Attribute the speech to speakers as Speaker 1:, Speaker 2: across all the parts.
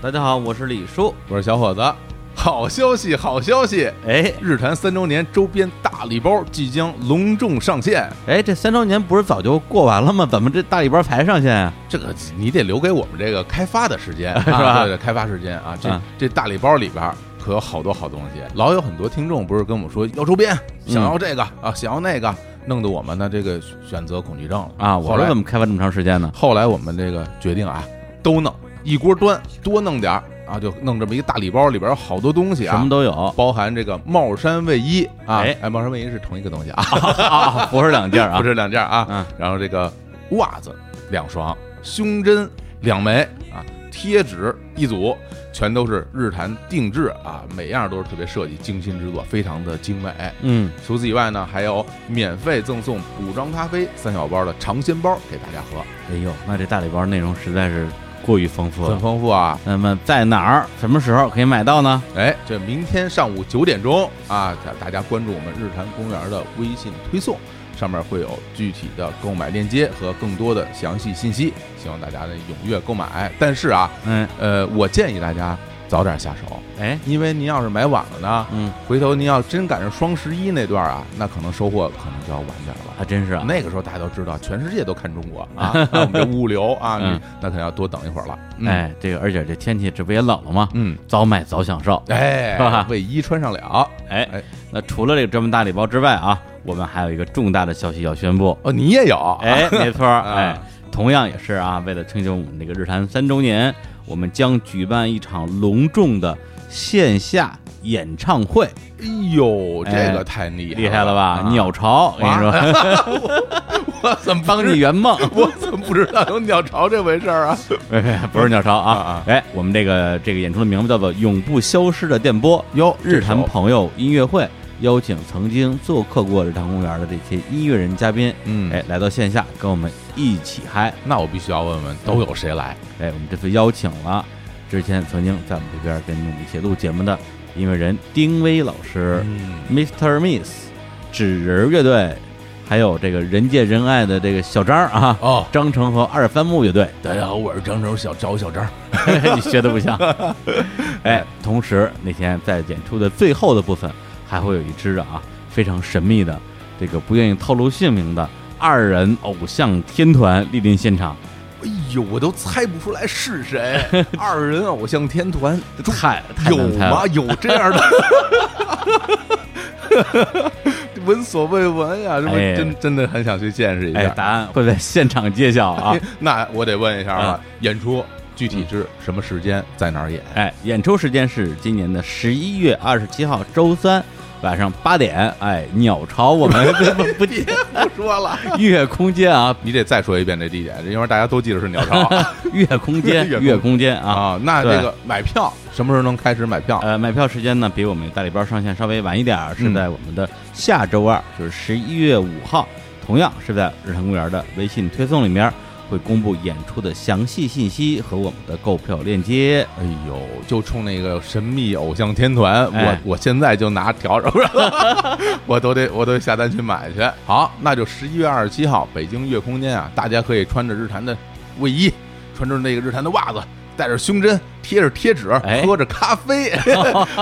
Speaker 1: 大家好，我是李叔。
Speaker 2: 我是小伙子。好消息，好消息！
Speaker 1: 哎
Speaker 2: 日坛三周年周边大礼包即将隆重上线，
Speaker 1: 哎，这三周年不是早就过完了吗？怎么这大礼包才上线啊？
Speaker 2: 这个你得留给我们这个开发的时间， 是
Speaker 1: 吧
Speaker 2: 对对开发时间啊，这
Speaker 1: 啊
Speaker 2: 这大礼包里边可有好多好东西，老有很多听众不是跟我们说要周边，
Speaker 1: 嗯
Speaker 2: 想要这个啊，想要那个，弄得我们呢这个选择恐惧症了
Speaker 1: 啊，我
Speaker 2: 后
Speaker 1: 说
Speaker 2: 来
Speaker 1: 怎么开发这么长时间呢？
Speaker 2: 后来我们这个决定啊，都弄一锅端，多弄点儿啊，就弄这么一个大礼包，里边有好多东西啊，
Speaker 1: 什么都有，
Speaker 2: 包含这个帽衫卫衣啊，
Speaker 1: 哎
Speaker 2: 哎，帽衫卫衣是同一个东西啊，
Speaker 1: 啊，不是两件啊
Speaker 2: 不，是两件啊，
Speaker 1: 嗯
Speaker 2: 然后这个袜子两双，胸针两枚啊，贴纸一组，全都是日坛定制啊，每样都是特别设计、精心制作，非常的精美。
Speaker 1: 嗯，
Speaker 2: 除此以外呢，还有免费赠送补装咖啡三小包的尝鲜包给大家喝，
Speaker 1: 哎呦，那这大礼包内容实在是过于丰富
Speaker 2: 很
Speaker 1: 了。
Speaker 2: 丰富啊。
Speaker 1: 那么在哪儿、什么时候可以买到呢？
Speaker 2: 哎，这明天上午九点钟啊，大大家关注我们日坛公园的微信推送，上面会有具体的购买链接和更多的详细信息，希望大家呢踊跃购买。但是啊，
Speaker 1: 嗯，
Speaker 2: 呃，我建议大家早点下手，
Speaker 1: 哎，
Speaker 2: 因为您要是买晚了呢，
Speaker 1: 嗯，
Speaker 2: 回头您要真赶上双十一那段啊，那可能收获可能就要晚点了。
Speaker 1: 还真是啊，
Speaker 2: 那个时候大家都知道，全世界都看中国 啊，那我们这物流啊，
Speaker 1: 嗯
Speaker 2: 你那可能要多等一会儿了。嗯，
Speaker 1: 哎，这个而且这天气这不也冷了吗？
Speaker 2: 嗯，
Speaker 1: 早买早享受。是吧
Speaker 2: 哎，卫衣穿上了。
Speaker 1: 哎
Speaker 2: 哎，
Speaker 1: 那除了这个专门大礼包之外啊，我们还有一个重大的消息要宣布。
Speaker 2: 哦，你也有？
Speaker 1: 哎，没错儿，
Speaker 2: 啊
Speaker 1: 哎，同样也是啊，为了庆祝我们这个日坛三周年，我们将举办一场隆重的线下演唱会，
Speaker 2: 哎呦，
Speaker 1: 哎
Speaker 2: 这个太厉害
Speaker 1: 厉害了吧？
Speaker 2: 啊
Speaker 1: 鸟巢，我跟你说，
Speaker 2: 我怎么不
Speaker 1: 帮
Speaker 2: 知
Speaker 1: 你圆梦，
Speaker 2: 我怎么不知道有鸟巢这回事儿啊？
Speaker 1: 没没不 是鸟巢
Speaker 2: 啊
Speaker 1: 啊
Speaker 2: 啊，
Speaker 1: 哎，我们这个这个演出的名字叫做《永不消失的电波》，
Speaker 2: 哟，
Speaker 1: 日坛朋友音乐会。邀请曾经做客过日坛公园的这些音乐人嘉宾，
Speaker 2: 嗯
Speaker 1: 哎，来到线下跟我们一起嗨，
Speaker 2: 那我必须要问问，都有谁来？
Speaker 1: 哎，我们这次邀请了之前曾经在我们这边跟我们一起录节目的音乐人丁薇老师、
Speaker 2: 嗯，
Speaker 1: Mr. Miss、纸人乐队，还有这个人见人爱的这个小张 啊，
Speaker 2: 哦，哎
Speaker 1: 张成和二番木乐队。
Speaker 2: 大家好，我是张周小赵小张。
Speaker 1: 你学的不 像。哎，同时那天在演出的最后的部分，还会有一支啊非常神秘的，这个不愿意透露姓名的二人偶像天团莅临现场，
Speaker 2: 哎呦，我都猜不出来 是谁。二人偶像天团
Speaker 1: 太太
Speaker 2: 有
Speaker 1: 难猜了
Speaker 2: 吗？。有这样的？ 闻所未闻呀，这不
Speaker 1: 哎
Speaker 2: 真真的很想去见识一
Speaker 1: 哎，
Speaker 2: 下。
Speaker 1: 答案会在现场揭晓啊
Speaker 2: 哎！那我得问一下
Speaker 1: 啊
Speaker 2: 了，演出具体是什么时间，在哪儿演？
Speaker 1: 哎，演出时间是今年的十一月二十七号周三晚上八点。哎，鸟巢我们 不不
Speaker 2: 不说了，
Speaker 1: 音乐空间啊，
Speaker 2: 你得再说一遍这地点，因为大家都记得是鸟 巢
Speaker 1: 乐空间，
Speaker 2: 乐空
Speaker 1: 乐空间啊。
Speaker 2: 啊。那这个买票什么时候能开始买票？
Speaker 1: 呃，买票时间呢，比我们大礼包上线稍微晚一点儿，是
Speaker 2: 啊嗯
Speaker 1: 在我们的下周二，就是十一月五号，同样是在日坛公园的微信推送里面会公布演出的详细信息和我们的购票链接。
Speaker 2: 哎呦，就冲那个神秘偶像天团，
Speaker 1: 哎
Speaker 2: 我我现在就拿条， 我都得我都得下单去买去。好，那就十一月二十七号，北京月空间啊，大家可以穿着日坛的卫衣，穿着那个日坛的袜子，带着胸针，贴着贴纸，
Speaker 1: 哎
Speaker 2: 喝着咖 啡，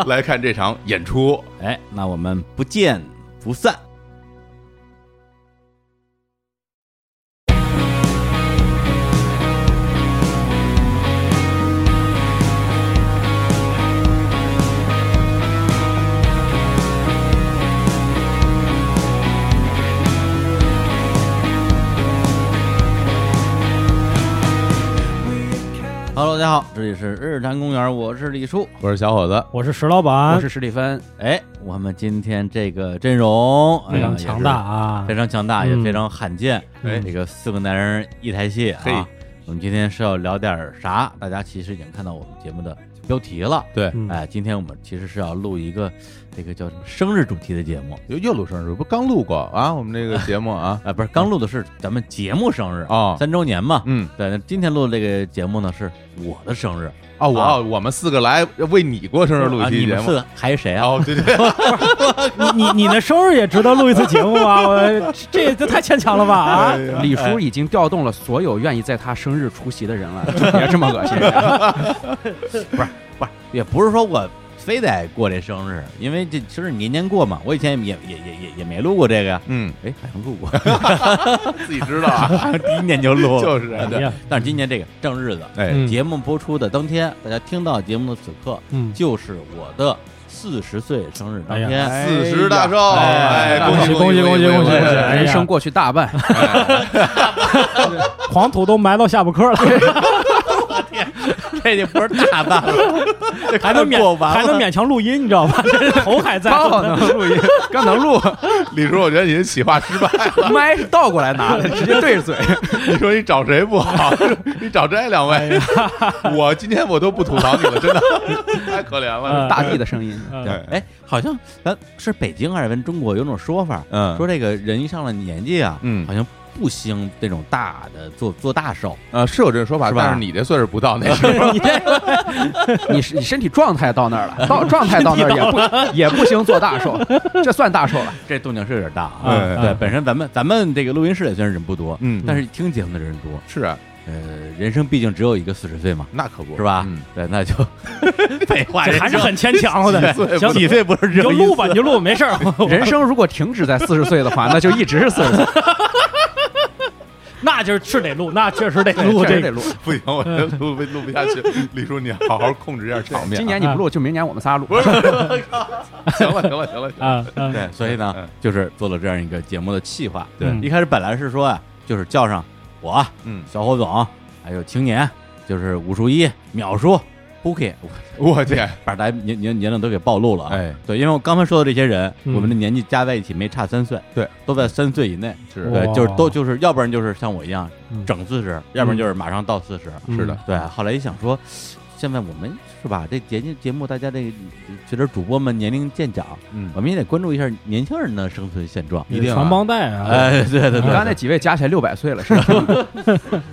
Speaker 2: 来看这场演出。
Speaker 1: 哎，那我们不见不散。Hello，大家好，这里是日坛公园，我是李叔，
Speaker 2: 我是小伙子，
Speaker 3: 我是石老板，
Speaker 4: 我是史蒂芬，
Speaker 1: 哎，我们今天这个阵容
Speaker 3: 非
Speaker 1: 哎呀
Speaker 3: 常强大，
Speaker 1: 也是
Speaker 3: 啊
Speaker 1: 非！常强大，也
Speaker 3: 嗯
Speaker 1: 非常罕见。
Speaker 2: 哎
Speaker 1: 这个四个男人一台戏
Speaker 2: 嘿
Speaker 1: 啊，我们今天是要聊点啥？大家其实已经看到我们节目的标题了。
Speaker 2: 对，
Speaker 3: 嗯
Speaker 1: 哎，今天我们其实是要录一个这个叫什么生日主题的节目。，
Speaker 2: 又又录生日，不刚录过啊？我们这个节目啊
Speaker 1: 啊，不是，刚录的是咱们节目生日
Speaker 2: 哦
Speaker 1: 三周年嘛。
Speaker 2: 嗯
Speaker 1: 对，那今天录的这个节目呢是我的生日，
Speaker 2: 啊，我
Speaker 1: 啊
Speaker 2: 我们四个来为你过生日录
Speaker 1: 啊
Speaker 2: 一期
Speaker 1: 你
Speaker 2: 节
Speaker 1: 们四
Speaker 2: 目。
Speaker 1: 个还有谁啊？
Speaker 2: 哦，对 对，
Speaker 3: 你你的生日也值得录一次节目 啊！我这这太牵强了吧啊！
Speaker 4: 李叔已经调动了所有愿意在他生日出席的人 了，就别这么恶心人。
Speaker 1: 也不是说我非得过这生日，因为这生日年年过嘛。我以前也也也也也没录过这个呀，
Speaker 2: 嗯，
Speaker 1: 哎，好像录过，
Speaker 2: 自己知道啊，
Speaker 1: 第一年就录了，
Speaker 2: 就是啊
Speaker 1: 哎
Speaker 3: 哎
Speaker 1: 对
Speaker 3: 呀。
Speaker 1: 但是今年这个正日子，
Speaker 2: 哎
Speaker 3: 嗯
Speaker 1: 节目播出的当天，大家听到节目的此刻，
Speaker 3: 嗯
Speaker 1: 就是我的四十岁生日当
Speaker 3: 哎
Speaker 1: 天。
Speaker 2: 四十大寿，
Speaker 1: 哎
Speaker 2: 哎，
Speaker 1: 呀
Speaker 2: 喜
Speaker 3: 恭
Speaker 2: 恭
Speaker 3: 喜恭喜
Speaker 2: 喜哎
Speaker 3: 恭喜
Speaker 2: 喜！
Speaker 3: 哎呀
Speaker 4: 人生过去大半，
Speaker 3: 黄土都埋到下巴颏 了，
Speaker 1: 这就不是大办了，这
Speaker 3: 还能
Speaker 1: 快过完
Speaker 3: 勉
Speaker 1: 了哦
Speaker 3: 还能勉强录音，你知道吧？ 这头还 在，
Speaker 4: 刚好能录音，刚能录，
Speaker 2: 李叔，我觉得你的企划失败了，
Speaker 4: 麦是倒过来拿的，直接对着嘴。
Speaker 2: 你说你找谁不好？ 你找这两
Speaker 1: 哎
Speaker 2: 位，我今天我都不吐槽你了， 真的太可怜了。
Speaker 4: 大地的声音，
Speaker 3: 嗯
Speaker 2: 对，
Speaker 1: 哎，好像咱是北京还是咱中国有种说法，
Speaker 2: 嗯
Speaker 1: 说这个人一上了年纪啊，
Speaker 2: 嗯
Speaker 1: 好像不兴这种大的做做大寿，
Speaker 2: 呃，是有这个说法，
Speaker 1: 是吧
Speaker 2: 但是你这岁数不到那时候，
Speaker 4: 你这，你是你身体状态到那儿了， 到状态到那儿也不也不行做大寿，这算大寿了。
Speaker 1: 这动静是有点大啊。
Speaker 3: 哎
Speaker 2: 嗯
Speaker 1: 对，本身咱们咱们这个录音室也虽然人不多，
Speaker 2: 嗯
Speaker 1: 但是听节目的人多。
Speaker 2: 是啊，
Speaker 1: 呃，人生毕竟只有一个四十岁嘛，
Speaker 2: 那可不
Speaker 1: 是吧？
Speaker 2: 嗯
Speaker 1: 对，那 就废话，
Speaker 3: 这还
Speaker 1: 人
Speaker 3: 是
Speaker 1: 生
Speaker 3: 很牵强的。
Speaker 2: 岁
Speaker 3: 行，
Speaker 1: 几岁不是只
Speaker 3: 你就
Speaker 1: 有
Speaker 3: 录
Speaker 1: 一
Speaker 3: 吧，
Speaker 1: 次
Speaker 3: 你就录，没事儿。
Speaker 4: 人生如果停止在四十岁的话，那就一直是四 十岁，
Speaker 3: 那就是是得录，那确实得录
Speaker 4: 确
Speaker 3: 这
Speaker 4: 实
Speaker 3: 个。
Speaker 4: 得录。
Speaker 2: 不行，我这录不录不下去。李叔，你好好控制一下场 面啊。
Speaker 4: 今年你不录，就明年我们仨录。
Speaker 2: 不是，我靠行了，行了，行了，行了。
Speaker 3: 啊，嗯
Speaker 1: 对，所以呢
Speaker 2: 嗯，
Speaker 1: 就是做了这样一个节目的企划。
Speaker 3: 对嗯
Speaker 1: 一开始本来是说啊，就是叫上我、
Speaker 2: 嗯，
Speaker 1: 小火总，还有青年，就是武术一、淼叔、Bookie，
Speaker 2: 我天，
Speaker 1: 把大家年年年龄都给暴露了啊。
Speaker 2: 哎，
Speaker 1: 对，因为我刚才说的这些人，
Speaker 3: 嗯
Speaker 1: 我们的年纪加在一起没差三岁，
Speaker 2: 对，
Speaker 1: 都在三岁以内，
Speaker 2: 是
Speaker 3: 哇
Speaker 1: 对，就是都就是，要不然就是像我一样
Speaker 3: 嗯
Speaker 1: 整四十，要不然就是马上到四十。
Speaker 2: 是的，
Speaker 1: 对，后来一想说，现在我们是吧，这节节目大家这个觉得主播们年龄渐长，
Speaker 2: 嗯
Speaker 1: 我们也得关注一下年轻人的生存现状。
Speaker 2: 一定啊
Speaker 3: 传帮带啊，
Speaker 1: 哎，对对对
Speaker 4: 你刚才那
Speaker 1: 对，
Speaker 4: 几位加起来六百岁了，是吧？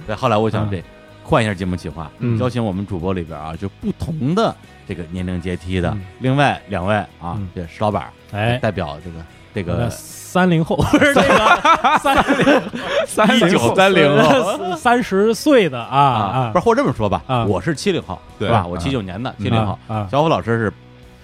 Speaker 1: 对后来我想
Speaker 3: 嗯
Speaker 1: 这换一下节目企划，
Speaker 3: 嗯
Speaker 1: 邀请我们主播里边啊，就不同的这个年龄阶梯的
Speaker 3: 嗯。
Speaker 1: 另外两位啊
Speaker 3: 嗯，
Speaker 1: 这石老板
Speaker 3: 哎，
Speaker 1: 代表这个这
Speaker 3: 呃
Speaker 1: 个
Speaker 3: 三零后 不是这个三
Speaker 4: 三
Speaker 2: 哎
Speaker 1: 一
Speaker 4: 零
Speaker 1: 九
Speaker 4: 后
Speaker 1: 三零后。
Speaker 3: 后三十岁的啊啊，
Speaker 1: 不是，或者这么说吧，
Speaker 3: 啊
Speaker 1: 我是七零后，
Speaker 2: 对
Speaker 1: 是吧？我
Speaker 2: 啊
Speaker 1: 七九年的，
Speaker 2: 嗯
Speaker 1: 七零后，
Speaker 3: 啊啊，
Speaker 1: 小虎老师是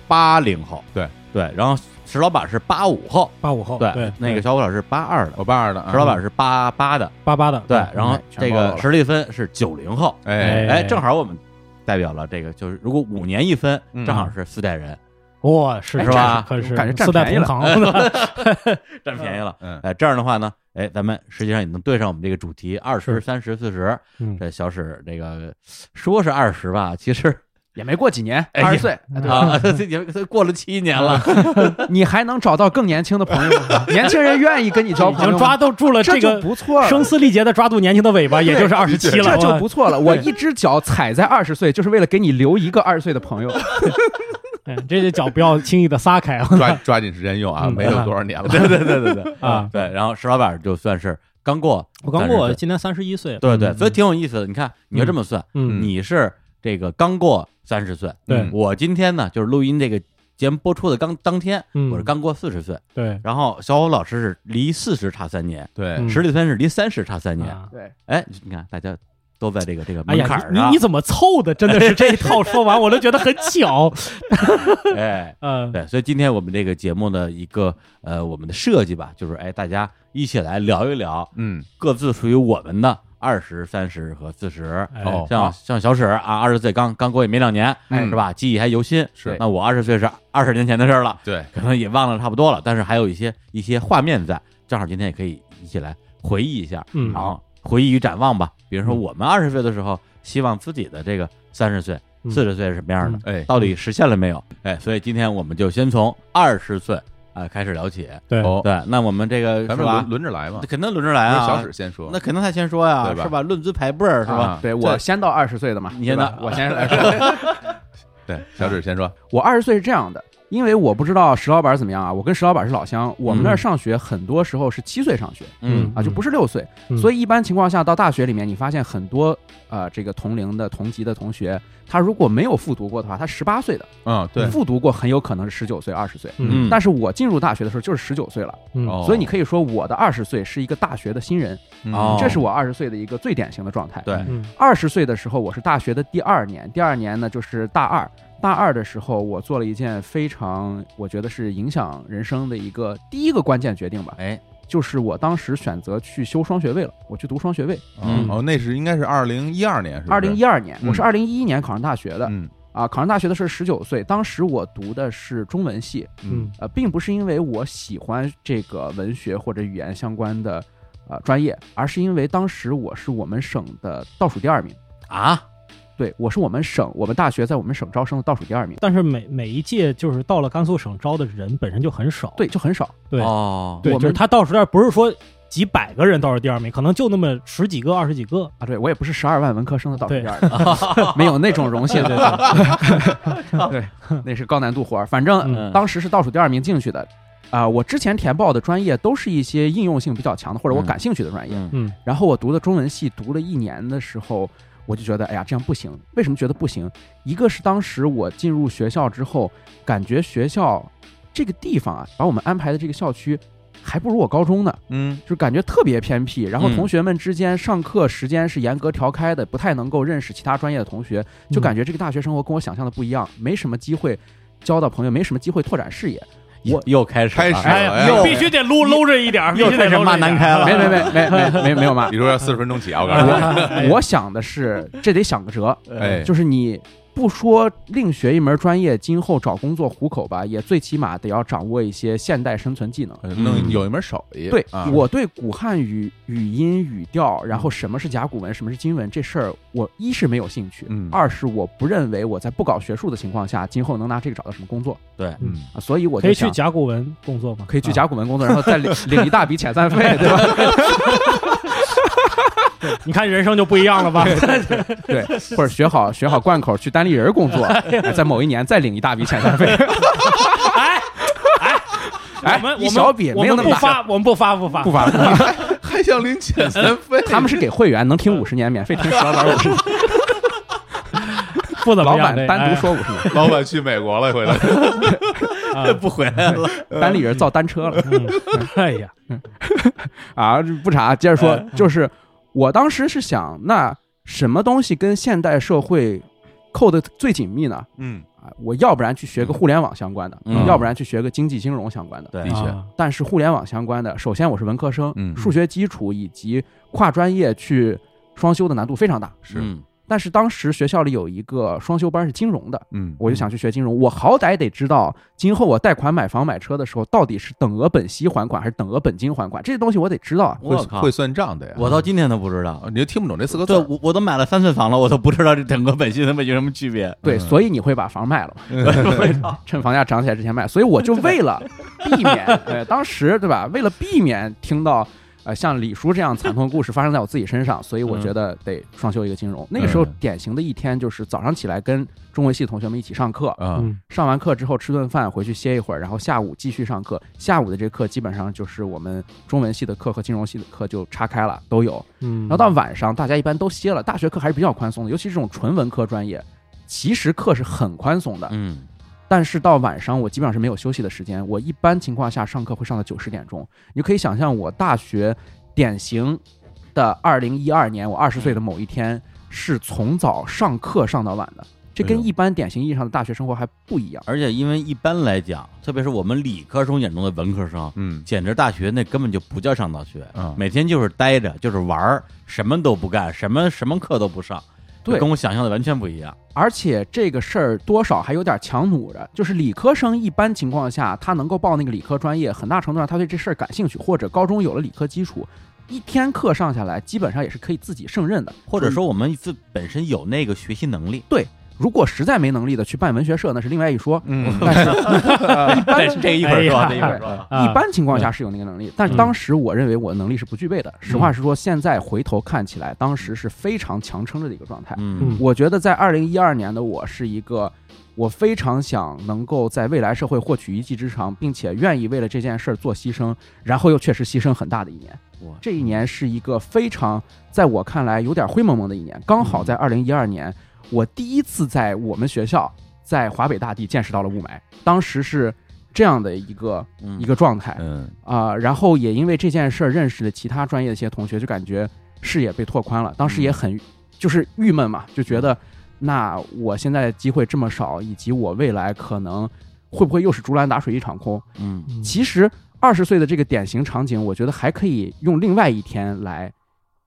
Speaker 1: 八零后，
Speaker 2: 对
Speaker 1: 对，然后石老板是八五后，
Speaker 3: 八五后哦对
Speaker 1: 那个小虎老师是八二的，
Speaker 2: 我爸二的啊，
Speaker 1: 石老板是八八的，
Speaker 3: 八八的
Speaker 1: 对，然后
Speaker 4: 嗯全
Speaker 1: 这
Speaker 4: 暴露
Speaker 1: 个
Speaker 4: 了
Speaker 1: 史蒂芬是九零后，
Speaker 2: 哎，
Speaker 1: 哎，正好我们代表了这个，就是如果五年一分，
Speaker 2: 嗯
Speaker 1: 正好是四代人，
Speaker 3: 哇是
Speaker 1: 是吧
Speaker 3: 可是
Speaker 4: 感觉占
Speaker 3: 四代
Speaker 4: 便宜
Speaker 3: 同
Speaker 4: 了
Speaker 3: 堂 了，
Speaker 1: 占便宜了。
Speaker 2: 嗯，
Speaker 1: 哎，这样的话呢，哎，咱们实际上也能对上我们这个主题，二十、
Speaker 3: 是
Speaker 1: 三十、四十。
Speaker 3: 嗯
Speaker 1: 这小史这个说是二十吧， 其实
Speaker 4: 也没过几年，
Speaker 1: 哎
Speaker 4: 二十岁，
Speaker 3: 嗯
Speaker 1: 啊， 这已经过了七年了。
Speaker 4: 你还能找到更年轻的朋友 吗？年轻人愿意跟你交
Speaker 3: 已
Speaker 4: 朋友
Speaker 3: 经
Speaker 4: 吗，
Speaker 3: 抓都住了
Speaker 4: 这就
Speaker 3: 个
Speaker 4: 不错了。
Speaker 3: 声嘶力竭的抓住年轻的尾巴，也就是二十七了， 啊
Speaker 4: 这就
Speaker 3: 哇
Speaker 4: 不错了，我一只脚踩在二十岁，就是为了给你留一个二十岁的朋友。
Speaker 3: 哎这只脚不要轻易的撒开啊
Speaker 2: 抓抓紧时间用啊，
Speaker 3: 嗯
Speaker 2: 没有多少年了。
Speaker 1: 对对对对对
Speaker 3: 啊！
Speaker 1: 对，然后石老板就算是刚过，
Speaker 3: 我刚过，
Speaker 1: 30
Speaker 3: 我
Speaker 1: 岁
Speaker 3: 今年三十一岁，
Speaker 1: 对对，所以挺有意思的。你看，你就这么算，
Speaker 3: 嗯
Speaker 1: 你是这个刚过三十岁，
Speaker 3: 对
Speaker 1: 我今天呢就是录音这个节目播出的刚当天，
Speaker 3: 嗯
Speaker 1: 我是刚过四十岁，
Speaker 3: 对
Speaker 1: 然后小虎老师是离四十差三年，
Speaker 2: 对
Speaker 3: 嗯
Speaker 1: 史蒂芬是离三十差三年，
Speaker 3: 啊
Speaker 4: 对，
Speaker 1: 哎，你看大家都在这个这个
Speaker 3: 哎
Speaker 1: 门槛儿
Speaker 3: 呀，
Speaker 1: 啊
Speaker 3: 你
Speaker 1: 上
Speaker 3: 你你，怎么凑的？真的是这一 套说完，我都觉得很巧。
Speaker 1: 哎。
Speaker 3: 嗯，
Speaker 1: 对，所以今天我们这个节目的一个呃，我们的设计吧，就是哎，大家一起来聊一聊
Speaker 2: 嗯，
Speaker 1: 各自属于我们的二十三十和四十。
Speaker 3: 哎
Speaker 2: 哦
Speaker 1: 像像小史啊，二十岁刚刚过也没两年，
Speaker 2: 嗯
Speaker 1: 是吧？记忆还犹新。
Speaker 2: 是
Speaker 1: 那我二十岁是二十年前的事儿了，
Speaker 2: 对，
Speaker 1: 可能也忘了差不多了，但是还有一些一些画面在，正好今天也可以一起来回忆一下，
Speaker 3: 嗯
Speaker 1: 然后回忆与展望吧。比
Speaker 2: 嗯
Speaker 1: 如说我们二十岁的时候，希望自己的这个三十岁、
Speaker 3: 嗯
Speaker 1: 四十岁是什么样的，
Speaker 2: 哎，
Speaker 1: 到底实现了没有？哎，所以今天我们就先从二十岁啊、开始聊起。
Speaker 3: 对
Speaker 2: 哦，
Speaker 1: 对，那我们这个是
Speaker 2: 咱们
Speaker 1: 吧
Speaker 2: 轮？轮着来嘛，
Speaker 1: 肯定轮着来
Speaker 2: 不
Speaker 1: 啊，
Speaker 2: 是小史先说，
Speaker 1: 那肯定他先说呀，
Speaker 2: 对吧
Speaker 1: 是吧？论资排辈儿是吧？
Speaker 2: 啊
Speaker 4: 对我先到二十岁的嘛，
Speaker 1: 你先到
Speaker 4: 对吧我先来说，
Speaker 2: 对，小史先说，
Speaker 4: 我二十岁是这样的，因为我不知道石老板怎么样啊，我跟石老板是老乡，我们
Speaker 1: 嗯
Speaker 4: 那儿上学很多时候是七岁上学
Speaker 1: 嗯
Speaker 4: 啊，就不是六岁，
Speaker 3: 嗯
Speaker 4: 所以一般情况下到大学里面，你发现很多呃这个同龄的同级的同学，他如果没有复读过的话，他十八岁的，
Speaker 2: 嗯，对，
Speaker 4: 复读过很有可能是十九岁、二十岁。
Speaker 1: 嗯，
Speaker 4: 但是我进入大学的时候就是十九岁了，
Speaker 3: 嗯
Speaker 1: 哦
Speaker 4: 所以你可以说我的二十岁是一个大学的新人，
Speaker 2: 嗯
Speaker 1: 哦
Speaker 4: 嗯这是我二十岁的一个最典型的状态。
Speaker 1: 对
Speaker 3: 嗯
Speaker 4: 二十岁的时候，我是大学的第二年，第二年呢就是大二。大二的时候，我做了一件非常我觉得是影响人生的一个第一个关键决定吧，
Speaker 1: 哎，
Speaker 4: 就是我当时选择去修双学位了，我去读双学位。
Speaker 2: 嗯
Speaker 1: 嗯
Speaker 2: 哦，那是应该是二零一二年，是
Speaker 4: 二零
Speaker 2: 一
Speaker 4: 一二年，
Speaker 2: 嗯
Speaker 4: 我是二零一一年考上大学的、
Speaker 2: 嗯
Speaker 4: 啊，考上大学的时候十九岁，当时我读的是中文系，
Speaker 2: 嗯
Speaker 4: 呃，并不是因为我喜欢这个文学或者语言相关的呃专业，而是因为当时我是我们省的倒数第二名。
Speaker 1: 啊，
Speaker 4: 对，我是我们省，我们大学在我们省招生的倒数第二名，
Speaker 3: 但是每每一届就是到了甘肃省招的人本身就很少，
Speaker 4: 对，就很少。
Speaker 3: 对
Speaker 1: 哦，
Speaker 3: 对，
Speaker 4: 我
Speaker 3: 就是
Speaker 4: 们
Speaker 3: 他倒数第二，不是说几百个人倒数第二名，可能就那么十几个、二十几个。
Speaker 4: 啊，对我也不是十二万文科生的倒数
Speaker 3: 对
Speaker 4: 第二名， 没有那种荣幸。对 那是高难度活儿。反正、
Speaker 3: 嗯
Speaker 4: 当时是倒数第二名进去的。啊、我之前填报的专业都是一些应用性比较强的，或者我
Speaker 1: 嗯
Speaker 4: 感兴趣的专业。
Speaker 1: 嗯
Speaker 3: 嗯
Speaker 4: 然后我读的中文系，读了一年的时候，我就觉得，哎呀，这样不行。为什么觉得不行？一个是当时我进入学校之后，感觉学校这个地方啊，把我们安排的这个校区，还不如我高中呢。
Speaker 2: 嗯
Speaker 4: 就感觉特别偏僻，然后
Speaker 1: 嗯
Speaker 4: 同学啊们之间上课时间是严格调开的，不太能够认识其他专业的同学，就感觉这个大学生活跟我想象的不一样，没什么机会交到朋友，没什么机会拓展视野。
Speaker 1: 又又开始了
Speaker 2: 开始
Speaker 1: 哎
Speaker 2: 哎
Speaker 1: 又
Speaker 2: 呦
Speaker 1: 必须
Speaker 3: 得搂搂着一点
Speaker 1: 哎又开始骂南开了，
Speaker 4: 没没没没没没没有嘛
Speaker 2: 你，说要四十分钟起啊，
Speaker 3: 嗯哎
Speaker 2: 我告 诉你，
Speaker 4: 我我想的是这得想个辙，
Speaker 2: 哎，
Speaker 4: 就是你不说另学一门专业，今后找工作糊口吧，也最起码得要掌握一些现代生存技能。
Speaker 2: 呃弄
Speaker 1: 嗯
Speaker 2: 有一门手艺，
Speaker 4: 对
Speaker 2: 啊，
Speaker 4: 我对古汉语语音、语调，然后什么是甲骨文，什么是金文这事儿，我一是没有兴趣，
Speaker 2: 嗯
Speaker 4: 二是我不认为我在不搞学术的情况下，今后能拿这个找到什么工作
Speaker 1: 对，
Speaker 2: 嗯
Speaker 4: 啊，所以我
Speaker 3: 可
Speaker 4: 就
Speaker 3: 以去
Speaker 4: 想啊
Speaker 3: 甲骨文工作吗？
Speaker 4: 可以去甲骨文工作，然后再领领一大笔遣散费， 对吧？
Speaker 3: 啊，你看人生就不一样了吧？
Speaker 4: 对，或者学好学好贯口，去单立人工作，哎在某一年再领一大笔遣散费。
Speaker 3: 哎
Speaker 4: 哎
Speaker 3: 我们
Speaker 4: 一
Speaker 3: 我
Speaker 4: 小
Speaker 3: 们
Speaker 4: 笔
Speaker 3: 我
Speaker 4: 没有
Speaker 3: 们
Speaker 4: 那么
Speaker 3: 不
Speaker 4: 大
Speaker 3: 发，我们不发不发
Speaker 4: 不 发了，
Speaker 2: 还想领 遣散费，
Speaker 4: 他们是给会员能听五十年，免费听十二点五十，
Speaker 3: 不怎么
Speaker 4: 老
Speaker 3: 样
Speaker 4: 板
Speaker 3: 这
Speaker 4: 单独
Speaker 3: 哎
Speaker 4: 说五十年，
Speaker 2: 老板去美国了，回 来
Speaker 3: 啊
Speaker 1: 不回来了，
Speaker 4: 单立人造单车了。
Speaker 3: 嗯哎呀，
Speaker 4: 啊，这不查，接着说，
Speaker 3: 哎
Speaker 4: 就是我当时是想，那什么东西跟现代社会扣的最紧密呢？
Speaker 2: 嗯，
Speaker 4: 啊，我要不然去学个互联网相关的，
Speaker 1: 嗯
Speaker 4: 要不然去学个经济金融相关的。
Speaker 1: 对
Speaker 2: 的确
Speaker 3: 啊
Speaker 4: 但是互联网相关的，首先我是文科生，
Speaker 2: 嗯
Speaker 4: 数学基础以及跨专业去双修的难度非常大。
Speaker 2: 是，
Speaker 1: 嗯
Speaker 4: 但是当时学校里有一个双修班是金融的，
Speaker 2: 嗯，
Speaker 4: 我就想去学金融，我好歹得知道今后我贷款买房买车的时候，到底是等额本息还款还是等额本金还款，这些东西我得知道啊。
Speaker 2: 会
Speaker 1: 我靠
Speaker 2: 会，啊算账的呀，
Speaker 1: 我到今天都不知道
Speaker 2: 啊，你就听不懂这四个字
Speaker 1: 对
Speaker 2: 儿，
Speaker 1: 我我都买了三寸房了，我都不知道这整个本息他们有什么区别，
Speaker 4: 对，
Speaker 2: 嗯
Speaker 4: 所以你会把房卖了嘛？
Speaker 1: 嗯
Speaker 4: 趁房价涨起来之前卖。所以我就为了避免，呃，当时对吧？为了避免听到呃像李叔这样惨痛故事发生在我自己身上，所以我觉得得双休一个金融。那个时候典型的一天就是早上起来跟中文系同学们一起上课，
Speaker 2: 啊，
Speaker 3: 嗯
Speaker 4: 上完课之后吃顿饭回去歇一会儿，然后下午继续上课。下午的这课基本上就是我们中文系的课和金融系的课就岔开了，都有。
Speaker 3: 嗯，
Speaker 4: 然后到晚上，大家一般都歇了。大学课还是比较宽松的，尤其是这种纯文科专业，其实课是很宽松的。
Speaker 1: 嗯
Speaker 4: 但是到晚上，我基本上是没有休息的时间。我一般情况下上课会上到九十点钟。你就可以想象，我大学典型的二零一二年，我二十岁的某一天是从早上课上到晚的。这
Speaker 2: 哎
Speaker 4: 跟
Speaker 2: 呦
Speaker 4: 一般典型意义上的大学生活还不一样。
Speaker 1: 而且因为一般来讲，特别是我们理科生眼中的文科生，
Speaker 2: 嗯
Speaker 1: 简直大学那根本就不叫上大学
Speaker 2: 啊，
Speaker 1: 每天就是待着，就是玩儿，什么都不干，什么什么课都不上，
Speaker 4: 对
Speaker 1: 这跟我想象的完全不一样。
Speaker 4: 而且这个事儿多少还有点强弩着，就是理科生一般情况下，他能够报那个理科专业，很大程度上他对这事儿感兴趣，或者高中有了理科基础，一天课上下来，基本上也是可以自己胜任的。
Speaker 1: 或者说我们自本身有那个学习能力，
Speaker 4: 如果实在没能力的去办文学社，那是另外一说。
Speaker 2: 嗯
Speaker 4: 但是一般
Speaker 1: 这一会儿说，
Speaker 3: 哎呀
Speaker 1: 这一会儿说，
Speaker 3: 啊
Speaker 4: 一般情况下是有那个能力，但是当时我认为我能力是不具备的。实话实说，现在回头看起来，当时是非常强撑着的一个状态。
Speaker 1: 嗯
Speaker 4: 我觉得在二零一二年的我是一个我非常想能够在未来社会获取一技之长，并且愿意为了这件事儿做牺牲，然后又确实牺牲很大的一年。
Speaker 1: 我
Speaker 4: 这一年是一个非常，在我看来有点灰蒙蒙的一年，刚好在二零一二年，我第一次在我们学校，在华北大地见识到了雾霾，当时是这样的一个
Speaker 1: 嗯
Speaker 4: 一个状态
Speaker 1: 嗯
Speaker 4: 啊、然后也因为这件事儿认识了其他专业的一些同学，就感觉视野被拓宽了，当时也很就是郁闷嘛，就觉得那我现在机会这么少，以及我未来可能会不会又是竹篮打水一场空，
Speaker 1: 嗯
Speaker 4: 其实二十岁的这个典型场景，我觉得还可以用另外一天来，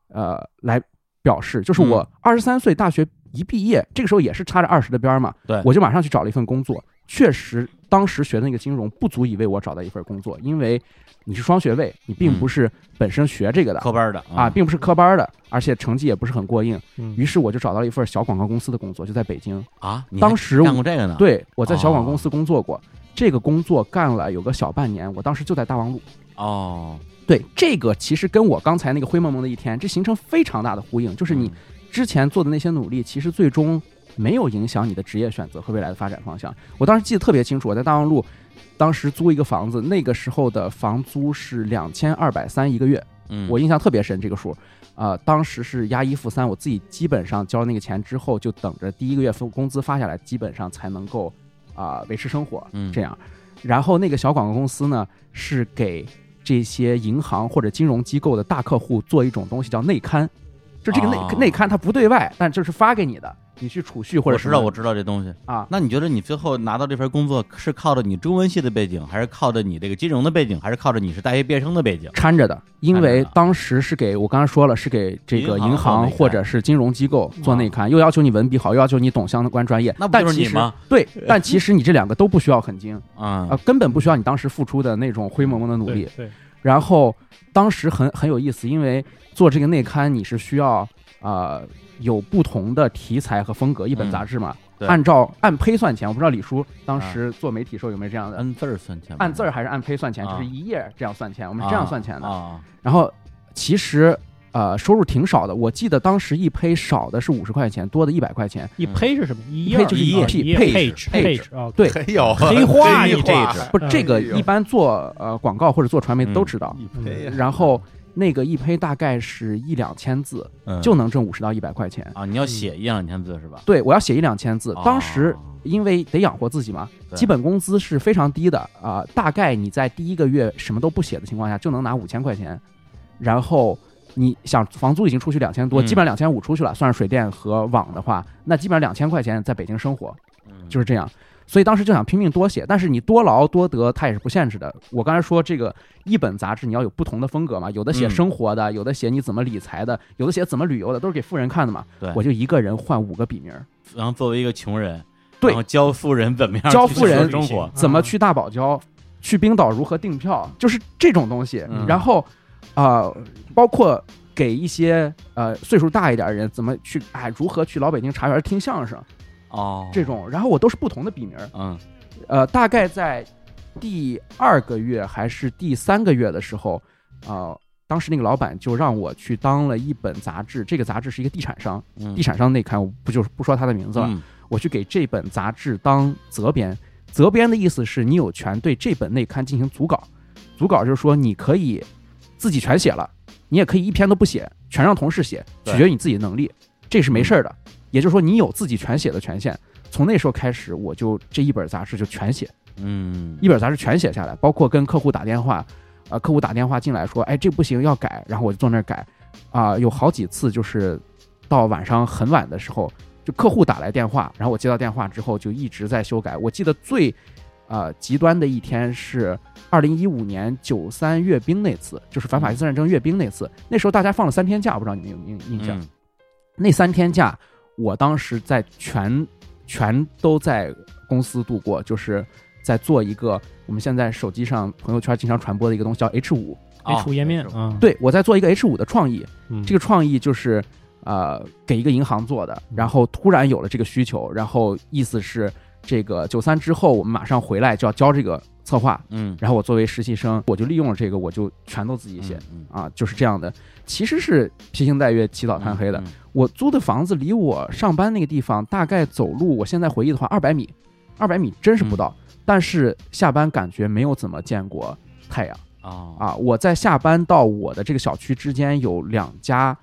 Speaker 4: 呃，来表示，就是
Speaker 1: 嗯
Speaker 4: 我二十三岁大学一毕业，这个时候也是插着二十的边儿嘛，
Speaker 1: 对
Speaker 4: 我就马上去找了一份工作。确实，当时学的那个金融不足以为我找到一份工作，因为你是双学位，你并不是本身学这个
Speaker 1: 嗯
Speaker 4: 的、
Speaker 1: 科班的
Speaker 4: 啊，并不是科班的，而且成绩也不是很过硬。于
Speaker 3: 嗯
Speaker 4: 是我就找到了一份小广告公司的工作，就在北京。
Speaker 1: 啊，你还
Speaker 4: 当时
Speaker 1: 干过这个呢？，
Speaker 4: 对，我在小广
Speaker 1: 哦
Speaker 4: 公司工作过，这个工作干了有个小半年，我当时就在大望路。
Speaker 1: 哦，
Speaker 4: 对，这个其实跟我刚才那个灰蒙蒙的一天，这形成非常大的呼应，就是
Speaker 1: 嗯
Speaker 4: 你之前做的那些努力，其实最终没有影响你的职业选择和未来的发展方向。我当时记得特别清楚，我在大望路，当时租一个房子，那个时候的房租是两千二百三一个月，
Speaker 1: 嗯，
Speaker 4: 我印象特别深这个数。呃，当时是押一付三，我自己基本上交那个钱之后，就等着第一个月份工资发下来，基本上才能够啊、维持生活。
Speaker 1: 嗯
Speaker 4: 这样。然后那个小广告公司呢，是给这些银行或者金融机构的大客户做一种东西叫内刊，就这个内、
Speaker 1: 哦
Speaker 4: 内刊它不对外，但这是发给你的，你去储蓄或
Speaker 1: 我
Speaker 4: 者
Speaker 1: 知道，我
Speaker 4: 我
Speaker 1: 知道这东西。
Speaker 4: 啊，
Speaker 1: 那你觉得你最后拿到这份工作是靠着你中文系的背景，还是靠着你这个金融的背景，还是靠着你是大学毕业生的背景？
Speaker 4: 掺着的，因
Speaker 1: 掺着的
Speaker 4: 为当时是给我刚才说了，是给这个
Speaker 1: 银行
Speaker 4: 银行
Speaker 1: 做内刊
Speaker 4: 或者是金融机构做内刊，又要求你文笔好，又要求你懂相关专业，
Speaker 1: 那不
Speaker 4: 但
Speaker 1: 就是
Speaker 4: 其
Speaker 1: 你
Speaker 4: 实
Speaker 1: 吗？
Speaker 4: 对， 但其实你这两个都不需要很精
Speaker 1: 啊
Speaker 4: 啊、，根本不需要你当时付出的那种灰蒙蒙的努力。
Speaker 3: 对对
Speaker 4: 然后当时很很有意思，因为做这个内刊你是需要呃有不同的题材和风格，一本
Speaker 1: 嗯
Speaker 4: 杂志嘛，
Speaker 1: 对啊
Speaker 4: 按照按胚算钱，我不知道李叔当时做媒体时候有没有这样的，
Speaker 1: 按字儿算钱吗，
Speaker 4: 按字儿还是按胚算钱，
Speaker 1: 嗯啊
Speaker 4: 就是一页这样算钱，我
Speaker 1: 我
Speaker 4: 们是这样算钱的。
Speaker 1: 啊，
Speaker 4: 然后其实呃收入挺少的，我记得当时一胚少的是五十块钱，多的一百块钱。
Speaker 3: 一胚是什么？一
Speaker 4: 一胚就是
Speaker 1: 一
Speaker 3: 页
Speaker 4: 屁
Speaker 3: 一页
Speaker 4: page，
Speaker 3: page
Speaker 4: page
Speaker 3: page 啊，
Speaker 4: 对
Speaker 2: 还有
Speaker 3: 黑化
Speaker 2: 黑
Speaker 3: 你这
Speaker 2: 化
Speaker 3: 一支
Speaker 4: 不是这个，
Speaker 2: 哎呦
Speaker 4: 一般做呃广告或者做传媒的都
Speaker 1: 嗯
Speaker 4: 知道。
Speaker 2: 哎呀
Speaker 4: 然后那个一胚大概是一两千字，
Speaker 1: 嗯
Speaker 4: 就能挣五十到一百块钱。
Speaker 1: 啊，你要写一两千字是吧？
Speaker 4: 对我要写一两千嗯字
Speaker 1: 哦，
Speaker 4: 当时因为得养活自己嘛，
Speaker 1: 对
Speaker 4: 基本工资是非常低的啊、大概你在第一个月什么都不写的情况下，就能拿五千块钱，然后。你想房租已经出去两千多，
Speaker 1: 嗯
Speaker 4: 基本上两千五出去了，算是水电和网的话，那基本上两千块钱在北京生活
Speaker 1: 嗯
Speaker 4: 就是这样。所以当时就想拼命多写，但是你多劳多得它也是不限制的。我刚才说这个一本杂志你要有不同的风格嘛，有的写
Speaker 1: 嗯
Speaker 4: 生活的，有的写你怎么理财的，有的写怎么旅游的，都是给富人看的嘛。
Speaker 1: 对
Speaker 4: 我就一个人换五个笔名儿，
Speaker 1: 然后作为一个穷人，
Speaker 4: 对
Speaker 1: 然后教富人怎么样
Speaker 4: 教
Speaker 1: 去
Speaker 4: 富人
Speaker 1: 生活，
Speaker 4: 怎么去大堡礁，去冰岛如何订票，就是这种东西。
Speaker 1: 嗯
Speaker 4: 然后，呃，包括给一些呃岁数大一点的人怎么去，哎，如何去老北京茶园听相声
Speaker 1: 哦，
Speaker 4: 这种。然后我都是不同的笔名儿，
Speaker 1: 嗯
Speaker 4: 呃，大概在第二个月还是第三个月的时候，呃。当时那个老板就让我去当了一本杂志，这个杂志是一个地产商，
Speaker 1: 嗯
Speaker 4: 地产商内刊，我不就是不说他的名字了。
Speaker 1: 嗯
Speaker 4: 我去给这本杂志当责编。责编的意思是你有权对这本内刊进行组稿，组稿就是说你可以自己全写了，你也可以一篇都不写，全让同事写，
Speaker 1: 对
Speaker 4: 取决于你自己的能力，这是没事儿的。也就是说，你有自己全写的权限。从那时候开始，我就这一本杂志就全写，
Speaker 1: 嗯
Speaker 4: 一本杂志全写下来，包括跟客户打电话，呃，客户打电话进来说，哎，这不行，要改，然后我就坐那儿改，啊、有好几次就是到晚上很晚的时候，就客户打来电话，然后我接到电话之后就一直在修改。我记得最呃极端的一天是二零一五年九三阅兵那次，就是反法西斯战争阅兵那次，那时候大家放了三天假，不知道你们有没有印象？
Speaker 1: 嗯
Speaker 4: 那三天假，我当时在全全都在公司度过，就是在做一个我们现在手机上朋友圈经常传播的一个东西叫 H 五。
Speaker 1: 哦
Speaker 3: H 五页面啊，
Speaker 4: 对我在做一个 H 五的创意，
Speaker 3: 嗯，
Speaker 4: 这个创意就是呃给一个银行做的，然后突然有了这个需求，然后意思是这个九三之后我们马上回来就要交这个策划，
Speaker 1: 嗯
Speaker 4: 然后我作为实习生，我就利用了这个，我就全都自己写。
Speaker 1: 嗯
Speaker 4: 啊，就是这样的，其实是披星戴月、起早贪黑的。
Speaker 1: 嗯
Speaker 4: 我租的房子离我上班那个地方大概走路，我现在回忆的话，二百米，二百米真是不到，但是下班感觉没有怎么见过太阳
Speaker 1: 啊
Speaker 4: 啊。我在下班到我的这个小区之间有两家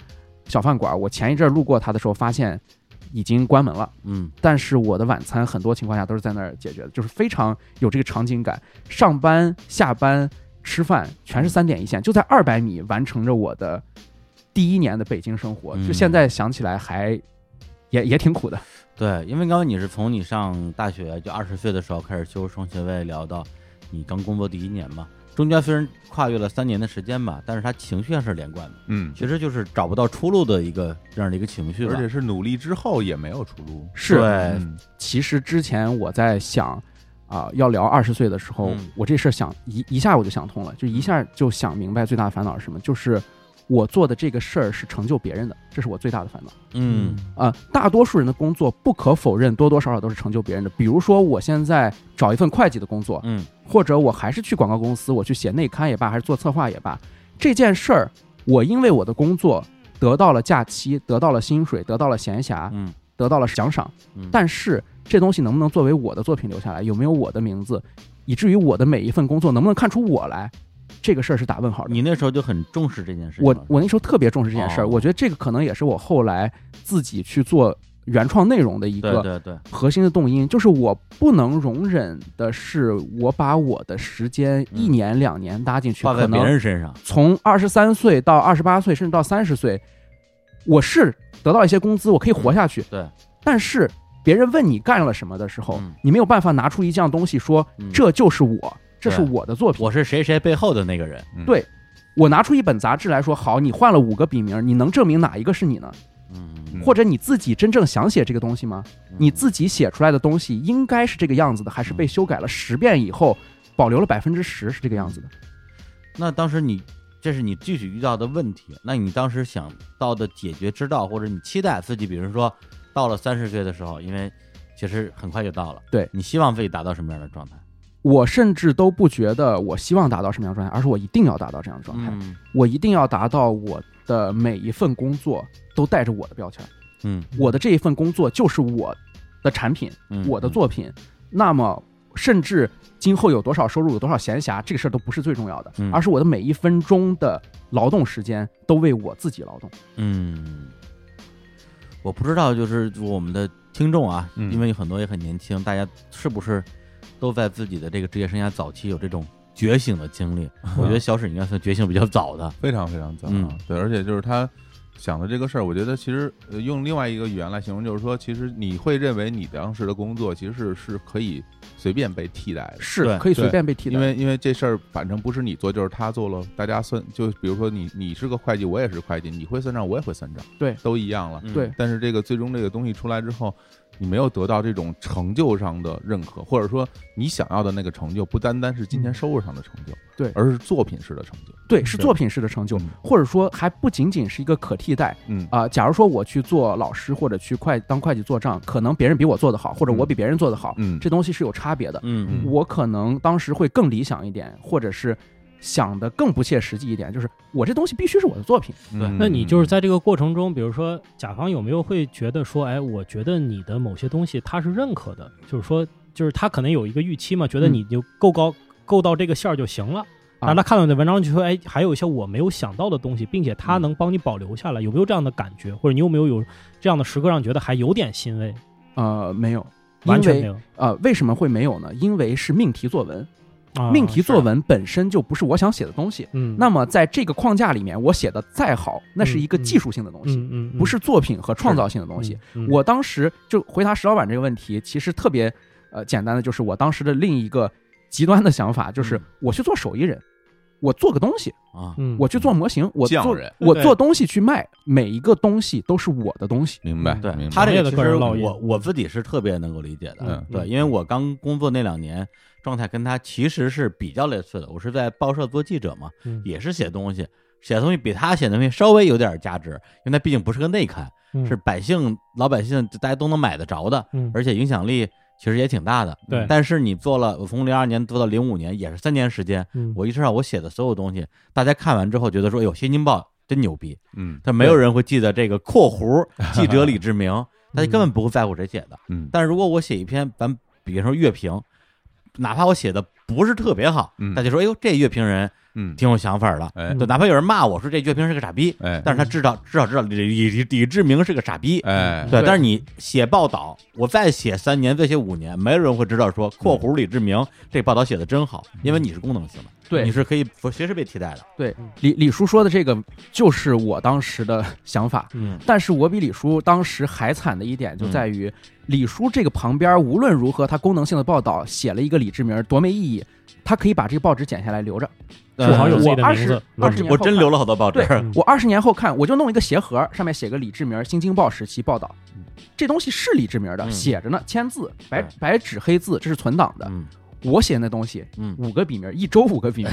Speaker 4: 小饭馆，我前一阵儿路过它的时候发现已经关门了。
Speaker 1: 嗯
Speaker 4: 但是我的晚餐很多情况下都是在那儿解决的，就是非常有这个场景感。上班、下班、吃饭，全是三点一线，就在二百米完成着我的第一年的北京生活。
Speaker 1: 嗯
Speaker 4: 就现在想起来还也也挺苦的。
Speaker 1: 对，因为刚刚你是从你上大学就二十岁的时候开始修双学位，聊到你刚工作第一年嘛，中间虽然跨越了三年的时间吧，但是他情绪上是连贯的，
Speaker 2: 嗯，
Speaker 1: 其实就是找不到出路的一个这样的一个情绪吧
Speaker 2: 而。且是努力之后也没有出路。
Speaker 4: 是，
Speaker 1: 对，
Speaker 2: 嗯
Speaker 4: 其实之前我在想。啊、要聊二十岁的时候，
Speaker 1: 嗯
Speaker 4: 我这事儿想一一下我就想通了，就一下就想明白最大的烦恼是什么，就是我做的这个事儿是成就别人的，这是我最大的烦恼。
Speaker 1: 嗯
Speaker 4: 啊，大多数人的工作不可否认，多多少少都是成就别人的。比如说，我现在找一份会计的工作，
Speaker 1: 嗯
Speaker 4: 或者我还是去广告公司，我去写内刊也罢，还是做策划也罢，这件事儿，我因为我的工作得到了假期，得到了薪水，得到了闲暇，
Speaker 1: 嗯
Speaker 4: 得到了奖赏。
Speaker 1: 嗯，
Speaker 4: 但是这东西能不能作为我的作品留下来，有没有我的名字，以至于我的每一份工作能不能看出我来，这个事儿是打问号的。
Speaker 1: 你那时候就很重视这件事情
Speaker 4: 啊我
Speaker 1: 了，
Speaker 4: 我那时候特别重视这件事儿，
Speaker 1: 哦
Speaker 4: 我觉得这个可能也是我后来自己去做原创内容的一
Speaker 1: 对
Speaker 4: 个
Speaker 1: 对对，
Speaker 4: 核心的动因，就是我不能容忍的是，我把我的时间
Speaker 1: 嗯
Speaker 4: 一年两年搭进去，
Speaker 1: 花在
Speaker 4: 可
Speaker 1: 别
Speaker 4: 能
Speaker 1: 人身上，
Speaker 4: 从二十三岁到二十八岁，甚至到三十岁，我是得到一些工资，我可以活下去，
Speaker 1: 对，
Speaker 4: 但是别人问你干了什么的时候
Speaker 1: 嗯，
Speaker 4: 你没有办法拿出一项东西说
Speaker 1: 嗯
Speaker 4: 这就是我，这是
Speaker 1: 对
Speaker 4: 我的作品。
Speaker 1: 我是谁谁背后的那个人，
Speaker 4: 对我拿出一本杂志来说，好，你换了五个笔名，你能证明哪一个是你呢？
Speaker 1: 嗯，
Speaker 4: 或者你自己真正想写这个东西吗？
Speaker 1: 嗯
Speaker 4: 你自己写出来的东西应该是这个样子的，还是被修改了十遍以后保留了百分之十是这个样子的？
Speaker 1: 那当时你这是你具体遇到的问题，那你当时想到的解决之道，或者你期待自己，比如说到了三十岁的时候，因为其实很快就到了，
Speaker 4: 对
Speaker 1: 你希望自己达到什么样的状态？
Speaker 4: 我甚至都不觉得我希望达到什么样的状态，而是我一定要达到这样的状态，
Speaker 1: 嗯
Speaker 4: 我一定要达到我的每一份工作都带着我的标签，
Speaker 1: 嗯
Speaker 4: 我的这一份工作就是我的产品，
Speaker 1: 嗯，
Speaker 4: 我的作品，那么甚至今后有多少收入，有多少闲暇，这个事儿都不是最重要的，
Speaker 1: 嗯
Speaker 4: 而是我的每一分钟的劳动时间都为我自己劳动。
Speaker 1: 嗯，我不知道，就是我们的听众啊，
Speaker 2: 嗯
Speaker 1: 因为有很多也很年轻，大家是不是都在自己的这个职业生涯早期有这种觉醒的经 历？我觉得小史应该算觉醒比较早的，
Speaker 2: 非常非常早、啊
Speaker 1: 嗯
Speaker 2: 对，而且就是他想的这个事儿，我觉得其实呃用另外一个语言来形容，就是说，其实你会认为你当时的工作其实是是可以随便被替代的。
Speaker 1: 对
Speaker 4: 是可以随
Speaker 2: 对
Speaker 4: 便被替代
Speaker 2: 因。为因为这事儿反正不是你做就是他做了，大家算就比如说你你是个会计，我也是会计，你会算账我也会算账，
Speaker 4: 对
Speaker 2: 都一样了。
Speaker 1: 嗯
Speaker 4: 对
Speaker 2: 但是这个最终这个东西出来之后，你没有得到这种成就上的认可，或者说你想要的那个成就，不单单是金钱收入上的成就，
Speaker 4: 对
Speaker 2: 而是作品式的成就。
Speaker 4: 对，是
Speaker 2: 对
Speaker 4: 作品式的成就
Speaker 2: 嗯，
Speaker 4: 或者说还不仅仅是一个可替代
Speaker 2: 嗯
Speaker 4: 啊、假如说我去做老师或者去会当会计做账，可能别人比我做得好，或者我比别人做得好，
Speaker 2: 嗯
Speaker 4: 这东西是有差别的。
Speaker 1: 嗯
Speaker 2: 嗯
Speaker 4: 我可能当时会更理想一点，或者是想的更不切实际一点，就是我这东西必须是我的作品。
Speaker 1: 对
Speaker 2: 嗯
Speaker 3: 那你就是在这个过程中，比如说甲方有没有会觉得说，哎，我觉得你的某些东西他是认可的，就是说，就是他可能有一个预期嘛，觉得
Speaker 4: 嗯
Speaker 3: 你就够高，够到这个线儿就行了。然后他看到你的文章就说，哎，还有一些我没有想到的东西，并且他能帮你保留下来，有没有这样的感觉？或者你有没有有这样的时刻让你觉得还有点欣慰？
Speaker 4: 呃，没有，因
Speaker 3: 完全没
Speaker 4: 为
Speaker 3: 有。
Speaker 4: 呃，为什么会没有呢？因为是命题作文，
Speaker 3: 啊
Speaker 4: 命题作，
Speaker 3: 是
Speaker 4: 文本身就不是我想写的东西。
Speaker 3: 嗯，
Speaker 4: 那么在这个框架里面，我写的再好，那是一个
Speaker 3: 嗯嗯
Speaker 4: 技术性的东西，
Speaker 3: 嗯嗯，嗯
Speaker 4: 不是作品和创造性的东西。，
Speaker 3: 嗯嗯
Speaker 4: 我当时就回答石老板这个问题，其实特别呃简单的，就是我当时的另一个极端的想法，就是
Speaker 1: 嗯
Speaker 4: 我去做手艺人，我做个东西，
Speaker 1: 啊，
Speaker 3: 嗯
Speaker 4: 我去做模型，我
Speaker 2: 匠
Speaker 4: 做
Speaker 2: 人
Speaker 4: 我
Speaker 3: 对
Speaker 4: 做东西去卖，每一个东西都是我的东西。
Speaker 2: 明白，
Speaker 1: 嗯对
Speaker 2: 哎明白
Speaker 1: 他这个其
Speaker 3: 行业的个
Speaker 1: 实
Speaker 3: 人烙印
Speaker 1: 我我自己是特别能够理解的，
Speaker 3: 嗯
Speaker 4: 呃
Speaker 1: 对，
Speaker 3: 嗯
Speaker 1: 因为我刚工作那两年状态跟他其实是比较类似的，我是在报社做记者嘛，
Speaker 3: 嗯
Speaker 1: 也是写东西，写的东西比他写的东西稍微有点价值，因为他毕竟不是个内刊，
Speaker 3: 嗯
Speaker 1: 是百姓老百姓大家都能买得着的，
Speaker 3: 嗯
Speaker 1: 而且影响力其实也挺大的。
Speaker 3: 对
Speaker 1: 但是你做了，我从零二年做到零五年，也是三年时间，
Speaker 3: 嗯
Speaker 1: 我意识到我写的所有东西，大家看完之后觉得说，哎呦，新京报真牛逼，
Speaker 2: 嗯
Speaker 1: 但没有人会记得这个括弧记者李志明，大家根本不会在乎谁写的。
Speaker 2: 嗯
Speaker 1: 但是如果我写一篇咱比方说乐评，哪怕我写的不是特别好，
Speaker 2: 嗯
Speaker 1: 大家说哎呦这乐评人
Speaker 2: 嗯，
Speaker 1: 挺有想法儿的，
Speaker 2: 哎
Speaker 1: 对，哪怕有人骂我说这乐评人是个傻逼，
Speaker 2: 哎
Speaker 1: 嗯但是他知道至少知道李李李李志明是个傻逼。
Speaker 2: 哎，
Speaker 1: 对，
Speaker 4: 对
Speaker 1: 但是你写报道，我再写三年，再写五年，没有人会知道说（括弧李志明）这报道写的真好，因为你是功能性的，
Speaker 4: 对
Speaker 1: 你是可以随时被替代的。
Speaker 4: 对，李李叔说的这个就是我当时的想法，
Speaker 1: 嗯
Speaker 4: 但是我比李叔当时还惨的一点就在于，李叔这个旁边无论如何，他功能性的报道写了一个李志明，多没意义。他可以把这个报纸剪下来留着。
Speaker 3: 正好有
Speaker 1: 呃
Speaker 3: 自己的
Speaker 4: 我
Speaker 3: 名字
Speaker 4: 20，
Speaker 3: 嗯
Speaker 4: 20
Speaker 1: 我真留了好多报纸
Speaker 4: 对，我二十年后看，我就弄一个鞋盒，上面写个李志明《新京报》时期报道，这东西是李志明的，
Speaker 1: 嗯
Speaker 4: 写着呢，签字，白
Speaker 1: 对
Speaker 4: 白纸黑字，这是存档的。
Speaker 1: 嗯
Speaker 4: 我写那东西，
Speaker 1: 嗯
Speaker 4: 五个笔名，一周五个笔 名，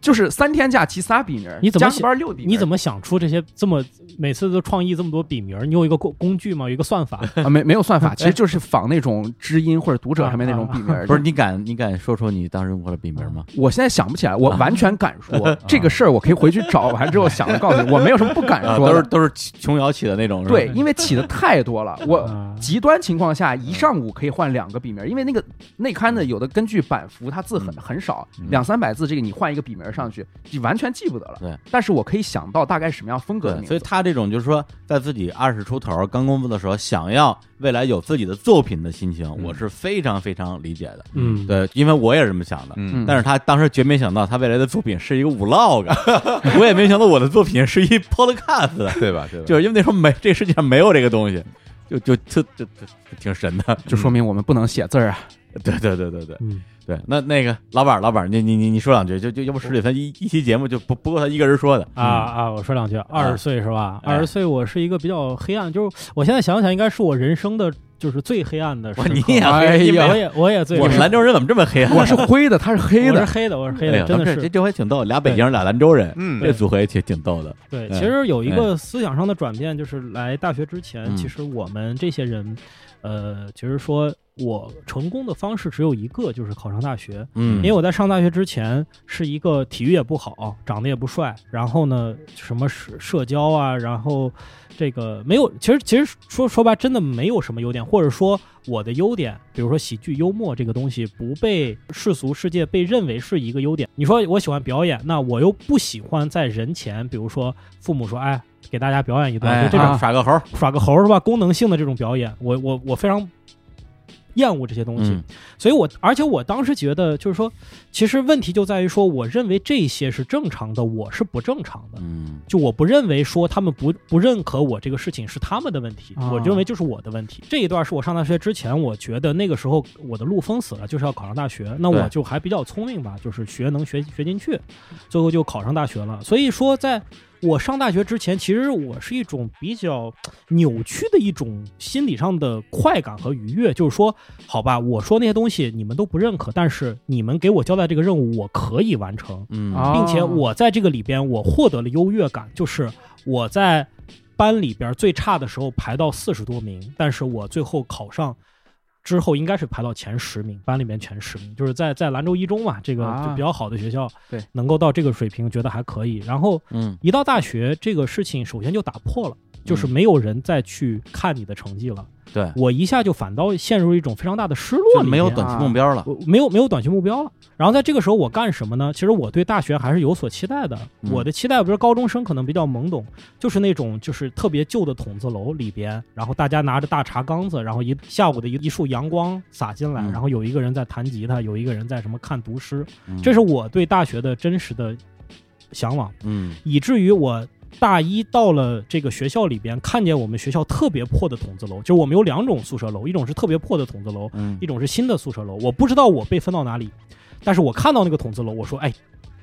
Speaker 4: 就是三天假期仨笔名，
Speaker 3: 你怎么
Speaker 4: 加个班六笔名？
Speaker 3: 你怎么想出这些这么每次都创意这么多笔名儿？你有一个工工具吗？有一个算法？
Speaker 4: 啊？没没有算法，其实就是仿那种知音或者读者上面那种笔名。
Speaker 1: 不是，你敢你敢说出你当时用过的笔名吗？
Speaker 4: 我现在想不起来，我
Speaker 1: 啊
Speaker 4: 完全敢说这个事儿，我可以回去找完之后想着告诉你，我没有什么不敢
Speaker 1: 啊，
Speaker 4: 哎说
Speaker 1: 都是
Speaker 4: 的。
Speaker 1: 都是琼瑶起的那种，是吧
Speaker 4: 对，因为起的太多了，我
Speaker 3: 啊
Speaker 4: 极端情况下，一上午可以换两个笔名，因为那个内刊的有的根据版幅，它字很
Speaker 1: 嗯
Speaker 4: 很少
Speaker 1: 嗯，
Speaker 4: 两三百字，这个你换一个笔名上去，你完全记不得了。
Speaker 1: 对，
Speaker 4: 但是我可以想到大概什么样风格的
Speaker 1: 对，
Speaker 4: 名
Speaker 1: 所以
Speaker 4: 字。
Speaker 1: 他这种就是说，在自己二十出头刚工作的时候，想要未来有自己的作品的心情，我
Speaker 4: 嗯
Speaker 1: 是非常非常理解的。
Speaker 3: 嗯，
Speaker 1: 对，因为我也是这么想的。
Speaker 2: 嗯，
Speaker 1: 但是他当时绝没想到，他未来的作品是一个 vlog，我也 没想到我的作品是一 podcast，啊
Speaker 2: 对吧？对吧？
Speaker 1: 就是因为那时候没这世界上没有这个东西，就就就就就挺神的。
Speaker 4: 就说明我们不能写字儿啊！
Speaker 1: 对对对对对
Speaker 3: 嗯，
Speaker 1: 对，那那个老板儿老板儿，你你你你说两句，就就要不十里分一一期节目就不不够他一个人说的
Speaker 3: 啊啊！我说两句，二十岁是吧？
Speaker 1: 哎
Speaker 3: 二十岁我是一个比较黑暗，就是我现在想想，应该是我人生的就是最黑暗的时
Speaker 1: 哇
Speaker 3: 刻。
Speaker 1: 你也
Speaker 4: 哎
Speaker 1: 黑，
Speaker 4: 呀
Speaker 3: 我也我也最
Speaker 1: 我
Speaker 3: 黑
Speaker 1: 们兰州人怎么这么黑啊？
Speaker 4: 我是灰的，他是黑
Speaker 3: 我是
Speaker 4: 的，
Speaker 3: 黑的，我是黑
Speaker 1: 哎
Speaker 3: 的，
Speaker 1: 呀
Speaker 3: 真的
Speaker 1: 这
Speaker 3: 是
Speaker 1: 这这回挺逗，俩北京人，俩兰州人，
Speaker 2: 嗯，
Speaker 1: 这组合也挺挺逗的。
Speaker 3: 对，
Speaker 1: 嗯
Speaker 3: 其实有一个思想上的转变，就是来大学之前，
Speaker 1: 嗯
Speaker 3: 其实我们这些人，呃，其实说我成功的方式只有一个，就是考上大学。
Speaker 1: 嗯，
Speaker 3: 因为我在上大学之前是一个体育也不好，长得也不帅，然后呢，什么社社交啊，然后这个没有，其实其实说说白，真的没有什么优点，或者说我的优点，比如说喜剧幽默这个东西不被世俗世界被认为是一个优点。你说我喜欢表演，那我又不喜欢在人前，比如说父母说，哎，给大家表演一段，
Speaker 1: 哎
Speaker 3: 就这种
Speaker 1: 啊耍个猴儿，
Speaker 3: 耍个猴儿是吧？功能性的这种表演，我我我非常厌恶这些东西。
Speaker 1: 嗯
Speaker 3: 所以我而且我当时觉得，就是说，其实问题就在于说，我认为这些是正常的，我是不正常的。
Speaker 1: 嗯
Speaker 3: 就我不认为说他们不不认可我这个事情是他们的问题，
Speaker 4: 啊
Speaker 3: 我认为就是我的问题。这一段是我上大学之前，我觉得那个时候我的路封死了，就是要考上大学。那
Speaker 1: 对
Speaker 3: 我就还比较聪明吧，就是学能学学进去，最后就考上大学了。所以说，在我上大学之前，其实我是一种比较扭曲的一种心理上的快感和愉悦，就是说，好吧，我说那些东西你们都不认可，但是你们给我交代这个任务，我可以完成。
Speaker 1: 嗯
Speaker 4: 啊
Speaker 3: 并且我在这个里边我获得了优越感，就是我在班里边最差的时候排到四十多名，但是我最后考上。之后应该是排到前十名，班里面前十名，就是在在兰州一中嘛，这个
Speaker 4: 啊
Speaker 3: 就比较好的学校，
Speaker 4: 对
Speaker 3: 能够到这个水平，觉得还可以。然后
Speaker 1: 嗯
Speaker 3: 一到大学，这个事情首先就打破了，就是没有人再去看你的成绩了。
Speaker 1: 对，
Speaker 3: 我一下就反倒陷入一种非常大的失
Speaker 1: 就
Speaker 3: 落里面，
Speaker 1: 没有短期目标了。
Speaker 3: 我呃没有没有短期目标了。然后在这个时候我干什么呢？其实我对大学还是有所期待的。
Speaker 1: 嗯
Speaker 3: 我的期待，比如高中生可能比较懵懂，就是那种就是特别旧的筒子楼里边，然后大家拿着大茶缸子，然后一下午的一一束阳光洒进来，
Speaker 1: 嗯
Speaker 3: 然后有一个人在弹吉他，有一个人在什么看读诗，
Speaker 1: 嗯
Speaker 3: 这是我对大学的真实的向往。
Speaker 1: 嗯
Speaker 3: 以至于我大一到了这个学校里边，看见我们学校特别破的筒子楼，就是我们有两种宿舍楼，一种是特别破的筒子楼，
Speaker 1: 嗯
Speaker 3: 一种是新的宿舍楼。我不知道我被分到哪里，但是我看到那个筒子楼，我说，哎，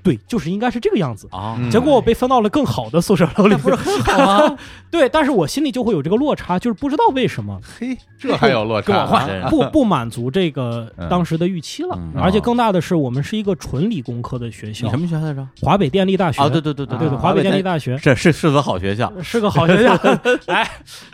Speaker 3: 对，就是应该是这个样子。
Speaker 1: 啊，
Speaker 2: 嗯
Speaker 3: 结 果我被分到了更好的宿舍楼里，不是很好吗？对，但是我心里就会有这个落差，就是不知道为什么
Speaker 2: 嘿，这还有落差，啊
Speaker 4: 跟我换
Speaker 1: 真是
Speaker 3: 不不满足这个
Speaker 2: 嗯
Speaker 3: 当时的预期了。
Speaker 1: 哎嗯
Speaker 3: 而且更大的是，我们是一个纯理工科的学
Speaker 1: 你
Speaker 3: 校
Speaker 1: 什，么学校来着？
Speaker 3: 华北电力大学。
Speaker 1: 啊，对对对对
Speaker 3: 对
Speaker 4: 啊
Speaker 3: 对，华北电力大学。
Speaker 1: 是是是所好学校，
Speaker 3: 是个好学校。哎，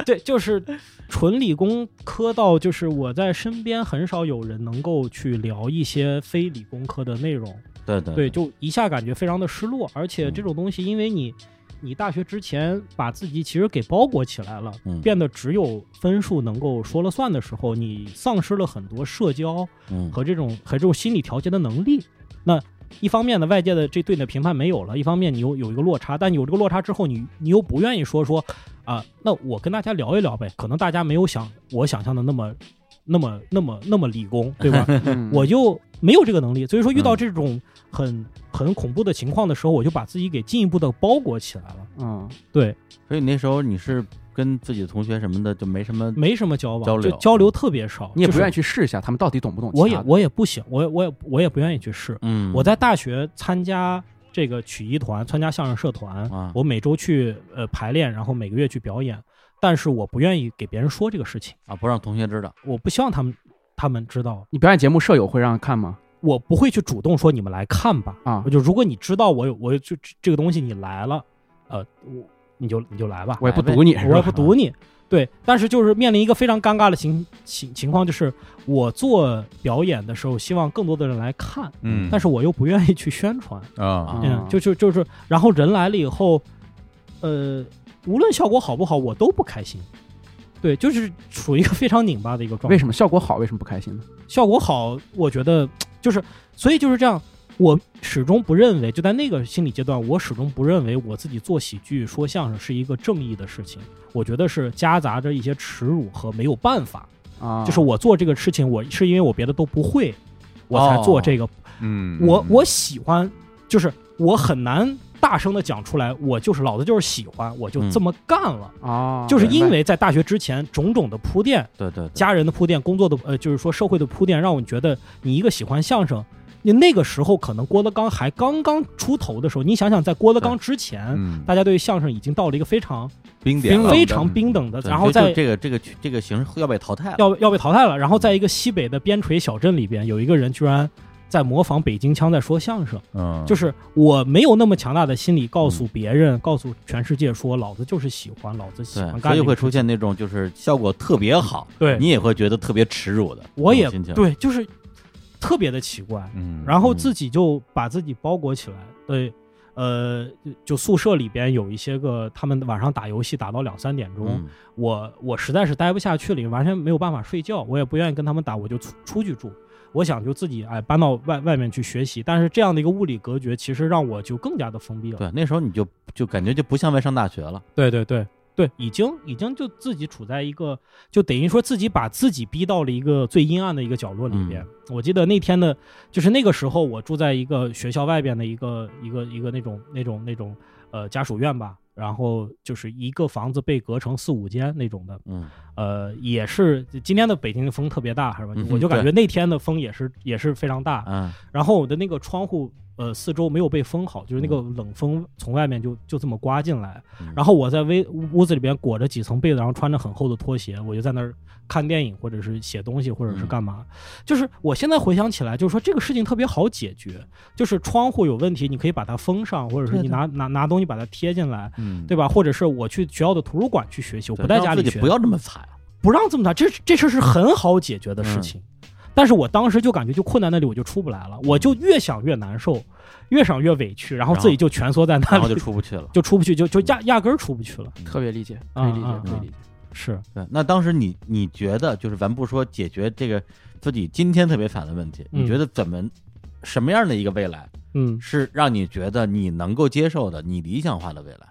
Speaker 3: 对，就是纯理工科到，就是我在身边很少有人能够去聊一些非理工科的内容。
Speaker 1: 对对嗯
Speaker 3: 对，就一下感觉非常的失落，而且这种东西，因为你你大学之前把自己其实给包裹起来了，
Speaker 1: 嗯
Speaker 3: 变得只有分数能够说了算的时候，你丧失了很多社交
Speaker 1: 嗯
Speaker 3: 和这种和这种心理调节的能力。那一方面呢，外界的这对你的评判没有了；一方面你又有一个落差，但有这个落差之后，你你又不愿意说说啊，那我跟大家聊一聊呗，可能大家没有想我想象的那么那么那么那么理工，对吧？
Speaker 4: 嗯
Speaker 3: 我就没有这个能力，所以说遇到这种很很恐怖的情况的时候，我就把自己给进一步的包裹起来了，
Speaker 4: 嗯
Speaker 3: 对，
Speaker 1: 所以你那时候你是跟自己的同学什么的就没什么，
Speaker 3: 没什么交往，
Speaker 1: 交流
Speaker 3: 就交流特别少，
Speaker 4: 你也不愿意
Speaker 3: 意，
Speaker 4: 去试一下他们到底懂不懂其他
Speaker 3: 我
Speaker 4: 的？
Speaker 3: 也我也不行，我也我也我也不愿意去试。
Speaker 1: 嗯，
Speaker 3: 我在大学参加这个曲艺团，参加相声社团，
Speaker 1: 啊
Speaker 3: 我每周去呃排练，然后每个月去表演，但是我不愿意给别人说这个事情，
Speaker 1: 啊不让同学知道，
Speaker 3: 我不希望他们他们知道，
Speaker 4: 你表演节目舍友会让看吗？
Speaker 3: 我不会去主动说你们来看吧。
Speaker 4: 啊
Speaker 3: 我，就如果你知道我有我有就这这个东西你来了，呃，我你就你就来吧，
Speaker 4: 我也不堵你，
Speaker 1: 来呗
Speaker 4: 是
Speaker 3: 哎
Speaker 4: 啊
Speaker 3: 我
Speaker 4: 吧
Speaker 3: 也不堵你。对，但是就是面临一个非常尴尬的情情情况，就是我做表演的时候，希望更多的人来看，
Speaker 2: 嗯
Speaker 3: 但是我又不愿意去宣传，
Speaker 2: 啊
Speaker 3: 嗯，就就就是，然后人来了以后，呃，无论效果好不好，我都不开心，对，就是处于一个非常拧巴的一个状态。
Speaker 4: 为什么效果好？为什么不开心呢？
Speaker 3: 效果好，我觉得就是，所以就是这样。我始终不认为，就在那个心理阶段，我始终不认为我自己做喜剧、说相声是一个正义的事情。我觉得是夹杂着一些耻辱和没有办法。
Speaker 4: 啊，
Speaker 3: 就是我做这个事情，我是因为我别的都不会，我才做
Speaker 1: 哦
Speaker 3: 这个。
Speaker 4: 啊
Speaker 2: 嗯，
Speaker 3: 我我喜欢，就是我很难大声的讲出来，我就是老子就是喜欢，我就这么干了。
Speaker 4: 嗯啊，
Speaker 3: 就是因
Speaker 4: 明白
Speaker 3: 为在大学之前种种的铺垫，
Speaker 1: 对对，对
Speaker 3: 家人的铺垫、工作的呃，就是说社会的铺垫，让我觉得你一个喜欢相声，你那个时候可能郭德纲还刚刚出头的时候，你想想，在郭德纲之前，
Speaker 2: 嗯
Speaker 3: 大家对于相声已经到了一个非常
Speaker 2: 冰点了
Speaker 3: 非常冰等的，
Speaker 1: 对
Speaker 3: 然后
Speaker 1: 就就
Speaker 3: 在
Speaker 1: 这个这个这个形式要被淘汰了，
Speaker 3: 要要被淘汰了，然后在一个西北的边陲小镇里边，有一个人居然在模仿北京腔在说相声，
Speaker 2: 嗯
Speaker 3: 就是我没有那么强大的心理告诉别人，告诉全世界说老子就是喜欢，老子喜
Speaker 1: 对
Speaker 3: 欢，干
Speaker 1: 所以
Speaker 3: 这个
Speaker 1: 会出现那种就是效果特别好，
Speaker 3: 对
Speaker 1: 你也会觉得特别耻辱的，
Speaker 3: 我也
Speaker 1: 这种心情，
Speaker 3: 对，就是特别的奇怪。
Speaker 2: 嗯
Speaker 3: 然后
Speaker 1: 嗯
Speaker 3: 自己就把自己包裹起来，对，呃，就宿舍里边有一些个他们晚上打游戏打到两三点钟，
Speaker 1: 嗯
Speaker 3: 我我实在是待不下去了，完全没有办法睡觉，我也不愿意跟他们打，我就出出去住。我想就自己哎搬到外外面去学习，但是这样的一个物理隔绝，其实让我就更加的封闭了。
Speaker 1: 对，那时候你就就感觉就不像在上大学了，
Speaker 3: 对对对对，已经已经就自己处在一个，就等于说自己把自己逼到了一个最阴暗的一个角落里边。
Speaker 1: 嗯
Speaker 3: 我记得那天的，就是那个时候，我住在一个学校外边的一个一个一个那种那种那种呃家属院吧，然后就是一个房子被隔成四五间那种的，
Speaker 1: 嗯，
Speaker 3: 呃，也是今天的北京的风特别大，是吧？
Speaker 1: 嗯
Speaker 3: 我就感
Speaker 1: 对
Speaker 3: 觉那天的风也是也是非常大，
Speaker 1: 啊，
Speaker 3: 然后我的那个窗户呃四周没有被封好，就是那个冷风从外面就就这么刮进来
Speaker 1: 嗯。
Speaker 3: 然后我在微屋子里边裹着几层被子，然后穿着很厚的拖鞋，我就在那儿看电影或者是写东西或者是
Speaker 1: 嗯
Speaker 3: 干嘛。就是我现在回想起来，就是说这个事情特别好解决，就是窗户有问题，你可以把它封上，或者是
Speaker 1: 对
Speaker 3: 你
Speaker 1: 的
Speaker 3: 拿拿拿东西把它贴进来。
Speaker 2: 嗯
Speaker 3: 对吧？或者是我去学校的图书馆去学习，我
Speaker 1: 对
Speaker 3: 不在
Speaker 1: 让
Speaker 3: 家
Speaker 1: 自
Speaker 3: 里
Speaker 1: 己
Speaker 3: 学，
Speaker 1: 不要这么 惨，
Speaker 3: 不让这么打，这这事儿是很好解决的
Speaker 1: 嗯
Speaker 3: 事情。但是我当时就感觉就困在那里，我就出不来了，我就越想越难受，越想越委屈，然后
Speaker 1: 嗯然后
Speaker 3: 自己就蜷缩在那
Speaker 1: 然后就
Speaker 3: 里，
Speaker 1: 出不去了。嗯
Speaker 3: 就出不去，就就压压根儿出不去了。
Speaker 4: 特别理解，可以
Speaker 3: 啊
Speaker 4: 理解
Speaker 3: 啊，
Speaker 4: 可以
Speaker 3: 啊
Speaker 4: 理解。
Speaker 3: 是，
Speaker 1: 对，那当时你你觉得就是咱不说解决这个自己今天特别惨的问题，
Speaker 3: 嗯
Speaker 1: 你觉得怎么什么样的一个未来
Speaker 3: 嗯，
Speaker 1: 是让你觉得你能够接受的，你理想化的未来？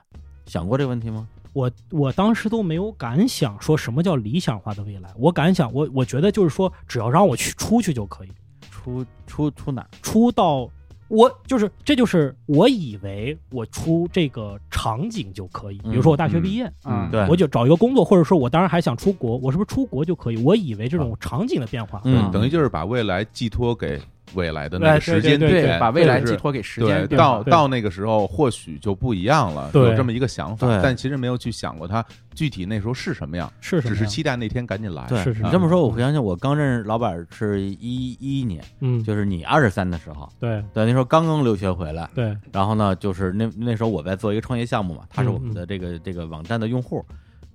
Speaker 1: 想过这个问题吗？
Speaker 3: 我我当时都没有敢想说什么叫理想化的未来，我敢想，我我觉得就是说，只要让我去出去就可以，
Speaker 1: 出出出哪儿？
Speaker 3: 出到我就是这就是我以为我出这个场景就可以，比如说我大
Speaker 1: 嗯
Speaker 3: 学毕业，
Speaker 4: 啊，
Speaker 1: 对，
Speaker 3: 我就找一个工作，或者说我当然还想出国，我是不是出国就可以？我以为这种场景的变化，
Speaker 1: 嗯，
Speaker 2: 等于就是把未来寄托给未来的那个时间
Speaker 3: 哎对对
Speaker 2: 点，
Speaker 4: 把未来
Speaker 2: 就
Speaker 4: 寄
Speaker 2: 是
Speaker 4: 托给时
Speaker 2: 对
Speaker 4: 间，
Speaker 3: 对
Speaker 2: 到
Speaker 3: 对
Speaker 2: 到那个时候或许就不一样了，
Speaker 3: 对
Speaker 2: 有这么一个想法
Speaker 1: 对，
Speaker 2: 但其实没有去想过它具体那时候是什么样，
Speaker 3: 是什
Speaker 2: 只
Speaker 3: 么
Speaker 2: 是
Speaker 3: 呀？
Speaker 2: 期待那天赶紧来。
Speaker 1: 对
Speaker 3: 是是
Speaker 1: 你这么说，我回想起我刚认识老板是一一年，
Speaker 3: 嗯，
Speaker 1: 就是你二十三的时候，
Speaker 3: 对
Speaker 1: 对，那时候刚刚留学回来，
Speaker 3: 对，
Speaker 1: 然后呢，就是那那时候我在做一个创业项目嘛，他
Speaker 3: 嗯
Speaker 1: 是我们的这个、这个网站的用户，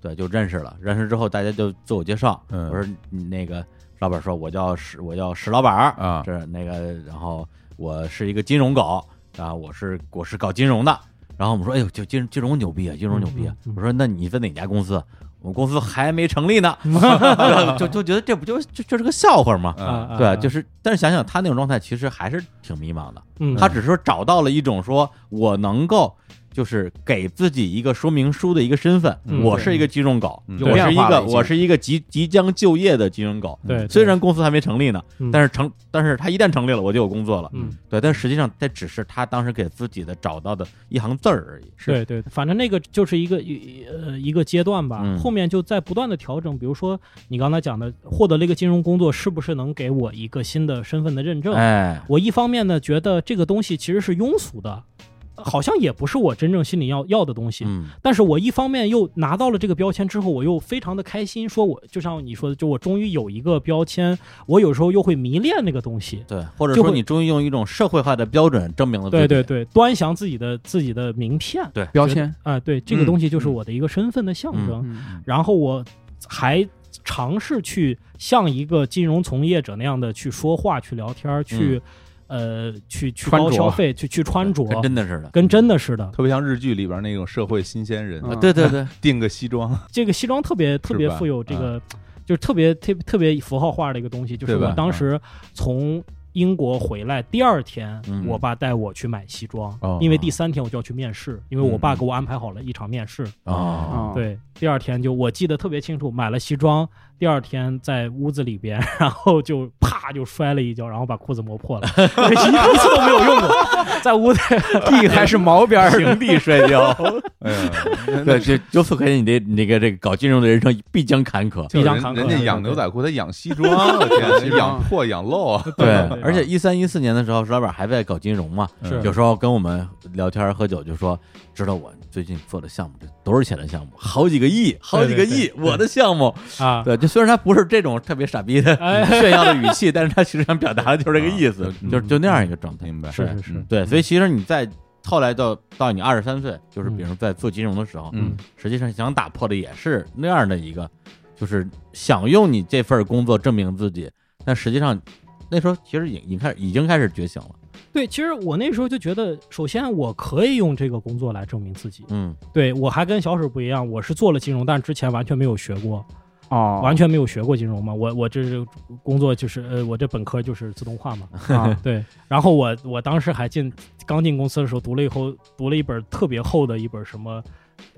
Speaker 1: 对，就认识了。认识之后，大家就自我介绍，
Speaker 2: 嗯
Speaker 1: 我说你那个老板说我叫石，我叫石老板儿
Speaker 2: 啊
Speaker 1: 这那个，然后我是一个金融狗啊，我是我是搞金融的。然后我们说，哎呦，就金金融牛逼啊，金融牛逼啊！
Speaker 3: 嗯嗯嗯
Speaker 1: 我说，那你在哪家公司？我们公司还没成立呢， 就就觉得这不就就就是个笑话吗？
Speaker 2: 嗯
Speaker 3: 啊
Speaker 1: 对，就是是，但是想想他那种状态，其实还是挺迷茫的。他
Speaker 3: 他
Speaker 1: 只是说找到了一种说我能够就是给自己一个说明书的一个身份，
Speaker 3: 嗯
Speaker 1: 我是一个金融狗，
Speaker 2: 嗯
Speaker 1: 我是一
Speaker 4: 有变化
Speaker 1: 个
Speaker 4: 了已经
Speaker 1: 我是一个即即将就业的金融狗。
Speaker 3: 对，
Speaker 1: 虽然公司还没成立呢，
Speaker 3: 嗯
Speaker 1: 但是成，但是他一旦成立了，我就有工作了。
Speaker 3: 嗯，
Speaker 1: 对，但实际上，这只是他当时给自己的找到的一行字儿而已。
Speaker 3: 对对，反正那个就是一个一呃一个阶段吧，
Speaker 1: 嗯
Speaker 3: 后面就在不断的调整。比如说你刚才讲的，获得了一个金融工作，是不是能给我一个新的身份的认证？
Speaker 1: 哎，
Speaker 3: 我一方面呢觉得这个东西其实是庸俗的，好像也不是我真正心里要要的东西。
Speaker 1: 嗯，
Speaker 3: 但是我一方面又拿到了这个标签之后，我又非常的开心，说我就像你说的，就我终于有一个标签，我有时候又会迷恋那个东西。
Speaker 1: 对，或者
Speaker 3: 就
Speaker 1: 说
Speaker 3: 会
Speaker 1: 你终于用一种社会化的标准证明了自己。
Speaker 3: 对对对，端详自己的自己的名片
Speaker 4: 标签，
Speaker 3: 啊、对，这个
Speaker 2: 嗯
Speaker 3: 东西就是我的一个身份的象
Speaker 1: 嗯
Speaker 3: 征。
Speaker 4: 嗯
Speaker 3: 然后我还尝试去像一个金融从业者那样的去说话、去聊天儿、去、呃去去
Speaker 4: 穿着
Speaker 3: 高消费、去去穿着，
Speaker 1: 跟真的似的。
Speaker 3: 跟真的似的。
Speaker 2: 特别像日剧里边那种社会新鲜人，
Speaker 4: 嗯
Speaker 1: 对对对，
Speaker 2: 订个西装，
Speaker 3: 这个西装特别特别富有
Speaker 2: 嗯
Speaker 3: 这个，就是特别特别特别符号化的一个东西。就是
Speaker 2: 对
Speaker 3: 我
Speaker 2: 吧嗯
Speaker 3: 当时从。英国回来第二天，
Speaker 1: 嗯
Speaker 3: 我爸带我去买西装，
Speaker 2: 哦
Speaker 3: 因为第三天我就要去面试，因为我爸
Speaker 1: 嗯
Speaker 3: 给我安排好了一场面试。
Speaker 1: 哦，
Speaker 4: 啊，
Speaker 3: 对，第二天就我记得特别清楚，买了西装，第二天在屋子里边， 然后就啪就摔了一跤，然后把裤子磨破 了，一一次都没有用过，在屋子
Speaker 4: 地还是毛边儿的，
Speaker 1: 平地摔跤。
Speaker 2: 哎呀，
Speaker 1: 对，就由此可见，你的你这个这个搞金融的人生必将坎坷。
Speaker 2: 就
Speaker 3: 必 将
Speaker 2: 人
Speaker 3: 坎坷
Speaker 2: 人家养牛仔裤，他养西装，我 天哪，养破养漏啊！
Speaker 1: 对
Speaker 3: 对对，
Speaker 1: 而且一三一四年的时候，石老板还在搞金融嘛，
Speaker 2: 嗯
Speaker 3: 是
Speaker 1: 有时候跟我们聊天喝酒就说，知道我最近做的项目这多少钱的项目，好几个亿，好几个
Speaker 3: 对对
Speaker 1: 亿，我的项目。
Speaker 3: 啊，
Speaker 1: 对，就虽然他不是这种特别傻逼的
Speaker 3: 哎
Speaker 1: 炫耀的语气，但是他其实想表达的就是这个意思
Speaker 2: 啊，嗯
Speaker 1: 就是就那样一个状态。
Speaker 2: 明白，
Speaker 3: 是是是
Speaker 2: 嗯
Speaker 1: 对，所以其实你在后来到到你二十三岁，就是
Speaker 3: 嗯
Speaker 1: 比如说在做金融的时候，
Speaker 2: 嗯，
Speaker 1: 实际上想打破的也是那样的一个，就是想用你这份工作证明自己，但实际上那时候其实已已开始已经开始觉醒了。
Speaker 3: 对，其实我那时候就觉得，首先我可以用这个工作来证明自己，
Speaker 1: 嗯
Speaker 3: 对我还跟小史不一样，我是做了金融，但之前完全没有学过，
Speaker 4: 哦，
Speaker 3: 完全没有学过金融嘛，我我这是工作就是呃，我这本科就是自动化嘛，
Speaker 4: 啊
Speaker 3: 对，然后我我当时还进刚进公司的时候，读了以后读了一本特别厚的一本什么，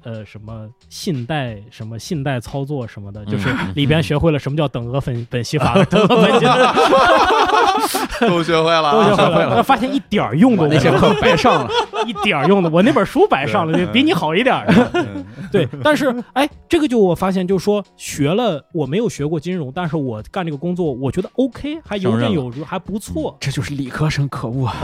Speaker 3: 呃，什么信贷什么信贷操作什么的，就是
Speaker 1: 嗯
Speaker 3: 里边学会了什么叫等额本本息 法，等额本息法
Speaker 1: 嗯
Speaker 2: 都学会了啊，
Speaker 3: 都学会
Speaker 4: 学会了
Speaker 3: 了，发现一点儿用都
Speaker 4: 我
Speaker 3: 没
Speaker 4: 那些
Speaker 3: 有，
Speaker 4: 课白上了，
Speaker 3: 一点儿用的，我那本书白上了，
Speaker 2: 对
Speaker 3: 就比你好一点儿。
Speaker 2: 嗯
Speaker 3: 对，但是哎，这个就我发现，就是说学了，我没有学过金融，但是我干这个工作，我觉得 OK，还游
Speaker 1: 胜任
Speaker 3: 刃
Speaker 1: 了
Speaker 3: 有余，还不错。
Speaker 4: 这就是理科生，可恶，啊！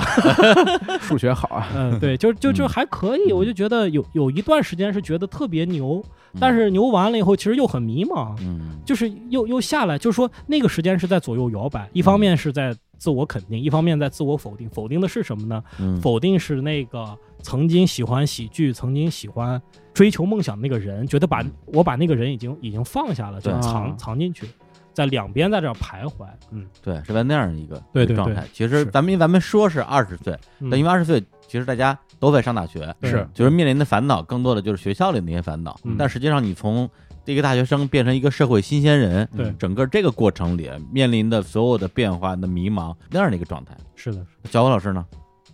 Speaker 4: 数学好啊，
Speaker 3: 嗯，对，就就就
Speaker 1: 嗯
Speaker 3: 还可以，我就觉得有有一段时间是觉得特别牛，
Speaker 4: 嗯
Speaker 3: 但是牛完了以后，其实又很迷茫，
Speaker 1: 嗯
Speaker 3: 就是又又下来，就是说那个时间是在左右摇摆，一
Speaker 4: 嗯
Speaker 3: 方面是在自我肯定，一方面在自我否定。否定的是什么呢？
Speaker 1: 嗯
Speaker 3: 否定是那个曾经喜欢喜剧、曾经喜欢追求梦想的那个人，觉得把
Speaker 1: 嗯
Speaker 3: 我把那个人已经已经放下了，就
Speaker 1: 对
Speaker 3: 藏
Speaker 4: 啊
Speaker 3: 藏进去，在两边在这儿徘徊。嗯，
Speaker 1: 对是在那样一个
Speaker 3: 对对
Speaker 1: 状
Speaker 3: 对
Speaker 1: 态。其实
Speaker 3: 是
Speaker 1: 咱们咱们说是二十岁，
Speaker 3: 嗯
Speaker 1: 但因为二十岁其实大家都在上大学，
Speaker 3: 对
Speaker 4: 是
Speaker 1: 就是面临的烦恼更多的就是学校里那些烦恼，
Speaker 3: 嗯
Speaker 1: 但实际上你从一个大学生变成一个社会新鲜人，
Speaker 2: 嗯
Speaker 3: 对
Speaker 1: 整个这个过程里面临的所有的变化、的迷茫那样的一个状态。
Speaker 3: 是的，
Speaker 1: 小虎老师呢？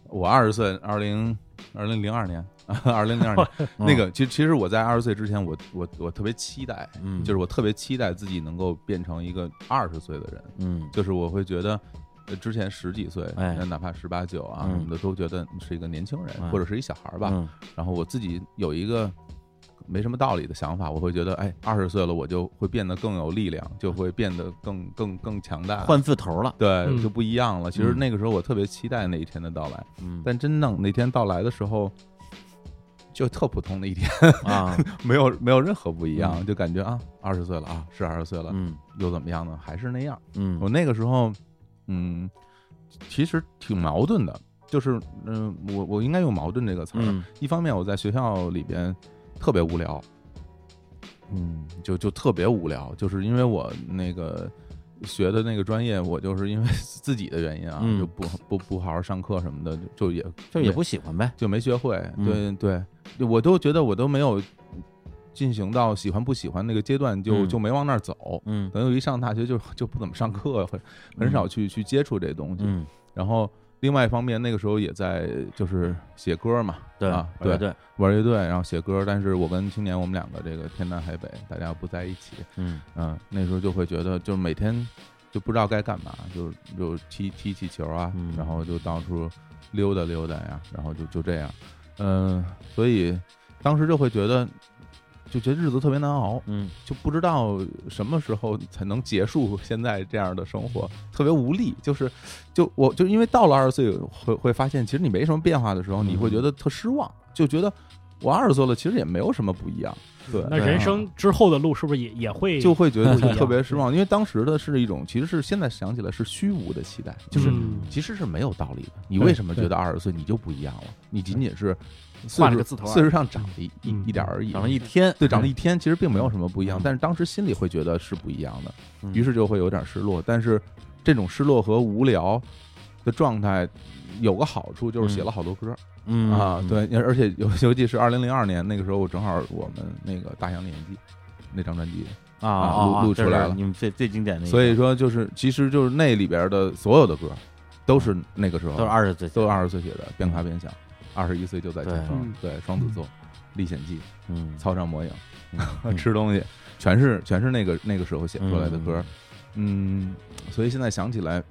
Speaker 2: 我二十岁，二零二零零二年， 二零零二
Speaker 1: 哦
Speaker 2: 年，
Speaker 1: 嗯
Speaker 2: 那个其实其实我在二十岁之前，我我我特别期待，
Speaker 1: 嗯，
Speaker 2: 就是我特别期待自己能够变成一个二十岁的人，
Speaker 1: 嗯
Speaker 2: 就是我会觉得。呃之前十几岁，
Speaker 1: 哎
Speaker 2: 哪怕十八九啊
Speaker 1: 嗯
Speaker 2: 什么的，都觉得是一个年轻人、
Speaker 1: 哎
Speaker 2: 或者是一小孩儿吧。
Speaker 1: 嗯
Speaker 2: 然后我自己有一个没什么道理的想法，我会觉得，哎，二十岁了，我就会变得更有力量，就会变得更更更强大，
Speaker 1: 换字头了。
Speaker 2: 对
Speaker 3: 嗯
Speaker 2: 就不一样了。其实
Speaker 1: 嗯
Speaker 2: 那个时候我特别期待那一天的到来，
Speaker 1: 嗯
Speaker 2: 但真正那天到来的时候，就特普通的一天，
Speaker 1: 啊，
Speaker 2: 没有没有任何不一样，就感觉啊，二十岁了啊，是二十岁了，
Speaker 1: 嗯
Speaker 2: 又怎么样呢？还是那样。我
Speaker 1: 嗯
Speaker 2: 那个时候，嗯，其实挺矛盾的，就是嗯、我我应该用矛盾这个词儿。
Speaker 1: 嗯
Speaker 2: 一方面我在学校里边特别无聊，嗯，就就特别无聊，就是因为我那个学的那个专业，我就是因为 自己的原因啊，
Speaker 1: 嗯
Speaker 2: 就不不不好好上课什么的，就就也
Speaker 1: 就也不喜欢呗。
Speaker 2: 就没学会。对
Speaker 1: 嗯
Speaker 2: 对，我都觉得我都没有进行到喜欢不喜欢那个阶段，就
Speaker 1: 嗯
Speaker 2: 就没往那儿走。
Speaker 1: 嗯
Speaker 2: 等于一上大学就就不怎么上课，很 很
Speaker 1: 嗯
Speaker 2: 少去去接触这东西。
Speaker 1: 嗯，
Speaker 2: 然后另外一方面，那个时候也在就是写歌嘛，
Speaker 1: 对
Speaker 2: 啊，
Speaker 1: 对
Speaker 2: 对，
Speaker 1: 对，
Speaker 2: 玩乐队，然后写歌。但是我跟青年，我们两个这个天南海北，大家不在一起，
Speaker 1: 嗯
Speaker 2: 嗯，那时候就会觉得，就是每天就不知道该干嘛，就就踢踢气球啊，
Speaker 1: 嗯
Speaker 2: 然后就到处溜达溜达呀，然后就就这样，嗯，所以当时就会觉得，就觉得日子特别难熬，
Speaker 1: 嗯
Speaker 2: 就不知道什么时候才能结束现在这样的生活，特别无力。就是，就我就因为到了二十岁会会发现，其实你没什么变化的时候，
Speaker 1: 嗯
Speaker 2: 你会觉得特失望，就觉得我二十岁了，其实也没有什么不一样。对，啊
Speaker 3: 那
Speaker 1: 对啊
Speaker 3: 人生之后的路是不是也也会
Speaker 2: 就会觉得
Speaker 3: 不一样
Speaker 2: 特别失望，因为当时的是一种，其实是现在想起来是虚无的期待，就是
Speaker 3: 嗯
Speaker 2: 其实是没有道理的。你
Speaker 3: 对
Speaker 2: 为什么
Speaker 3: 对
Speaker 2: 觉得二十岁你就不一样了？你仅仅是岁
Speaker 4: 换了
Speaker 2: 数
Speaker 4: 个字头啊
Speaker 2: 岁数上涨了一一
Speaker 3: 嗯
Speaker 2: 一点而已，
Speaker 1: 长了一天，
Speaker 2: 对，长了一天，其实并没有什么不一样
Speaker 1: 嗯，
Speaker 2: 但是当时心里会觉得是不一样的，
Speaker 1: 嗯
Speaker 2: 于是就会有点失落。但是这种失落和无聊的状态有个好处，就是写了好多歌
Speaker 1: 嗯
Speaker 2: 啊，，对，而且尤尤其是二零零二年那个时候，我正好我们那个《大象的演技》那张专辑，
Speaker 1: 啊
Speaker 2: 啊
Speaker 1: 啊啊
Speaker 2: 录录
Speaker 1: 这
Speaker 2: 出来
Speaker 1: 是
Speaker 2: 了
Speaker 1: 你们最最经典的一个，
Speaker 2: 所以说就是其实就是那里边的所有的歌都是那个时候
Speaker 1: 都是二十岁，嗯
Speaker 2: 都是二十岁写的，边卡边想，二十一岁就在前方，对，双子座，历险记，
Speaker 1: 嗯，
Speaker 2: 操场魔影。
Speaker 1: 嗯
Speaker 2: 吃东西，全是全是那个那个时候写出来的歌，嗯所以现在想起来，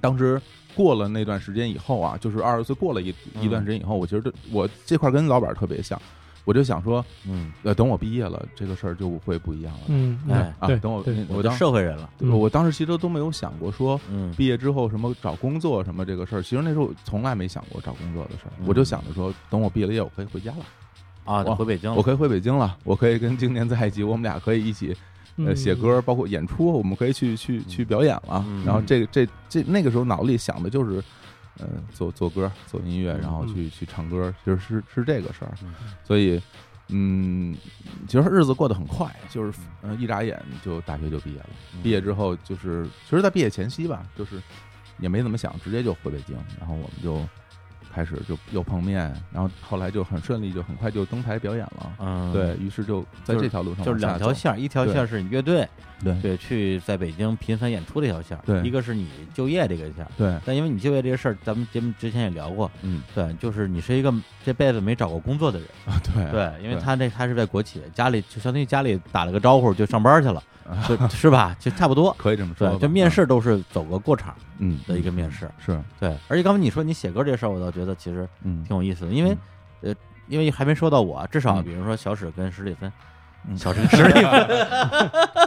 Speaker 2: 当时过了那段时间以后啊，就是二十岁过了一、
Speaker 1: 嗯
Speaker 2: 一段时间以后，我觉得我这块跟老板特别像，我就想说，
Speaker 1: 嗯，
Speaker 2: 呃，等我毕业了，这个事儿就会不一样了、
Speaker 3: 嗯
Speaker 1: 哎
Speaker 3: 嗯对
Speaker 2: 啊。等我
Speaker 3: 对
Speaker 1: 我
Speaker 2: 我
Speaker 1: 都
Speaker 2: 当时
Speaker 1: 社会人了，
Speaker 3: 嗯
Speaker 2: 我当时其实都没有想过说。
Speaker 1: 嗯
Speaker 2: 毕业之后什么找工作什么这个事儿，其实那时候我从来没想过找工作的事儿，
Speaker 1: 嗯
Speaker 2: 我就想着说，等我毕业了业，我可以回家了，
Speaker 1: 啊，
Speaker 2: 我
Speaker 1: 回北京了
Speaker 2: 我，可以回北京了，我可以跟今年在一起，我们俩可以一起
Speaker 3: 嗯
Speaker 2: 呃，写歌，包括演出，我们可以去去去表演了。
Speaker 1: 嗯
Speaker 2: 然后这这这那个时候脑子里想的就是，呃，做做歌，做音乐，然后去去唱歌，就是是是这个事儿
Speaker 1: 嗯。
Speaker 2: 所以，嗯，其实日子过得很快，就是呃一眨眼就大学就毕业了。
Speaker 1: 嗯
Speaker 2: 毕业之后就是，其实在毕业前夕吧，就是也没怎么想，直接就回北京，然后我们就。开始就又碰面，然后后来就很顺利，就很快就登台表演了。
Speaker 1: 嗯，
Speaker 2: 对于是就在
Speaker 1: 就是
Speaker 2: 这条路上
Speaker 1: 就是
Speaker 2: 往下
Speaker 1: 两条
Speaker 2: 走
Speaker 1: 线儿，一条
Speaker 2: 对
Speaker 1: 线儿是你乐队
Speaker 2: 对
Speaker 1: 对去在北京频繁演出这条线儿，
Speaker 2: 对
Speaker 1: 一个是你就业这个线儿。
Speaker 2: 对，
Speaker 1: 但因为你就业这个事儿，咱们节目之前也聊过，
Speaker 2: 嗯，
Speaker 1: 对，就是你是一个这辈子没找过工作的人，
Speaker 2: 啊， 对
Speaker 1: 对，因为
Speaker 2: 对
Speaker 1: 他这他是在国企，家里就相当于家里打了个招呼就上班去了，就是吧，就差不多，
Speaker 2: 可以这么嗯说
Speaker 1: 对，
Speaker 2: 吧，
Speaker 1: 就面试都是走个过场
Speaker 2: 嗯，
Speaker 1: 的一个面试，
Speaker 2: 是，
Speaker 1: 对，而且刚才你说你写歌这事儿，我倒觉得其实
Speaker 2: 嗯，
Speaker 1: 挺有意思的，因为呃，因为还没说到我啊，至少比如说小史跟史蒂芬，
Speaker 2: 嗯
Speaker 1: 小史跟史蒂芬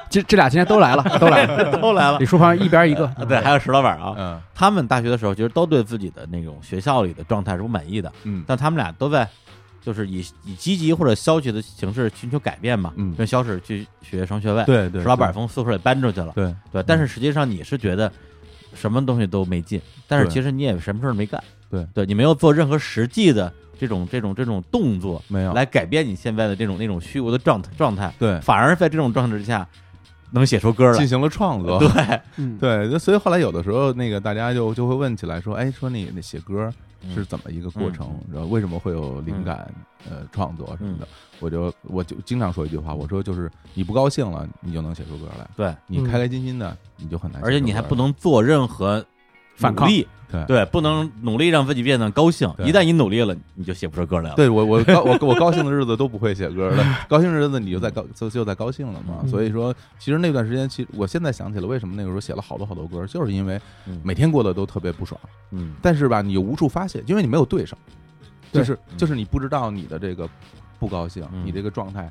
Speaker 4: 这这俩今天都来了，都来了，
Speaker 1: 都来 了
Speaker 4: 李，书芳一边一个，
Speaker 1: 对，还有石老板啊，
Speaker 2: 嗯
Speaker 1: 他们大学的时候其实都对自己的那种学校里的状态是不满意的，
Speaker 2: 嗯
Speaker 1: 但他们俩都在就是以以积极或者消极的形式寻求改变嘛。
Speaker 2: 嗯
Speaker 1: 像小史去学双学位，
Speaker 2: 对对，
Speaker 1: 石老板
Speaker 2: 对
Speaker 1: 从宿舍里搬出去了，
Speaker 2: 对
Speaker 1: 对。但是实际上你是觉得什么东西都没劲，但是
Speaker 2: 对
Speaker 1: 其实你也什么事儿没干，
Speaker 2: 对
Speaker 1: 对，你没有做任何实际的这种这种这种动作
Speaker 2: 没有，
Speaker 1: 来改变你现在的这种那种虚无的状态状态，
Speaker 2: 对，
Speaker 1: 反而在这种状态之下能写出歌来
Speaker 2: 进。行了创作，
Speaker 1: 对，
Speaker 4: 嗯，
Speaker 2: 对，那所以后来有的时候那个大家就就会问起来说，哎，说你那写歌
Speaker 1: 嗯
Speaker 2: 是怎么一个过程，然后为什么会有灵感
Speaker 1: 嗯
Speaker 2: 呃创作什么的，我就我就经常说一句话，我说就是你不高兴了，你就能写出歌来，
Speaker 1: 对，
Speaker 2: 你
Speaker 3: 嗯
Speaker 2: 开开心心的，你就很难写出歌来，
Speaker 1: 而且你还不能做任何
Speaker 4: 反抗
Speaker 1: 努力
Speaker 2: 对
Speaker 1: 对，不能努力让自己变得高兴。
Speaker 2: 对
Speaker 1: 一旦你努力了，你就写不出歌来了。
Speaker 2: 对我我高我我高兴的日子都不会写 歌了，高兴的日子你就在高就就在高兴了嘛。
Speaker 1: 嗯
Speaker 2: 所以说，其实那段时间，其实我现在想起来，为什么那个时候写了好多好多歌，就是因为
Speaker 1: 嗯，
Speaker 2: 每天过得都特别不爽，
Speaker 1: 嗯
Speaker 2: 但是吧，你又无处发泄，因为你没有对手，
Speaker 4: 对
Speaker 2: 就是
Speaker 1: 嗯
Speaker 2: 就是你不知道你的这个不高兴，
Speaker 1: 嗯
Speaker 2: 你这个状态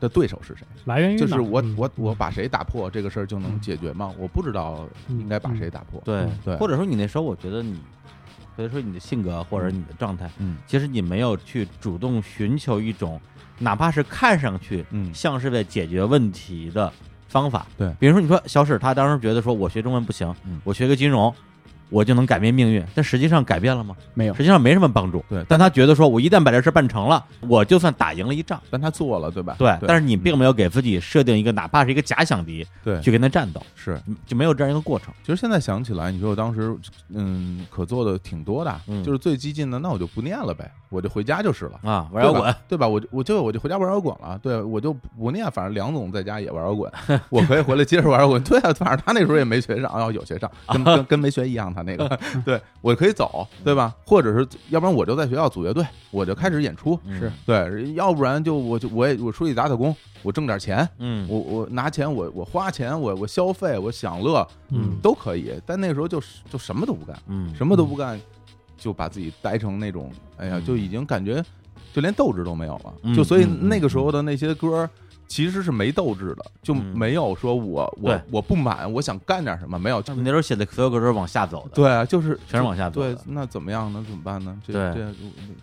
Speaker 2: 的对手是谁，
Speaker 3: 来源于
Speaker 2: 就是
Speaker 3: 哪
Speaker 2: 我
Speaker 3: 嗯
Speaker 2: 我我把谁打破这个事儿就能
Speaker 3: 嗯
Speaker 2: 解决吗？我不知道应该把谁打破，
Speaker 1: 对
Speaker 2: 对
Speaker 1: 嗯或者说你那时候，我觉得你，所以说你的性格或者你的状态，
Speaker 2: 嗯
Speaker 1: 其实你没有去主动寻求一种，哪怕是看上去
Speaker 2: 嗯
Speaker 1: 像是在解决问题的方法。
Speaker 2: 对
Speaker 1: 比如说你说小史，他当时觉得说我学中文不行，
Speaker 2: 嗯
Speaker 1: 我学个金融。我就能改变命运，但实际上改变了吗？
Speaker 4: 没有
Speaker 1: 实际上没什么帮助。
Speaker 2: 对
Speaker 1: 但他觉得说，我一旦把这事儿办成了，我就算打赢了一仗。
Speaker 2: 但他做了，对吧？
Speaker 1: 对，但是
Speaker 2: 是
Speaker 1: 你并没有给自己设定一个哪怕是一个假想敌
Speaker 2: 对
Speaker 1: 去跟他战斗，
Speaker 2: 是，
Speaker 1: 就没有这样一个过程。
Speaker 2: 其实现在想起来，你说我当时嗯可做的挺多的，
Speaker 1: 嗯
Speaker 2: 就是最激进的，那我就不念了呗，我就回家就是了。
Speaker 1: 啊，玩摇
Speaker 2: 对吧
Speaker 1: 滚，
Speaker 2: 对吧？我就我就我就回家玩摇滚了，对我就不念，反正梁总在家也玩摇滚，我可以回来接着玩摇滚。对啊，反正他那时候也没学上，啊，有学上，跟跟跟没学一样，他那个，对我可以走，对吧？或者是要不然我就在学校组乐队，我就开始演出，
Speaker 1: 嗯
Speaker 4: 是
Speaker 2: 对，要不然就我就我也我出去打打工，我挣点钱，
Speaker 1: 嗯，
Speaker 2: 我我拿钱我我花钱我我消费我享乐
Speaker 3: 嗯
Speaker 2: 都可以，但那时候就是就什么都不干，
Speaker 1: 嗯，
Speaker 2: 什么都不干，就把自己呆成那种，哎呀，
Speaker 1: 嗯
Speaker 2: 就已经感觉就连斗志都没有了。
Speaker 1: 嗯
Speaker 2: 就所以
Speaker 1: 嗯嗯
Speaker 2: 那个时候的那些歌儿其实是没斗志的，就
Speaker 1: 嗯
Speaker 2: 没有说我我
Speaker 1: 对
Speaker 2: 我不满，我想干点什么，没有。
Speaker 1: 那时候写的所有歌都是往下走的，
Speaker 2: 对啊，就是
Speaker 1: 全是往下走
Speaker 2: 对
Speaker 1: 的。，
Speaker 2: 那怎么样呢？怎么办呢？这
Speaker 1: 对
Speaker 2: 这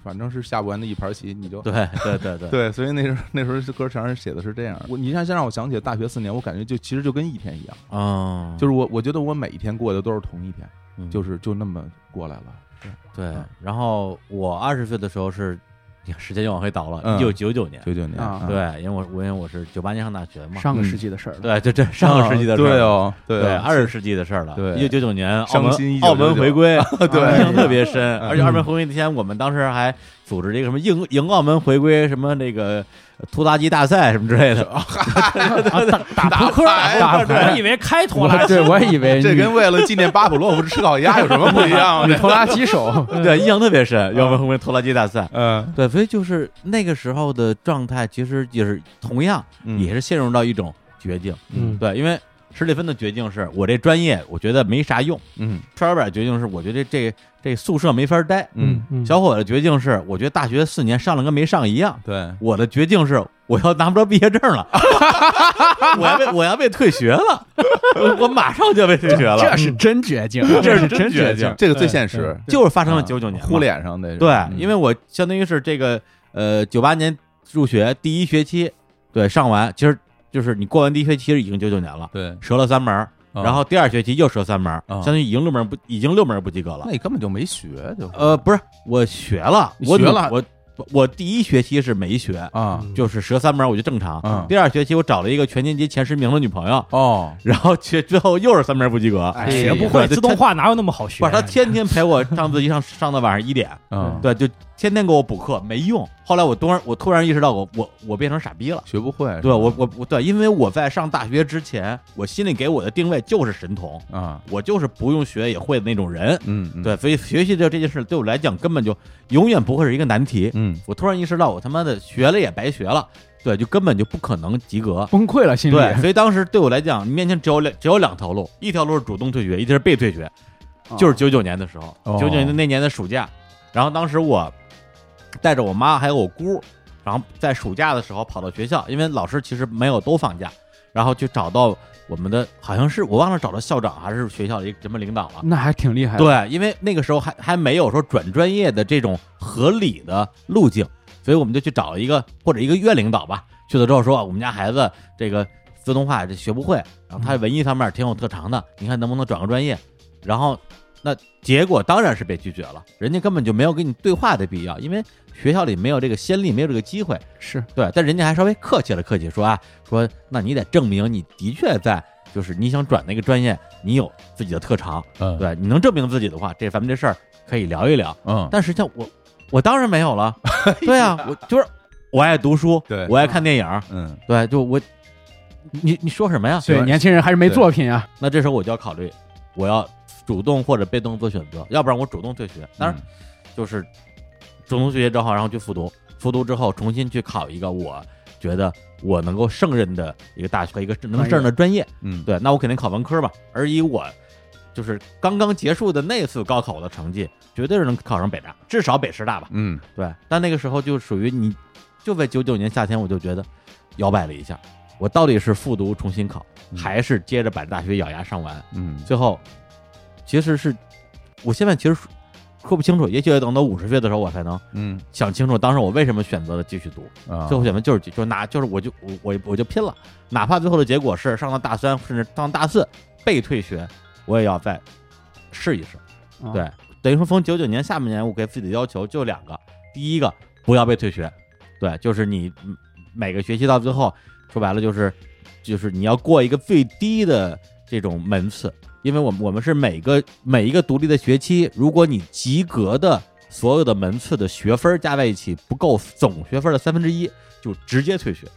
Speaker 2: 反正是下不完的一盘棋，你就。
Speaker 1: 对对对对
Speaker 2: 对，所以那时候 那时候这歌全是写的是这样。我你像先让我想起大学四年，我感觉就其实就跟一天一样，
Speaker 1: 嗯，
Speaker 2: 就是我我觉得我每一天过的都是同一天，
Speaker 1: 嗯
Speaker 2: 就是就那么过来了。
Speaker 1: 对
Speaker 2: 嗯。
Speaker 1: 然后我二十岁的时候是，你看时间又往回倒了，
Speaker 2: 嗯
Speaker 1: 一九九九年，
Speaker 2: 九九年，
Speaker 4: 啊
Speaker 2: 嗯
Speaker 1: 对，因为我我因为我是九八年上大学嘛，
Speaker 4: 上个世纪的事儿了。
Speaker 1: 对，这这上个世纪的事儿，
Speaker 2: 对哦，对
Speaker 1: 对，啊
Speaker 2: 哦
Speaker 1: 二十世纪的事儿了。
Speaker 2: 对
Speaker 1: 一九九九年澳
Speaker 2: 伤
Speaker 1: 门
Speaker 2: 心1999
Speaker 1: 澳门回归，
Speaker 4: 对
Speaker 1: 印象 特别深。
Speaker 2: 嗯
Speaker 1: 而且澳门回归那天，我们当时还组织这个什么迎迎澳门回归什么那个拖拉机大赛什么之类 的。
Speaker 3: 啊打打扑克，打扑克，我以为开拖拉机
Speaker 4: 我对我也以为
Speaker 2: 这
Speaker 4: 女
Speaker 2: 跟为了纪念巴甫洛夫吃烤鸭有什么不一样
Speaker 4: 女
Speaker 2: 啊？
Speaker 4: 拖拉机手
Speaker 1: 对，印象特别深，澳门回归拖拉机大赛。
Speaker 2: 嗯，
Speaker 1: 嗯对，所以就是那个时候的状态，其实也是同样也
Speaker 2: 是
Speaker 1: 是陷入到一种绝境。
Speaker 3: 嗯
Speaker 1: 对，因为史蒂芬的绝境是我这专业我觉得没啥用，
Speaker 2: 嗯
Speaker 1: 川老板的绝境是我觉得这这宿舍没法待，
Speaker 2: 嗯，
Speaker 3: 嗯
Speaker 1: 小伙的绝境是我觉得大学四年上了跟没上一样。
Speaker 2: 对，
Speaker 1: 我的绝境是我要拿不着毕业证了， 我要被我要被退学了， 我马上就要被退学了，
Speaker 4: 这是真绝境，
Speaker 1: 这是
Speaker 4: 真
Speaker 1: 绝
Speaker 4: 境
Speaker 1: 境。
Speaker 2: 这个最现实，
Speaker 1: 就是发生了
Speaker 2: 嗯
Speaker 1: 九九年嘛
Speaker 2: 糊脸上嗯的
Speaker 1: 对，因为我相当于是这个呃九八年入学第一学期，对上完其实就是你过完第一学期已经九九年了，
Speaker 2: 对，
Speaker 1: 折了三门儿，
Speaker 2: 嗯
Speaker 1: 然后第二学期又折三门儿，
Speaker 2: 嗯
Speaker 1: 相当于已经六门儿不已经六门儿不及格了
Speaker 2: 那。你根本就没学，就
Speaker 1: 呃，不是，我学了，
Speaker 2: 你
Speaker 1: 我
Speaker 2: 学
Speaker 1: 努
Speaker 2: 了
Speaker 1: 我我第一学期是没学，
Speaker 2: 啊
Speaker 3: 嗯
Speaker 1: 就是折三门我就正常。
Speaker 2: 嗯
Speaker 1: 第二学期我找了一个全年级前十名的女朋友，
Speaker 2: 哦，
Speaker 1: 然后去最后又是三门不及格，
Speaker 4: 哎
Speaker 3: 学不
Speaker 1: 对
Speaker 3: 会
Speaker 1: 就
Speaker 3: 自动
Speaker 1: 天
Speaker 3: 化，哪有那么好学啊
Speaker 1: 不是？他天天陪我上自习上上到晚上一 点，
Speaker 2: 嗯，
Speaker 1: 对，就天天给我补课，没用。后来我突然我突然意识到我我我变成傻逼了。
Speaker 2: 学不会，
Speaker 1: 对我我我对，因为我在上大学之前，我心里给我的定位就是神童，
Speaker 2: 啊，
Speaker 1: 我就是不用学也会的那种人。
Speaker 2: 嗯，嗯，
Speaker 1: 对，所以学习的这件事对我来讲根本就永远不会是一个难题。
Speaker 2: 嗯，
Speaker 1: 我突然意识到，我他妈的学了也白学了，对，就根本就不可能及格。
Speaker 4: 崩溃了，心里啊
Speaker 1: 对，所以当时对我来讲，面前只有两只有两条路，一条路是主动退学，一条是被退学，就是九九年的时候，
Speaker 2: 哦
Speaker 1: 九九年的那年的暑假，然后当时我带着我妈还有我姑，然后在暑假的时候跑到学校，因为老师其实没有都放假，然后就找到我们的好像是我忘了找到校长还是学校的一个什么领导了。
Speaker 4: 那还挺厉害的。
Speaker 1: 对，因为那个时候还还没有说转专业的这种合理的路径，所以我们就去找一个或者一个院领导吧。去了之后说，啊我们家孩子这个自动化这学不会，然后他文艺方面挺有特长的，你看能不能转个专业？然后那结果当然是被拒绝了，人家根本就没有跟你对话的必要，因为学校里没有这个先例，没有这个机会。
Speaker 4: 是
Speaker 1: 对，但人家还稍微客气了客气，说啊，说那你得证明你的确在，就是你想转那个专业，你有自己的特长，
Speaker 2: 嗯
Speaker 1: 对，你能证明自己的话，这咱们这事儿可以聊一聊。
Speaker 2: 嗯，
Speaker 1: 但实际上我我当然没有了，对啊，我就是我爱读书，
Speaker 2: 对
Speaker 1: 我爱看电影，
Speaker 2: 嗯，
Speaker 1: 对，就我，你你说什么呀？
Speaker 4: 对，年轻人还是没作品啊。
Speaker 1: 那这时候我就要考虑，我要主动或者被动做选择，要不然我主动退学，当
Speaker 2: 嗯
Speaker 1: 然就是主动学习之后，然后去复读，复读之后重新去考一个我觉得我能够胜任的一个大学和一个能胜任的专业。
Speaker 2: 嗯，嗯，
Speaker 1: 对，那我肯定考文科吧。而以我就是刚刚结束的那次高考的成绩，绝对是能考上北大，至少北师大吧。
Speaker 2: 嗯，
Speaker 1: 对，但那个时候就属于你，就在九九年夏天，我就觉得摇摆了一下，我到底是复读重新考，
Speaker 2: 嗯
Speaker 1: 还是接着把大学咬牙上完？
Speaker 2: 嗯，
Speaker 1: 最后其实是我现在其实说说不清楚，也许要等到五十岁的时候我才能
Speaker 2: 嗯，
Speaker 1: 想清楚，当时我为什么选择了继续读。
Speaker 2: 啊，
Speaker 1: 最后选择就是就拿就是我就我我我就拼了，哪怕最后的结果是上到大三甚至上到大四被退学，我也要再试一试。
Speaker 4: 啊
Speaker 1: 对，等于说从九九年下半年，我给自己的要求就两个：第一个，不要被退学，对，就是你嗯每个学期到最后，说白了就是就是你要过一个最低的这种门次，因为我们我们是每个每一个独立的学期，如果你及格的所有的门次的学分加在一起不够总学分的三分之一，就直接退学。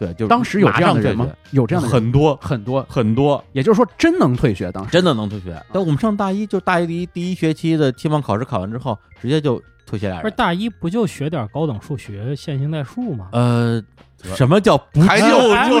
Speaker 1: 对，就是
Speaker 4: 当时有这样的人
Speaker 1: 马
Speaker 4: 吗
Speaker 1: 上退学？
Speaker 4: 有这样的人
Speaker 1: 很多
Speaker 4: 很多，
Speaker 1: 很多，
Speaker 4: 也就是说真能退学。当时
Speaker 1: 真的能退学。但我们上大一，就大一第一第一学期的期末考试考完之后，直接就退学俩
Speaker 3: 不是
Speaker 1: 人。
Speaker 3: 大一不就学点高等数学、线性代数吗？
Speaker 1: 呃，
Speaker 3: 哎
Speaker 1: 什么叫哎不
Speaker 2: 还就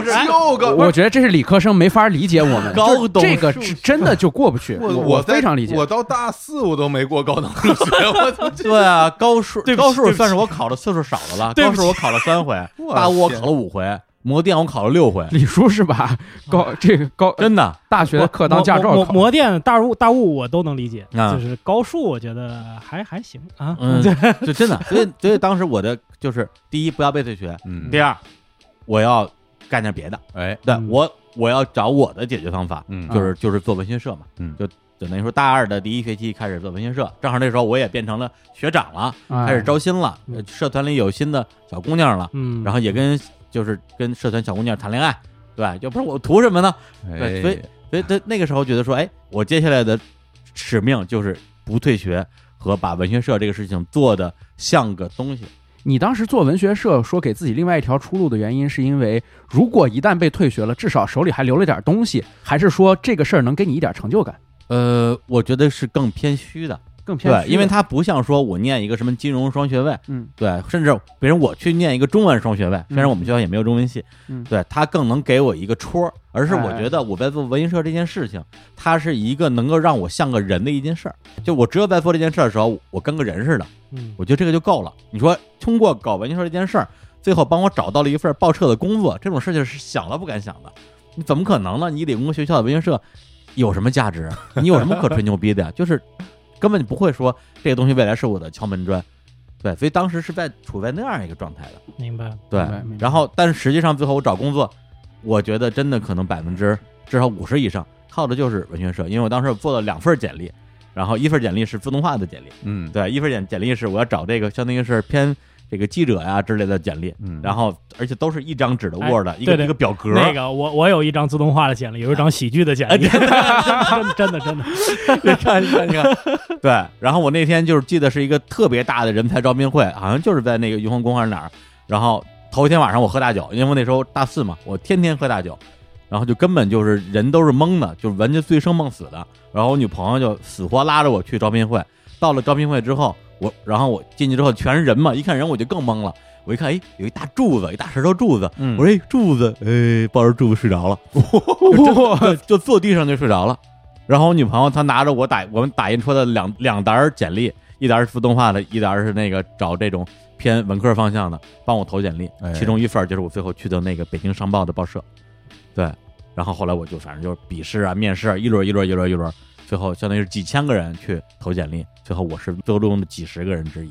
Speaker 1: 就
Speaker 2: 就就个
Speaker 4: 我觉得这是理科生没法理解我们，
Speaker 1: 高
Speaker 4: 就是
Speaker 1: 等
Speaker 4: 这个
Speaker 1: 数
Speaker 4: 是真的就过不去。
Speaker 2: 我
Speaker 4: 我
Speaker 2: 在
Speaker 4: 非常理解。
Speaker 2: 我到大四我都没过高等 数学，我操！这
Speaker 1: 对啊，高数
Speaker 3: 对不起
Speaker 1: 高数
Speaker 3: 对不起
Speaker 1: 算是我考的次数少的了，
Speaker 3: 对
Speaker 1: 高
Speaker 3: 不起
Speaker 1: 数我考了三回，
Speaker 2: 我
Speaker 1: 大五我
Speaker 2: 天
Speaker 1: 考了五回，模电我考了六回，
Speaker 4: 李叔是 把高这个高
Speaker 1: 真的。
Speaker 4: 大学的呃课当驾照
Speaker 3: 模
Speaker 4: 考，
Speaker 3: 模电大物大物我都能理解，
Speaker 1: 啊
Speaker 3: 就是高数我觉得还还行啊。
Speaker 1: 嗯，就真的，所以所以当时我的就是第一不要被退学，
Speaker 2: 嗯
Speaker 1: 第二我要干点别的，
Speaker 2: 哎，
Speaker 1: 对
Speaker 3: 嗯啊
Speaker 1: 我我要找我的解决方法，
Speaker 2: 嗯
Speaker 1: 就是就是做文学社嘛，
Speaker 2: 嗯
Speaker 1: 就就等于说大二的第一学期开始做文学社，正好那时候我也变成了学长了，开始
Speaker 4: 哎
Speaker 1: 招新了，
Speaker 3: 啊嗯
Speaker 1: 呃社团里有新的小姑娘了，
Speaker 3: 嗯，
Speaker 1: 然后也跟就是跟社团小姑娘谈恋爱，对，就不是我图什么呢？对
Speaker 2: 哎
Speaker 1: 所以所以他那个时候觉得说，哎，我接下来的使命就是不退学和把文学社这个事情做的像个东西。
Speaker 4: 你当时做文学社，说给自己另外一条出路的原因，是因为如果一旦被退学了，至少手里还留了点东西，还是说这个事儿能给你一点成就感，
Speaker 1: 呃，我觉得是更偏虚的，
Speaker 4: 更偏
Speaker 1: 对，因为它不像说我念一个什么金融双学位，
Speaker 4: 嗯，
Speaker 1: 对，甚至比如我去念一个中文双学位，虽然
Speaker 4: 嗯
Speaker 1: 我们学校也没有中文系，
Speaker 4: 嗯
Speaker 1: 对，它更能给我一个戳儿，而是我
Speaker 4: 哎
Speaker 1: 觉得我在做文艺社这件事情，它是一个能够让我像个人的一件事儿，就我只有在做这件事儿的时候，我跟个人似的，
Speaker 3: 嗯
Speaker 1: 我觉得这个就够了。你说通过搞文艺社这件事儿，最后帮我找到了一份报社的工作，这种事情是想都不敢想的。你怎么可能呢？你理工学校的文学社有什么价值？你有什么可吹牛逼的呀？ 就是根本就不会说这个东西未来是我的敲门砖。对，所以当时是在处在那样一个状态的。
Speaker 3: 明白。
Speaker 1: 对
Speaker 4: 明白明，白
Speaker 1: 然后但是实际上最后我找工作，我觉得真的可能百分之至少五十以上靠的就是文学社，因为我当时做了两份简历，然后一份简历是自动化的简历，
Speaker 2: 嗯
Speaker 1: 对，一份简简历是我要找这个相当于是偏这个记者呀、之类的简历，
Speaker 2: 嗯
Speaker 1: 然后而且都是一张纸的
Speaker 3: 哎
Speaker 1: Word，、一个
Speaker 3: 对对
Speaker 1: 一个表格，
Speaker 3: 那个我我有一张自动化的简历，有一张喜剧的简历，真的 真的真的，
Speaker 1: 你看，你看，你看，对。然后我那天就是记得是一个特别大的人才招聘会，好像就是在那个云皇宫还是哪儿。然后头一天晚上我喝大酒，因为我那时候大四嘛，我天天喝大酒，然后就根本就是人都是懵的，就是完全醉生梦死的。然后我女朋友就死活拉着我去招聘会，到了招聘会之后，我然后我进去之后全是人嘛，一看人我就更懵了。我一看，哎，有一大柱子，一大石头柱子。
Speaker 2: 嗯
Speaker 1: 我说，哎，柱子，哎，抱着柱子睡着了。就就坐地上就睡着了。然后我女朋友她拿着我打我们打印出来的两两沓儿简历，一沓儿是自动化的，一沓儿是那个找这种偏文科方向的，帮我投简历
Speaker 2: 哎。
Speaker 1: 其中一份儿就是我最后去的那个北京商报的报社，对。然后后来我就反正就是笔试啊、面试啊，一轮一轮一轮一轮，最后相当于是几千个人去投简历，最后我是最后中的几十个人之一。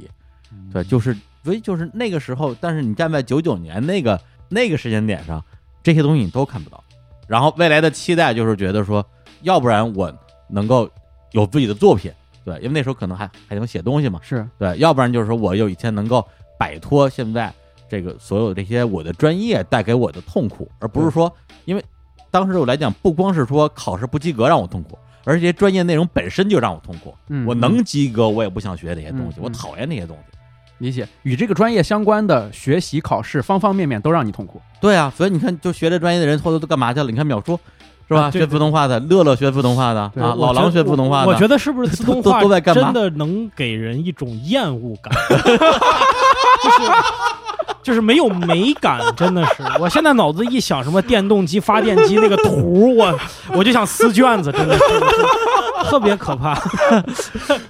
Speaker 1: 对，就是所以就是那个时候，但是你站在九九年那个那个时间点上，这些东西你都看不到。然后未来的期待就是觉得说，要不然我能够有自己的作品，对，因为那时候可能还还能写东西嘛，
Speaker 4: 是
Speaker 1: 对，要不然就是说我有一天能够摆脱现在这个所有这些我的专业带给我的痛苦，而不是说因为当时我来讲，不光是说考试不及格让我痛苦，而是这些专业内容本身就让我痛苦。
Speaker 4: 嗯
Speaker 1: 我能及格，我也不想学这些东西，
Speaker 4: 嗯
Speaker 1: 我
Speaker 4: 嗯
Speaker 1: 讨厌那些东西。
Speaker 4: 理解与这个专业相关的学习、考试方方面面都让你痛苦，
Speaker 1: 对啊，所以你看，就学这专业的人后头都干嘛去了？你看淼叔，是吧？
Speaker 3: 啊对
Speaker 1: 学自动化的，乐乐学自动化的
Speaker 4: 对
Speaker 1: 啊，老
Speaker 3: 我觉
Speaker 1: 狼
Speaker 3: 得
Speaker 1: 学自动化的。
Speaker 3: 我觉得是 不是自动化
Speaker 1: 都都在干嘛
Speaker 3: 真的能给人一种厌恶感，就是就是没有美感，真的是。我现在脑子一想什么电动机、发电机那个图，我我就想撕卷子，真的是特别可怕。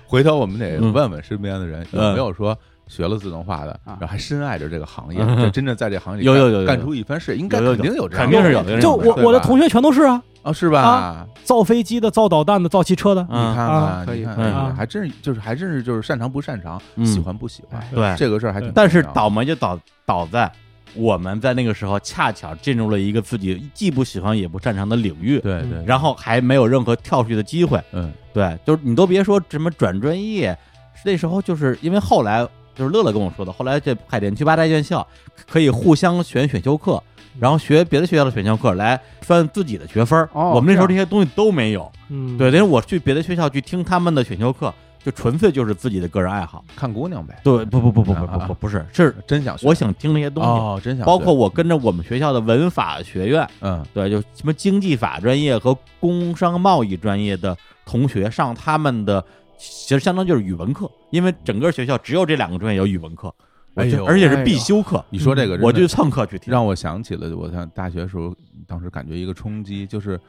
Speaker 2: 回头我们得
Speaker 1: 嗯
Speaker 2: 问问身边的人有
Speaker 1: 嗯
Speaker 2: 没有说学了自动化的，
Speaker 4: 啊
Speaker 2: 然后还深爱着这个行业，
Speaker 1: 嗯
Speaker 2: 就真正在这行业
Speaker 1: 有有
Speaker 2: 干
Speaker 1: 有有
Speaker 2: 干
Speaker 1: 有
Speaker 2: 出一番事，应该
Speaker 1: 有有
Speaker 2: 肯定
Speaker 1: 有
Speaker 2: 有这样
Speaker 1: 肯
Speaker 2: 的
Speaker 1: 定
Speaker 2: 人，
Speaker 1: 是有的人
Speaker 3: 就我
Speaker 2: 对吧
Speaker 3: 我的同学全都是啊，
Speaker 2: 啊，是吧
Speaker 3: 啊？造飞机的、造导弹的、造汽车的。
Speaker 2: 你看
Speaker 1: 嗯，
Speaker 4: 啊
Speaker 2: 看，
Speaker 4: 可以
Speaker 2: 你看
Speaker 1: 可以
Speaker 2: 看，还真是就是还真是就是擅长不擅长，
Speaker 1: 嗯
Speaker 2: 喜欢不喜欢，
Speaker 3: 哎
Speaker 1: 对。
Speaker 2: 啊这个事儿还挺重要
Speaker 1: 但
Speaker 2: 的。
Speaker 1: 是倒霉就倒倒在我们在那个时候恰巧进入了一个自己既不喜欢也不擅长的领域，
Speaker 2: 对
Speaker 3: 嗯
Speaker 2: 对，
Speaker 1: 然后还没有任何跳出去的机会。
Speaker 2: 嗯
Speaker 1: 对，就是你都别说什么转专业，那时候就是因为后来就是乐乐跟我说的，后来这海淀区八大院校可以互相选选修课，然后学别的学校的选修课来算自己的学分儿。
Speaker 4: 哦
Speaker 1: 我们那时候
Speaker 4: 这
Speaker 1: 这些东西都没有，
Speaker 3: 嗯，
Speaker 1: 对，，因为我去别的学校去听他们的选修课，就纯粹就是自己的个人爱好。
Speaker 2: 看姑娘呗，
Speaker 1: 对，不不不不不不
Speaker 2: 嗯啊
Speaker 1: 不不是，是
Speaker 2: 真想学
Speaker 1: 我想听那些东西。
Speaker 2: 哦，真想学
Speaker 1: 包括我跟着我们学校的文法学院，
Speaker 2: 嗯
Speaker 1: 对，就什么经济法专业和工商贸易专业的同学上他们的，其实相当就是语文课，因为整个学校只有这两个专业有语文课，我
Speaker 2: 哎
Speaker 1: 就
Speaker 2: 呦
Speaker 1: 而且是必修课，
Speaker 2: 你说这个真的，
Speaker 1: 我就蹭课去听。
Speaker 2: 让我想起了我上大学时候，当时感觉一个冲击，就是，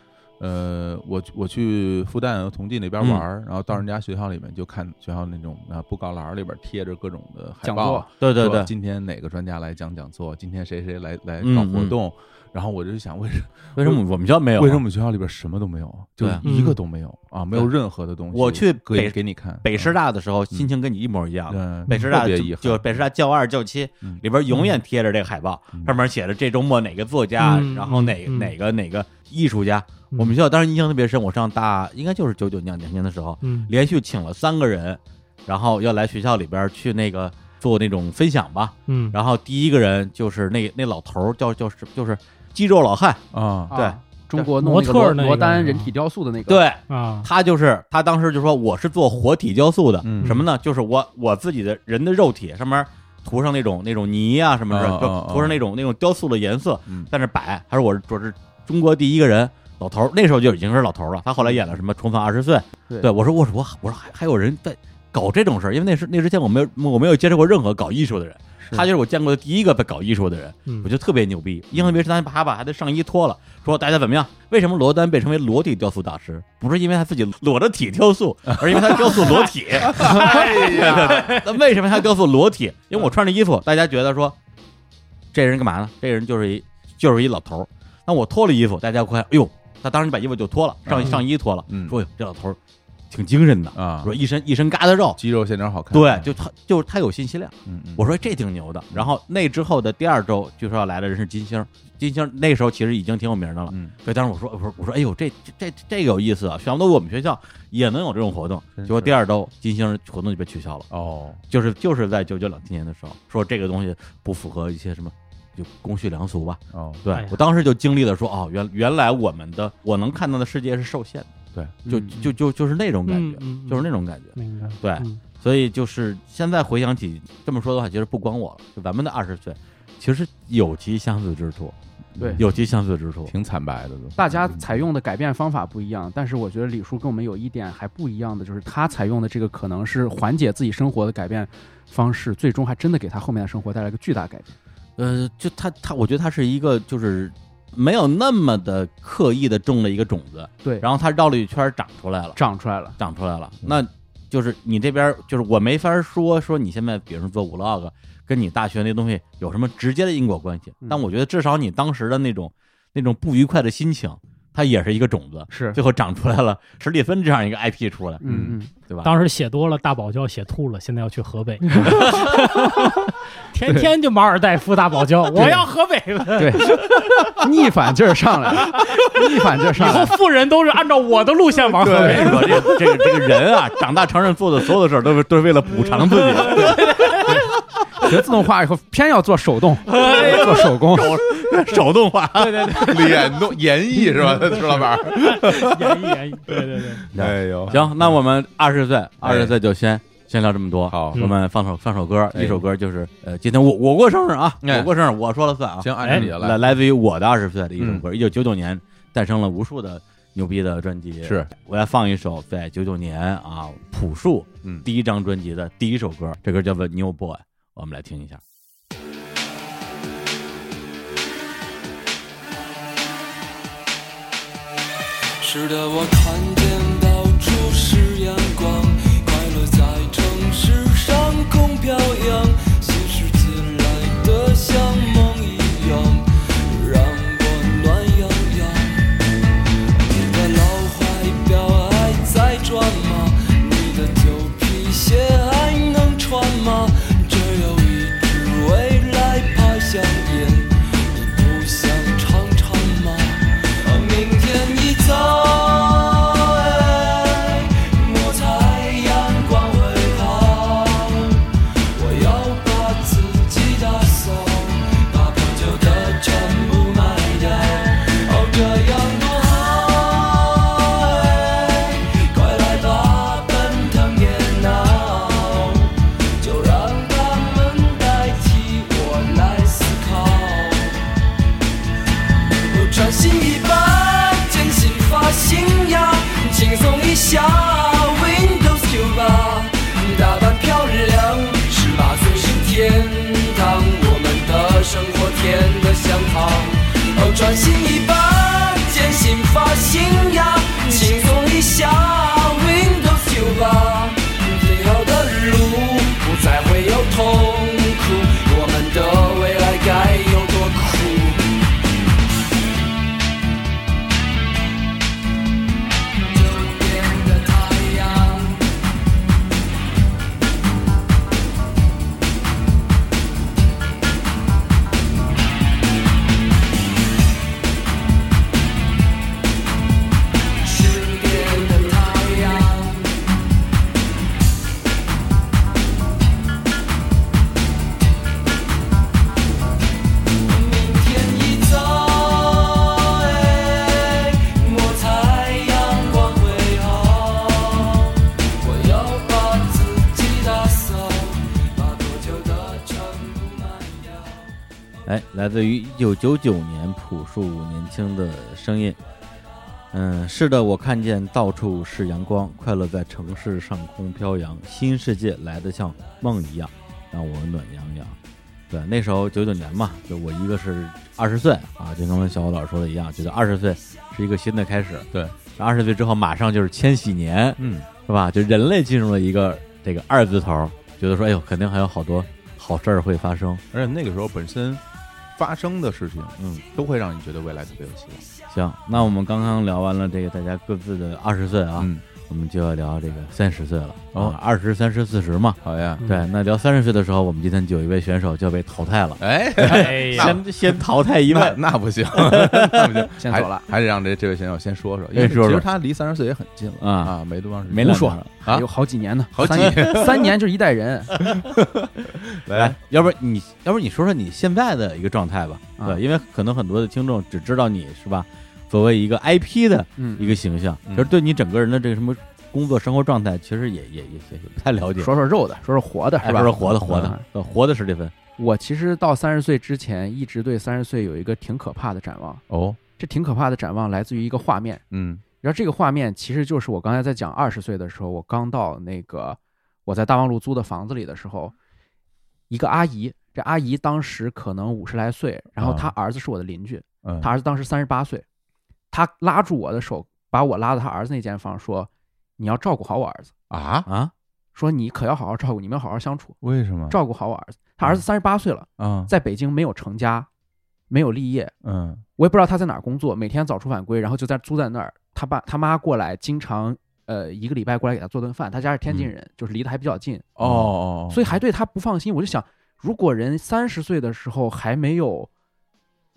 Speaker 2: 呃，我我去复旦和同济那边
Speaker 1: 嗯
Speaker 2: 玩儿，然后到人家学校里面就看学校那种啊布告栏儿里边贴着各种的海
Speaker 4: 讲
Speaker 2: 报
Speaker 4: 座，
Speaker 1: 对对
Speaker 2: 说
Speaker 1: 对，
Speaker 2: 今天哪个专家来讲讲座，今天谁谁来来
Speaker 1: 嗯
Speaker 2: 搞活
Speaker 1: 嗯
Speaker 2: 动，然后我就想为什么
Speaker 1: 为什么我们学校没有啊？
Speaker 2: 为什么我们学校里边什么都没有啊，就
Speaker 1: 对啊
Speaker 2: 一个
Speaker 3: 嗯
Speaker 2: 都没有啊，没有
Speaker 1: 对
Speaker 2: 任何的东西，
Speaker 1: 我去
Speaker 2: 可以
Speaker 1: 北
Speaker 2: 给你看
Speaker 1: 北师
Speaker 2: 大，
Speaker 1: 大的时候心情跟你一模一样？
Speaker 2: 嗯，
Speaker 1: 北师大
Speaker 2: 特别
Speaker 1: 就
Speaker 2: 遗憾，
Speaker 1: 就北师大教二教七
Speaker 2: 嗯
Speaker 1: 里边永远贴着这个海报，
Speaker 2: 嗯
Speaker 1: 上面写着这周末哪个作家，
Speaker 3: 嗯
Speaker 1: 然后哪
Speaker 3: 嗯
Speaker 1: 哪个哪个艺术家。
Speaker 3: 嗯
Speaker 1: 我们学校当时印象特别深，我上大应该就是九九年两千年的时候，
Speaker 3: 嗯
Speaker 1: 连续请了三个人，然后要来学校里边儿去那个做那种分享吧。
Speaker 3: 嗯，
Speaker 1: 然后第一个人就是那那老头儿，叫叫是就是肌肉老汉，
Speaker 2: 啊，
Speaker 1: 对
Speaker 4: 中国弄
Speaker 3: 模
Speaker 4: 那个
Speaker 3: 特
Speaker 4: 罗
Speaker 3: 那
Speaker 4: 罗
Speaker 3: 个
Speaker 4: 丹
Speaker 3: 是
Speaker 4: 人
Speaker 3: 吧
Speaker 4: 体雕塑的那个，
Speaker 1: 对
Speaker 3: 啊，
Speaker 1: 他就是他当时就说我是做活体雕塑的，
Speaker 2: 嗯
Speaker 1: 什么呢？就是我我自己的人的肉体上面涂上那种那种泥啊什么的，
Speaker 2: 哦哦
Speaker 1: 就涂上那种那种雕塑的颜色
Speaker 2: 嗯，
Speaker 1: 在那摆。他说我是我是中国第一个人。老头儿那时候就已经是老头儿了，他后来演了什么《重返二十岁》
Speaker 4: 对
Speaker 1: 对我说我说我我说还还有人在搞这种事儿，因为那时那之前我没有我没有接触过任何搞艺术的人，
Speaker 2: 是
Speaker 1: 他就是我见过的第一个被搞艺术的人，
Speaker 3: 嗯
Speaker 1: 我觉得特别牛逼。印象特别深，他把他把他的上衣脱了，说大家怎么样？为什么罗丹被称为裸体雕塑大师？不是因为他自己裸着体雕塑，而是因为他雕塑裸 体。
Speaker 2: 哎呀，
Speaker 1: 那为什么他雕塑裸体？因为我穿着衣服，大家觉得说这人干嘛呢？这人就是一就是一老头儿。那我脱了衣服，大家快，哎呦，他当时把衣服就脱了，上
Speaker 2: 嗯
Speaker 1: 上衣脱了，
Speaker 2: 嗯
Speaker 1: 说哟这老头儿挺精神的，
Speaker 2: 啊，
Speaker 1: 说一身一身疙瘩肉，
Speaker 2: 肌肉线条好看，
Speaker 1: 对，就他就是他有信息量。
Speaker 2: 嗯嗯，
Speaker 1: 我说这挺牛的。然后那之后的第二周，据说要来的人是金星，金星那时候其实已经挺有名的了。
Speaker 2: 嗯
Speaker 1: 所以当时我说，我说我说，哎呦，这这这这个有意思啊！想不到我们学校也能有这种活动。
Speaker 2: 真是
Speaker 1: 结果第二周金星活动就被取消了，
Speaker 2: 哦，
Speaker 1: 就是就是在九九两千年的时候，说这个东西不符合一些什么。就公序良俗吧，
Speaker 2: 哦，
Speaker 1: 对、
Speaker 3: 哎呀
Speaker 1: 我当时就经历了说，哦，原原来我们的我能看到的世界是受限的，
Speaker 4: 嗯，
Speaker 1: 就
Speaker 4: 嗯
Speaker 1: 就就就是那种感觉，
Speaker 3: 嗯嗯
Speaker 1: 就是那种感觉。
Speaker 3: 明白，
Speaker 1: 对
Speaker 3: 嗯
Speaker 1: 所以就是现在回想起这么说的话，其实不光我了，就咱们的二十岁，其实有其相似之处，
Speaker 4: 对
Speaker 1: 有其相似之处。
Speaker 2: 挺惨白的都。
Speaker 4: 大家采 用的改变方法不一样，但是我觉得李叔跟我们有一点还不一样的，就是他采用的这个可能是缓解自己生活的改变方式，最终还真的给他后面的生活带来个巨大改变。
Speaker 1: 呃，就他他，我觉得他是一个就是没有那么的刻意的种了一个种子，
Speaker 4: 对，嗯
Speaker 1: 然后他绕了一圈儿长出来了，
Speaker 4: 长出来了。
Speaker 1: 长出来了。那就是你这边儿就是我没法说说你现在，比如说做 vlog，跟你大学那东西有什么直接的因果关系，
Speaker 4: 嗯
Speaker 1: 但我觉得至少你当时的那种那种不愉快的心情，它也是一个种子。
Speaker 4: 是，
Speaker 1: 最后长出来了史蒂芬这样一个 IP 出来，
Speaker 4: 嗯嗯，
Speaker 1: 对吧？
Speaker 3: 当时写多了，大堡礁写吐了，现在要去河北， 天天就马尔代夫大堡礁，我要河北 了。
Speaker 1: 嗯
Speaker 4: 对，逆反劲儿上来了，逆反劲儿
Speaker 3: 以
Speaker 4: 上来
Speaker 3: 后
Speaker 4: 了。
Speaker 3: 富人都是按照我的路线玩河
Speaker 1: 我跟
Speaker 3: 北。
Speaker 1: 你说，这个这个这个人啊，长大成人做的所有的事儿，都是都是为了补偿自己。
Speaker 4: 学自动化以后，偏要做手动，
Speaker 1: 哎
Speaker 4: 做手工。
Speaker 1: 手动化，
Speaker 2: 脸动演绎是吧， 石老板？
Speaker 3: 演绎演绎，对对对，
Speaker 2: 哎呦，
Speaker 1: 行，那我们二十岁，二十岁就先先聊这么多。
Speaker 2: 好
Speaker 1: 我们放首放首歌，
Speaker 2: 哎
Speaker 1: 一首歌就是呃，今天我我过生日啊，
Speaker 2: 哎
Speaker 1: 我过生日，我说了算啊。
Speaker 2: 行，按照你的
Speaker 1: 来
Speaker 2: 哎
Speaker 1: 嗯
Speaker 2: 来，
Speaker 1: 来自于我的二十岁的一首歌，一九九九年诞生了无数的牛逼的专辑。
Speaker 2: 是，
Speaker 1: 我要放一首在九九年啊朴树
Speaker 2: 嗯
Speaker 1: 第一张专辑的第一首歌，这歌叫做《New Boy》，我们来听一下。
Speaker 5: 是的，我看见到处是阳光，快乐在城市上空飘扬，随时自来的像梦一样，让我暖洋洋。你的老怀表还在转吗？你的旧皮鞋还能穿吗？只有一支未来牌香烟。哎
Speaker 6: 哦
Speaker 5: 转心哦一半，剪新发型呀，轻松一下，Windows 九八。最后的路不再会有痛苦，我们的未来该有多酷？九点的太阳。十点的太阳，明天一早，哎，我猜阳光会好。我要把自己打扫，把多久的全部卖掉。
Speaker 1: 哎，来自于一九九九年朴树年轻的声音。嗯，是的，我看见到处是阳光，快乐在城市上空飘扬，新世界来得像梦一样，让我暖洋洋。对，那时候九九年嘛，就我一个是二十岁啊，就跟我们小伙老师说的一样，觉得二十岁是一个新的开始。
Speaker 2: 对，
Speaker 1: 二十岁之后马上就是千禧年，
Speaker 2: 嗯，
Speaker 1: 是吧？就人类进入了一个这个二字头，觉得说，哎呦，肯定还有好多好事儿会发生。
Speaker 2: 而且那个时候本身发生的事情，
Speaker 1: 嗯，
Speaker 2: 都会让你觉得未来特别有希望。
Speaker 1: 行，那我们刚刚聊完了这个大家各自的二十岁啊，
Speaker 2: 嗯，
Speaker 1: 我们就要聊这个三十岁了。
Speaker 2: 哦
Speaker 1: 啊，二十三十四十嘛。
Speaker 2: 好呀，
Speaker 3: 嗯
Speaker 1: 对，那聊三十岁的时候，我们今天就有一位选手就要被淘汰了，
Speaker 2: 哎，
Speaker 3: 哎呀，
Speaker 1: 先先淘汰一
Speaker 2: 那
Speaker 1: 位。
Speaker 2: 那不行，那不行，
Speaker 4: 先走了
Speaker 2: 还，还得让这这位选手先哎说说，因为
Speaker 1: 先说说
Speaker 2: 其实他离三十岁也很近了
Speaker 1: 啊
Speaker 2: 啊，没多长时间，
Speaker 1: 没
Speaker 4: 胡
Speaker 1: 两
Speaker 4: 说
Speaker 1: 年了，
Speaker 2: 啊
Speaker 4: 还有好几年呢，
Speaker 2: 好几
Speaker 4: 三年，三年就是一代人。
Speaker 1: 来，要不然你，要不然你说说你现在的一个状态吧？
Speaker 4: 啊
Speaker 1: 对，因为可能很多的听众只知道你是吧，作为一个 IP 的
Speaker 4: 嗯，
Speaker 1: 一个形象，
Speaker 2: 嗯
Speaker 1: 就是对你整个人的这个什么工作生活状态，其实也也也也也不太了解，
Speaker 4: 说说肉的，说说活的，
Speaker 1: 哎
Speaker 4: 是吧？
Speaker 1: 不是活的活的
Speaker 4: 嗯，
Speaker 1: 呃活的史蒂芬，
Speaker 4: 我其实到三十岁之前，一直对三十岁有一个挺可怕的展望。
Speaker 2: 哦，
Speaker 4: 这挺可怕的展望来自于一个画面，
Speaker 2: 嗯
Speaker 4: 然后这个画面其实就是我刚才在讲二十岁的时候，我刚到那个我在大望路租的房子里的时候，一个阿姨，这阿姨当时可能五十来岁，然后
Speaker 2: 啊
Speaker 4: 她儿子是我的邻居，
Speaker 2: 嗯，
Speaker 4: 她儿子当时三十八岁，她拉住我的手，把我拉到她儿子那间房，说：“你要照顾好我儿子，
Speaker 2: 啊，
Speaker 1: 啊，
Speaker 4: 说你可要好好照顾，你们要好好相处，
Speaker 2: 为什么？
Speaker 4: 照顾好我儿子。”他儿子三十八岁了，
Speaker 2: 啊，
Speaker 4: 在北京没有成家，没有立业，
Speaker 2: 嗯
Speaker 4: 我也不知道他在哪儿工作，每天早出晚归，然后就在租在那儿。他爸他妈过来，经常呃一个礼拜过来给他做顿饭。他家是天津人，就是离得还比较近，
Speaker 2: 哦哦，
Speaker 4: 所以还对他不放心。我就想，如果人三十岁的时候还没有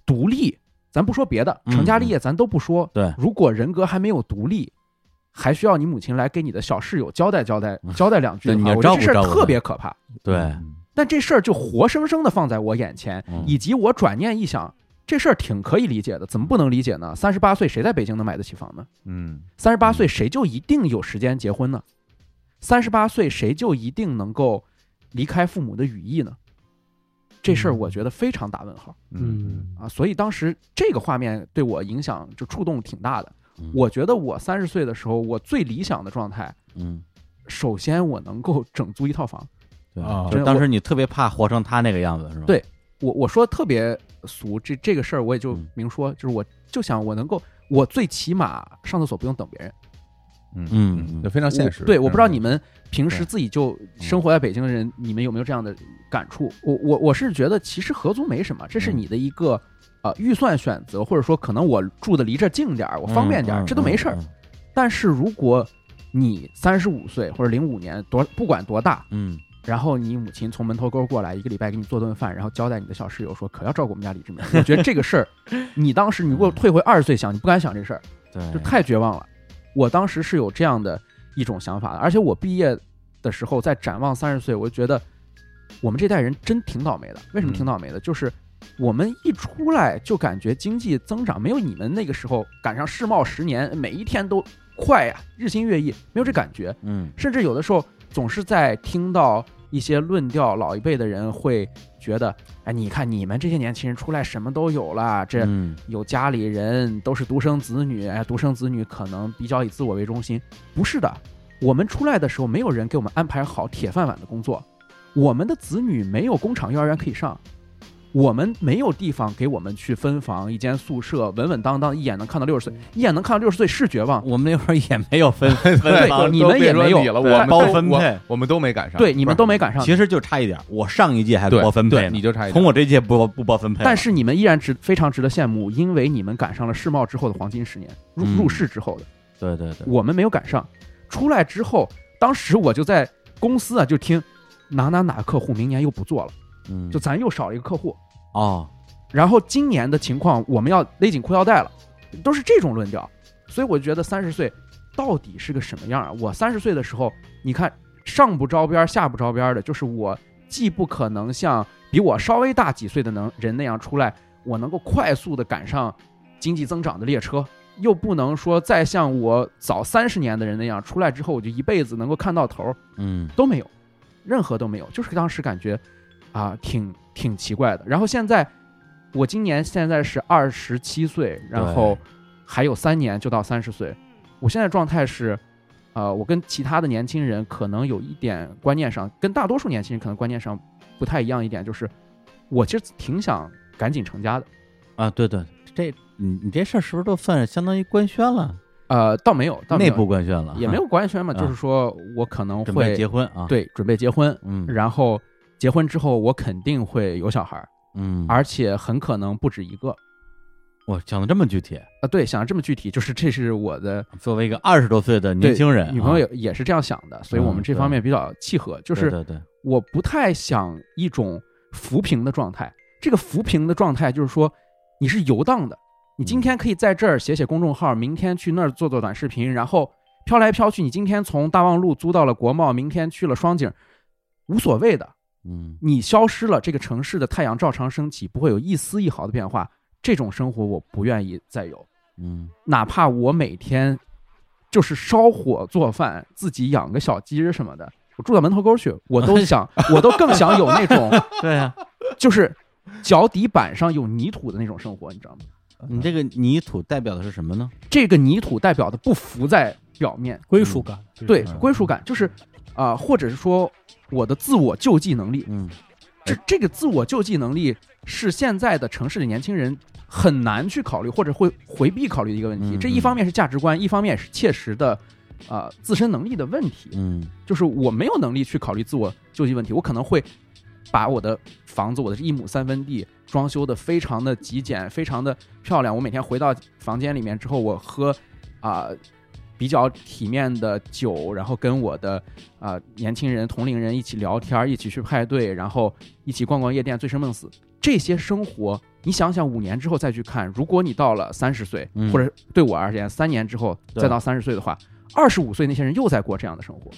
Speaker 4: 独立，咱不说别的，
Speaker 1: 嗯
Speaker 4: 成家立业咱都不说，
Speaker 1: 对，
Speaker 4: 如果人格还没有独立。还需要你母亲来给你的小室友交代交代
Speaker 1: 嗯
Speaker 4: 交代两句
Speaker 1: 对
Speaker 4: 的
Speaker 1: 你
Speaker 4: 话，
Speaker 1: 要
Speaker 4: 我觉
Speaker 1: 照
Speaker 4: 得
Speaker 1: 顾
Speaker 4: 这事
Speaker 1: 照
Speaker 4: 儿
Speaker 1: 顾
Speaker 4: 特
Speaker 1: 他
Speaker 4: 别可怕。
Speaker 1: 对，
Speaker 2: 嗯
Speaker 4: 但这事儿就活生生的放在我眼前，
Speaker 1: 嗯
Speaker 4: 以及我转念一想，这事儿挺可以理解的，怎么不能理解呢？三十八岁谁在北京能买得起房呢？
Speaker 2: 嗯
Speaker 4: 三十八岁谁就一定有时间结婚呢？三十八岁谁就一定能够离开父母的羽翼呢？这
Speaker 1: 嗯
Speaker 4: 事儿我觉得非常打问号
Speaker 3: 嗯，
Speaker 4: 啊！所以当时这个画面对我影响就触动挺大的
Speaker 1: 嗯。
Speaker 4: 我觉得我三十岁的时候，我最理想的状态，
Speaker 1: 嗯，
Speaker 4: 首先我能够 整租一套房。
Speaker 1: 对
Speaker 2: 啊，
Speaker 1: 就是当时你特别怕活成他那个样子是吧？
Speaker 4: 对我我说特别俗，这这个事儿我也就
Speaker 1: 嗯
Speaker 4: 明说，就是我就想我能够，我最起码上厕所不用等别人。
Speaker 2: 嗯
Speaker 1: 嗯
Speaker 2: 就非常现实。嗯
Speaker 4: 我对，
Speaker 2: 非常
Speaker 4: 我不知道
Speaker 2: 现
Speaker 4: 你
Speaker 2: 实
Speaker 4: 们平时
Speaker 1: 对
Speaker 4: 自己就
Speaker 1: 嗯
Speaker 4: 生活在北京的人，你们有没有这样的感触？我我我是觉得其实合租没什么，这是
Speaker 1: 嗯
Speaker 4: 你的一个呃预算选择，或者说可能我住的离这儿近点儿，我
Speaker 1: 嗯，
Speaker 4: 方便点儿，
Speaker 1: 嗯
Speaker 4: 这都没事儿。，但是如果你三十五岁或者零五年多，不管多大，
Speaker 1: 嗯
Speaker 4: 然后你母亲从门头沟过来，一个礼拜给你做顿饭，然后交代你的小室友说可要照顾我们家李志明。我觉得这个事儿， 你当时你如果退回二十岁想，你不敢想这事儿，
Speaker 1: 嗯，
Speaker 4: 就
Speaker 1: 对，
Speaker 4: 太绝望了。我当时是有这样的一种想法的，而且我毕业的时候在展望三十岁，我就觉得我们这代人真挺倒霉的。为什么挺倒霉的？就是我们一出来就感觉经济增长没有你们那个时候赶上世贸十年，每一天都快呀、日新月异，没有这感觉。
Speaker 1: 嗯
Speaker 4: 甚至有的时候总是在听到一些论调，老一辈的人会觉得，哎，你看你们这些年轻人出来什么都有了，这
Speaker 1: 嗯
Speaker 4: 有家里人，都是独生子女，哎，独生子女可能比较以自我为中心。不是的，我们出来的时候，没有人给我们安排好铁饭碗的工作，我们的子女没有工厂、幼儿园可以上，我们没有地方给我们去分房，一间宿舍，稳稳当当，一眼能看到六十岁，一眼能看到六十岁是绝望。
Speaker 1: 嗯我们那会儿也没有 分分
Speaker 4: 啊对啊
Speaker 1: 房，
Speaker 4: 你们也没有
Speaker 2: 都别说你了，我
Speaker 1: 对
Speaker 2: 们都
Speaker 1: 包分配
Speaker 2: 我我们都没赶上，
Speaker 4: 对，你们
Speaker 2: 不
Speaker 4: 都
Speaker 2: 是
Speaker 4: 没赶上，
Speaker 1: 其实就差一点儿。我上一届还包分配
Speaker 2: 对，
Speaker 1: 呢，
Speaker 2: 你就差一点
Speaker 1: 从我这届不不包分配了，
Speaker 4: 但是你们依然值非常值得羡慕，因为你们赶上了世贸之后的黄金十年，入
Speaker 1: 嗯
Speaker 4: 入世之后的，
Speaker 1: 对对对，
Speaker 4: 我们没有赶上。出来之后，当时我就在公司啊，就听哪哪哪个客户明年又不做了，
Speaker 1: 嗯
Speaker 4: 就咱又少了一个客户。
Speaker 1: 哦，
Speaker 4: 然后今年的情况，我们要勒紧裤腰带了，都是这种论调。所以我觉得三十岁到底是个什么样啊？我三十岁的时候，你看上不着边儿下不着边儿的，就是我既不可能像比我稍微大几岁的能人那样出来，我能够快速的赶上经济增长的列车，又不能说再像我早三十年的人那样出来之后，我就一辈子能够看到头儿，
Speaker 1: 嗯
Speaker 4: 都没有，任何都没有，就是当时感觉啊、挺挺奇怪的。然后现在，我今年现在是二十七岁，然后还有三年就到三十岁。我现在状态是，呃，我跟其他的年轻人可能有一点观念上，跟大多数年轻人可能观念上不太一样一点，就是我其实挺想赶紧成家的。
Speaker 1: 啊，对对，这你你这事儿是不是都算是相当于官宣了，
Speaker 4: 呃，倒没有，倒没
Speaker 1: 内
Speaker 4: 有
Speaker 1: 部官宣了，
Speaker 4: 也没有官宣嘛，
Speaker 1: 啊
Speaker 4: 就是说我可能
Speaker 1: 准备
Speaker 4: 会
Speaker 1: 结婚啊，，
Speaker 4: 对准备结婚，
Speaker 1: 嗯
Speaker 4: 然后结婚之后我肯定会有小孩儿。
Speaker 1: 嗯，
Speaker 4: 而且很可能不止一个。
Speaker 1: 我想的这么具体，
Speaker 4: 啊，对，想得这么具体，就是这是我的
Speaker 1: 作为一个二十多岁的年
Speaker 4: 对
Speaker 1: 轻人，
Speaker 4: 女朋友
Speaker 1: 啊
Speaker 4: 也也是这样想的，所以我们
Speaker 1: 嗯
Speaker 4: 这方面比较契合。就
Speaker 1: 对
Speaker 4: 是
Speaker 1: 对对，
Speaker 4: 我不太想一种浮萍的状态。这个浮萍的状态就是说，你是游荡的，
Speaker 1: 嗯
Speaker 4: 你今天可以在这儿写写公众号，明天去那儿做做短视频，然后飘来飘去。你今天从大望路租到了国贸，明天去了双井，无所谓的。
Speaker 1: 嗯
Speaker 4: 你消失了，这个城市的太阳照常升起，不会有一丝一毫的变化。这种生活我不愿意再有。
Speaker 1: 嗯
Speaker 4: 哪怕我每天就是烧火做饭，自己养个小鸡儿什么的，我住到门头沟去，我都想，我都更想有那种
Speaker 1: 对啊呀、
Speaker 4: 就是脚底板上有泥土的那种生活，你知道吗？
Speaker 1: 你这个泥土代表的是什么呢？
Speaker 4: 这个泥土代表的不浮在表面，
Speaker 3: 归属感，
Speaker 4: 对
Speaker 1: 嗯
Speaker 4: 归属感，就是啊、或者是说我的自我救济能力，
Speaker 1: 嗯，
Speaker 4: 这这个自我救济能力是现在的城市的年轻人很难去考虑或者会回避考虑的一个问题。
Speaker 1: 嗯
Speaker 4: 这一方面是价值观，一方面也是切实的，呃，自身能力的问题。
Speaker 1: 嗯
Speaker 4: 就是我没有能力去考虑自我救济问题，我可能会把我的房子，我的一亩三分地装修的非常的极简，非常的漂亮。我每天回到房间里面之后，我喝啊、比较体面的酒，然后跟我的啊、年轻人同龄人一起聊天，一起去派对，然后一起逛逛夜店，醉生梦死。这些生活，你想想，五年之后再去看，如果你到了三十岁，
Speaker 1: 嗯
Speaker 4: 或者对我而言，三年之后
Speaker 1: 对
Speaker 4: 再到三十岁的话，二十五岁那些人又在过这样的生活，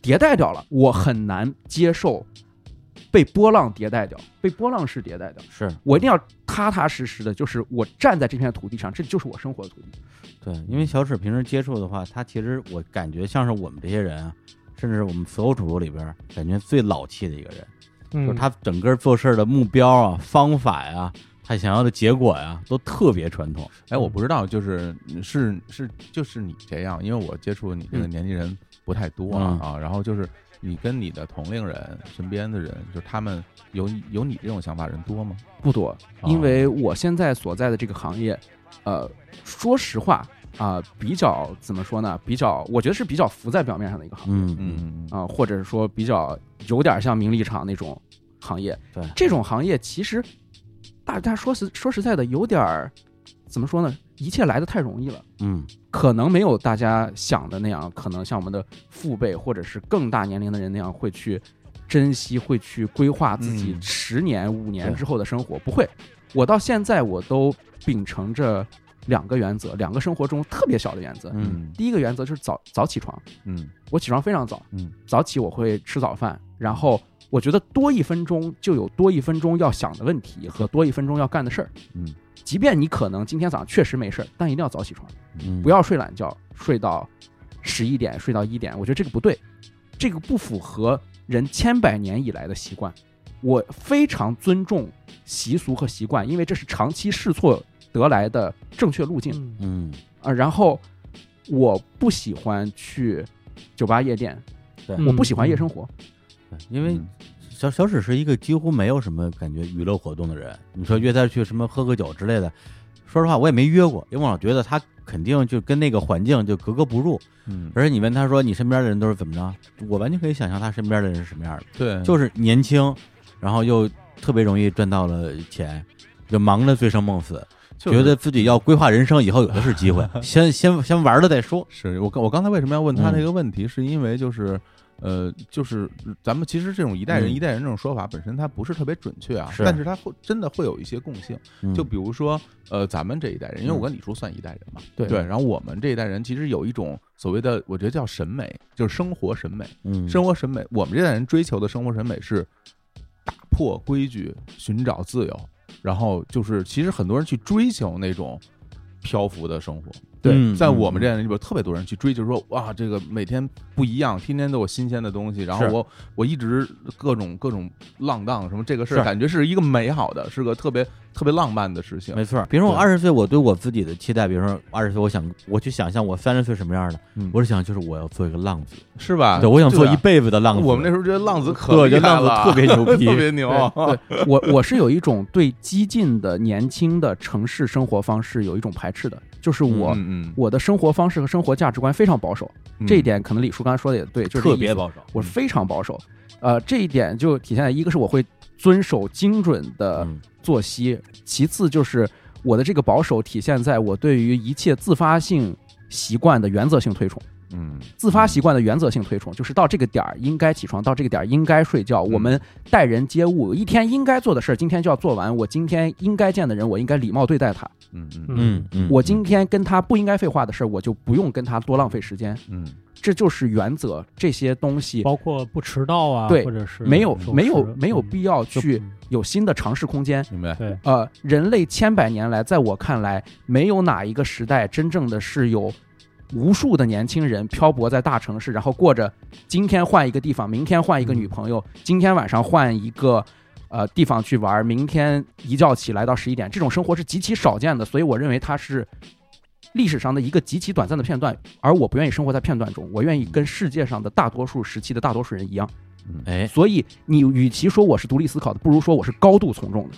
Speaker 4: 迭代掉了，我很难接受被波浪迭代掉，被波浪式迭代掉。
Speaker 1: 是
Speaker 4: 我一定要踏踏实实的，就是我站在这片土地上，这就是我生活的土地。
Speaker 1: 对，因为小史平时接触的话，他其实我感觉像是我们这些人啊，甚至是我们所有主播里边儿，感觉最老气的一个人，
Speaker 3: 嗯
Speaker 1: 就是他整个做事儿的目标啊、方法呀、他想要的结果呀、都特别传统。
Speaker 2: 哎，我不知道，就是是是就是你这样，因为我接触你
Speaker 4: 嗯
Speaker 2: 这个年纪人不太多啊
Speaker 1: 嗯
Speaker 2: 啊，然后就是你跟你的同龄人身边的人，就是他们有你有你这种想法人多吗？
Speaker 4: 不多，
Speaker 2: 哦
Speaker 4: 因为我现在所在的这个行业，呃，说实话啊、比较怎么说呢？比较，我觉得是比较浮在表面上的一个行业
Speaker 1: 嗯嗯，
Speaker 2: 嗯
Speaker 4: 啊、或者是说比较有点像名利场那种行业。
Speaker 1: 对，
Speaker 4: 这种行业其实大家说实说实在的，有点儿怎么说呢？一切来的太容易了。
Speaker 1: 嗯
Speaker 4: 可能没有大家想的那样，可能像我们的父辈或者是更大年龄的人那样会去珍惜，会去规划自己
Speaker 2: 嗯
Speaker 4: 十年、五年
Speaker 1: 对
Speaker 4: 之后的生活。不会，我到现在我都秉承着两个原则，两个生活中特别小的原则。
Speaker 1: 嗯
Speaker 4: 第一个原则就是早早起床，
Speaker 2: 嗯
Speaker 4: 我起床非常早，
Speaker 2: 嗯，
Speaker 4: 早起我会吃早饭，然后我觉得多一分钟就有多一分钟要想的问题和多一分钟要干的事儿，
Speaker 2: 嗯，
Speaker 4: 即便你可能今天早上确实没事儿，但一定要早起床。
Speaker 1: 嗯，
Speaker 4: 不要睡懒觉，睡到十一点，睡到一点，我觉得这个不对，这个不符合人千百年以来的习惯。我非常尊重习俗和习惯，因为这是长期试错得来的正确路径
Speaker 3: 嗯
Speaker 1: 嗯，
Speaker 4: 啊。然后我不喜欢去酒吧夜店，
Speaker 1: 对，
Speaker 3: 嗯
Speaker 4: 我不喜欢夜生活，
Speaker 1: 对因为
Speaker 2: 嗯
Speaker 1: 小小史是一个几乎没有什么感觉娱乐活动的人。你说约他去什么喝个酒之类的，说实话我也没约过，因为我老觉得他肯定就跟那个环境就格格不入。
Speaker 2: 嗯，
Speaker 1: 而且你问他说你身边的人都是怎么着，我完全可以想象他身边的人是什么样的，
Speaker 2: 对，
Speaker 1: 就是年轻，然后又特别容易赚到了钱，就忙着醉生梦死，
Speaker 2: 就
Speaker 1: 觉
Speaker 2: 是
Speaker 1: 得自己要规划人生，以后有的是机会，先先先玩了再说。
Speaker 2: 是我刚我刚才为什么要问他
Speaker 1: 嗯
Speaker 2: 这个问题，是因为就是。呃，就是咱们其实这种一代人
Speaker 1: 嗯
Speaker 2: 一代人这种说法本身它不是特别准确啊，
Speaker 1: 是
Speaker 2: 但是它会真的会有一些共性。
Speaker 1: 嗯
Speaker 2: 就比如说，呃，咱们这一代人，因为我跟李叔算一代人嘛，
Speaker 4: 对
Speaker 2: 对。然后我们这一代人其实有一种所谓的，我觉得叫审美，就是生活审美。
Speaker 1: 嗯
Speaker 2: 生活审美，我们这代人追求的生活审美是打破规矩，寻找自由。然后就是，其实很多人去追求那种漂浮的生活。
Speaker 4: 对
Speaker 1: 嗯
Speaker 2: 在我们
Speaker 1: 嗯
Speaker 2: 这代人里边，特别多人去追求说，哇，这个每天不一样，天天都有新鲜的东西。然后
Speaker 1: 是
Speaker 2: 我我一直各种各种浪荡什么，这个事儿
Speaker 1: 是
Speaker 2: 感觉是一个美好的，是个特别特别浪漫的事情。
Speaker 1: 没错儿，比如说我
Speaker 2: 对
Speaker 1: 二十岁，我对我自己的期待，比如说二十岁，我想我去想象我三十岁什么样的，
Speaker 2: 嗯
Speaker 1: 我是想就是我要做一个浪子，
Speaker 2: 是吧？
Speaker 1: 对我想做
Speaker 2: 啊
Speaker 1: 一辈子的浪子。
Speaker 2: 我们那时候觉得浪子可
Speaker 1: 对
Speaker 2: 厉
Speaker 1: 觉得
Speaker 2: 害
Speaker 1: 浪子
Speaker 2: 了，
Speaker 1: 特别牛 逼
Speaker 2: 特别牛。
Speaker 4: 对我我是有一种对激进的年轻的城市生活方式有一种排斥的，就是我、
Speaker 2: 嗯
Speaker 4: 我的生活方式和生活价值观非常保守，
Speaker 2: 嗯，
Speaker 4: 这一点可能李叔刚才说的也对，就是这
Speaker 1: 特
Speaker 4: 意
Speaker 1: 别
Speaker 4: 思
Speaker 1: 保嗯守，
Speaker 4: 我非常保守，呃，这一点就体现在一个是我会遵守精准的
Speaker 1: 嗯
Speaker 4: 作息，其次就是我的这个保守体现在我对于一切自发性习惯的原则性推崇。
Speaker 2: 嗯，
Speaker 4: 自发习惯的原则性推崇，就是到这个点儿应该起床，到这个点儿应该睡觉。
Speaker 3: 嗯
Speaker 4: 我们待人接物，一天应该做的事儿，今天就要做完。我今天应该见的人，我应该礼貌对待他。
Speaker 2: 嗯嗯嗯
Speaker 1: 嗯嗯，
Speaker 4: 我今天跟他不应该废话的事儿，我就不用跟他多浪费时间。
Speaker 2: 嗯，
Speaker 4: 这就是原则，这些东
Speaker 3: 嗯
Speaker 4: 西
Speaker 3: 包括不迟到啊，
Speaker 4: 对
Speaker 3: 或者是
Speaker 4: 没有
Speaker 3: 守
Speaker 4: 没有
Speaker 3: 时
Speaker 4: 没有
Speaker 3: 嗯
Speaker 4: 必要
Speaker 3: 就
Speaker 4: 去
Speaker 3: 嗯
Speaker 4: 有新的尝试空间。
Speaker 2: 明白。
Speaker 3: 对，
Speaker 4: 呃，人类千百年来，在我看来，没有哪一个时代真正的是有无数的年轻人漂泊在大城市，然后过着今天换一个地方，明天换一个女朋友，今天晚上换一个呃地方去玩，明天一觉起来到十一点，这种生活是极其少见的。所以我认为它是历史上的一个极其短暂的片段，而我不愿意生活在片段中，我愿意跟世界上的大多数时期的大多数人一样。
Speaker 1: 哎，
Speaker 4: 所以你与其说我是独立思考的，不如说我是高度从众的。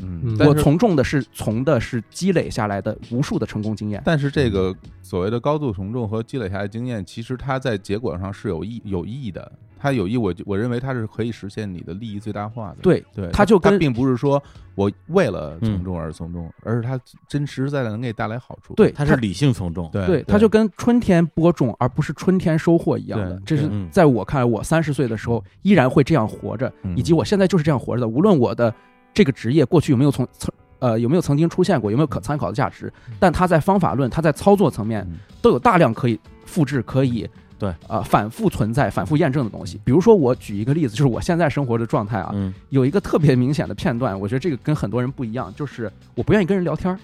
Speaker 2: 嗯
Speaker 3: 嗯，
Speaker 2: 但
Speaker 4: 我
Speaker 2: 是
Speaker 4: 从众的是从的是积累下来的无数的成功经验。
Speaker 2: 但是这个所谓的高度从众和积累下来的经验，其实它在结果上是有意有意义的。它有意，我就我认为它是可以实现你的利益最大化的。
Speaker 4: 对，
Speaker 2: 对，
Speaker 4: 它就跟
Speaker 2: 并不是说我为
Speaker 4: 嗯
Speaker 2: 了从众而从众，而是它真实在在能给你带来好处。
Speaker 4: 对，
Speaker 1: 他是理性从众，
Speaker 2: 对
Speaker 4: 对，它就跟春天播种而不是春天收获一样的
Speaker 2: 对。
Speaker 4: 这是
Speaker 1: 对嗯
Speaker 4: 在我看来，我三十岁的时候依然会这样活着，
Speaker 2: 嗯
Speaker 4: 以及我现在就是这样活着的。无论我的这个职业过去有没有从曾呃有没有曾经出现过，有没有可参考的价值，但它在方法论、它在操作层面
Speaker 2: 嗯
Speaker 4: 都有大量可以复制、可以
Speaker 1: 对
Speaker 4: 呃反复存在、反复验证的东西。比如说，我举一个例子，就是我现在生活的状态啊，
Speaker 1: 嗯
Speaker 4: 有一个特别明显的片段，我觉得这个跟很多人不一样，就是我不愿意跟人聊天儿，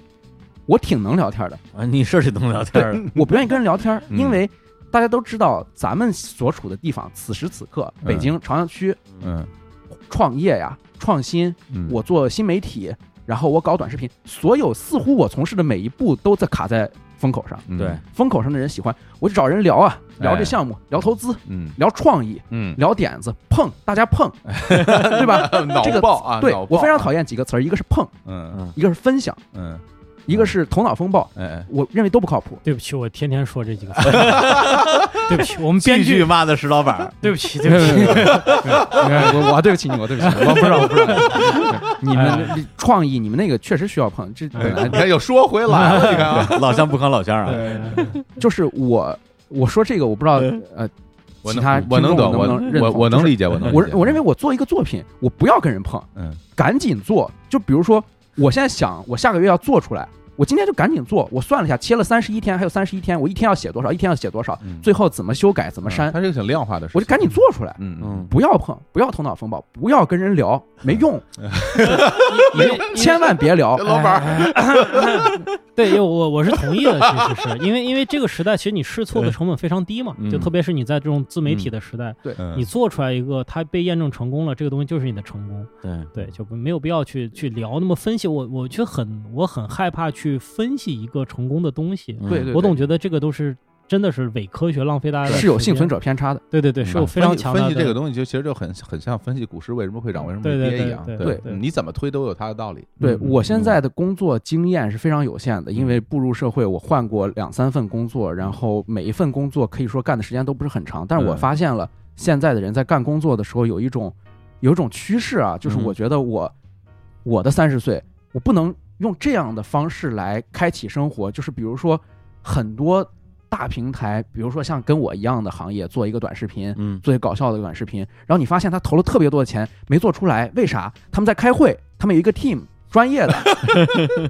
Speaker 4: 我挺能聊 天儿的，
Speaker 1: 啊，你是挺能聊天儿的，
Speaker 4: 我不愿意跟人聊天儿，
Speaker 2: 嗯
Speaker 4: 因为大家都知道咱们所处的地方，此时此刻，
Speaker 2: 嗯
Speaker 4: 北京朝阳区
Speaker 2: 嗯
Speaker 4: 创业呀、创新，
Speaker 2: 嗯，
Speaker 4: 我做新媒体，然后我搞短视频，所有似乎我从事的每一步都在卡在风口上，
Speaker 2: 嗯
Speaker 1: 对，
Speaker 4: 风口上的人喜欢，我就找人聊啊，聊
Speaker 2: 哎
Speaker 4: 这项目，聊投资，
Speaker 2: 嗯
Speaker 4: 聊创意，
Speaker 2: 嗯，
Speaker 4: 聊点子，碰，大家 碰，对吧？
Speaker 2: 脑
Speaker 4: 呃这个
Speaker 2: 爆啊，
Speaker 4: 对
Speaker 2: 脑爆
Speaker 4: 我非常讨厌几个词儿，一个是碰，
Speaker 2: 嗯
Speaker 4: 一个是分享。
Speaker 2: 嗯
Speaker 4: 一个是头脑风暴，
Speaker 2: 哎哎，
Speaker 4: 我认为都不 靠谱。
Speaker 3: 对不起，我天天说这几个词，对不起，我们编
Speaker 1: 继续
Speaker 3: 剧，
Speaker 1: 骂的石老板儿，
Speaker 3: 对不起，对不起，
Speaker 4: 我我对不起你，我对不起，我不知道，我不知道。你们创意，你们那个确实需要碰，这本
Speaker 2: 哎
Speaker 4: 来
Speaker 2: 你 看又说回来了，你看啊，
Speaker 1: 老乡不坑老乡啊，
Speaker 4: 就是我我说这个，我不知道呃，
Speaker 2: 我
Speaker 4: 其
Speaker 2: 能
Speaker 4: 他
Speaker 2: 我能
Speaker 4: 听
Speaker 2: 懂，
Speaker 4: 众能不能认
Speaker 2: 我
Speaker 4: 同
Speaker 2: 我能
Speaker 4: 就是
Speaker 2: 理解，我能理
Speaker 4: 我
Speaker 2: 解
Speaker 4: 我认为我做一个作品，我不要跟人碰，
Speaker 2: 嗯
Speaker 4: 赶紧做。就比如说，我现在想，我下个月要做出来，我今天就赶紧做。我算了一下，切了三十一天，还有三十一天，我一天要写多少，一天要写多少，
Speaker 2: 嗯
Speaker 4: 最后怎么修改，怎么删，
Speaker 2: 它是一个挺量化的事情，
Speaker 4: 我就赶紧做出来。
Speaker 2: 嗯嗯
Speaker 1: 嗯，
Speaker 4: 不要碰，不要头脑风暴，不要跟 人聊，没用，没用，千万别聊。哎
Speaker 2: 老板儿，
Speaker 3: 对，因为我我是同意的，其实是因为因为这个时代，其实你试错的成本非常低嘛，
Speaker 1: 嗯
Speaker 3: 就特别是你在这种自媒体的时代，
Speaker 2: 嗯
Speaker 3: 你做出来一个它被验证成功了，这个东西就是你的成功，
Speaker 1: 对，
Speaker 3: 对，就不没有必要去去聊那么分析，我我却很我很害怕去分析一个成功的东西，
Speaker 1: 嗯
Speaker 4: 对对
Speaker 3: 我总觉得这个都是真的是伪科学，浪费大家的
Speaker 4: 是有幸存
Speaker 3: 者。
Speaker 4: 者偏差的。
Speaker 2: 嗯
Speaker 3: 对对对，是有非常强大
Speaker 2: 分
Speaker 3: 的
Speaker 2: 析这个东西，就其实就很很像分析股市为什么会涨，为什么
Speaker 3: 对
Speaker 2: 会
Speaker 3: 对
Speaker 2: 跌
Speaker 3: 对
Speaker 2: 一样。
Speaker 3: 对
Speaker 4: 对
Speaker 3: 对
Speaker 2: 你怎么推都有它的道理。
Speaker 4: 对
Speaker 3: 嗯
Speaker 4: 我现在的工作经验是非常有限的，
Speaker 2: 嗯
Speaker 4: 因为步入社会，我换过两三份工作，然后每一份工作可以说干的时间都不是很长，但是我
Speaker 2: 嗯
Speaker 4: 发现了现在的人在干工作的时候有一种有一种趋势啊，就是
Speaker 2: 嗯
Speaker 4: 我觉得我我的三十岁，我不能用这样的方式来开启生活，就是比如说很多大平台，比如说像跟我一样的行业做一个短视频，
Speaker 1: 嗯
Speaker 4: 做一个搞笑的短视频，然后你发现他投了特别多的钱没做出来，为啥？他们在开会，他们有一个 team 专业的，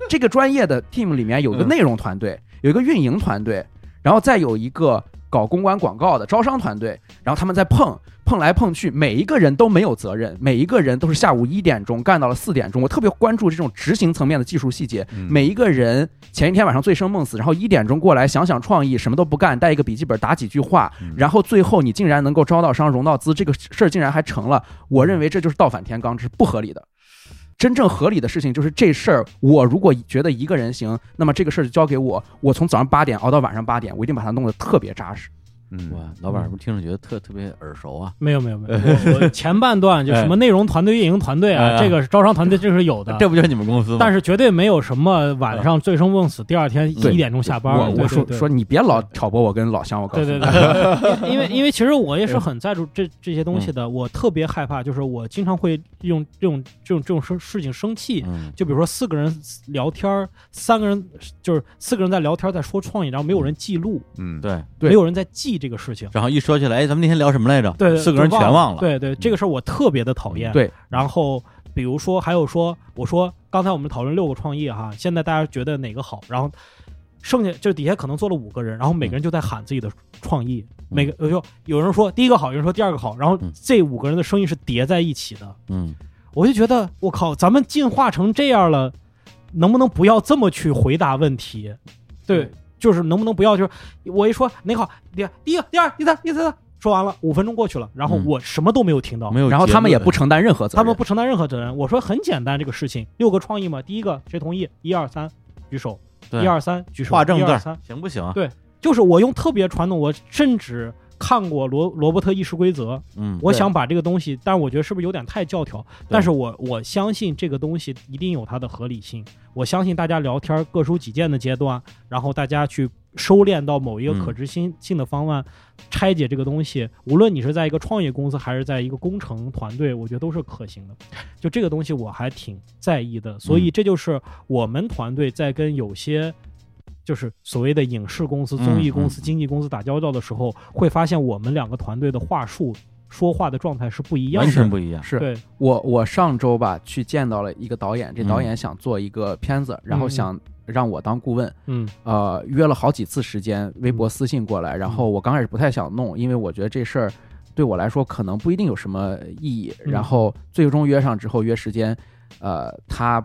Speaker 4: 这个专业的 team 里面有一个内容团队，有一个运营团队，然后再有一个搞公关广告的招商团队，然后他们在碰碰来碰去，每一个人都没有责任，每一个人都是下午一点钟干到了四点钟。我特别关注这种执行层面的技术细节，
Speaker 2: 嗯
Speaker 4: 每一个人前一天晚上醉生梦死，然后一点钟过来想想创意，什么都不干，带一个笔记本打几句话
Speaker 2: 嗯，
Speaker 4: 然后最后你竟然能够招到商、融到资，这个事儿竟然还成了，我认为这就是倒反天罡，这是不合理的。真正合理的事情就是这事儿，我如果觉得一个人行，那么这个事儿就交给我，我从早上八点熬到晚上八点，我一定把它弄得特别扎实。
Speaker 2: 嗯，
Speaker 1: 哇，老板是不是听着觉得特特别耳熟啊？
Speaker 3: 没有没有没有，我我前半段就什么内容团队、运营团队
Speaker 1: 哎
Speaker 3: 啊，这个是招商团队这是 有的，
Speaker 1: 这不就是你们公司
Speaker 4: 嗯
Speaker 1: 吗？
Speaker 3: 啊但是绝对没有什么晚上醉生梦死，第二天
Speaker 4: 对
Speaker 3: 一点钟下班
Speaker 4: 我
Speaker 3: 儿。对
Speaker 4: 我说
Speaker 3: 对对
Speaker 4: 说你别老挑拨我跟老乡，我告诉
Speaker 3: 对
Speaker 4: 你，
Speaker 3: 对对， 因为因为其实我
Speaker 4: 嗯
Speaker 3: 也是很在乎这这些东西的，我特别害怕，就是我经常会用这种这种这种事事情生气。
Speaker 1: 嗯，
Speaker 3: 就比如说四个人聊天儿，三个人就是四个人在聊天儿，在说创意，然后没有人记录，
Speaker 2: 嗯，
Speaker 1: 对，
Speaker 4: 对
Speaker 3: 没有人在记这个事情。
Speaker 1: 然后一说起来，哎，咱们那天聊什么来着？
Speaker 3: 对，对
Speaker 1: 四个人
Speaker 3: 就
Speaker 1: 全
Speaker 3: 忘
Speaker 1: 了。，
Speaker 3: 对对，这个事儿我特别的讨厌。
Speaker 4: 对，
Speaker 3: 然后比如说还有说，我说刚才我们讨论六个创意哈，现在大家觉得哪个好？然后剩下就底下可能坐了五个人，然后每个人就在喊自己的创意，每个就有人说第一个好，有人说第二个好，然后
Speaker 1: 嗯
Speaker 3: 这五个人的声音是叠在一起的，
Speaker 1: 嗯，
Speaker 3: 我就觉得我靠，咱们进化成这样了，能不能不要这么去回答问题？对
Speaker 4: 对，
Speaker 3: 就是能不能不要就是我一说哪个好，第第一个、第二、第三、第四，说完了，五分钟过去了，然后
Speaker 1: 嗯
Speaker 3: 我什么都没有听到，
Speaker 1: 没有结论。
Speaker 4: 然后他们也不承担任何责任，
Speaker 3: 他们不承担任何责任。我说很简单，这个事情六个创意嘛，第一个谁同意？一二三，举手。
Speaker 1: 对
Speaker 3: 一二三，举手。
Speaker 1: 画正
Speaker 3: 一
Speaker 1: 字
Speaker 3: 二
Speaker 1: 儿
Speaker 3: 三，
Speaker 1: 行不行啊？
Speaker 3: 对就是我用特别传统，我甚至看过罗罗伯特议事规则，
Speaker 1: 嗯，
Speaker 3: 我想把这个东西，但是我觉得是不是有点太教条？但是我我相信这个东西一定有它的合理性。我相信大家聊天各抒己见的阶段，然后大家去收敛到某一个
Speaker 1: 嗯
Speaker 3: 可执行性的方案，拆解这个东西。无论你是在一个创业公司还是在一个工程团队，我觉得都是可行的。就这个东西我还挺在意的，所
Speaker 1: 嗯
Speaker 3: 以这就是我们团队在跟有些。就是所谓的影视公司、
Speaker 1: 嗯
Speaker 3: 综艺公司、
Speaker 1: 嗯
Speaker 3: 经纪公司打交道的时候，会发现我们两个团队的话术说话的状态是不一样
Speaker 1: 完
Speaker 3: 的，
Speaker 1: 全不一样。
Speaker 4: 是
Speaker 3: 对，
Speaker 4: 我我上周吧去见到了一个导演，这
Speaker 3: 嗯
Speaker 4: 导演想做一个片子，然后想让我当顾问，
Speaker 3: 嗯
Speaker 4: 呃，约了好几次时间，微博私信过来，然
Speaker 3: 嗯
Speaker 4: 后我刚开始不太想弄，因为我觉得这事儿对我来说可能不一定有什么意义。
Speaker 3: 嗯
Speaker 4: 然后最终约上之后约时间，呃，他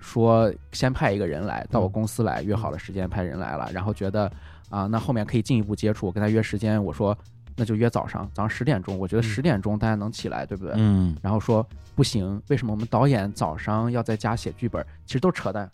Speaker 4: 说先派一个人来
Speaker 3: 嗯
Speaker 4: 到我公司来，约好了时间派人来了，然后觉得啊、那后面可以进一步接触，我跟他约时间，我说那就约早上，早上十点钟，我觉得
Speaker 3: 嗯
Speaker 4: 十点钟大家能起来，对不对？
Speaker 1: 嗯，
Speaker 4: 然后说不行，为什么我们导演早上要在家写剧本？其实都扯淡。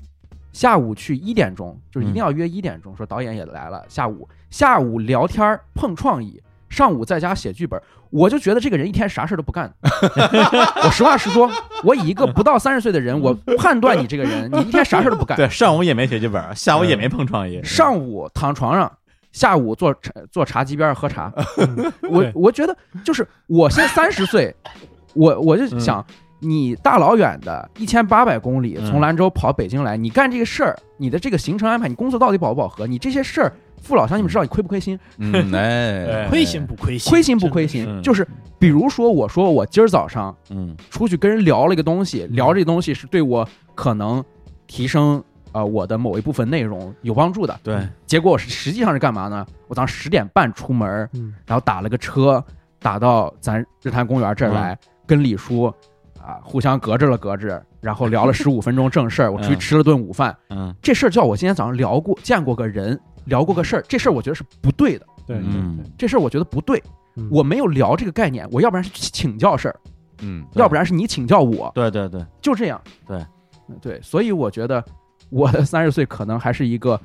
Speaker 4: 下午去一点钟，就是一定要约一点钟，说导演也来了。下午下午聊天儿碰创意，上午在家写剧本，我就觉得这个人一天啥事儿都不干。 我实话实说，我以一个不到三十岁的人，我判断你这个人，你一天啥事儿都不干。
Speaker 1: 对，上午也没写剧本，下午也没碰创意。
Speaker 4: 上午躺床上，下午坐茶坐茶几边儿 喝茶。
Speaker 3: 嗯
Speaker 4: 我
Speaker 3: 对
Speaker 4: 我觉得就是我现在三十岁，我我
Speaker 1: 嗯
Speaker 4: 就想，你大老远的一千八百公里
Speaker 1: 嗯
Speaker 4: 从兰州跑北京来，你干这个事儿，你的这个行程安排，你工作到底饱不饱和？你这些事儿，父老乡亲们知道你亏不亏心？
Speaker 2: 嗯，哎，
Speaker 3: 亏心不亏心？
Speaker 4: 亏心不亏
Speaker 1: 真的
Speaker 4: 心？
Speaker 1: 是
Speaker 4: 就是比如说，我说我今儿早上
Speaker 1: 嗯
Speaker 4: 出去跟人聊了一个东西，聊这东西是对我可能提升。呃，我的某一部分内容有帮助的，
Speaker 1: 对，
Speaker 4: 结果我是实际上是干嘛呢？我早上十点半出门，
Speaker 3: 嗯，
Speaker 4: 然后打了个车，打到咱日坛公园这儿来，
Speaker 1: 嗯
Speaker 4: 跟李叔啊互相隔着了隔着，然后聊了十五分钟 正事儿。我出去
Speaker 1: 嗯
Speaker 4: 吃了顿午饭，
Speaker 1: 嗯
Speaker 4: 这事儿叫我今天早上聊过、见过个人，聊过个事儿，这事儿我觉得是不对的，
Speaker 3: 对对
Speaker 1: 嗯
Speaker 3: 对，
Speaker 4: 这事儿我觉得不对，
Speaker 3: 嗯
Speaker 4: 我没有聊这个概念，我要不然是去请教事儿，
Speaker 2: 嗯，
Speaker 1: 对
Speaker 4: 要不然是你请教我，
Speaker 1: 对对对，
Speaker 4: 就这样。
Speaker 1: 对
Speaker 4: 嗯，对，所以我觉得我的三十岁可能还是一个，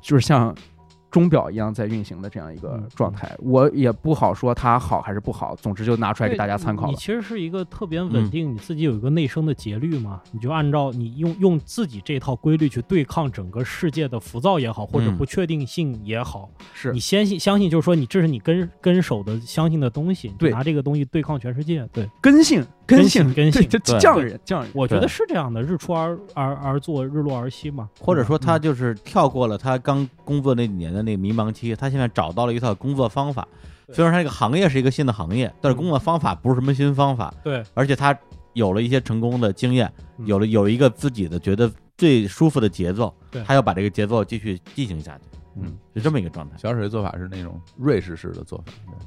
Speaker 4: 就是像钟表一样在运行的这样一个
Speaker 3: 嗯
Speaker 4: 状态。我也不好说它好还是不好，总之就拿出来给
Speaker 3: 对
Speaker 4: 大家参考
Speaker 3: 你
Speaker 4: 了
Speaker 3: 你。其实是一个特别稳定，你自己有一个内生的节律嘛，你就按照你用用自己这套规律去对抗整个世界的浮躁也好，或者
Speaker 1: 嗯
Speaker 3: 不确定性也好，
Speaker 4: 是
Speaker 3: 你先信相信，就是说你这是你根根手的相信的东西，你
Speaker 4: 对
Speaker 3: 拿这个东西对抗全世界。对，
Speaker 4: 根性，
Speaker 3: 根性
Speaker 4: 性，
Speaker 3: 根性
Speaker 4: 这
Speaker 1: 对
Speaker 4: 匠人，匠人。
Speaker 3: 我觉
Speaker 1: 对
Speaker 3: 得是这样的，日出而而而作，日落而息嘛。
Speaker 1: 或者说他
Speaker 3: 嗯
Speaker 1: 就是跳过了他刚工作那几年的那个迷茫期，他现在找到了一套工作方法。
Speaker 3: 对
Speaker 1: 虽然他这个行业是一个新的行业，但是
Speaker 3: 嗯
Speaker 1: 工作方法不是什么新方法，
Speaker 3: 对，
Speaker 1: 而且他有了一些成功的经验，
Speaker 3: 嗯
Speaker 1: 有了有一个自己的觉得最舒服的节奏
Speaker 3: 对，
Speaker 1: 他要把这个节奏继续进行下去，
Speaker 2: 嗯，
Speaker 1: 是这么一个状态。
Speaker 2: 小水的做法是那种瑞士式的做法，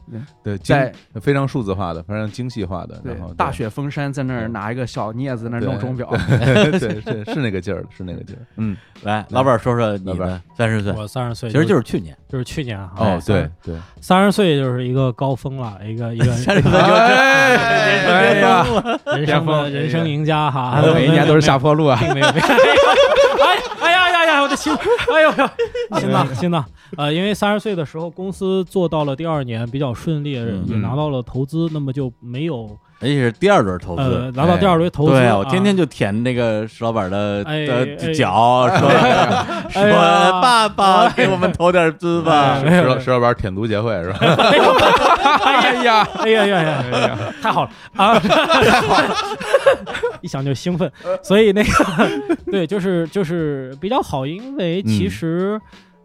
Speaker 2: 对，对
Speaker 4: 在
Speaker 2: 精非常数字化的，非常精细化的，
Speaker 4: 对
Speaker 2: 然后，
Speaker 4: 大雪封山，在那儿
Speaker 2: 嗯
Speaker 4: 拿一个小镊子，那儿
Speaker 2: 对
Speaker 4: 弄钟表，
Speaker 2: 对对是是那个劲儿，是那个 劲儿。
Speaker 1: 嗯，来，老板说说你
Speaker 2: 老
Speaker 1: 的
Speaker 2: 板
Speaker 1: 三十岁，
Speaker 3: 我三十岁，
Speaker 1: 其实就是去年，
Speaker 3: 就是去年啊哈，
Speaker 4: 哎
Speaker 2: 哦，对对，
Speaker 3: 三十岁就是一个高峰了，一个一个
Speaker 1: 三十岁
Speaker 2: 哎
Speaker 1: 就
Speaker 4: 哎呀，
Speaker 3: 人生
Speaker 4: 巅
Speaker 3: 的
Speaker 4: 峰
Speaker 3: 人生赢家哈，
Speaker 1: 哎
Speaker 4: 每一年都是下坡路 啊。
Speaker 3: 并没有。没有哎哎呀呀呀！我的心，哎呦呦，心呐心呐。呃，因为三十岁的时候，公司做到了第二年比较顺利，
Speaker 1: 嗯
Speaker 3: 也拿到了投资，那么就没有
Speaker 1: 而且是第二轮投
Speaker 3: 呃
Speaker 1: 资。哎
Speaker 3: 拿到第二轮投资。啊
Speaker 1: 对啊我天天
Speaker 3: 就
Speaker 1: 就舔那个石老板的
Speaker 3: 哎
Speaker 1: 的
Speaker 3: 哎
Speaker 1: 脚， 说
Speaker 3: 哎
Speaker 1: 说
Speaker 3: 呀哎
Speaker 1: 爸爸给我们投点资吧。
Speaker 3: 没
Speaker 2: 石
Speaker 3: 有
Speaker 2: 老石老板舔足协会是吧？
Speaker 4: 哎呀，
Speaker 3: 哎呀呀呀哎呀！太好了啊！ 一想就兴奋，所以那个 对，就是就是比较好，因为其实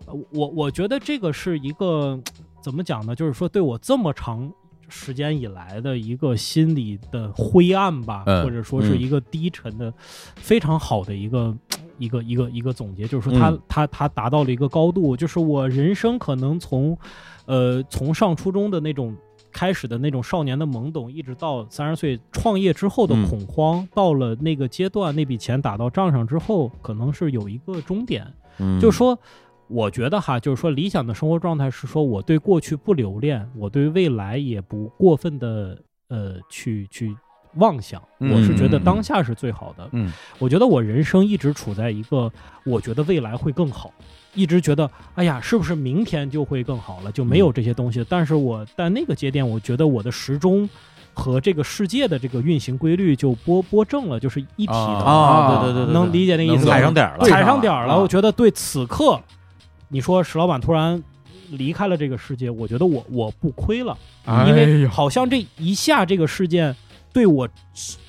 Speaker 3: 呃我我觉得这个是一个怎么讲呢？就是说对我这么长时间以来的一个心理的灰暗吧，
Speaker 2: 嗯
Speaker 3: 或者说是一个低沉的，非常好的一个。一个一个一个总结，就是说他、
Speaker 1: 嗯
Speaker 3: 他他达到了一个高度，就是我人生可能从，呃，从上初中的那种开始的那种少年的懵懂，一直到三十岁创业之后的恐慌，到了那个阶段，那笔钱打到账上之后，可能是有一个终点。
Speaker 1: 嗯
Speaker 3: 就是说，我觉得哈，就是说理想的生活状态是说，我对过去不留恋，我对未来也不过分的呃去去妄想。
Speaker 2: 嗯
Speaker 3: 我是觉得当下是最好的。
Speaker 2: 嗯，
Speaker 3: 我觉得我人生一直处在一个我觉得未来会更好，一直觉得哎呀，是不是明天就会更好了，就
Speaker 1: 嗯
Speaker 3: 没有这些东西。但是我在那个节点，我觉得我的时钟。和这个世界的这个运行规律就拨拨正了，就是一体的
Speaker 2: 啊
Speaker 1: 啊，对对对对，
Speaker 3: 能理解那意思
Speaker 1: 踩
Speaker 3: 吗？
Speaker 1: 上点儿了，
Speaker 4: 对
Speaker 3: 踩上点儿
Speaker 4: 啊
Speaker 3: 了。我觉得对此刻，你说石老板突然离开了这个世界，我觉得我我不亏了，因
Speaker 1: 哎
Speaker 3: 为好像这一下这个事件对我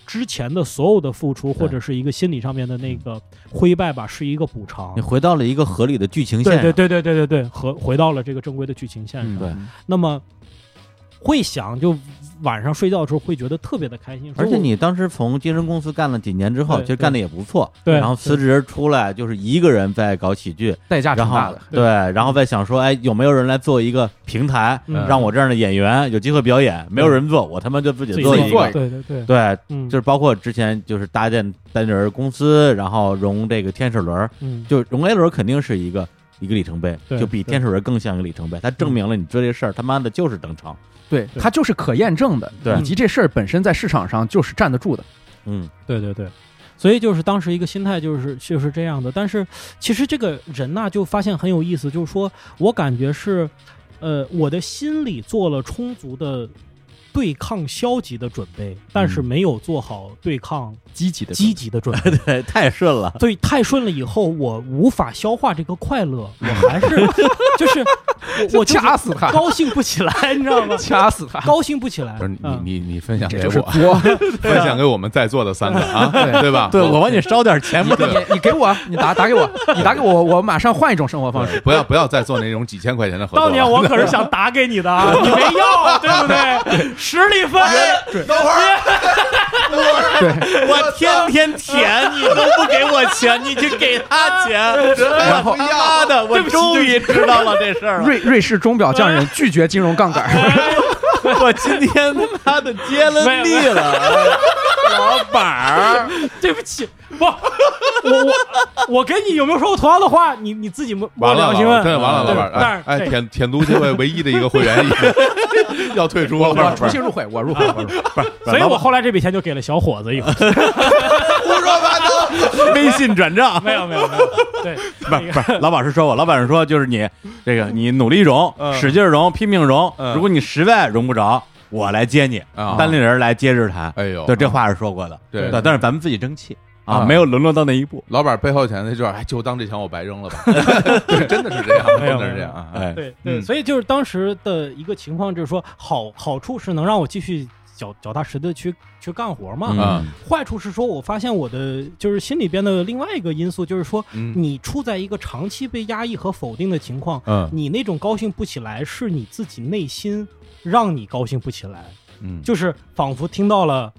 Speaker 3: 之前的所有的付出或者是一个心理上面的那个灰败吧，是一个补偿
Speaker 1: 你。回到了一个合理的剧情线
Speaker 3: 对
Speaker 1: 上，
Speaker 3: 对对对对对对，和回到了这个正规的剧情线上。嗯
Speaker 1: 对
Speaker 3: 那么会想，就晚上睡觉的时候会觉得特别的开心，
Speaker 1: 而且
Speaker 3: 说我
Speaker 1: 你当时从健身公司干了几年之后，
Speaker 3: 对
Speaker 1: 其实干的也不错，
Speaker 3: 对
Speaker 1: 然后辞职出来就是一个人在搞喜剧，
Speaker 4: 代价挺
Speaker 1: 然
Speaker 4: 大
Speaker 1: 后
Speaker 4: 的。
Speaker 1: 对，然后再想说，哎，有没有人来做一个平台，
Speaker 3: 嗯
Speaker 1: 让我这样的演员有机会表演？没有人做，我他妈就自己
Speaker 3: 自己
Speaker 1: 做一
Speaker 4: 做
Speaker 1: 个
Speaker 4: 一。
Speaker 3: 对对对，
Speaker 1: 对，
Speaker 3: 嗯，
Speaker 1: 就是包括之前就是搭建单人公司，然后融这个天使轮儿，
Speaker 3: 嗯
Speaker 1: 就融 A 轮儿肯定是一个一个里程碑，
Speaker 3: 对
Speaker 1: 就比
Speaker 3: 对
Speaker 1: 天使轮儿更像一个里程碑。它证明了你做这事儿，他妈的就是能成。
Speaker 4: 对，
Speaker 3: 对
Speaker 4: 它就是可验证的，
Speaker 1: 对
Speaker 4: 以及这事儿本身在市场上就是站得住的。
Speaker 1: 嗯，
Speaker 3: 对对对，所以就是当时一个心态就是就是这样的。但是其实这个人呐、就发现很有意思，就是说我感觉是，呃，我的心里做了充足的对抗消极的准备，但是
Speaker 1: 嗯
Speaker 3: 没有做好对抗
Speaker 4: 积极的
Speaker 3: 积极的准备。
Speaker 1: 对，太顺了。
Speaker 3: 所以太顺了以后，我无法消化这个快乐，我还是就是我我就是
Speaker 4: 掐死他，？
Speaker 3: 高兴不起来，你知道吗
Speaker 4: 掐死他。
Speaker 3: 高兴不起来。
Speaker 2: 不是你
Speaker 3: 嗯
Speaker 2: 你你分享
Speaker 4: 这
Speaker 2: 给
Speaker 4: 就是
Speaker 2: 我，
Speaker 4: 作，
Speaker 2: 分享给我们在座的三个啊，
Speaker 4: 对
Speaker 2: 对吧？
Speaker 1: 对我 帮你烧点钱不
Speaker 4: 你
Speaker 1: 是？
Speaker 4: 你你给我，你打打给我，你打给我，我马上换一种生活方式。
Speaker 2: 不要不要再做那种几千块钱的合作
Speaker 3: 当
Speaker 2: 了。
Speaker 3: 年我可是想打给你 的，啊，你没要，对不对？十里芬，
Speaker 1: 我天天舔你都不给我钱，你去给他钱，
Speaker 4: 然后
Speaker 1: 他妈的，我终于知道了这事儿了。
Speaker 4: 瑞瑞士钟表匠人拒绝金融杠杆，
Speaker 1: 我今天他妈的接了
Speaker 3: 没
Speaker 1: 力
Speaker 3: 有
Speaker 1: 了，老板
Speaker 2: 哎
Speaker 1: 儿，
Speaker 3: 对不起，不， 我我我跟你有没有说过同样的话？你你自己摸摸
Speaker 2: 完了，
Speaker 3: 良
Speaker 2: 老
Speaker 3: 心
Speaker 2: 板真
Speaker 3: 问。
Speaker 2: 的完了，老板
Speaker 3: 但
Speaker 2: 儿
Speaker 3: 是，
Speaker 2: 哎，
Speaker 3: 对
Speaker 2: 舔舔足协会唯一的一个会员也 要退出了，
Speaker 4: 我
Speaker 2: 不
Speaker 4: 重
Speaker 2: 是
Speaker 4: 新入会，我入会，我入会。
Speaker 3: 所以我后来这笔钱就给了小伙子一个。
Speaker 2: 胡说八道，
Speaker 1: 微信转账。
Speaker 3: 没有没有没有，对，
Speaker 1: 不 是不是，老板是说我，老板是说就是你这个你努力融，
Speaker 2: 嗯
Speaker 1: 使劲融，拼命融
Speaker 2: 嗯。
Speaker 1: 如果你实在融不着，我来接你，
Speaker 2: 啊
Speaker 1: 单立人来接日坛。
Speaker 2: 哎呦，
Speaker 1: 对，这话是说过的。
Speaker 2: 对
Speaker 1: 但是咱们自己争气啊，
Speaker 2: 啊
Speaker 1: 没有沦落到那一步。
Speaker 2: 老板背后钱那句话，哎，就当这钱我白扔了吧， 对真的是这样，
Speaker 3: 没有
Speaker 2: 真的是这样啊。
Speaker 1: 哎，
Speaker 3: 对对，
Speaker 2: 嗯
Speaker 3: 所以就是当时的一个情况，就是说好好处是能让我继续脚脚踏实地去去干活嘛，
Speaker 1: 嗯
Speaker 3: 坏处是说我发现我的就是心里边的另外一个因素，就是说
Speaker 2: 嗯
Speaker 3: 你处在一个长期被压抑和否定的情况，
Speaker 2: 嗯
Speaker 3: 你那种高兴不起来是你自己内心让你高兴不起来，
Speaker 2: 嗯，
Speaker 3: 就是仿佛听到了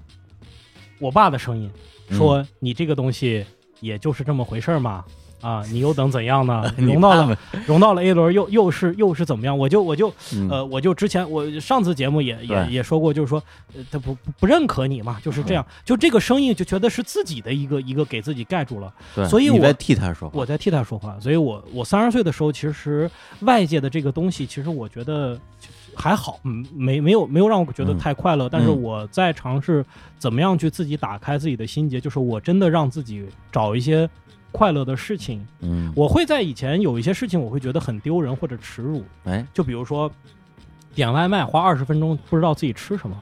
Speaker 3: 我爸的声音，
Speaker 1: 嗯？
Speaker 3: 说你这个东西也就是这么回事儿嘛。啊，你又能怎样呢
Speaker 1: 你
Speaker 3: 融到
Speaker 1: 爸
Speaker 3: 了，融到了 A 轮，又又是又是怎么样？我就我就
Speaker 1: 嗯
Speaker 3: 呃，我就之前我上次节目也也
Speaker 1: 对
Speaker 3: 也说过，就是说，呃，他不不不认可你嘛，就是这样，
Speaker 1: 嗯
Speaker 3: 就这个声音就觉得是自己的一个一个给自己盖住了。
Speaker 1: 对
Speaker 3: 所以
Speaker 1: 你
Speaker 3: 我
Speaker 1: 在替他说话。
Speaker 3: 我在替他说话，所以我我三十岁的时候，其实外界的这个东西，其实我觉得还好，嗯，没没有没有让我觉得
Speaker 1: 嗯
Speaker 3: 太快乐，但是
Speaker 1: 嗯
Speaker 3: 我在尝试怎么样去自己打开自己的心结，就是我真的让自己找一些快乐的事情。
Speaker 1: 嗯，
Speaker 3: 我会在以前有一些事情，我会觉得很丢人或者耻辱，
Speaker 1: 哎，
Speaker 3: 就比如说点外卖花二十分钟不知道自己吃什么，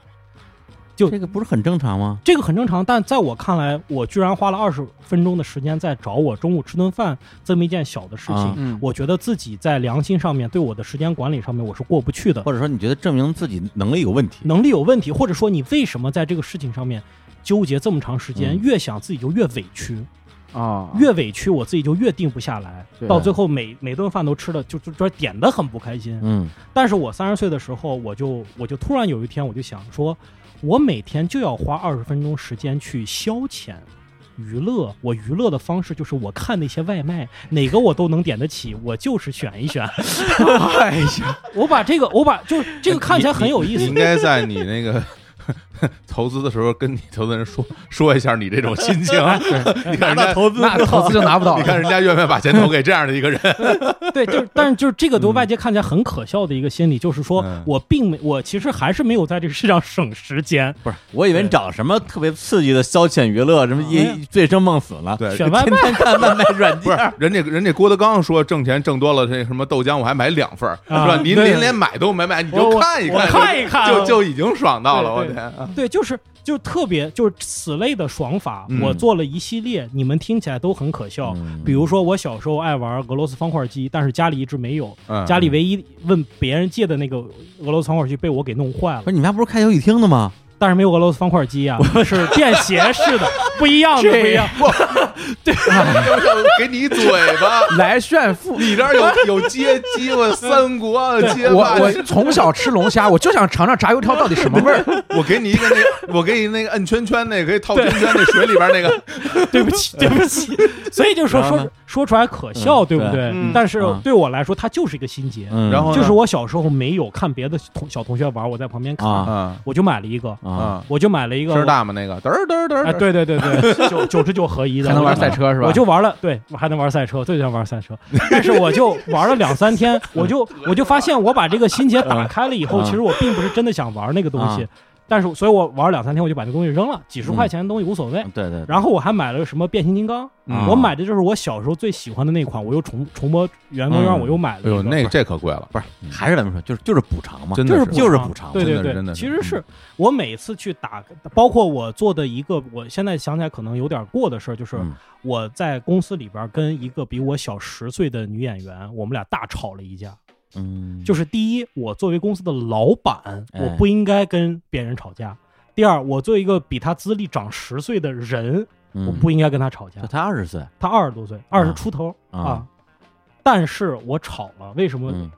Speaker 3: 就
Speaker 1: 这个不是很正常吗？
Speaker 3: 这个很正常。但在我看来，我居然花了二十分钟的时间在找我中午吃顿饭这么一件小的事情，
Speaker 1: 啊
Speaker 4: 嗯，
Speaker 3: 我觉得自己在良心上面对我的时间管理上面我是过不去的，
Speaker 1: 或者说你觉得证明自己能力有问题？
Speaker 3: 能力有问题，或者说你为什么在这个事情上面？纠结这么长时间，
Speaker 1: 嗯
Speaker 3: 越想自己就越委屈，
Speaker 4: 啊，
Speaker 3: 越委屈我自己就越定不下来，
Speaker 4: 对
Speaker 3: 到最后每每顿饭都吃的就就就点的很不开心。
Speaker 1: 嗯
Speaker 3: 但是我三十岁的时候，我就我就突然有一天，我就想说，我每天就要花二十分钟时间去消遣。娱乐，我娱乐的方式就是我看那些外卖，哪个我都能点得起，我就是选一选。
Speaker 4: 哎呀，
Speaker 3: 我把这个，我把就是这个看起来很有意
Speaker 2: 哎你
Speaker 3: 思
Speaker 2: 应，该在你那个 投资的时候跟你投资人说说一下你这种心情，啊
Speaker 3: 哎
Speaker 2: 你看人家
Speaker 1: 投资
Speaker 4: 那投资就拿不到
Speaker 2: 你
Speaker 4: 了。
Speaker 2: 看人家愿不愿意把钱投给这样的一个人？
Speaker 3: 对，就是，但是就是这个对外界看起来很可笑的一个心理，就是说
Speaker 2: 嗯
Speaker 3: 我并没，我其实还是没有在这个世上省时间，
Speaker 1: 不是，我以为你找什么特别刺激的消遣娱乐，什么
Speaker 3: 没有
Speaker 1: 一醉生梦死了，
Speaker 2: 对，
Speaker 3: 选哎外卖
Speaker 1: 天看外卖软
Speaker 2: 不是
Speaker 1: 件。
Speaker 2: 人家人家郭德纲说挣钱挣多了，这什么豆浆我还买两份儿，是
Speaker 3: 啊
Speaker 2: 吧？您
Speaker 3: 对
Speaker 2: 您连买都没买，你
Speaker 3: 我
Speaker 2: 就
Speaker 3: 我
Speaker 2: 看一
Speaker 3: 我
Speaker 2: 看，
Speaker 3: 看一看啊
Speaker 2: 就就已经爽到了，我
Speaker 3: 对对
Speaker 2: 天！啊
Speaker 3: 对，就是就特别就是此类的爽法，
Speaker 2: 嗯
Speaker 3: 我做了一系列，你们听起来都很可笑。
Speaker 1: 嗯
Speaker 3: 比如说，我小时候爱玩俄罗斯方块机，但是家里一直没有，
Speaker 2: 嗯
Speaker 3: 家里唯一问别人借的那个俄罗斯方块机被我给弄坏了
Speaker 1: 不，是你们家不是开游戏厅的吗？
Speaker 3: 但是没有俄罗斯方块机啊，是便携式的，不一样的，不 一样。
Speaker 2: 给你一嘴巴，
Speaker 4: 来炫富，
Speaker 2: 你这儿有有街机，我三国啊街
Speaker 4: 我
Speaker 2: 霸，
Speaker 4: 我从小吃龙虾，我就想尝尝炸油条到底什么味儿。
Speaker 2: 我给你一个那个，我给你那个摁圈圈那个可以套圈圈那水里边那个，
Speaker 3: 对不起，对不起。所以就说
Speaker 1: 然后呢
Speaker 3: 说说出来可笑，
Speaker 1: 嗯
Speaker 3: 对不
Speaker 1: 对
Speaker 3: 对？
Speaker 2: 嗯
Speaker 3: 但是
Speaker 1: 嗯
Speaker 3: 对我来说，它就是一个心结，
Speaker 1: 嗯，
Speaker 2: 然后
Speaker 3: 就是
Speaker 2: 我
Speaker 3: 我小时候没有看别的同小同学玩，我在旁边看，
Speaker 1: 啊
Speaker 2: 啊
Speaker 3: 我就买了一个，
Speaker 1: 啊，
Speaker 2: 啊，
Speaker 3: 我就买了一个
Speaker 2: 声儿大吗？那个嘚儿嘚儿嘚
Speaker 3: 哎，
Speaker 2: 儿，
Speaker 3: 对对对对，九九十九合一的，
Speaker 4: 才能玩
Speaker 3: 我就
Speaker 4: 赛车是吧？
Speaker 3: 我就玩了，对，我还能玩赛车，最喜欢玩赛车。但是我就玩了两三天，我就我就发现我把这个心结打开了以后，
Speaker 1: 嗯
Speaker 3: 其实我并不是真的想玩那个东西，但是所以我玩了两三天，我就把这东西扔了，几十块钱的东西无所谓。
Speaker 1: 对对，
Speaker 3: 然后我还买了个什么变形金刚，
Speaker 1: 嗯
Speaker 3: 我买的就是我小时候最喜欢的那款，我又重重播原公园，
Speaker 1: 嗯
Speaker 3: 我又买了一
Speaker 2: 哎
Speaker 3: 个。
Speaker 2: 呦，那个这可贵了，不是，
Speaker 1: 还是咱们说，就是就是补偿嘛，
Speaker 2: 真的
Speaker 3: 就是
Speaker 2: 是
Speaker 1: 就是嗯
Speaker 3: 偿
Speaker 1: 补偿
Speaker 3: 对对
Speaker 2: 真的是
Speaker 3: 对，
Speaker 2: 真的是
Speaker 3: 其实是我每次去打，包括我做的一个，我现在想起来可能有点过的事儿，就是
Speaker 1: 嗯
Speaker 3: 我在公司里边跟一个比我小十岁的女演员，我们俩大吵了一架。
Speaker 1: 嗯，
Speaker 3: 就是第一，我作为公司的老板，
Speaker 1: 哎
Speaker 3: 我不应该跟别人吵架；第二，我作为一个比他资历长十岁的人，
Speaker 1: 嗯
Speaker 3: 我不应该跟他吵架
Speaker 1: 就。他二十岁
Speaker 3: 他二十多岁，二十出头
Speaker 1: 啊
Speaker 3: 啊。但是我吵了，为什么？
Speaker 1: 嗯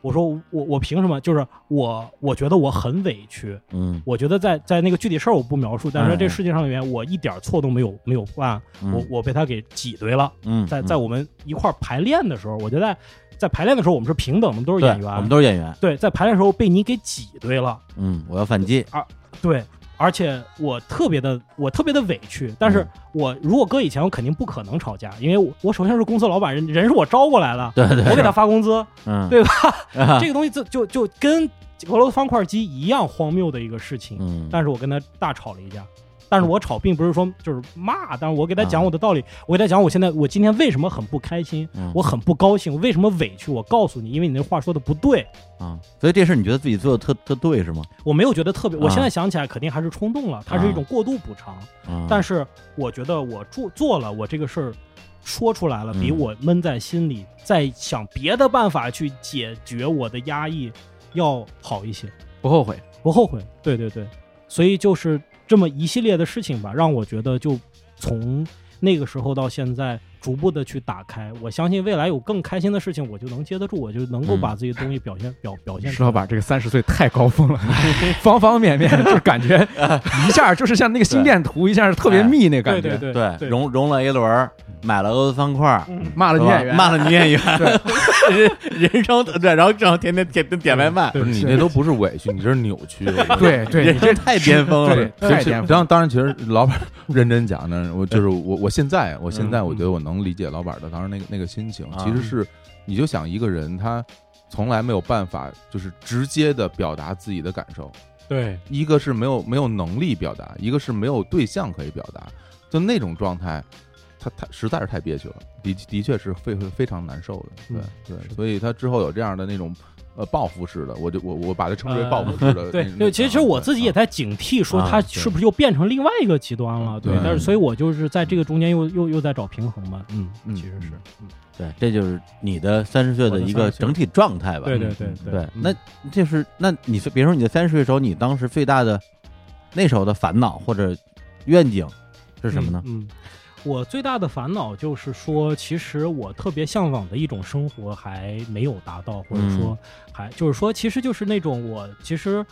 Speaker 3: 我说我我凭什么？就是我我觉得我很委屈，
Speaker 1: 嗯，
Speaker 3: 我觉得在在那个具体事儿我不描述，但
Speaker 1: 哎
Speaker 3: 是这世界上面我一点错都没有没有犯，
Speaker 1: 嗯
Speaker 3: 我我被他给挤兑了。
Speaker 1: 嗯
Speaker 3: 在
Speaker 1: 嗯
Speaker 3: 在我们一块儿排练的时候，我觉得在在排练的时候我们是平等的，我们都是
Speaker 1: 对
Speaker 3: 演员，
Speaker 1: 我们都是演员，
Speaker 3: 对，在排练的时候被你给挤兑了，
Speaker 1: 嗯，我要反击，
Speaker 3: 对。而且我特别的，我特别的委屈。但是
Speaker 1: 嗯
Speaker 3: 我如果搁以前，我肯定不可能吵架，因为我我首先是公司老板，人人是我招过来了，
Speaker 1: 对对，
Speaker 3: 我给他发工资，
Speaker 1: 嗯
Speaker 3: 对吧？
Speaker 1: 啊
Speaker 3: 这个东西就就就跟俄罗斯方块机一样荒谬的一个事情。
Speaker 1: 嗯，
Speaker 3: 但是我跟他大吵了一架，但是我吵并不是说就是骂，
Speaker 1: 嗯
Speaker 3: 但是我给他讲我的道理，我给他讲我现在我今天为什么很不开心，
Speaker 1: 嗯
Speaker 3: 我很不高兴，为什么委屈，我告诉你，因为你那话说的不对，
Speaker 1: 啊，所以这事儿你觉得自己做的特特对是吗？
Speaker 3: 我没有觉得特别，我
Speaker 1: 啊
Speaker 3: 现在想起来肯定还是冲动
Speaker 1: 嗯
Speaker 3: 了，它是一种过度补偿，
Speaker 1: 啊，
Speaker 3: 但
Speaker 1: 是
Speaker 3: 是我觉得我做做了，我这个事儿说出来了，
Speaker 1: 嗯
Speaker 3: 比我闷在心里，再想别的办法去解决我的压抑要好一些，
Speaker 4: 不后悔。
Speaker 3: 不后悔。对对对，所以就是这么一系列的事情吧，让我觉得就从那个时候到现在。逐步的去打开，我相信未来有更开心的事情，我就能接得住，我就能够
Speaker 1: 嗯
Speaker 3: 把自己的东西表现、表表现出
Speaker 4: 石
Speaker 3: 来。
Speaker 4: 老板这个三十岁太高峰了，方方面面就是感觉一下就是像那个心电图一下是特别密那感
Speaker 3: 对
Speaker 4: 觉。
Speaker 3: 对对
Speaker 1: 对，融融了一轮儿，买了俄罗斯方块儿，
Speaker 3: 嗯
Speaker 4: 骂了女
Speaker 1: 是吧
Speaker 4: 演员，
Speaker 1: 骂了女演员， 人人生对，然后正好天天点点外卖，
Speaker 2: 不是你那都不是委屈，你这是扭曲。我觉得
Speaker 4: 对对，
Speaker 1: 人
Speaker 4: 你这
Speaker 1: 生太巅峰了
Speaker 4: 对。太
Speaker 2: 其
Speaker 4: 颠
Speaker 2: 实
Speaker 4: 覆了。
Speaker 2: 当当然，其实老板 认真讲呢，我就是我，我现在，我现
Speaker 3: 嗯
Speaker 2: 在我觉得我能理解老板的当时那个那个心情，
Speaker 1: 啊
Speaker 2: 其实是你就想一个人他从来没有办法就是直接的表达自己的感受，
Speaker 3: 对，
Speaker 2: 一个是没有没有能力表达，一个是没有对象可以表达，就那种状态，他他实在是太憋屈了，的的确是非非常难受
Speaker 3: 嗯
Speaker 2: 的，对对，所以他之后有这样的那种呃报复式的，我就我我把它称之为报复式的那，
Speaker 3: 呃 对
Speaker 2: 那，啊
Speaker 3: 对，其实其实我自己也
Speaker 2: 对
Speaker 3: 在警惕，说
Speaker 1: 啊
Speaker 3: 他
Speaker 1: 对
Speaker 3: 是不是又变成另外一个极端了？对
Speaker 2: 对，
Speaker 3: 但是所以我就是在这个中间又又又在找平衡嘛。嗯，
Speaker 2: 嗯
Speaker 3: 其实是，
Speaker 1: 对，这就是你的三十岁的一个整体状态吧。嗯
Speaker 3: 对对对嗯
Speaker 1: 对，那就是那你说，比如说你在三十岁的时候，你当时最大的那时候的烦恼或者愿景是
Speaker 3: 是
Speaker 1: 什么呢？
Speaker 3: 嗯，嗯我最大的烦恼就是说，其实我特别向往的一种生活还没有达到，或者说
Speaker 1: 嗯
Speaker 3: 还就是说，其实就是那种我其实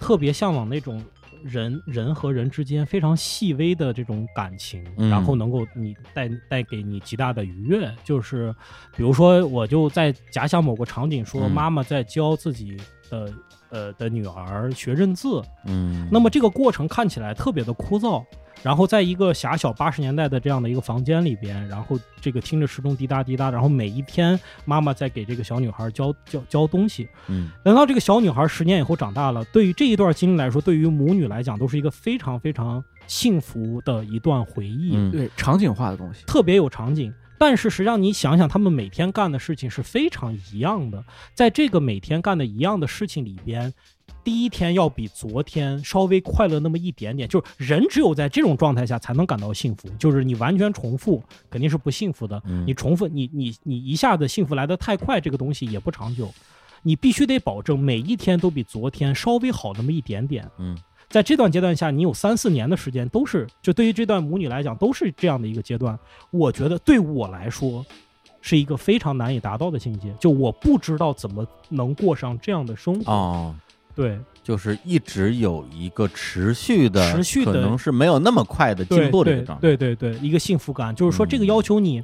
Speaker 3: 特别向往那种。人人和人之间非常细微的这种感情，
Speaker 1: 嗯
Speaker 3: 然后能够你带带给你极大的愉悦，就是比如说，我就在假想某个场景说，
Speaker 1: 嗯
Speaker 3: 妈妈在教自己的呃的女儿学认字，
Speaker 1: 嗯，
Speaker 3: 那么这个过程看起来特别的枯燥，然后在一个狭小八十年代的这样的一个房间里边，然后这个听着时钟滴答滴答，然后每一天妈妈在给这个小女孩教教教东西。
Speaker 1: 嗯
Speaker 3: 等到这个小女孩十年以后长大了，对于这一段经历来说，对于母女来讲都是一个非常非常幸福的一段回忆。
Speaker 1: 嗯
Speaker 4: 对场景化的东西，
Speaker 3: 特别有场景。但是实际上，你想想，他们每天干的事情是非常一样的。在这个每天干的一样的事情里边，第一天要比昨天稍微快乐那么一点点。就是人只有在这种状态下才能感到幸福。就是你完全重复肯定是不幸福的。
Speaker 1: 嗯
Speaker 3: 你重复，你你你一下子幸福来得太快，这个东西也不长久。你必须得保证每一天都比昨天稍微好那么一点点。
Speaker 1: 嗯
Speaker 3: 在这段阶段下，你有三四年的时间都是，就对于这段母女来讲都是这样的一个阶段。我觉得对我来说，是一个非常难以达到的境界。就我不知道怎么能过上这样的生活。
Speaker 1: 哦，
Speaker 3: 对
Speaker 1: 就是一直有一个持续的，
Speaker 3: 持续的
Speaker 1: 可能是没有那么快的
Speaker 3: 对
Speaker 1: 进步的一
Speaker 3: 对
Speaker 1: 个状态。
Speaker 3: 对对对，一个幸福感，就是说
Speaker 1: 嗯
Speaker 3: 这个要求你，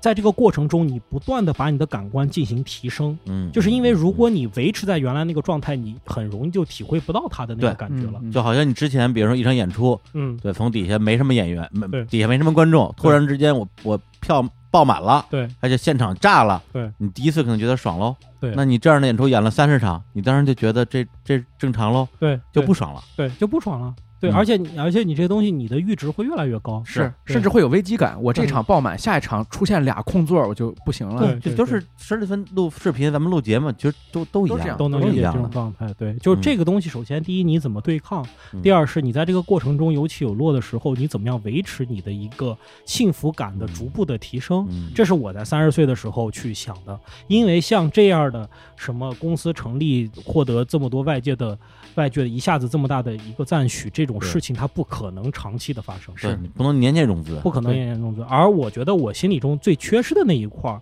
Speaker 3: 在这个过程中，你不断的把你的感官进行提升。
Speaker 1: 嗯，
Speaker 3: 就是因为如果你维持在原来那个状态，你很容易就体会不到它的那个
Speaker 1: 对
Speaker 3: 感觉了。
Speaker 4: 嗯
Speaker 1: 嗯就好像你之前，比如说一场演出，
Speaker 3: 嗯，
Speaker 1: 对，从底下没什么演员，没
Speaker 3: 对
Speaker 1: 底下没什么观众，突然之间我我票爆满了，
Speaker 3: 对
Speaker 1: 而且现场炸了，
Speaker 3: 对，
Speaker 1: 你第一次可能觉得爽喽，
Speaker 3: 对
Speaker 1: 那你这样的演出演了三十场，你当然就觉得这这正常喽，
Speaker 3: 对，
Speaker 1: 就
Speaker 3: 对
Speaker 1: 不爽了，
Speaker 3: 对，就不爽了。对，
Speaker 1: 嗯
Speaker 3: 而且你而且你这东西，你的阈值会越来越高。
Speaker 1: 是
Speaker 3: 对
Speaker 4: 甚至会有危机感。我这场爆满，下一场出现俩空座，我就不行了。
Speaker 3: 对
Speaker 1: 这都是十几分录视频，咱们录节目其实都都一
Speaker 4: 都这
Speaker 1: 样，
Speaker 4: 样
Speaker 3: 都能
Speaker 1: 都
Speaker 3: 理
Speaker 1: 一
Speaker 3: 解这
Speaker 1: 样
Speaker 3: 种
Speaker 1: 的，
Speaker 3: 状态。对，就是
Speaker 1: 嗯
Speaker 3: 这个东西，首先第一你怎么对抗，
Speaker 1: 嗯
Speaker 3: 第二是你在这个过程中有起有落的时候，你怎么样维持你的一个幸福感的逐步的提升。
Speaker 1: 嗯，
Speaker 3: 这是我在三十岁的时候去想的，因为像这样的什么公司成立，获得这么多外界的外界的一下子这么大的一个赞许，这种
Speaker 1: 对
Speaker 3: 事情它不可能长期的发生。
Speaker 1: 对你不能年年融资，
Speaker 3: 不可能
Speaker 1: 对
Speaker 3: 言言中资。而我觉得我心里中最缺失的那一块儿，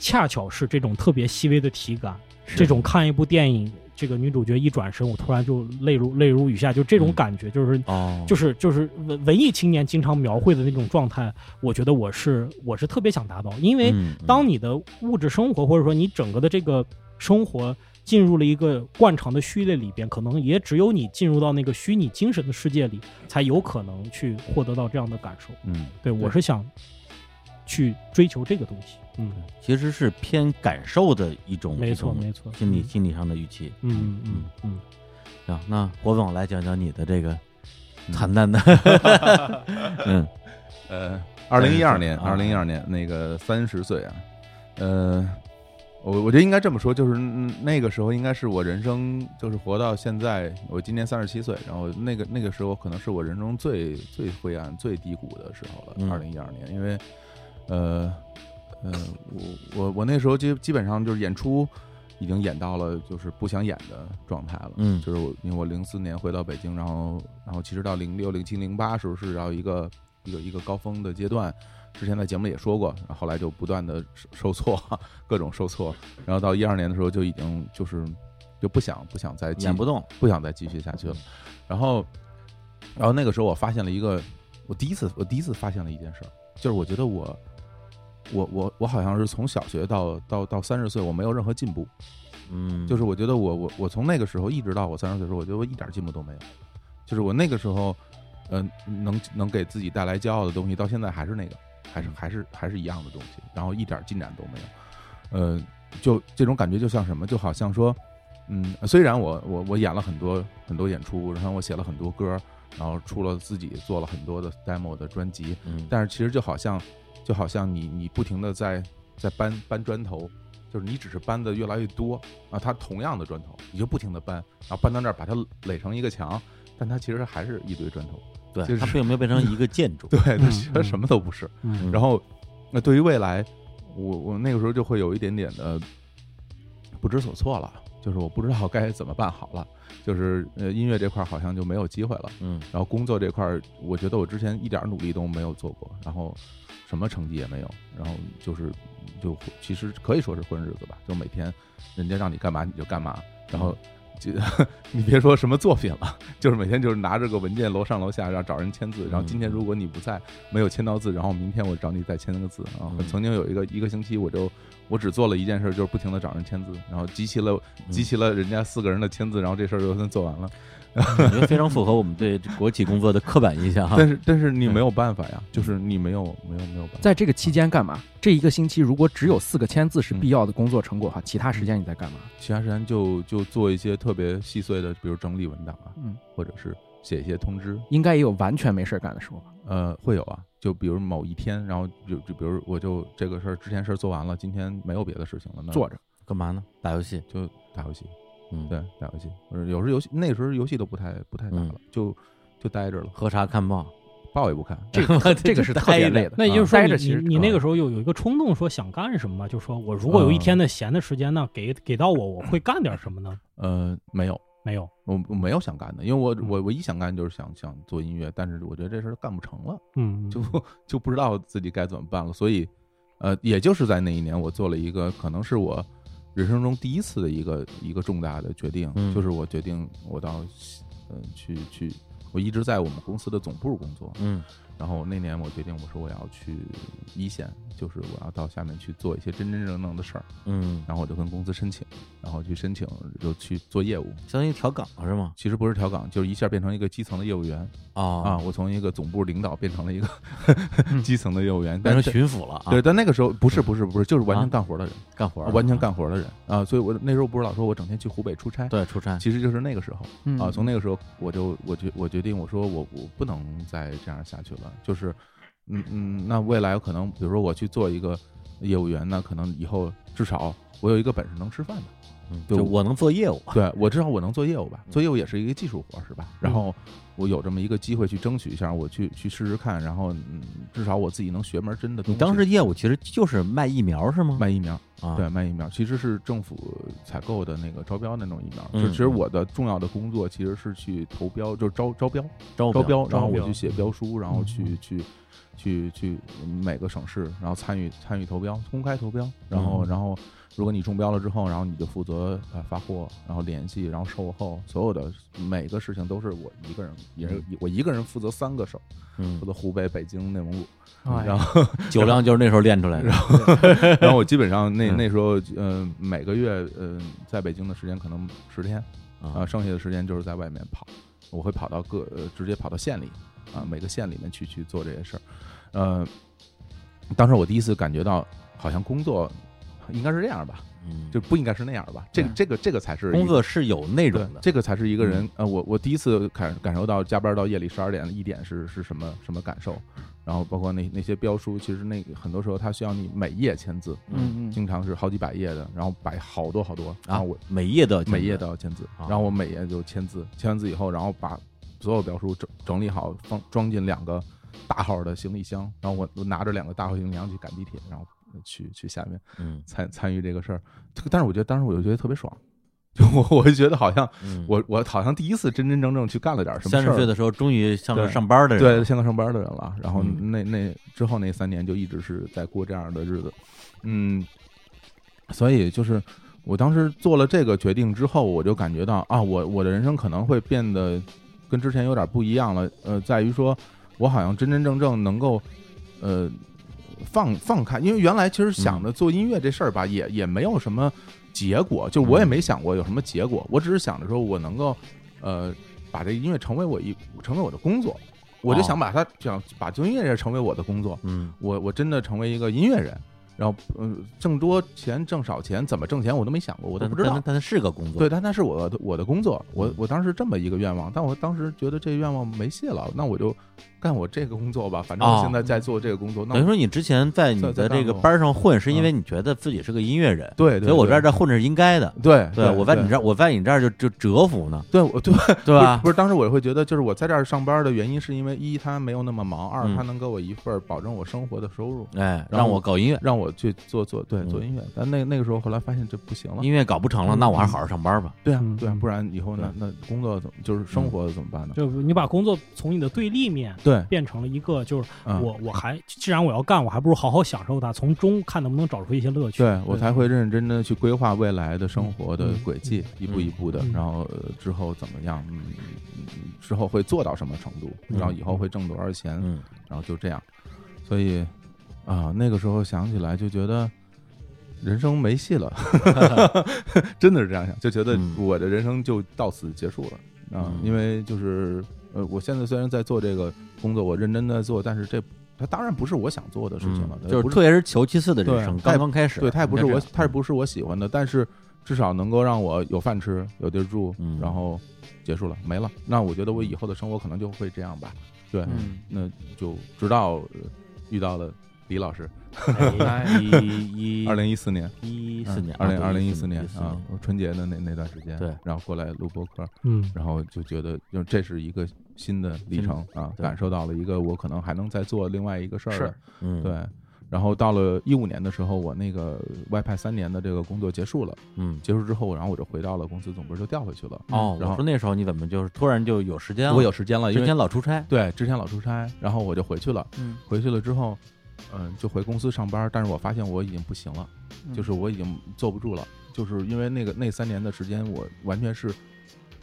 Speaker 3: 恰巧是这种特别细微的体感，这种看一部电影，这个女主角一转身，我突然就泪如泪如雨下，就这种
Speaker 1: 嗯
Speaker 3: 感觉，就是。
Speaker 1: 哦，
Speaker 3: 就是就是文文艺青年经常描绘的那种状态，我觉得我是我是特别想达到，因为
Speaker 1: 嗯
Speaker 3: 当你的物质生活或者说你整个的这个生活进入了一个惯常的序列里边，可能也只有你进入到那个虚拟精神的世界里，才有可能去获得到这样的感受。
Speaker 1: 嗯。嗯
Speaker 3: 对我是想去追求这个东西。嗯，
Speaker 1: 其实是偏感受的一种，
Speaker 3: 没错
Speaker 1: 一种
Speaker 3: 没错嗯
Speaker 1: 心理心理上的预期。
Speaker 3: 嗯嗯嗯
Speaker 1: 啊，那火总来讲讲你的这个惨淡的， 嗯
Speaker 2: 呃，二零一二年，
Speaker 1: 啊
Speaker 2: 二零一二年那个三十岁啊，呃，我我觉得应该这么说，就是嗯那个时候应该是我人生就是活到现在，我今年三十七岁，然后那个那个时候可能是我人生最最灰暗、最低谷的时候
Speaker 1: 嗯
Speaker 2: 了。二零一二年，因为呃呃，我我我那时候基基本上就是演出已经演到了就是不想演的状态了。
Speaker 1: 嗯
Speaker 2: 就是我，因为我零四年回到北京，然后，然后其实到零六、零七、零八时候是到一个一个一个高峰的阶段。之前在节目里也说过，然后后来就不断的受受挫，各种受挫，然后到一二年的时候就已经就是就不想不想再继
Speaker 1: 演不动，
Speaker 2: 不想再继续下去了。然后，然后那个时候我发现了一个，我第一次我第一次发现了一件事儿，就是我觉得我我我我好像是从小学到到到三十岁，我没有任何进步。
Speaker 1: 嗯，
Speaker 2: 就是我觉得我我我从那个时候一直到我三十岁的时候，我觉得我一点进步都没有。就是我那个时候，嗯、能能给自己带来骄傲的东西，到现在还是那个，还是还是还是一样的东西，然后一点进展都没有。呃，就这种感觉就像什么，就好像说，嗯，虽然我我我演了很多很多演出，然后我写了很多歌，然后出了自己做了很多的 demo 的专辑，
Speaker 1: 嗯，
Speaker 2: 但是其实就好像，就好像你你不停的在在搬搬砖头，就是你只是搬的越来越多啊，它同样的砖头，你就不停的搬，然后搬到那儿把它垒成一个墙，但它其实还是一堆砖头，就
Speaker 1: 对，
Speaker 2: 是
Speaker 1: 它并没有变成一个建筑，
Speaker 2: 对，它
Speaker 4: 嗯
Speaker 2: 其实什么都不是。
Speaker 4: 嗯
Speaker 1: 嗯
Speaker 2: 然后，那对于未来，我我那个时候就会有一点点的不知所措了，就是我不知道该怎么办好了，就是呃音乐这块儿好像就没有机会了。
Speaker 1: 嗯
Speaker 2: 然后工作这块儿，我觉得我之前一点儿努力都没有做过，然后什么成绩也没有，然后就是就其实可以说是混日子吧，就每天人家让你干嘛你就干嘛，然后就 你别说什么作品了，就是每天就是拿着个文件楼上楼下，然后找人签字，然后今天如果你不在，没有签到字，然后明天我找你再签个字啊
Speaker 1: 嗯。
Speaker 2: 曾经有一个一个星期，我就我只做了一件事，就是不停的找人签字，然后集齐了
Speaker 1: 嗯
Speaker 2: 集齐了人家四个人的签字，然后这事儿就算做完了。
Speaker 1: 我觉得非常符合我们对这国企工作的刻板印象哈。啊
Speaker 2: 但是但是你没有办法呀，就是你没有没有没有办法。
Speaker 4: 在这个期间干嘛？这一个星期如果只有四个签字是必要的工作成果的话，其他时间你在干嘛？
Speaker 2: 其他时间就就做一些特别细碎的，比如整理文档啊，
Speaker 4: 嗯，
Speaker 2: 或者是写一些通知，
Speaker 4: 应该也有完全没事儿干的时候吧？
Speaker 2: 呃，会有啊。就比如某一天，然后就就比如我就这个事儿之前事儿做完了，今天没有别的事情了，那
Speaker 4: 坐着，
Speaker 1: 干嘛呢？打游戏，
Speaker 2: 就打游戏，
Speaker 1: 嗯，，
Speaker 2: 对，打游戏。或者有时候游戏那时候游戏都不太不太打了，就就待着了，
Speaker 1: 喝茶看报，
Speaker 2: 报也不看。
Speaker 4: 这个 这个是特别累的。
Speaker 3: 那也就是说
Speaker 4: 啊
Speaker 3: 你，
Speaker 4: 待着其
Speaker 3: 你
Speaker 4: 实
Speaker 3: 你那个时候有有一个冲动，说想干什么吗？就说我如果
Speaker 4: 嗯
Speaker 3: 有一天的闲的时间呢，给给到我，我会干点什么呢？
Speaker 2: 呃，没有，
Speaker 3: 没有，
Speaker 2: 我我没有想干的，因为我我唯一想干就是想想做音乐，但是我觉得这事儿干不成了。
Speaker 3: 嗯，
Speaker 2: 就就不知道自己该怎么办了。所以，呃，也就是在那一年，我做了一个可能是我人生中第一次的一个一个重大的决定，
Speaker 1: 嗯
Speaker 2: 就是我决定我到西呃去去，我一直在我们公司的总部工作。
Speaker 1: 嗯
Speaker 2: 然后那年我决定，我说我要去一线，就是我要到下面去做一些真真正正的事儿。
Speaker 1: 嗯，
Speaker 2: 然后我就跟公司申请，然后去申请就去做业务。
Speaker 1: 相当于调岗是吗？
Speaker 2: 其实不是调岗，就是一下变成一个基层的业务员啊！
Speaker 1: 哦，嗯
Speaker 2: 我从一个总部领导变成了一个 基层的业务员，
Speaker 1: 变
Speaker 2: 但
Speaker 1: 成巡
Speaker 2: 是
Speaker 1: 抚了啊，
Speaker 2: 对，但那个时候不是不是不是，就是完
Speaker 1: 啊
Speaker 2: 全干活的人，
Speaker 1: 干活儿了，
Speaker 2: 完全干活的人啊，所以我那时候不是老说我整天去湖北出差，
Speaker 1: 对出差，
Speaker 2: 其实就是那个时候
Speaker 4: 嗯
Speaker 2: 啊，从那个时候我就我决我决定我说我我不能再这样下去了，就是嗯嗯，那未来可能比如说我去做一个业务员，那可能以后至少我有一个本事能吃 饭的，
Speaker 1: 嗯
Speaker 2: 对
Speaker 1: 就
Speaker 2: 我
Speaker 1: 我能做业务，
Speaker 2: 对我至少我能做业务吧，
Speaker 1: 嗯
Speaker 2: 做业务也是一个技术活儿是吧？然后我有这么一个机会去争取一下，我去去试试看，然后嗯，至少我自己能学门儿真的东
Speaker 1: 你
Speaker 2: 西。
Speaker 1: 当时业务其实就是卖疫苗是吗？
Speaker 2: 卖疫苗。
Speaker 1: 啊，
Speaker 2: 对，卖疫苗其实是政府采购的那个招标那种疫苗。
Speaker 1: 嗯
Speaker 2: 就其实
Speaker 1: 嗯
Speaker 2: 我的重要的工作其实是去投标，就是招招标，
Speaker 1: 招
Speaker 2: 招标，然后
Speaker 3: 标
Speaker 2: 我去写标书，然后去
Speaker 3: 嗯
Speaker 2: 去去去每个省市，然后参与参与投标，公开投标。然后
Speaker 1: 嗯
Speaker 2: 然后如果你中标了之后，然后你就负责呃发货，然后联系，然后售后，所有的每个事情都是我一个人，也是我一个人负责三个省，
Speaker 1: 嗯
Speaker 2: 负，责湖北、北京、内蒙古。
Speaker 4: 哎
Speaker 2: 然后
Speaker 1: 酒量就是那时候练出来的，
Speaker 2: 然后我基本上那
Speaker 1: 嗯
Speaker 2: 那时候，呃，每个月，呃，在北京的时间可能十天啊、
Speaker 1: 啊，
Speaker 2: 剩下的时间就是在外面跑。我会跑到各，呃，直接跑到县里啊、每个县里面去去做这些事儿。呃，当时我第一次感觉到，好像工作应该是这样吧，
Speaker 1: 嗯
Speaker 2: 就不应该是那样的吧？这个
Speaker 1: 对
Speaker 2: 这个这个才是一
Speaker 1: 嗯
Speaker 2: 个
Speaker 1: 工作是有内
Speaker 2: 对
Speaker 1: 容的，
Speaker 2: 这个才是一个人。
Speaker 1: 嗯
Speaker 2: 呃，我我第一次感感受到加班到夜里十二点一点是是什么什么感受，然后包括那那些标书，其实那个很多时候它需要你每页签字，
Speaker 4: 嗯嗯，
Speaker 2: 经常是好几百页的，然后摆好多好多，然
Speaker 1: 啊
Speaker 2: 后我，
Speaker 1: 每页都要
Speaker 2: 每页
Speaker 1: 的
Speaker 2: 都要签字，
Speaker 1: 啊
Speaker 2: 然后我每页就签字，签完字以后，然后把所有标书整整理好，放装进两个大号的行李箱，然后我我拿着两个大号行李箱去赶地铁，然后去去下面
Speaker 1: 嗯
Speaker 2: 参参与这个事儿，这个但是我觉得当时我就觉得特别爽，就我 我就觉得好像。
Speaker 1: 嗯，
Speaker 2: 我我好像第一次真真正正去干了点什么
Speaker 1: 三
Speaker 2: 事
Speaker 1: 十
Speaker 2: 儿。
Speaker 1: 岁的时候终于像是
Speaker 2: 对
Speaker 1: 上班的人
Speaker 2: 对，
Speaker 1: 了，
Speaker 2: 像个上班的人了。然后
Speaker 1: 嗯
Speaker 2: 那、那之后那三年就一直是在过这样的日子，嗯，所以就是我当时做了这个决定之后，我就感觉到啊，我我的人生可能会变得跟之前有点不一样了。呃，在于说我好像真真正正能够呃放放开，因为原来其
Speaker 1: 嗯
Speaker 2: 实想着做音乐这事儿吧，也也没有什么结果，就
Speaker 1: 嗯
Speaker 2: 我也没想过有什么结果，我只是想着说我能够呃把这音乐成为我一成为我的工作，我就
Speaker 1: 哦
Speaker 2: 想把它想把做音乐这成为我的工作，
Speaker 1: 嗯
Speaker 2: 我我真的成为一个音乐人。然后，嗯，挣多钱挣少钱，怎么挣钱我都没想过，我都
Speaker 1: 但
Speaker 2: 不知道
Speaker 1: 但。但它是个工作，
Speaker 2: 对，但那是我的我的工作，我
Speaker 1: 嗯
Speaker 2: 我当时这么一个愿望，但我当时觉得这个愿望没戏了，那我就干我这个工作吧，反正
Speaker 1: 哦
Speaker 2: 我现在在做这个工作，那
Speaker 1: 等于
Speaker 2: 我
Speaker 1: 说你之前在你
Speaker 2: 在在
Speaker 1: 的这
Speaker 2: 干
Speaker 1: 个
Speaker 2: 过
Speaker 1: 班儿上混，是因为你觉得自己是个音乐人，
Speaker 2: 对，
Speaker 1: 所以我这儿这混着是应该的。
Speaker 2: 对
Speaker 1: 对，我在你
Speaker 2: 这，
Speaker 1: 这儿，我在你这儿就就折服呢，
Speaker 2: 对我对
Speaker 1: 对吧
Speaker 2: 不？是，当时我会觉得，就是我在这儿上班的原因，是因为一他没有那么忙，二
Speaker 1: 嗯
Speaker 2: 他能给我一份儿保证我生活的收入，
Speaker 1: 哎，
Speaker 2: 后
Speaker 1: 让我搞音乐，
Speaker 2: 让我去做做对
Speaker 1: 嗯
Speaker 2: 做音乐，但那那个时候后来发现这不行了，嗯
Speaker 1: 音乐搞不成了，那我还是好好上班吧。
Speaker 2: 对啊
Speaker 3: 嗯
Speaker 2: 对啊，不然以后那那工作怎么就是生
Speaker 1: 嗯
Speaker 2: 活怎么 办呢？
Speaker 3: 就你把工作从你的对立面
Speaker 2: 对，
Speaker 3: 变成了一个，就是
Speaker 2: 嗯
Speaker 3: 我我还既然我要干，我还不如好好享受它，从中看能不能找出一些乐趣。
Speaker 2: 对我才会认认真真的去规划未来的生活的
Speaker 3: 嗯
Speaker 2: 轨迹，一步一步的，
Speaker 3: 嗯
Speaker 2: 然后呃之后怎么样，嗯，嗯之后会做到什么程度，
Speaker 1: 嗯
Speaker 2: 然后以后会挣多少钱，
Speaker 1: 嗯
Speaker 2: 然后就这样。所以啊，那个时候想起来就觉得人生没戏 了，真的是这样想，就觉得
Speaker 1: 嗯
Speaker 2: 我的人生就到此结束了啊
Speaker 1: 嗯，
Speaker 2: 因为就是呃，我现在虽然在做这个工作，我认真的做，但是这它当然不是我想做的事情了，
Speaker 1: 嗯
Speaker 2: 它
Speaker 1: 就是
Speaker 2: 不是
Speaker 1: 特别是求其次的人
Speaker 2: 对
Speaker 1: 生，
Speaker 2: 它也
Speaker 1: 刚刚开始，
Speaker 2: 对，它也不是
Speaker 1: 应该
Speaker 2: 我
Speaker 1: 这，样
Speaker 2: 它也不是我喜欢的，但是至少能够让我有饭吃，有地儿住，
Speaker 1: 嗯
Speaker 2: 然后结束了，没了。那我觉得我以后的生活可能就会这样吧。对，
Speaker 4: 嗯
Speaker 2: 那就直到呃遇到了李老师，
Speaker 3: 哎
Speaker 1: 一一
Speaker 2: 二零一四年，嗯
Speaker 1: 一四年，
Speaker 2: 二零二零一
Speaker 1: 一
Speaker 2: 四年啊，春节的那那段时间，
Speaker 1: 对
Speaker 2: 然后过来录播客，
Speaker 3: 嗯，
Speaker 2: 然后就觉得，就这是一个新的里程啊，
Speaker 1: 对
Speaker 2: 感受到了一个我可能还能再做另外一个事儿
Speaker 4: 是
Speaker 2: 了。
Speaker 1: 嗯，
Speaker 2: 对，然后到了一五年的时候，我那个外派三年的这个工作结束了。
Speaker 1: 嗯。
Speaker 2: 结束之后，然后我就回到了公司总部，就调回去了。
Speaker 1: 哦，
Speaker 2: 然
Speaker 1: 我
Speaker 2: 后
Speaker 1: 说那时候你怎么就是突然就有时间了？
Speaker 2: 我有时间了，因
Speaker 1: 之
Speaker 2: 为
Speaker 1: 前老出差，
Speaker 2: 对之前老出差，然后我就回去了。
Speaker 4: 嗯，
Speaker 2: 回去了之后，嗯，就回公司上班，但是我发现我已经不行了，
Speaker 4: 嗯
Speaker 2: 就是我已经坐不住了，就是因为那个那三年的时间，我完全是。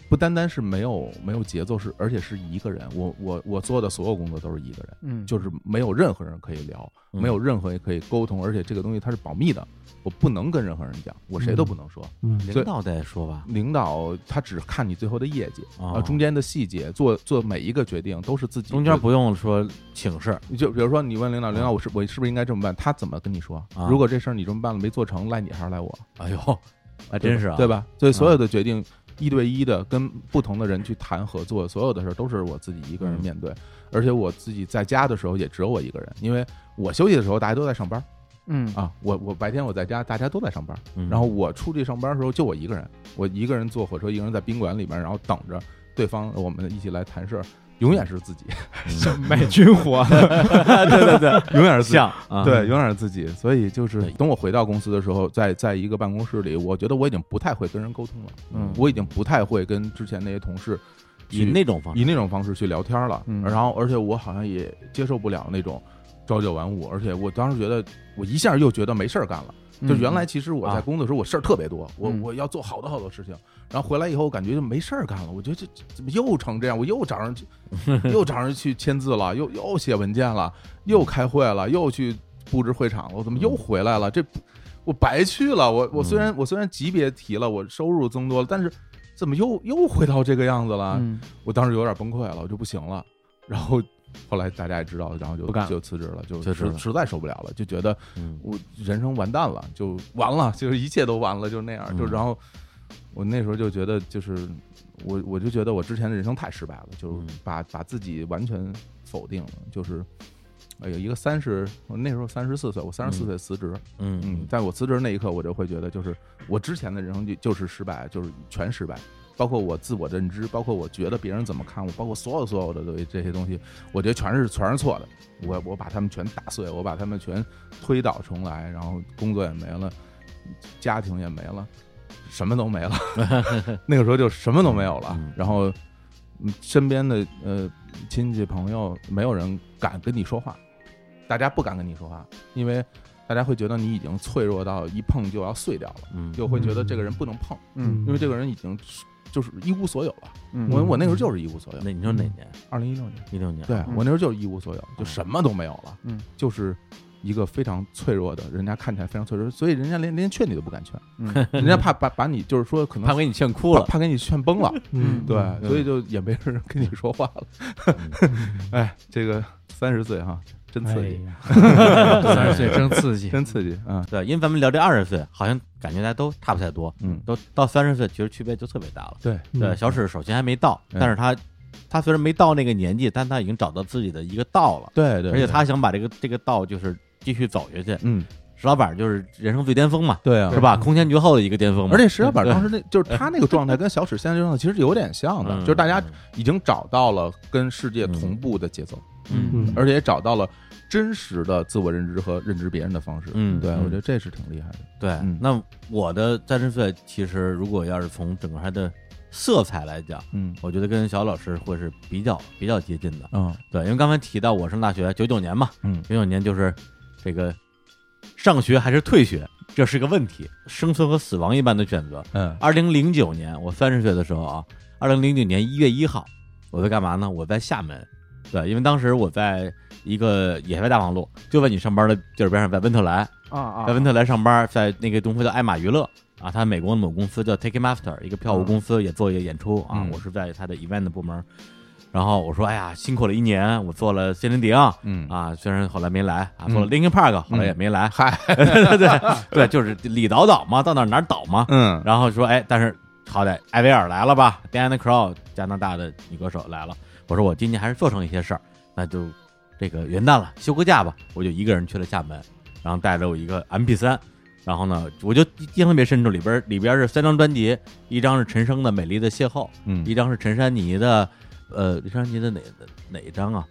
Speaker 2: 不单单是没有没有节奏，是而且是一个人。我我我做的所有工作都是一个人，
Speaker 4: 嗯，
Speaker 2: 就是没有任何人可以聊，
Speaker 1: 嗯
Speaker 2: 没有任何人可以沟通，而且这个东西它是保密的，我不能跟任何人讲，我谁都不能说。
Speaker 3: 嗯
Speaker 1: 领
Speaker 2: 所以
Speaker 1: 导再说吧。
Speaker 2: 领导他只看你最后的业绩
Speaker 1: 哦
Speaker 2: 啊，中间的细节做做每一个决定都是自己
Speaker 1: 中间不用说请示，
Speaker 2: 就比如说你问领导，领导我是我是不是应该这么办？他怎么跟你说
Speaker 1: 啊？
Speaker 2: 如果这事儿你这么办了没做成，赖你还是赖我？
Speaker 1: 哎呦， 还真是啊，
Speaker 2: 对吧？所以所有的决定一对一的跟不同的人去谈合作，所有的事儿都是我自己一个人
Speaker 1: 嗯
Speaker 2: 面对，而且我自己在家的时候也只有我一个人，因为我休息的时候大家都在上班
Speaker 4: 嗯
Speaker 2: 啊，我我白天我在家，大家都在上班。
Speaker 1: 嗯？
Speaker 2: 然后我出去上班的时候就我一个人，我一个人坐火车，一个人在宾馆里边，然后等着对方我们一起来谈事儿，永远是 自己，
Speaker 1: 嗯
Speaker 4: 卖军火，
Speaker 1: 对对对，
Speaker 2: 永远是自己。
Speaker 1: 像啊，
Speaker 2: 对，永远是自己，所以就是
Speaker 1: 对
Speaker 2: 等我回到公司的时候，在在一个办公室里，我觉得我已经不太会跟人沟通了，
Speaker 1: 嗯
Speaker 2: 我已经不太会跟之前那些同事
Speaker 1: 以
Speaker 2: 去
Speaker 1: 那种方式
Speaker 2: 以那种方式去聊天了，
Speaker 4: 嗯
Speaker 2: 然后而且我好像也接受不了那种朝九晚五，而且我当时觉得我一下又觉得没事儿干了。就原来其实我在
Speaker 1: 啊
Speaker 2: 工作的时候，我事儿特别多，我
Speaker 4: 嗯
Speaker 2: 我要做好多好多事情，然后回来以后，我感觉就没事儿干了。我觉得这这怎么又成这样？我又找 人去，又找人去签字了，又又写文件了，又开会了，又去布置会场了，我怎么
Speaker 1: 嗯
Speaker 2: 又回来了？这不我白去了。我我虽然我虽然级别提了，我收入增多了，但是怎么又又回到这个样子了？
Speaker 4: 嗯
Speaker 2: 我当时有点崩溃了，我就不行了。然后后来大家也知道，然后就
Speaker 1: 不干了
Speaker 2: 就辞职了，就
Speaker 1: 辞职
Speaker 2: 实
Speaker 1: 了
Speaker 2: 实在受不了了，就觉得
Speaker 1: 嗯
Speaker 2: 我人生完蛋了，就完了，就是一切都完了，就那样。就
Speaker 1: 嗯
Speaker 2: 然后我那时候就觉得，就是我我就觉得我之前的人生太失败了，就是
Speaker 1: 嗯
Speaker 2: 把把自己完全否定了，就是。呃，有一个三十，我那时候三十四岁，我三十四
Speaker 1: 嗯
Speaker 2: 岁辞职，嗯
Speaker 1: 嗯，
Speaker 2: 在我辞职那一刻，我就会觉得，就是我之前的人生就就是失败，就是全失败，包括我自我认知，包括我觉得别人怎么看我，包括所有所有的对这些东西，我觉得全是全是错的。我我把他们全打碎，我把他们全推倒重来，然后工作也没了，家庭也没了，什么都没了。 那个时候就什么都没有了
Speaker 1: 嗯，
Speaker 2: 然后嗯身边的呃亲戚朋友没有人敢跟你说话，大家不敢跟你说话，因为大家会觉得你已经脆弱到一碰就要碎掉了，
Speaker 1: 嗯，
Speaker 2: 就会觉得这个人不能碰，
Speaker 4: 嗯
Speaker 2: 因为这个人已经就是一无所有了。
Speaker 4: 嗯
Speaker 2: 我我那时候就是一无所有，
Speaker 1: 那你说哪年？
Speaker 2: 二零一六年，
Speaker 1: 一六年。
Speaker 2: 对
Speaker 4: 嗯
Speaker 2: 我那时候就是一无所有，就什么都没有了，
Speaker 4: 嗯，
Speaker 2: 就是一个非常脆弱的，人家看起来非常脆弱，所以人家连连劝你都 不敢劝，
Speaker 4: 嗯
Speaker 2: 人家怕把把你就是说可能
Speaker 1: 他给你劝哭了
Speaker 2: 怕，怕给你劝崩 了。
Speaker 3: 嗯，
Speaker 2: 对，
Speaker 1: 嗯
Speaker 2: 所以就也没人跟你说话了。 哎，这个三十岁哈，真刺
Speaker 3: 哎
Speaker 2: 激，
Speaker 3: 呀，
Speaker 1: 哎
Speaker 4: 三十岁真刺激，
Speaker 2: 真刺激啊！
Speaker 1: 对，因为咱们聊这二十岁，好像感觉大家都差不太多，
Speaker 2: 嗯，
Speaker 1: 都到三十岁，其实区别就特别大了。
Speaker 2: 对，
Speaker 1: 对，
Speaker 3: 嗯
Speaker 1: 小史首先还没到，
Speaker 2: 嗯
Speaker 1: 但是他他虽然没到那个年纪，但他已经找到自己的一个道了，
Speaker 2: 对对，
Speaker 1: 而且
Speaker 2: 对，
Speaker 1: 他想把这个这个道就是继续走下去。
Speaker 2: 嗯，
Speaker 1: 石老板就是人生最巅峰嘛，
Speaker 2: 对啊
Speaker 1: 是。吧？空前绝后的一个巅峰嘛，
Speaker 2: 而且石老板
Speaker 1: 对
Speaker 2: 当时那就是他那个状态跟小史现在这状态其实有点像的，
Speaker 1: 嗯
Speaker 2: 就是大家已经找到了跟世界同步的节奏，
Speaker 1: 嗯
Speaker 3: 嗯
Speaker 2: 而且也找到了真实的自我认知和认知别人的方式。
Speaker 1: 嗯
Speaker 2: 对，
Speaker 1: 嗯
Speaker 2: 我觉得这是挺厉害的。
Speaker 1: 对。
Speaker 2: 嗯
Speaker 1: 那我的三十岁，其实如果要是从整个它的色彩来讲，
Speaker 2: 嗯
Speaker 1: 我觉得跟小老师会是比较比较接近的。
Speaker 2: 啊
Speaker 1: 对，因为刚才提到我上大学九九年嘛，
Speaker 2: 嗯
Speaker 1: 九九年就是这个上学还是退学，这是个问题，生存和死亡一般的选择。
Speaker 2: 嗯
Speaker 1: 二零零九年我三十岁的时候啊，二零零九年一月一号，我在干嘛呢？我在厦门，对，因为当时我在一个野外大望路，就问你上班的地儿边上，在温特莱，
Speaker 4: 啊啊！
Speaker 1: 在温特莱上班，在那个东非的爱玛娱乐啊，他美国的某公司叫 Take Master，一个票务公司也做一个演出啊，
Speaker 2: 嗯
Speaker 1: 我是在他的 event 的部门。然后我说，哎呀，辛苦了一年，我做了谢林迪昂
Speaker 2: 嗯
Speaker 1: 啊，虽然后来没来啊，做了
Speaker 2: 嗯
Speaker 1: Linkin Park，后来也没来，
Speaker 2: 嗨，
Speaker 1: 对对对，就是李倒倒嘛，到哪儿哪儿倒嘛。
Speaker 2: 嗯
Speaker 1: 然后说，哎，但是好歹艾薇儿来了吧，Diana Crow 加拿大的女歌手来了。我说我今年还是做成一些事儿，那就这个元旦了，休个假吧。我就一个人去了厦门，然后带着我一个 MP 3然后呢，我就印象特别深处，里边里边是三张专辑，一张是陈升的《美丽的邂逅》，一
Speaker 2: 嗯
Speaker 1: 张是陈珊妮的，呃，陈珊妮的哪哪一张啊？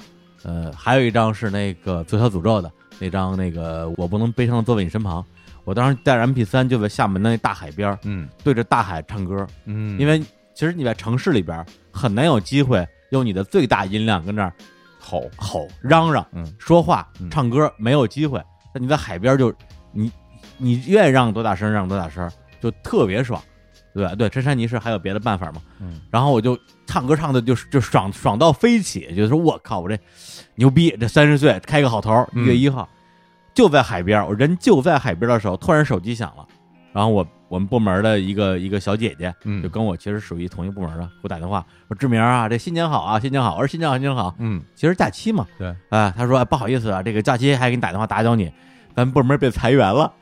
Speaker 1: 呃，还有一张是那个《最小诅咒》的那张，那个我不能悲伤的坐在你身旁。我当时带着 MP 3就在厦门的那大海边儿，
Speaker 2: 嗯
Speaker 1: 对着大海唱歌，
Speaker 2: 嗯，
Speaker 1: 因为其实你在城市里边很难有机会用你的最大音量跟那儿
Speaker 2: 吼，
Speaker 1: 吼、嚷嚷、
Speaker 2: 嗯
Speaker 1: 说话
Speaker 2: 嗯、
Speaker 1: 唱歌，没有机会。但你在海边就你你愿意让多大声让多大声，就特别爽，对吧对？陈珊妮是还有别的办法吗？
Speaker 2: 嗯
Speaker 1: 然后我就唱歌唱的就是就爽爽到飞起，就说我靠，我这牛逼，这三十岁开个好头儿，一
Speaker 2: 嗯
Speaker 1: 月一号、就在海边儿，我人就在海边儿的时候，突然手机响了，然后我我们部门的一个一个小姐姐
Speaker 2: 嗯
Speaker 1: 就跟我其实属于同一部门的，给我打电话说志明啊，这新年好啊，新年好，我说新年好，新年好，
Speaker 2: 嗯
Speaker 1: 其实假期嘛，
Speaker 2: 对
Speaker 1: 啊、他说、哎不好意思啊，这个假期还给你打电话打搅你，咱部门被裁员了。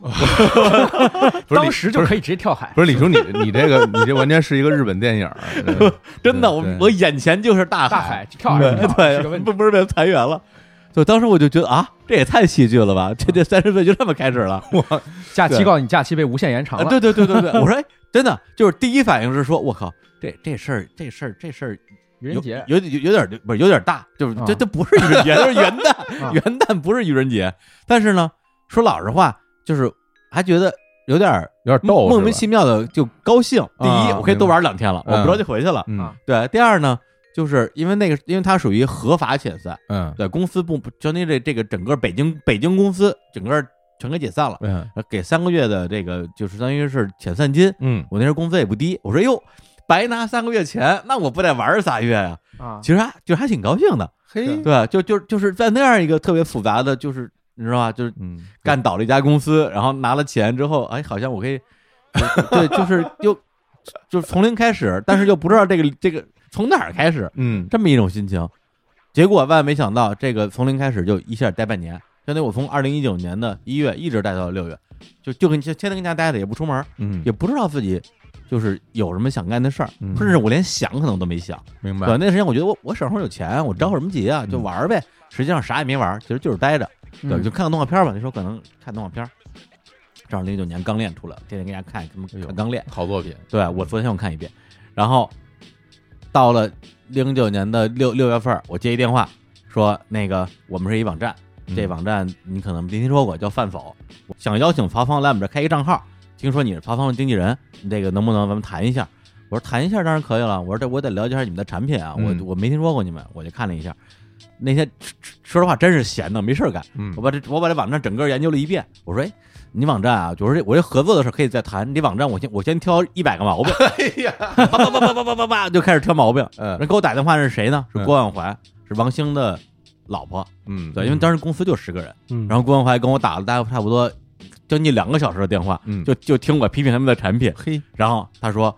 Speaker 2: 不是李
Speaker 4: 当时就可以直接跳海，
Speaker 2: 不是李叔，你你这个你这完全是一个日本电影儿，
Speaker 1: 真的，我
Speaker 2: 对
Speaker 1: 我眼前就是大海，嗯
Speaker 4: 大海跳海
Speaker 1: 对
Speaker 4: 对是个问题
Speaker 1: 不。不是被裁员了。就当时我就觉得啊，这也太戏剧了
Speaker 2: 嗯
Speaker 1: 吧！这这三十岁就这么开始了，
Speaker 4: 假期
Speaker 1: 对
Speaker 4: 告诉你，假期被无限延长
Speaker 1: 啊
Speaker 4: 了。
Speaker 1: 对对对对对，我说哎，真的就是第一反应是说，我靠，这这事儿这事儿这事儿
Speaker 4: 愚
Speaker 1: 有
Speaker 4: 人节，
Speaker 1: 有有有点不是有点大，就是
Speaker 4: 啊
Speaker 1: 这这不是愚人节， 这是元
Speaker 4: 啊
Speaker 1: 旦，元旦不是愚人节。但是呢，说老实话，就是还觉得有点儿
Speaker 2: 有点逗，
Speaker 1: 嗯莫名其妙的就高兴。第一，
Speaker 2: 啊
Speaker 1: 我可以多玩两天了，
Speaker 2: 明白
Speaker 1: 我不着急回去了。
Speaker 2: 妙
Speaker 4: 啊
Speaker 1: 对，第二呢，就是因为那个，因为它属于合法遣散。
Speaker 2: 嗯
Speaker 1: 对，公司不相当于这这个整个北京北京公司整个全给解散了，
Speaker 2: 嗯
Speaker 1: 呃给三个月的这个就是相当于是遣散金。
Speaker 2: 嗯
Speaker 1: 我那时候工资也不低，我说哟，白拿三个月钱，那我不得玩儿仨月呀、
Speaker 4: 啊
Speaker 1: 其实还就还挺高兴的，
Speaker 2: 嘿
Speaker 1: 对，啊就就就是在那样一个特别复杂的，就是你知道吧，就是
Speaker 2: 嗯
Speaker 1: 干倒了一家公司，然后拿了钱之后，哎，好像我可以，对，就是又就是从零开始，但是又不知道这个这个从哪儿开始，
Speaker 2: 嗯
Speaker 1: 这么一种心情。结果万万没想到，这个从零开始就一下待半年，相当于我从二零一九年的一月一直待到了六月，就就跟就天天跟家待着，也不出门，
Speaker 2: 嗯，
Speaker 1: 也不知道自己就是有什么想干的事儿，
Speaker 2: 嗯
Speaker 1: 甚至我连想可能都没想。
Speaker 2: 明
Speaker 1: 对，
Speaker 2: 白，
Speaker 1: 那时间我觉得我我手上有钱，我着什么急啊？就
Speaker 2: 嗯
Speaker 1: 玩儿呗。实际上啥也没玩儿，其实就是待着。对，
Speaker 4: 嗯
Speaker 1: 就看看动画片儿吧。那时候可能看动画片儿，正好零九年《钢炼》出来了，天天跟大家看，
Speaker 2: 哎呦
Speaker 1: 看《钢炼》。
Speaker 2: 好作品，
Speaker 1: 对我昨天我看一遍，然后到了零九年的六六月份儿，我接一电话说，那个我们是一网站，这
Speaker 2: 嗯
Speaker 1: 网站你可能没听说过，叫饭否，我想邀请曹芳来我们这儿开一账号。听说你是曹芳的经纪人，你这个能不能咱们谈一下？我说谈一下当然可以了，我说这我得了解一下你们的产品啊，
Speaker 2: 嗯
Speaker 1: 我我没听说过你们，我就看了一下。那天说说实话真是闲的，没事儿干，
Speaker 2: 嗯
Speaker 1: 我把这我把这网站整个研究了一遍。我说，哎，你网站啊，就是这我这合作的事儿可以再谈。你网站我先我先挑一百个毛病，
Speaker 2: 哎呀，
Speaker 1: 叭叭叭叭叭叭叭叭就开始挑毛病。
Speaker 2: 嗯
Speaker 1: 人给我打电话是谁呢？是
Speaker 2: 嗯
Speaker 1: 郭万怀，是王兴的老婆。
Speaker 2: 嗯，
Speaker 1: 对，因为当时公司就十个人，
Speaker 3: 嗯，
Speaker 1: 然后郭万怀跟我打了大概差不多将近两个小时的电话，
Speaker 2: 嗯
Speaker 1: 就就听我批评他们的产品。
Speaker 2: 嘿，
Speaker 1: 然后他说。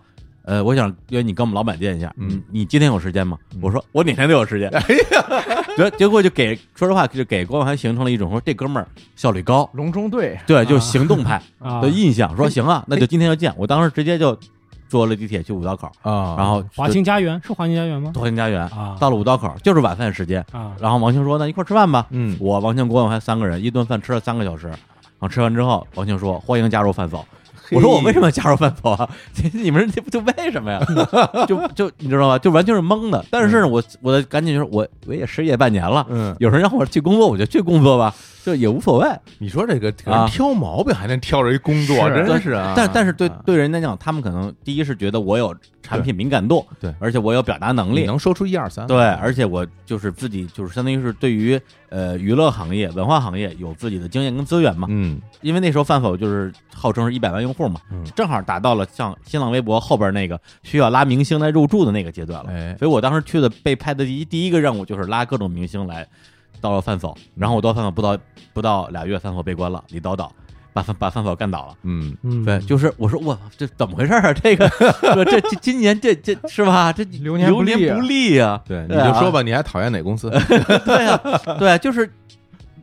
Speaker 1: 呃，我想约你跟我们老板见一下，
Speaker 2: 嗯
Speaker 1: 你你今天有时间吗
Speaker 2: 嗯？
Speaker 1: 我说我哪天都有时间。
Speaker 2: 哎呀，
Speaker 1: 结结果就给，说实话就给郭万怀形成了一种说这哥们儿效率高，
Speaker 4: 隆中队，
Speaker 1: 对，就
Speaker 3: 啊
Speaker 1: 是行动派
Speaker 3: 啊哎
Speaker 1: 的，印象，说行啊，那就今天就见。我当时直接就坐了地铁去五道口，
Speaker 2: 啊
Speaker 1: 然后
Speaker 3: 华清家园是华清家园吗？
Speaker 1: 华清家园，
Speaker 3: 啊
Speaker 1: 到了五道口就是晚饭时间。
Speaker 3: 啊，
Speaker 1: 然后王兴说：“那一块儿吃饭吧。”
Speaker 2: 嗯
Speaker 1: 我王兴、郭永还三个人，一顿饭吃了三个小时。然后吃完之后，王兴说：“欢迎加入饭否。”我说：“我为什么要加入饭否啊？你们这不就为什么呀？ 就就你知道吧？就完全是懵的。但是呢我我赶紧就说，我我也失业半年了，
Speaker 2: 嗯，
Speaker 1: 有人让我去工作，我就去工作吧，就也无所谓。
Speaker 2: 你说这个给
Speaker 1: 啊
Speaker 2: 人挑毛病还能挑着一工作，
Speaker 4: 是
Speaker 2: 真是啊！
Speaker 1: 但但是对
Speaker 2: 啊
Speaker 1: 对人来讲，他们可能第一是觉得我有产品敏感度，
Speaker 2: 对对
Speaker 1: 而且我有表达能
Speaker 2: 你
Speaker 1: 力，
Speaker 2: 能说出一二三，
Speaker 1: 对，而且我就是自己就是相当于是对于呃娱乐行业、文化行业有自己的经验跟资源嘛。
Speaker 2: 嗯
Speaker 1: 因为那时候饭否就是号称是一百万用户嘛，
Speaker 2: 嗯
Speaker 1: 正好达到了像新浪微博后边那个需要拉明星来入驻的那个阶段了。
Speaker 2: 哎
Speaker 1: 所以我当时去的被拍的第一第一个任务就是拉各种明星来到了饭否，然后我到饭否不到不到俩月，饭否被关了，李叨叨把饭把饭否干倒了。
Speaker 2: 嗯
Speaker 3: 嗯，
Speaker 1: 对，就是我说我这怎么回事儿啊？这个这这这今年这这是吧？这
Speaker 4: 流年
Speaker 1: 流
Speaker 4: 不利啊
Speaker 1: 年不利啊！
Speaker 2: 对，你
Speaker 1: 对啊
Speaker 2: 就说吧，你还讨厌哪 公司？
Speaker 1: 对啊，对啊，就是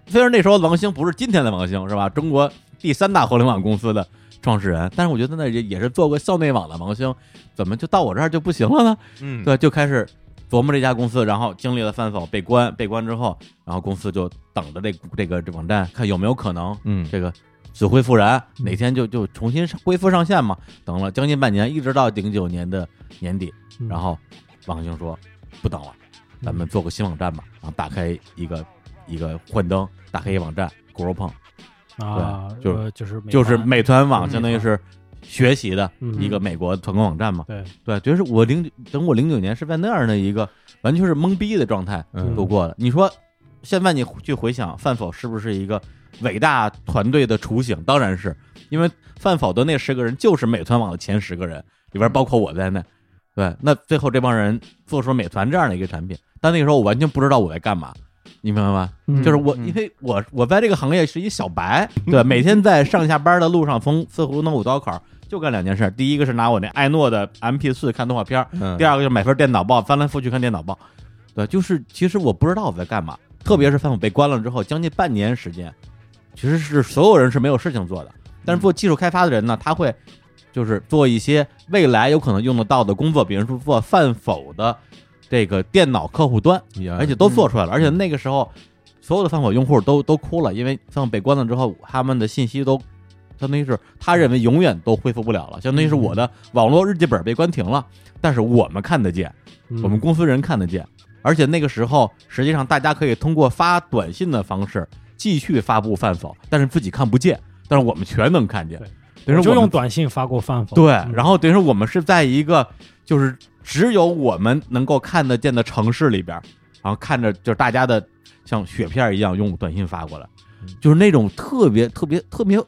Speaker 1: 虽然那时候王兴不是今天的王兴是吧？中国第三大互联网公司的创始人，但是我觉得那也也是做过校内网的王兴，怎么就到我这儿就不行了呢？
Speaker 2: 嗯，
Speaker 1: 对，就开始琢磨这家公司，然后经历了饭否被关，被关之后，然后公司就等着这这个这网站看有没有可能
Speaker 2: 嗯，
Speaker 1: 这个死灰复燃，哪天就就重新上恢复上线嘛。等了将近半年，一直到零九年的年底，
Speaker 3: 嗯
Speaker 1: 然后王兴说不等了，咱们做个新网站吧。然后打开一个一个幻灯，打开一个网站骨肉碰，
Speaker 3: 啊，
Speaker 1: 对就
Speaker 3: 呃就是美
Speaker 1: 就是
Speaker 3: 团
Speaker 1: 美团网，
Speaker 3: 嗯
Speaker 1: 相当于是学习的
Speaker 3: 嗯
Speaker 1: 一个美国团购网站嘛。
Speaker 3: 对，
Speaker 1: 对，就是我零等我零九年是在那样的一个完全是懵逼的状态
Speaker 2: 嗯
Speaker 1: 度过的。你说现在你去回想，饭否是不是一个伟大团队的雏形？当然是，因为饭否的那十个人就是美团网的前十个人，里边包括我在内。对，那最后这帮人做出美团这样的一个产品，但那个时候我完全不知道我在干嘛。你明白吗？
Speaker 3: 嗯
Speaker 1: 就是我，
Speaker 4: 嗯
Speaker 1: 因为我我在这个行业是一小白，对，每天在上下班的路上，从四胡同五道口就干两件事儿。第一个是拿我那爱诺的 MP 四看动画片儿，
Speaker 2: 嗯
Speaker 1: 第二个就是买份电脑报，翻来覆去看电脑报。对，就是其实我不知道我在干嘛，特别是饭否被关了之后，将近半年时间，其实是所有人是没有事情做的。但是做技术开发的人呢，他会就是做一些未来有可能用得到的工作，比如说做饭否的这个电脑客户端，
Speaker 2: 嗯呀
Speaker 1: 而且都做出来了，而且那个时候所有的饭否用户都都哭了，因为饭否被关了之后，他们的信息都相当于是他认为永远都恢复不了了，相当于是我的网络日记本被关停了，但是我们看得见，
Speaker 3: 嗯
Speaker 1: 我们公司人看得见，而且那个时候实际上大家可以通过发短信的方式继续发布饭否，但是自己看不见，但是我们全能看见
Speaker 3: 对，
Speaker 1: 等于
Speaker 3: 我
Speaker 1: 说
Speaker 3: 就
Speaker 1: 我们
Speaker 3: 用短信发过饭否，
Speaker 1: 对，
Speaker 3: 嗯
Speaker 1: 然后等于说我们是在一个就是只有我们能够看得见的城市里边儿，然后看着就是大家的像雪片儿一样用短信发过来，就是那种特别特别特别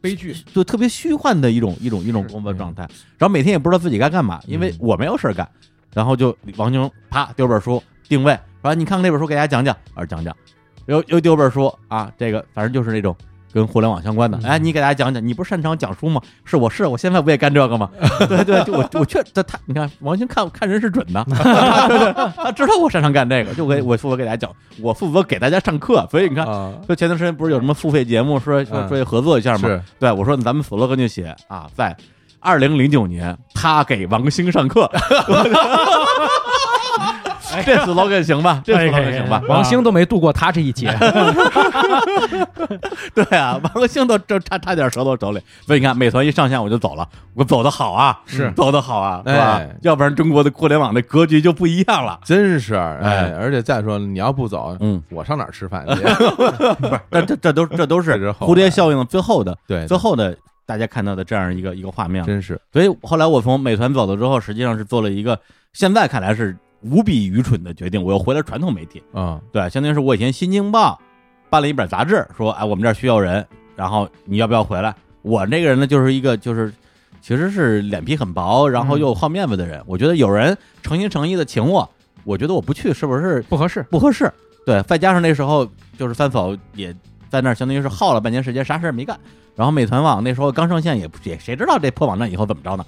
Speaker 4: 悲剧，
Speaker 1: 就特别虚幻的一种一种一种
Speaker 4: 是嗯
Speaker 1: 工作状态，然后每天也不知道自己该干嘛，因为
Speaker 2: 嗯
Speaker 1: 我没有事儿干，然后就王晶啪丢本书定位，啊说你看看这本书给大家讲讲，啊讲讲，又又丢本书啊，这个反正就是那种。跟互联网相关的。哎，你给大家讲讲，你不是擅长讲书吗？是我是我现在不也干这个 吗？对对，就我我确他他，你看王鑫看看人是准 的， 他知道我擅长干这个，就给我负责给大家讲，我负责给大家上课，所以你看。
Speaker 2: 啊，
Speaker 1: 就前段时间不是有什么付费节目说说
Speaker 2: 嗯
Speaker 1: 说合作一下吗？
Speaker 2: 是
Speaker 1: 对，我说咱们 slogan 就写啊，在二零零九年，他给王兴上 课。这 slogan 行吧？
Speaker 2: 哎
Speaker 1: 这 slogan 行吧？
Speaker 7: 王兴都没度过他这一劫，
Speaker 1: 对啊，王兴都这差差点折到手里。所以你看，美团一上线我就走了，我走的好啊，
Speaker 2: 是
Speaker 1: 走的好啊，是吧
Speaker 2: 哎？
Speaker 1: 要不然中国的互联网的格局就不一样了。
Speaker 2: 真是哎
Speaker 1: 哎，
Speaker 2: 而且再说了你要不走，
Speaker 1: 嗯，
Speaker 2: 我上哪儿吃饭 去？
Speaker 1: 这这这都这都是
Speaker 2: 这是后来
Speaker 1: 蝴蝶效应最后的
Speaker 2: 啊对，
Speaker 1: 最后的大家看到的这样一个一个画面了。啊
Speaker 2: 真是
Speaker 1: 所以后来我从美团走了之后，实际上是做了一个现在看来是无比愚蠢的决定，我又回了传统媒体。
Speaker 2: 啊，
Speaker 1: 对，相当于是我以前《新京报》办了一本杂志，说哎我们这儿需要人，然后你要不要回来？我这个人呢，就是一个就是其实是脸皮很薄，然后又好面子的人。我觉得有人诚心诚意的请我，我觉得我不去是不是
Speaker 7: 不合适。
Speaker 1: 不合适？对，再加上那时候就是三嫂也在那儿，相当于是耗了半年时间，啥事儿没干。然后美团网那时候刚上线也，不也谁知道这破网站以后怎么着呢？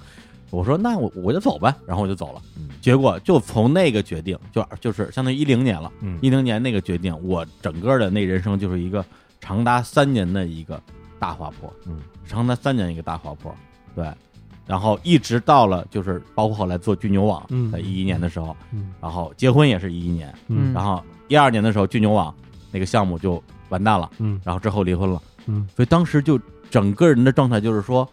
Speaker 1: 我说那我我就走吧，然后我就走了。结果就从那个决定，就就是相当于一零年了，
Speaker 2: 嗯
Speaker 1: 一零年那个决定，我整个的那人生就是一个长达三年的一个大滑坡，
Speaker 2: 嗯，
Speaker 1: 长达三年一个大滑坡，对。然后一直到了就是包括后来做巨牛网，
Speaker 3: 嗯
Speaker 1: 在一一年的时候，
Speaker 3: 嗯
Speaker 1: 然后结婚也是一一年，
Speaker 3: 嗯
Speaker 1: 然后一二年的时候，巨牛网那个项目就完蛋了，
Speaker 3: 嗯
Speaker 1: 然后之后离婚了，
Speaker 3: 嗯，
Speaker 1: 所以当时就整个人的状态就是说，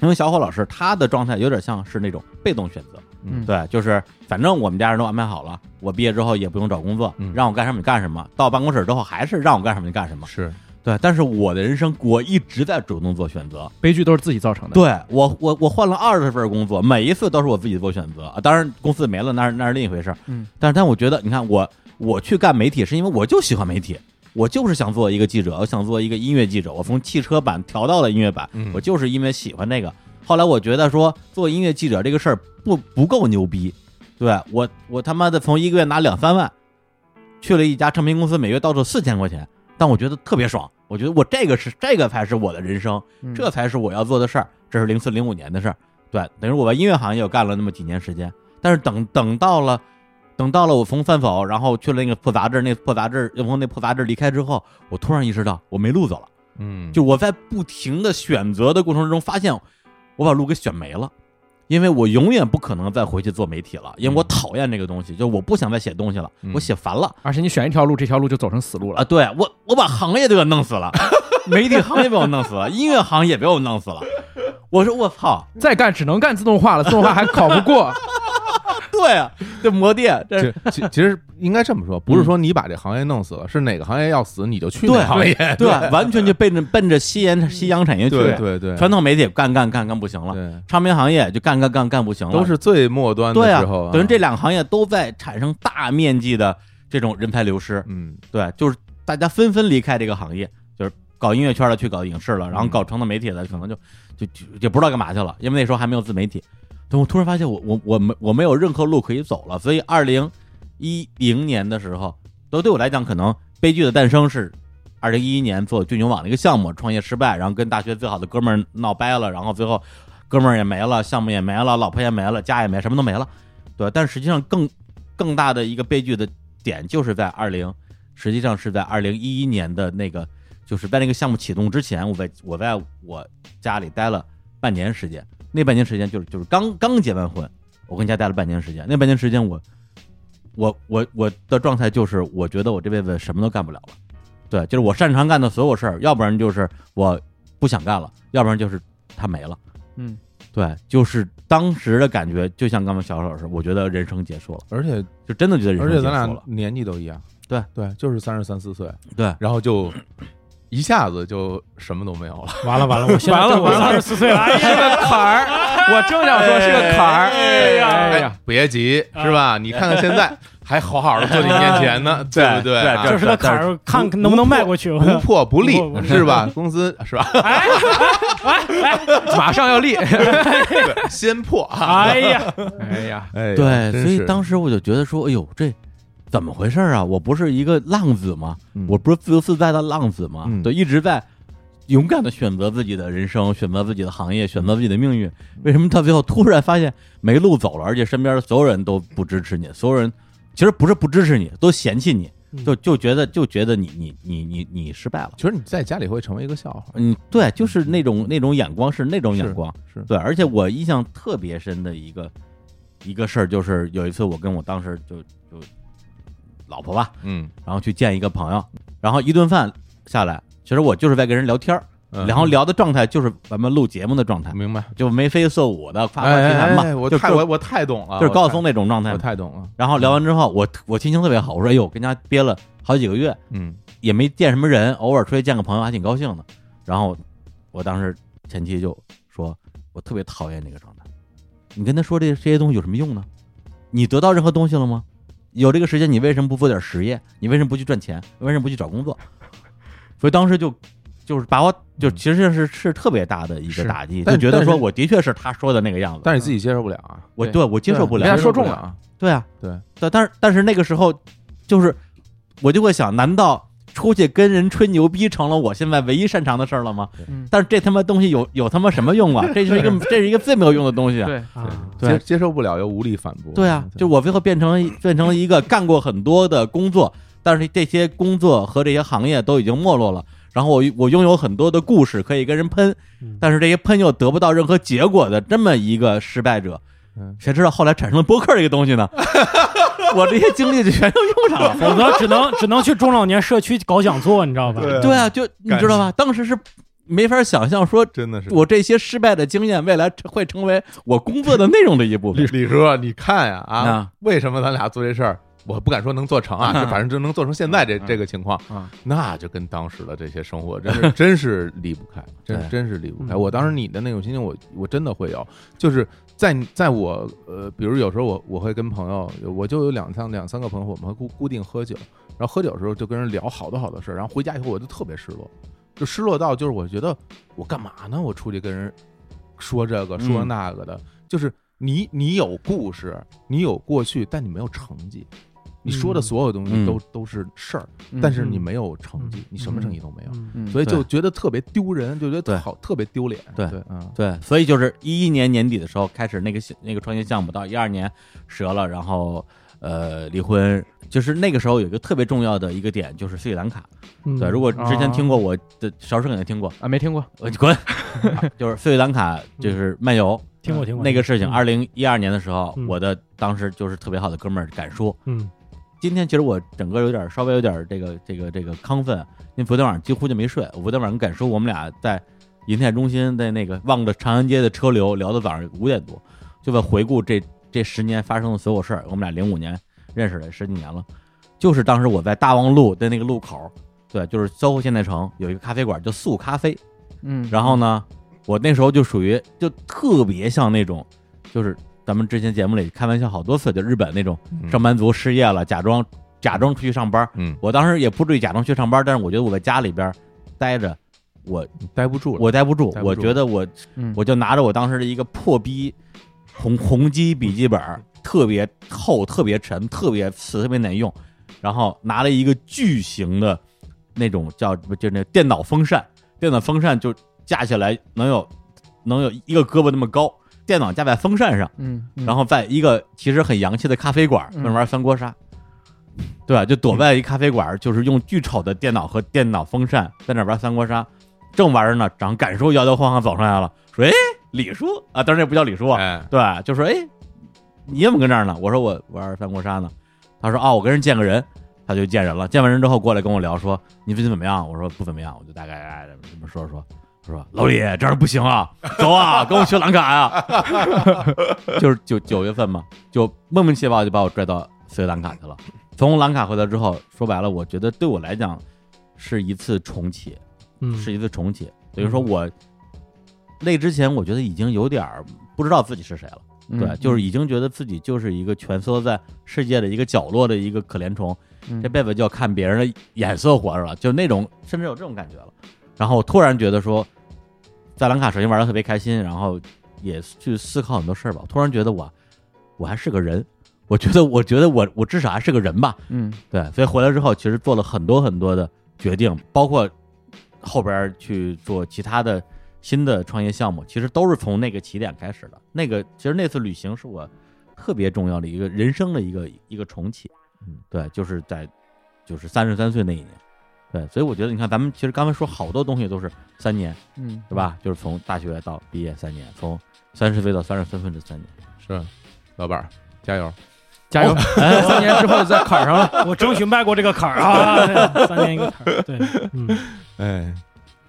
Speaker 1: 因为小伙老师他的状态有点像是那种被动选择，
Speaker 2: 嗯
Speaker 1: 对，就是反正我们家人都安排好了，我毕业之后也不用找工作，
Speaker 2: 嗯
Speaker 1: 让我干什么你干什么，到办公室之后还是让我干什么你干什么，
Speaker 2: 是
Speaker 1: 对，但是我的人生我一直在主动做选择，
Speaker 7: 悲剧都是自己造成的。
Speaker 1: 对我，我我换了二十份工作，每一次都是我自己做选择啊。当然，公司没了，那是那是另一回事。
Speaker 7: 嗯，
Speaker 1: 但是但我觉得，你看我我去干媒体，是因为我就喜欢媒体，我就是想做一个记者，我想做一个音乐记者。我从汽车版调到了音乐版，
Speaker 2: 嗯
Speaker 1: 我就是因为喜欢那个。后来我觉得说做音乐记者这个事儿不不够牛逼，对我我他妈的从一个月拿两三万，去了一家唱片公司，每月到手四千块钱，但我觉得特别爽。我觉得我这个是这个才是我的人生，
Speaker 7: 嗯
Speaker 1: 这才是我要做的事儿。这是零四零五年的事儿，对，等于我在音乐行业又干了那么几年时间。但是等等到了，等到了我从饭否，然后去了那个破杂志，那破杂志又从那破杂志离开之后，我突然意识到我没路走了。
Speaker 2: 嗯，
Speaker 1: 就我在不停的选择的过程中，发现我把路给选没了，因为我永远不可能再回去做媒体了，因为我讨厌这个东西，就我不想再写东西了，
Speaker 2: 嗯
Speaker 1: 我写烦了。
Speaker 7: 而且你选一条路，这条路就走成死路
Speaker 1: 啊，
Speaker 7: 了。
Speaker 1: 对我我把行业都给弄死 了，媒体行业被我弄死了，音乐行业被我弄死了。我说我操，
Speaker 7: 再干只能干自动化了，自动化还考不过。
Speaker 1: 对啊，这摩电，这
Speaker 2: 其其其实应该这么说，不是说你把这行业弄死了，是哪个行业要死你就去
Speaker 1: 嗯
Speaker 2: 哪
Speaker 1: 对
Speaker 2: 个行业。
Speaker 1: 对，完全就奔着奔着夕阳夕阳产业去。
Speaker 2: 对对对，
Speaker 1: 传统媒体干干干干不行了，
Speaker 2: 对
Speaker 1: 唱片行业就干干干干不行了，
Speaker 2: 都是最末端
Speaker 1: 对
Speaker 2: 的
Speaker 1: 啊
Speaker 2: 时候啊，，
Speaker 1: 等于这两个行业都在产生大面积的这种人才流失。
Speaker 2: 嗯
Speaker 1: 对，就是大家纷纷离开这个行业，就是搞音乐圈的去搞影视了，然后
Speaker 2: 嗯
Speaker 1: 搞传统媒体的可能就就就也不知道干嘛去了，因为那时候还没有自媒体。但我突然发现我我我没我没有任何路可以走了，所以二零一零年的时候，都对我来讲可能悲剧的诞生是。二零一一年做巨牛网的一个项目，创业失败，然后跟大学最好的哥们儿闹掰了，然后最后哥们儿也没了，项目也没了，老婆也没了，家也没，什么都没了。对，但实际上更更大的一个悲剧的点就是在二零，实际上是在二零一一年的那个，就是在那个项目启动之前，我在我在我家里待了半年时间，那半年时间就是就是刚刚结完婚，我跟家待了半年时间，那半年时间我我我我的状态就是我觉得我这辈子什么都干不了了，对，就是我擅长干的所有事儿，要不然就是我不想干了，要不然就是它没了。
Speaker 7: 嗯，
Speaker 1: 对，就是当时的感觉，就像刚才小何老师，我觉得人生结束了，
Speaker 2: 而且
Speaker 1: 就真的觉得人
Speaker 2: 而
Speaker 1: 生结
Speaker 2: 且
Speaker 1: 束
Speaker 2: 咱
Speaker 1: 了。
Speaker 2: 俩年纪都一样，
Speaker 1: 对
Speaker 2: 对，就是三十三四岁，
Speaker 1: 对，
Speaker 2: 然后就一下子就什么都没有 了。
Speaker 3: 完了完了，我现在
Speaker 7: 完了完了
Speaker 3: 三十四岁了，哎
Speaker 7: 是个坎儿，我正想说是个坎儿。
Speaker 2: 哎
Speaker 7: 呀哎呀，
Speaker 2: 别急，
Speaker 1: 啊
Speaker 2: 是吧？你看看现在还好好的坐你面前呢，对不
Speaker 1: 嗯对对
Speaker 2: 啊
Speaker 1: 这
Speaker 3: 就是个坎儿，看看能不能迈过去。嗯
Speaker 2: 不破不立
Speaker 3: 不破不立
Speaker 2: 是吧？公司是 吧？
Speaker 3: 哎哎哎
Speaker 7: 马上要立。
Speaker 2: 先破啊！
Speaker 3: 哎呀，
Speaker 7: 哎呀，
Speaker 2: 哎，
Speaker 1: 对，
Speaker 2: 真
Speaker 1: 所以
Speaker 2: 是
Speaker 1: 当时我就觉得说，哎呦，这怎么回事儿啊？我不是一个浪子吗？
Speaker 2: 嗯
Speaker 1: 我不是自由自在的浪子吗？
Speaker 2: 嗯
Speaker 1: 对，一直在勇敢的选择自己的人生，选择自己的行业，选择自己的命运。为什么到最后突然发现没路走了，而且身边的所有人都不支持你，所有人其实不是不支持你，都嫌弃你，
Speaker 3: 嗯
Speaker 1: 就就觉得就觉得你你你你你失败了。
Speaker 2: 其实你在家里会成为一个笑话，
Speaker 1: 嗯，对，就是那种那种眼光是那种眼
Speaker 2: 是
Speaker 1: 光，
Speaker 2: 是
Speaker 1: 对。而且我印象特别深的一个一个事儿，就是有一次我跟我当时就就老婆吧，
Speaker 2: 嗯，
Speaker 1: 然后去见一个朋友，然后一顿饭下来，其实我就是在跟人聊天儿，
Speaker 2: 嗯
Speaker 1: 然后聊的状态就是咱们录节目的状态，
Speaker 2: 明白。
Speaker 1: 就眉飞色舞的夸夸
Speaker 2: 哎
Speaker 1: 其谈嘛，
Speaker 2: 哎哎我
Speaker 1: 就
Speaker 2: 太
Speaker 1: 就
Speaker 2: 我我太懂了，
Speaker 1: 就是
Speaker 2: 我
Speaker 1: 高
Speaker 2: 太
Speaker 1: 晓松，那种状态
Speaker 2: 我
Speaker 1: 嘛。
Speaker 2: 太懂了，
Speaker 1: 然后聊完之后，我我心情特别好，我说哎呦，跟家憋了好几个月，
Speaker 2: 嗯
Speaker 1: 也没见什么人，偶尔出去见个朋友还挺高兴的。然后我当时前妻就说，我特别讨厌这个状态。你跟他说这这些东西有什么用呢？你得到任何东西了吗？有这个时间，你为什么不做点实业？你为什么不去赚钱？为什么不去找工作？所以当时就就是把我就其实是是特别大的一个
Speaker 2: 嗯是
Speaker 1: 打击，
Speaker 2: 但
Speaker 1: 就觉
Speaker 2: 但
Speaker 1: 得
Speaker 2: 是
Speaker 1: 说我的确是他说的那个样子，
Speaker 2: 但是你自己接受不了啊，
Speaker 1: 我
Speaker 2: 对
Speaker 1: 对我嗯接受不了，
Speaker 2: 被他
Speaker 1: 接受
Speaker 2: 说
Speaker 1: 不
Speaker 2: 中
Speaker 1: 了
Speaker 2: 了啊，
Speaker 1: 对啊，
Speaker 2: 对
Speaker 1: 但但是但是那个时候，就是我就会想，难道出去跟人吹牛逼成了我现在唯一擅长的事儿了吗
Speaker 7: 嗯？
Speaker 1: 但是这他妈东西有有他妈什么用啊？这是一个这是一个最没有用的东西啊！
Speaker 7: 对，
Speaker 3: 啊，
Speaker 1: 对
Speaker 2: 接接受不了又无力反驳，
Speaker 1: 对啊，就我最后变成变成了一个干过很多的工作，但是这些工作和这些行业都已经没落了。然后我我拥有很多的故事可以跟人喷
Speaker 3: 嗯，
Speaker 1: 但是这些喷又得不到任何结果的这么一个失败者
Speaker 2: 嗯，
Speaker 1: 谁知道后来产生了播客这个东西 呢？我这些经历就全都用上了。
Speaker 3: 啊否则只能只能去中老年社区搞讲座，你知道吧？嗯
Speaker 2: 对
Speaker 1: 对啊，就你知道吧？当时是没法想象说。
Speaker 2: 真的是
Speaker 1: 我这些失败的经验，未来会成为我工作的内容的一部
Speaker 2: 李
Speaker 1: 分。
Speaker 2: 李叔，你看呀啊
Speaker 1: 啊，
Speaker 2: 为什么咱俩做这事儿？我不敢说能做 成啊，就反正就能做成现在这
Speaker 1: 嗯
Speaker 2: 这个情况
Speaker 1: 嗯，
Speaker 2: 那就跟当时的这些生活真是真是离不开，真
Speaker 1: 对
Speaker 2: 真是离不开。
Speaker 3: 嗯
Speaker 2: 我当时你的那种心情，我我真的会有，就是在在我呃，比如有时候我我会跟朋友，我就有两三两三个朋友，我们会固固定喝酒，然后喝酒的时候就跟人聊好多好多事儿，然后回家以后我就特别失落，就失落到就是我觉得我干嘛呢？我出去跟人说这个说
Speaker 1: 嗯
Speaker 2: 那个的，就是你你有故事，你有过去，但你没有成绩。你说的
Speaker 3: 嗯
Speaker 2: 所有东西
Speaker 1: 嗯
Speaker 2: 都、都是事儿，
Speaker 4: 嗯
Speaker 2: 但是你没有成绩，
Speaker 3: 嗯
Speaker 2: 你什么成绩都没有，
Speaker 3: 嗯
Speaker 4: 嗯
Speaker 2: 所以就
Speaker 1: 对
Speaker 2: 觉得特别丢人，就觉
Speaker 1: 对
Speaker 2: 得好特别丢脸。
Speaker 1: 对
Speaker 2: 对，嗯，
Speaker 1: 对，所以就是一一年年底的时候开始那个项那个创业项目，到一二年折了，然后呃离婚，就是那个时候有一个特别重要的一个点，就是斯里兰卡。
Speaker 3: 嗯
Speaker 1: 对，如果之
Speaker 7: 啊
Speaker 1: 前听过我的呃勺师肯定听过，
Speaker 7: 啊，没听过，
Speaker 1: 我滚，就是斯里兰卡就是漫游
Speaker 3: 听过听过
Speaker 1: 那个事情。
Speaker 3: 嗯
Speaker 1: 二零一二年的时候，
Speaker 3: 嗯
Speaker 1: 我的当时就是特别好的哥们儿敢叔，
Speaker 3: 嗯
Speaker 1: 今天其实我整个有点稍微有点这个这个这个亢奋，因为昨天晚上几乎就没睡。我昨天晚上敢说，我们俩在银泰中心，在那个望着长安街的车流，聊到早上五点多，就在回顾这这十年发生的所有事儿。我们俩零五年认识了十几年了，就是当时我在大望路的那个路口，对，就是 SOHO 现代城有一个咖啡馆叫素咖啡，
Speaker 7: 嗯，
Speaker 1: 然后呢，我那时候就属于就特别像那种，就是咱们之前节目里开玩笑好多次，就日本那种
Speaker 2: 嗯
Speaker 1: 上班族失业了，假装假装出去上班。
Speaker 2: 嗯，
Speaker 1: 我当时也不至于假装去上班，但是我觉得我在家里边待着，我
Speaker 2: 待不住了。
Speaker 1: 我待不住，
Speaker 2: 待不住
Speaker 1: 我觉得我
Speaker 7: 嗯
Speaker 1: 我就拿着我当时的一个破逼红红基笔记本，特别厚、特别沉、特别瓷、特别难用，然后拿了一个巨型的那种叫就那电脑风扇，电脑风扇就架起来能有能有一个胳膊那么高，电脑架在风扇上。
Speaker 7: 嗯，嗯
Speaker 1: 然后在一个其实很洋气的咖啡馆儿
Speaker 7: 嗯
Speaker 1: 那玩三国杀，对吧？就躲在一咖啡馆儿，就是用巨丑的电脑和电脑风扇在那玩三国杀，正玩着呢，长感受摇摇晃晃走上来了，说：“哎，李叔啊，当然也不叫李叔啊，
Speaker 2: 哎，
Speaker 1: 对吧，就说：哎，你怎么跟这儿呢？”我说：“我玩三国杀呢。”他说：“哦，我跟人见个人。”他就见人了，见完人之后过来跟我聊说：“你最近怎么样？”我说：“不怎么样。”我就大概哎这么说说。他说：“老李，这样不行啊，走啊， 跟我去兰卡呀、就是九九月份嘛，就莫名其妙就把我拽到斯里兰卡去了。从兰卡回来之后，说白了，我觉得对我来讲是一次重启，
Speaker 3: 嗯
Speaker 1: 是一次重启。等于
Speaker 7: 嗯
Speaker 1: 说我那之前，我觉得已经有点儿不知道自己是谁了，
Speaker 7: 嗯
Speaker 1: 对，
Speaker 7: 嗯
Speaker 1: 就是已经觉得自己就是一个蜷缩在世界的一个角落的一个可怜虫，
Speaker 7: 嗯
Speaker 1: 这辈子就要看别人的眼色活着了，就那种甚至有这种感觉了。然后我突然觉得说，在兰卡首先玩的特别开心，然后也去思考很多事儿吧。我突然觉得我我还是个人，我觉得我觉得我我至少还是个人吧。
Speaker 7: 嗯
Speaker 1: 对，所以回来之后其实做了很多很多的决定，包括后边儿去做其他的新的创业项目，其实都是从那个起点开始的。那个其实那次旅行是我特别重要的一个人生的一个一个重启，
Speaker 2: 嗯，
Speaker 1: 对，就是在就是三十三岁那一年，对，所以我觉得你看咱们其实刚才说好多东西都是三年，
Speaker 7: 嗯，
Speaker 1: 对吧？就是从大学到毕业三年，从三十岁到三十三岁这三年。
Speaker 2: 是，老板儿加油！
Speaker 7: 加油！三年之后在 坎儿上了，
Speaker 3: 啊我争取迈过这个坎儿 啊，三年一个坎儿，对，嗯
Speaker 2: 哎，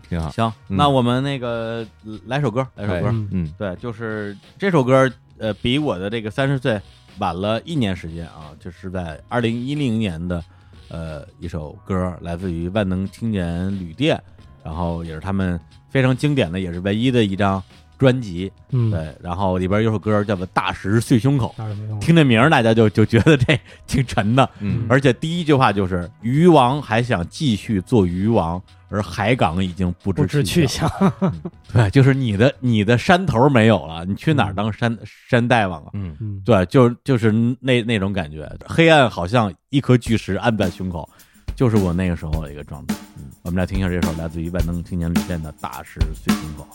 Speaker 2: 挺好。
Speaker 1: 行，
Speaker 2: 嗯
Speaker 1: 那我们那个呃来首歌，来首歌。
Speaker 3: 嗯，
Speaker 2: 嗯，
Speaker 1: 对，就是这首歌，呃，比我的这个三十岁晚了一年时间啊，就是在二零一零年的，呃，一首歌，来自于万能青年旅店，然后也是他们非常经典的，也是唯一的一张专辑。
Speaker 3: 嗯，
Speaker 1: 对，然后里边有首歌叫做《大石碎胸口
Speaker 3: 那是没用》，
Speaker 1: 听这名儿大家就就觉得这 挺沉的，
Speaker 2: 嗯
Speaker 1: 而且第一句话就是“鱼王还想继续做鱼王，而海港已经不
Speaker 3: 不
Speaker 1: 知
Speaker 3: 知去
Speaker 1: 去
Speaker 3: 向，
Speaker 1: 对，就是你的你的山头没有了，你去哪儿当山、山大王啊？
Speaker 2: 嗯，
Speaker 3: 嗯，
Speaker 1: 对，就就是那那种感觉，黑暗好像一颗巨石按在胸口，就是我那个时候的一个状态。嗯，我们来听一下这首来自于万能青年旅店的《大石碎胸口》。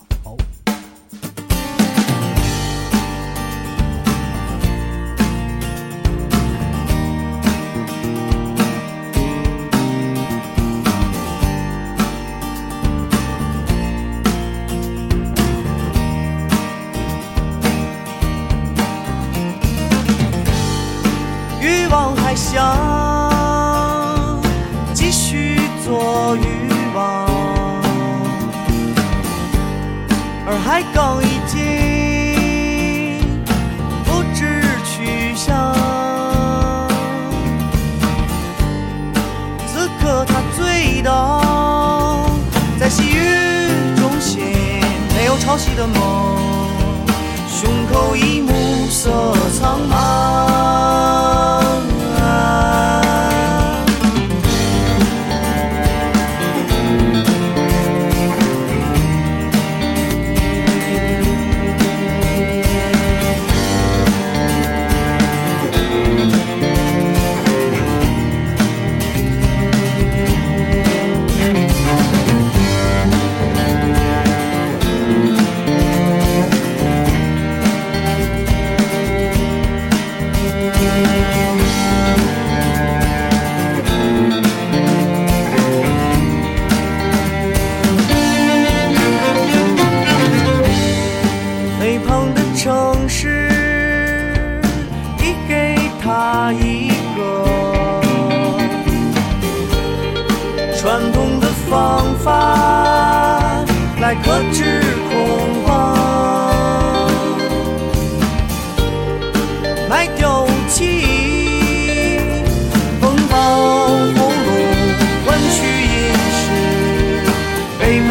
Speaker 6: 欲望还想继续做欲望，而海港已经不知去向。此刻他醉倒在细雨中心，没有潮汐的梦。胸口已暮色苍茫。肥胖的城市递给他一个传统的方法来克制恐慌，卖掉武器，奔跑红路，换取饮食，背叛能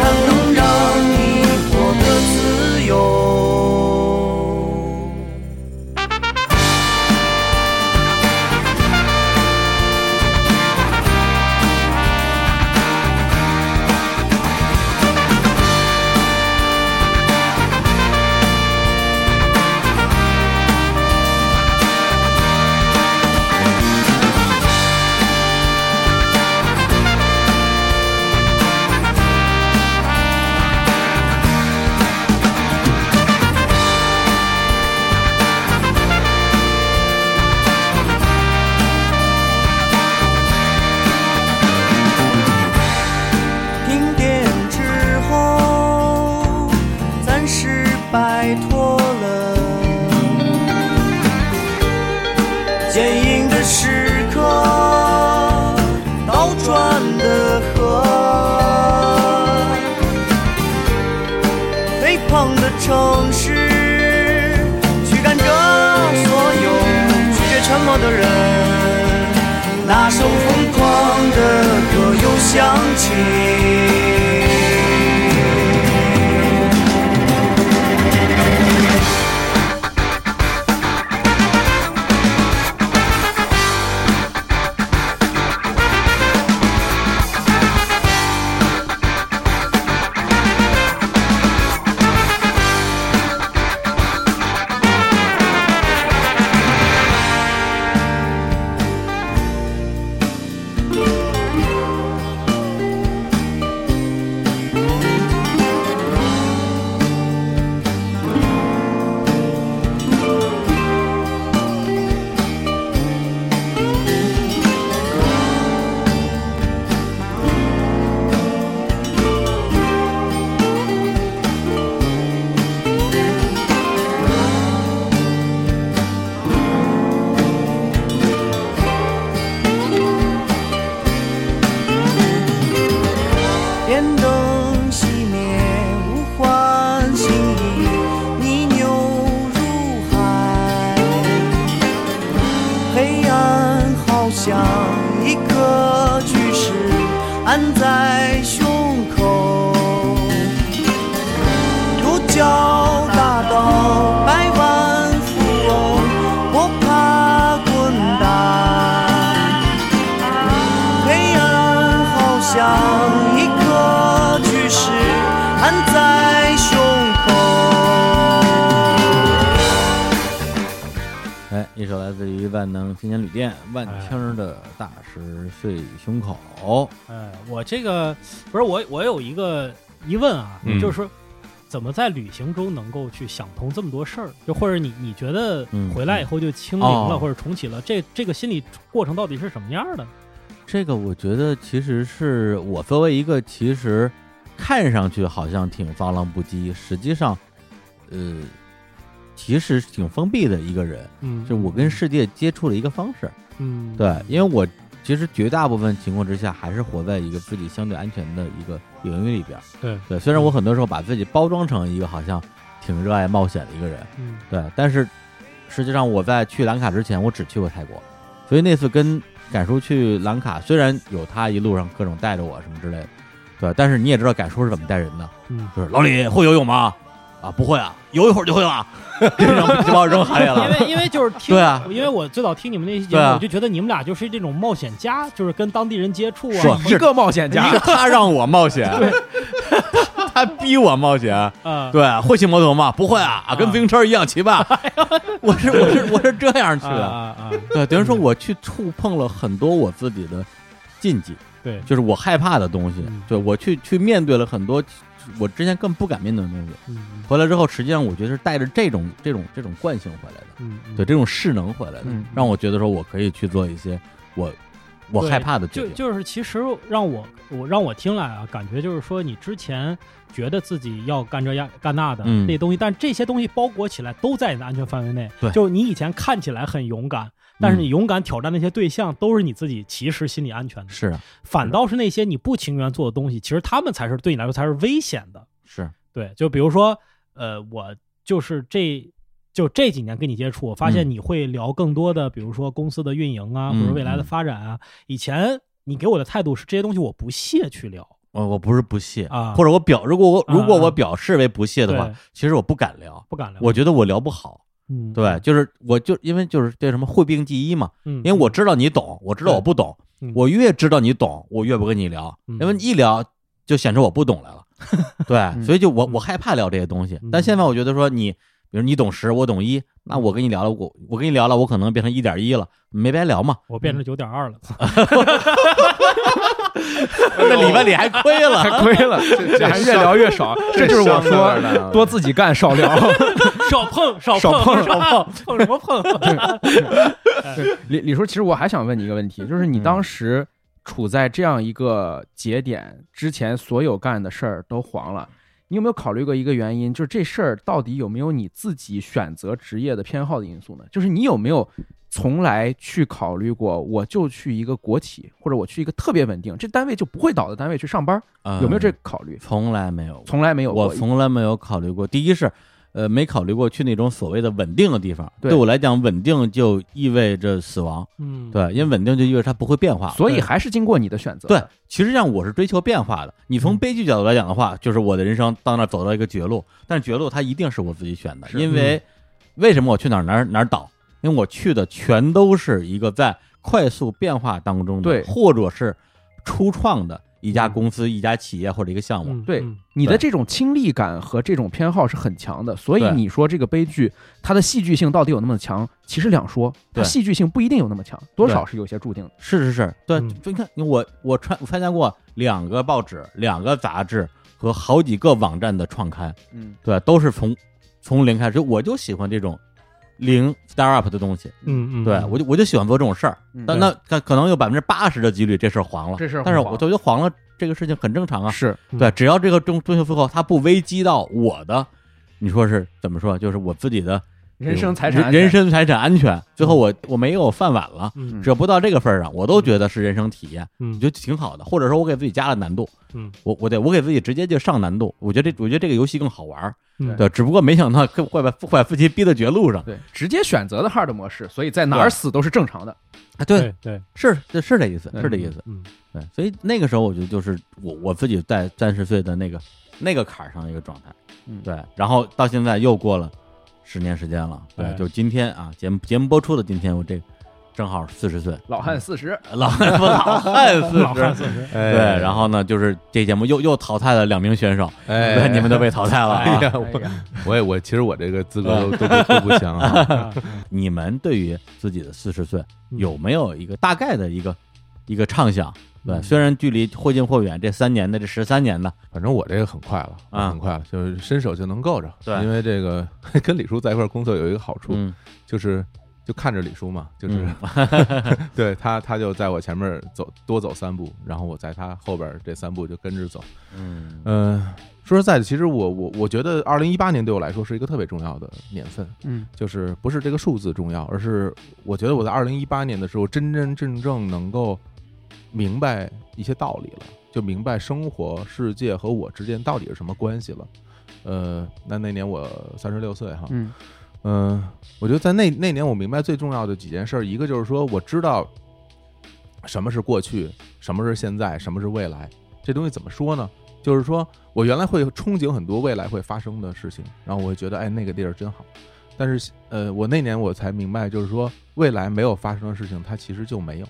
Speaker 6: 让你获得自由。停电之后，暂时摆脱了坚硬的时刻，倒转的河，肥胖的城市驱赶着所有拒绝沉默的人。那首疯狂的歌又响起。像一颗巨石安在胸口。如角大刀，百万富翁，不怕滚蛋。黑暗好像一颗巨石安在胸口。
Speaker 1: 哎，一首来自于万能青年旅店万青的《大石碎胸口》。
Speaker 3: 哎，我这个不是我，我有一个疑问啊，
Speaker 2: 嗯
Speaker 3: 就是说怎么在旅行中能够去想通这么多事儿？就或者你你觉得
Speaker 1: 嗯
Speaker 3: 回来以后就清零了，
Speaker 1: 哦
Speaker 3: 或者重启了，这这个心理过程到底是什么样的？
Speaker 1: 这个我觉得其实是我作为一个其实看上去好像挺放浪不羁，实际上，呃，其实挺封闭的一个人，
Speaker 3: 嗯，
Speaker 1: 就我跟世界接触的一个方式。
Speaker 3: 嗯
Speaker 1: 对，因为我其实绝大部分情况之下还是活在一个自己相对安全的一个领域里边儿。
Speaker 3: 对
Speaker 1: 对，虽然我很多时候把自己包装成一个好像挺热爱冒险的一个人，
Speaker 3: 嗯
Speaker 1: 对，但是实际上我在去兰卡之前，我只去过泰国，所以那次跟敢叔去兰卡，虽然有他一路上各种带着我什么之类的，对，但是你也知道敢叔是怎么带人的，
Speaker 3: 嗯，
Speaker 1: 就是老李会游泳吗？啊，不会啊，游一会儿就会了，然后就把我扔海里
Speaker 3: 因
Speaker 1: 了。
Speaker 3: 为因为就是听，
Speaker 1: 对啊
Speaker 3: 因为我最早听你们那期节目，
Speaker 1: 对啊
Speaker 3: 我就觉得你们俩就是这种冒险家，就是跟当地人接触
Speaker 1: 是
Speaker 3: 啊，
Speaker 4: 一个冒险家，
Speaker 1: 是他让我冒险，他逼我冒险。
Speaker 3: 啊，
Speaker 1: 对，会骑摩托吗？不会啊，啊跟自行车一样骑吧。
Speaker 3: 哎
Speaker 1: 我是我是我是这样去
Speaker 3: 啊
Speaker 1: 的。
Speaker 3: 啊啊，
Speaker 1: 对，等于说我去触碰了很多我自己的禁忌，
Speaker 3: 对，
Speaker 1: 就是我害怕的东西
Speaker 3: 嗯。
Speaker 1: 对我去去面对了很多我之前更不敢面对的东西。
Speaker 3: 嗯
Speaker 1: 回来之后，实际上我觉得是带着这种这种这种惯性回来的，
Speaker 3: 嗯，嗯
Speaker 1: 对，这种势能回来的
Speaker 4: 嗯，
Speaker 1: 让我觉得说我可以去做一些我我
Speaker 3: 对
Speaker 1: 害怕的决
Speaker 3: 就
Speaker 1: 定。
Speaker 3: 就是其实让我我让我听来啊，感觉就是说你之前觉得自己要干这样干那的、
Speaker 1: 嗯
Speaker 3: 那东西，但这些东西包裹起来都在你的安全范围内。
Speaker 1: 对嗯
Speaker 3: 就你以前看起来很勇敢，但是你勇敢挑战那些对象，都是你自己其实心理安全的。
Speaker 1: 是啊
Speaker 3: 反倒是那些你不情愿做的东西，其实他们才是对你来说才是危险的。
Speaker 1: 是，啊
Speaker 3: 对，就比如说，呃，我就是这就这几年跟你接触，我发现
Speaker 1: 嗯
Speaker 3: 你会聊更多的，比如说公司的运营啊，或者未来的
Speaker 1: 嗯嗯
Speaker 3: 发展啊。以前你给我的态度是这些东西我不屑去聊，
Speaker 1: 我我不是不屑
Speaker 3: 啊
Speaker 1: 或者我表如果我
Speaker 3: 啊
Speaker 1: 如果
Speaker 3: 啊
Speaker 1: 我表示为不屑的话
Speaker 3: 对，
Speaker 1: 其实我不敢聊，
Speaker 3: 不敢聊。
Speaker 1: 我觉得我聊不好。
Speaker 3: 嗯，
Speaker 1: 对，就是我就因为就是这什么会病忌医嘛，
Speaker 3: 嗯，
Speaker 1: 因为我知道你懂，我知道
Speaker 3: 对
Speaker 1: 我不懂
Speaker 3: 嗯，
Speaker 1: 我越知道你懂，我越不跟你聊，
Speaker 3: 嗯
Speaker 1: 因为一聊就显出我不懂来 了。
Speaker 4: 嗯
Speaker 1: 对，所以就我我害怕聊这些东西。但现在我觉得说你，比如你懂十，我懂一，那我跟你聊了，我我跟你聊了，我可能变成一点一了，没白聊嘛。
Speaker 3: 我变成九点 二了，
Speaker 1: 那里边里还亏了，
Speaker 4: 太亏了，
Speaker 2: 这
Speaker 4: 还越聊越少，这就是我
Speaker 2: 伤着点儿呢
Speaker 4: 说多自己干少聊。
Speaker 3: 少碰少
Speaker 4: 少
Speaker 3: 碰
Speaker 4: 碰
Speaker 3: 少碰碰什么碰？啊
Speaker 4: 李李叔，其实我还想问你一个问 题，就是
Speaker 1: 嗯
Speaker 4: 你当时处在这样一个节点之前，所有干的事儿都黄了，你有没有考虑过一个原因，就是这事儿到底有没有你自己选择职业的偏好的因素呢？就是你有没有从来去考虑过，我就去一个国企，或者我去一个特别稳定，这单位就不会倒的单位去上班，
Speaker 1: 嗯
Speaker 4: 有没有这？考虑？
Speaker 1: 从来没有过，
Speaker 4: 从来没有过
Speaker 1: 我。从来没有考虑过。第一是，呃，没考虑过去那种所谓的稳定的地方。
Speaker 4: 对
Speaker 1: 我来讲，稳定就意味着死亡。
Speaker 3: 嗯，
Speaker 1: 对，因为稳定就意味着它不会变化。
Speaker 4: 所以还是经过你的选择
Speaker 1: 对
Speaker 4: 的。，
Speaker 1: 其实上我是追求变化的。你从悲剧角度来讲的话，就是我的人生到那儿走到一个绝路，但是绝路它一定是我自己选的，
Speaker 4: 是
Speaker 1: 因为为什么我去哪儿哪儿哪儿倒？因为我去的全都是一个在快速变化当中的，
Speaker 4: 对
Speaker 1: 或者是初创的一家公司、一家企业或者一个项目。
Speaker 3: 嗯
Speaker 4: 对
Speaker 3: 嗯
Speaker 4: 你的
Speaker 1: 对
Speaker 4: 这种亲历感和这种偏好是很强的，所以
Speaker 1: 对
Speaker 4: 你说这个悲剧它的戏剧性到底有那么强，其实两说，它
Speaker 1: 对
Speaker 4: 戏剧性不一定有那么强，多
Speaker 1: 对
Speaker 4: 少是有些注定的。
Speaker 1: 是是是，对，
Speaker 3: 嗯
Speaker 1: 就你看我我参我参加过两个报纸、两个杂志和好几个网站的创刊，
Speaker 4: 嗯，
Speaker 1: 对，都是从从零开始，就我就喜欢这种零 startup 的东西，
Speaker 3: 嗯嗯，
Speaker 1: 对我就我就喜欢做这种事儿。
Speaker 4: 嗯
Speaker 1: 但那可可能有百分之八十的几率这事儿黄了，
Speaker 4: 这事儿
Speaker 1: 但是
Speaker 4: 黄
Speaker 1: 我就觉得黄了这个事情很正常啊。
Speaker 4: 是
Speaker 1: 对，只要这个中中学最后它不危及到我的，你说是怎么说？就是我自己的
Speaker 4: 人身财产安全
Speaker 1: 人身财产安全。最后我我没有犯晚了，
Speaker 3: 嗯
Speaker 1: 只要不到这个份儿上，我都觉得是人生体验，我
Speaker 3: 嗯，
Speaker 1: 觉得挺好的。或者说我给自己加了难度，
Speaker 3: 嗯，
Speaker 1: 我我得我给自己直接就上难度，我觉得这我觉得这个游戏更好玩儿，
Speaker 3: 嗯
Speaker 1: 对，只不过没想到快快把快把自己逼到绝路上，
Speaker 4: 对直接选择的 hard 模式，所以在哪儿死都是正常的。
Speaker 1: 啊，对，
Speaker 3: 对对，
Speaker 1: 是这是这意思，
Speaker 4: 对
Speaker 1: 是这意思，
Speaker 3: 嗯
Speaker 1: 对，所以那个时候我觉得就是我我自己在三十岁的那个那个坎儿上的一个状态，
Speaker 4: 嗯
Speaker 1: 对，然后到现在又过了十年时间了，对，
Speaker 3: 对
Speaker 1: 就今天啊，节目节目播出的今天，我这正好四十岁，
Speaker 4: 老汉四 十，
Speaker 1: 老老汉四
Speaker 3: 老汉
Speaker 1: 十，
Speaker 3: 四 十，
Speaker 2: 对
Speaker 1: 对，然后呢，就是这节目又又淘汰了两名选手，
Speaker 2: 哎，
Speaker 1: 你们 都被淘汰了
Speaker 2: 哎
Speaker 1: 啊！
Speaker 2: 呀，
Speaker 4: 哎
Speaker 2: 我
Speaker 4: 呀
Speaker 2: 我也我其实我这个资格都都不都不行啊，
Speaker 1: 你们对于自己的四十岁有没有一个大概的一个一个畅想？对，
Speaker 3: 嗯
Speaker 1: 虽然距离或近或远，这三年的这十三年的，
Speaker 2: 反正我这个很快了，
Speaker 1: 啊
Speaker 2: 很快了，就是伸手就能够着。
Speaker 1: 对
Speaker 2: 因为这个 跟李叔在一块儿工作有一个好处，
Speaker 1: 嗯，
Speaker 2: 就是就看着李叔嘛，就是、
Speaker 1: 嗯
Speaker 2: 对他，他就在我前面走多走三步，然后我在他后边这三步就跟着走。
Speaker 1: 嗯
Speaker 2: 嗯、说实在的，其实我我我觉得二零一八年对我来说是一个特别重要的年份，
Speaker 4: 嗯，
Speaker 2: 就是不是这个数字重要，而是我觉得我在二零一八年的时候真真正正能够明白一些道理了，就明白生活、世界和我之间到底是什么关系了。呃，那那年我三十六岁哈，
Speaker 4: 嗯
Speaker 2: 嗯，我觉得在那那年，我明白最重要的几件事儿，一个就是说，我知道什么是过去，什么是现在，什么是未来。这东西怎么说呢？就是说我原来会憧憬很多未来会发生的事情，然后我会觉得，哎，那个地儿真好。但是，呃，我那年我才明白，就是说未来没有发生的事情，它其实就没有，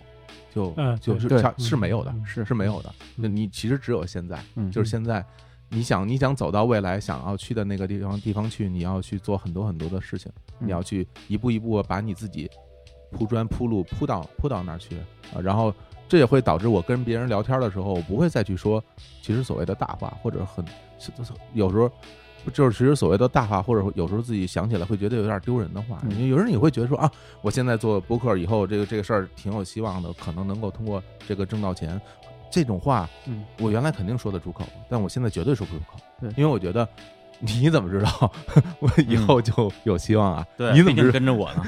Speaker 2: 就、
Speaker 3: 嗯
Speaker 2: 就是
Speaker 4: 对
Speaker 2: 它是没有的，
Speaker 3: 嗯
Speaker 2: 是是没有的。那你其实只有现在，
Speaker 4: 嗯，
Speaker 2: 就是 现在，你想你想走到未来想要去的那个地方地方去，你要去做很多很多的事情，
Speaker 4: 嗯
Speaker 2: 你要去一步一步把你自己铺砖铺路铺到铺到那儿去啊，然后这也会导致我跟别人聊天的时候，我不会再去说其实所谓的大话，或者很是是有时候。就是其实所谓的大话，或者有时候自己想起来会觉得有点丢人的话，
Speaker 4: 嗯
Speaker 2: 因为有人也会觉得说啊，我现在做播客以后，这个这个事儿挺有希望的，可能能够通过这个挣到钱，这种话
Speaker 4: 嗯
Speaker 2: 我原来肯定说得出口，但我现在绝对说不出口。
Speaker 4: 对嗯
Speaker 2: 因为我觉得你怎么知道 我以后就有希望啊？
Speaker 1: 对，
Speaker 2: 你怎
Speaker 1: 毕
Speaker 2: 么
Speaker 1: 竟
Speaker 2: 知道？
Speaker 1: 跟着我 呢？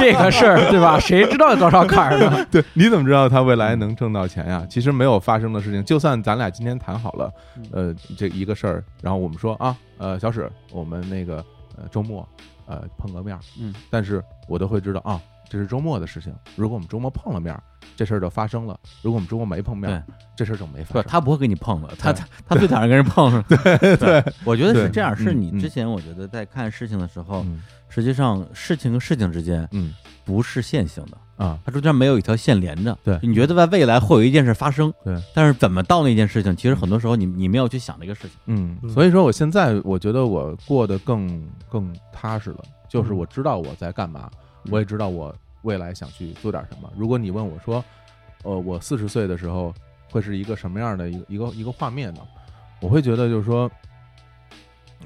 Speaker 4: 这个事儿，对吧？谁知道有多少坎儿 呢？
Speaker 2: 对，你怎么知道他未来能挣到钱呀、其实没有发生的事情，就算咱俩今天谈好了，呃，这一个事儿，然后我们说啊，呃，小史，我们那个呃周末呃碰个面儿，
Speaker 4: 嗯，
Speaker 2: 但是我都会知道啊，这是周末的事情。如果我们周末碰了面儿，这事儿就发生了；如果我们周末没碰面儿，这事儿就没发
Speaker 1: 不，
Speaker 2: 生。
Speaker 1: 他不会跟你碰的，他
Speaker 2: 对
Speaker 1: 他他最讨厌跟人碰 了。对对，我觉得是
Speaker 2: 对
Speaker 1: 这样，是
Speaker 2: 嗯
Speaker 1: 你
Speaker 2: 嗯
Speaker 1: 之前我觉得在看事情的时候，
Speaker 2: 嗯
Speaker 1: 实际上事情和事情之间
Speaker 2: 嗯
Speaker 1: 不是线性的，
Speaker 2: 啊，
Speaker 1: 它中间没有一条线连着。
Speaker 2: 对
Speaker 1: 你觉得在未来会有一件事发生，
Speaker 2: 对，
Speaker 1: 但是怎么到那件事情，其实很多时候你你没有去想这个事情。
Speaker 2: 嗯，
Speaker 3: 嗯
Speaker 2: 所以说我现在我觉得我过得更更踏实了，就是我知道我在干嘛，我也知道我未来想去做点什么。如果你问我说，呃，我四十岁的时候会是一个什么样的一个一个一个画面呢？我会觉得就是说，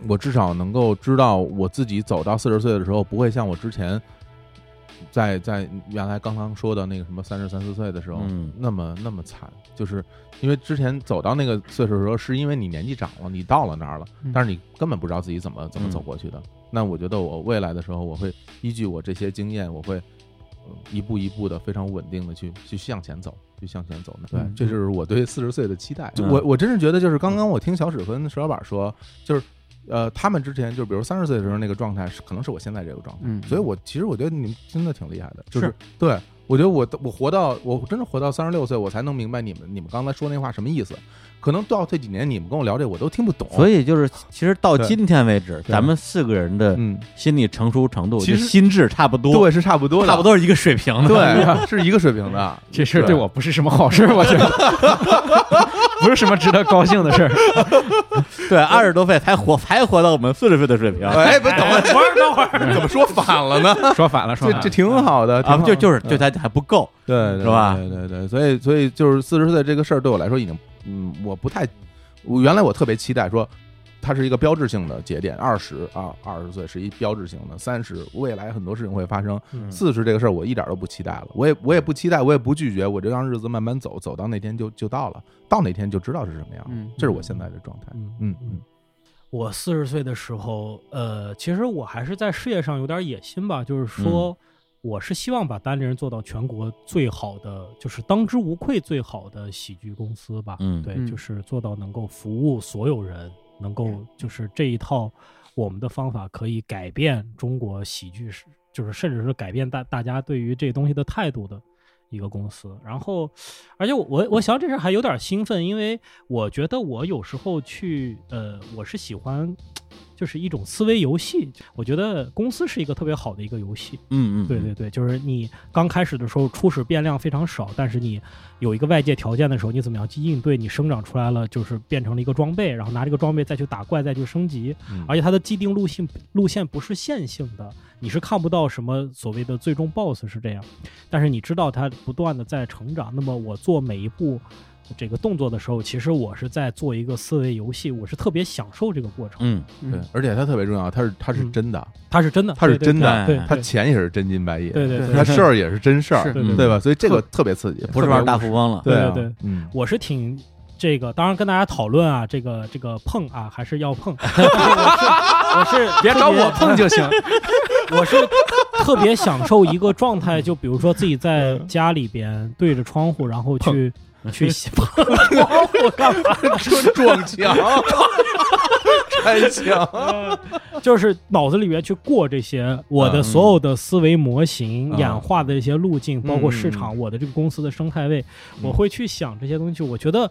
Speaker 2: 我至少能够知道我自己走到四十岁的时候，不会像我之前在在原来刚刚说的那个什么三十三四岁的时候、
Speaker 1: 嗯
Speaker 2: 那么那么惨，就是因为之前走到那个岁数的时候，是因为你年纪长了，你到了那儿了，但是你根本不知道自己怎么怎么走过去的。那我觉得我未来的时候，我会依据我这些经验，我会呃一步一步的非常稳定的去去向前走，去向前走呢。对，
Speaker 4: 嗯
Speaker 2: 这就是我对四十岁的期待。就
Speaker 1: 嗯
Speaker 2: 我我真是觉得，就是刚刚我听小史跟石老板说，就是呃，他们之前就比如三十岁的时候那个状态，是可能是我现在这个状态。
Speaker 4: 嗯
Speaker 2: 所以我其实我觉得你们真的挺厉害的，就是
Speaker 1: 是
Speaker 2: 对。我觉得我我活到我真的活到三十六岁，我才能明白你们你们刚才说那话什么意思。可能到这几年你们跟我聊这，我都听不懂。
Speaker 1: 所以就是，其实到
Speaker 2: 对
Speaker 1: 今天为止，
Speaker 2: 对
Speaker 1: 咱们四个人的
Speaker 2: 嗯，
Speaker 1: 心理成熟程度，
Speaker 2: 其实
Speaker 1: 就心智差不多，
Speaker 2: 对，是差不多的，
Speaker 1: 差不多是一个水平的。
Speaker 2: 对，是一个水平的。
Speaker 4: 这事儿对我不是什么好事 儿，我觉得不是什么值得高兴的事儿。
Speaker 1: 对，二十多岁才活，才活到我们四十岁的水平。
Speaker 2: 哎，不，等会儿，等会儿，等会儿， 怎么说反了呢？
Speaker 4: 说反了，说
Speaker 2: 这
Speaker 4: 反
Speaker 2: 这
Speaker 4: 了。
Speaker 2: 挺好的，挺
Speaker 1: 啊
Speaker 2: 好，的
Speaker 1: 就就是对他还不够，
Speaker 2: 对，对
Speaker 1: 是吧
Speaker 2: 对对对，所以所以就是四十岁这个事儿对我来说已经，嗯，我不太，我原来我特别期待说。它是一个标志性的节点，二十啊，二十岁是一标志性的，三十未来很多事情会发生，
Speaker 3: 嗯
Speaker 2: 四十这个事儿我一点都不期待了，我也我也不期待，我也不拒绝，我就让日子慢慢走，走到那天就就到了，到那天就知道是什么样了，
Speaker 4: 嗯
Speaker 2: 这是我现在的状态。
Speaker 3: 嗯
Speaker 2: 嗯
Speaker 3: 嗯，我四十岁的时候，呃，其实我还是在事业上有点野心吧，就是说，我是希望把单立人做到全国最好的，就是当之无愧最好的喜剧公司吧。
Speaker 1: 嗯
Speaker 3: 对，
Speaker 4: 嗯
Speaker 3: 就是做到能够服务所有人，能够就是这一套我们的方法可以改变中国喜剧史，就是甚至是改变大大家对于这东西的态度的一个公司。然后，而且我我我想这事儿还有点兴奋，因为我觉得我有时候去呃，我是喜欢。就是一种思维游戏，我觉得公司是一个特别好的一个游戏。
Speaker 1: 嗯嗯，
Speaker 3: 对对对，就是你刚开始的时候初始变量非常少，但是你有一个外界条件的时候，你怎么样去应对？你生长出来了，就是变成了一个装备，然后拿这个装备再去打怪，再去升级。
Speaker 2: 嗯
Speaker 3: 而且它的既定路线路线不是线性的，你是看不到什么所谓的最终 BOSS 是这样，但是你知道它不断的在成长。那么我做每一步。这个动作的时候，其实我是在做一个思维游戏，我是特别享受这个过程。
Speaker 1: 嗯，
Speaker 4: 嗯
Speaker 2: 对，而且它特别重要，它是它是
Speaker 3: 嗯
Speaker 2: 真的，
Speaker 3: 它是真的，
Speaker 2: 它是
Speaker 3: 对
Speaker 1: 嗯
Speaker 3: 对
Speaker 2: 真的
Speaker 3: 对，
Speaker 2: 它
Speaker 3: 对
Speaker 2: 钱也是真金白银，
Speaker 3: 对对对
Speaker 2: 它事儿也是真事儿
Speaker 4: 是，
Speaker 3: 对对
Speaker 2: 嗯对吧？所以这个特别刺激，
Speaker 1: 不是玩大富翁了，
Speaker 2: 对啊
Speaker 3: 对对，
Speaker 2: 嗯，
Speaker 3: 我是挺这个，当然跟大家讨论啊，这个这个碰啊，还是要碰。 我是
Speaker 4: 别找 我碰就 行。
Speaker 3: 我是特别享受一个状态，就比如说自己在家里边对着窗户，然后去去碰窗户干嘛？
Speaker 2: 撞墙，拆墙，
Speaker 3: 就是脑子里面去过这些我的所有的思维模
Speaker 2: 嗯
Speaker 3: 型、演化的一些路径，包括市
Speaker 2: 嗯
Speaker 3: 场、我的这个公司的生态位，我会去想这些东西。我觉得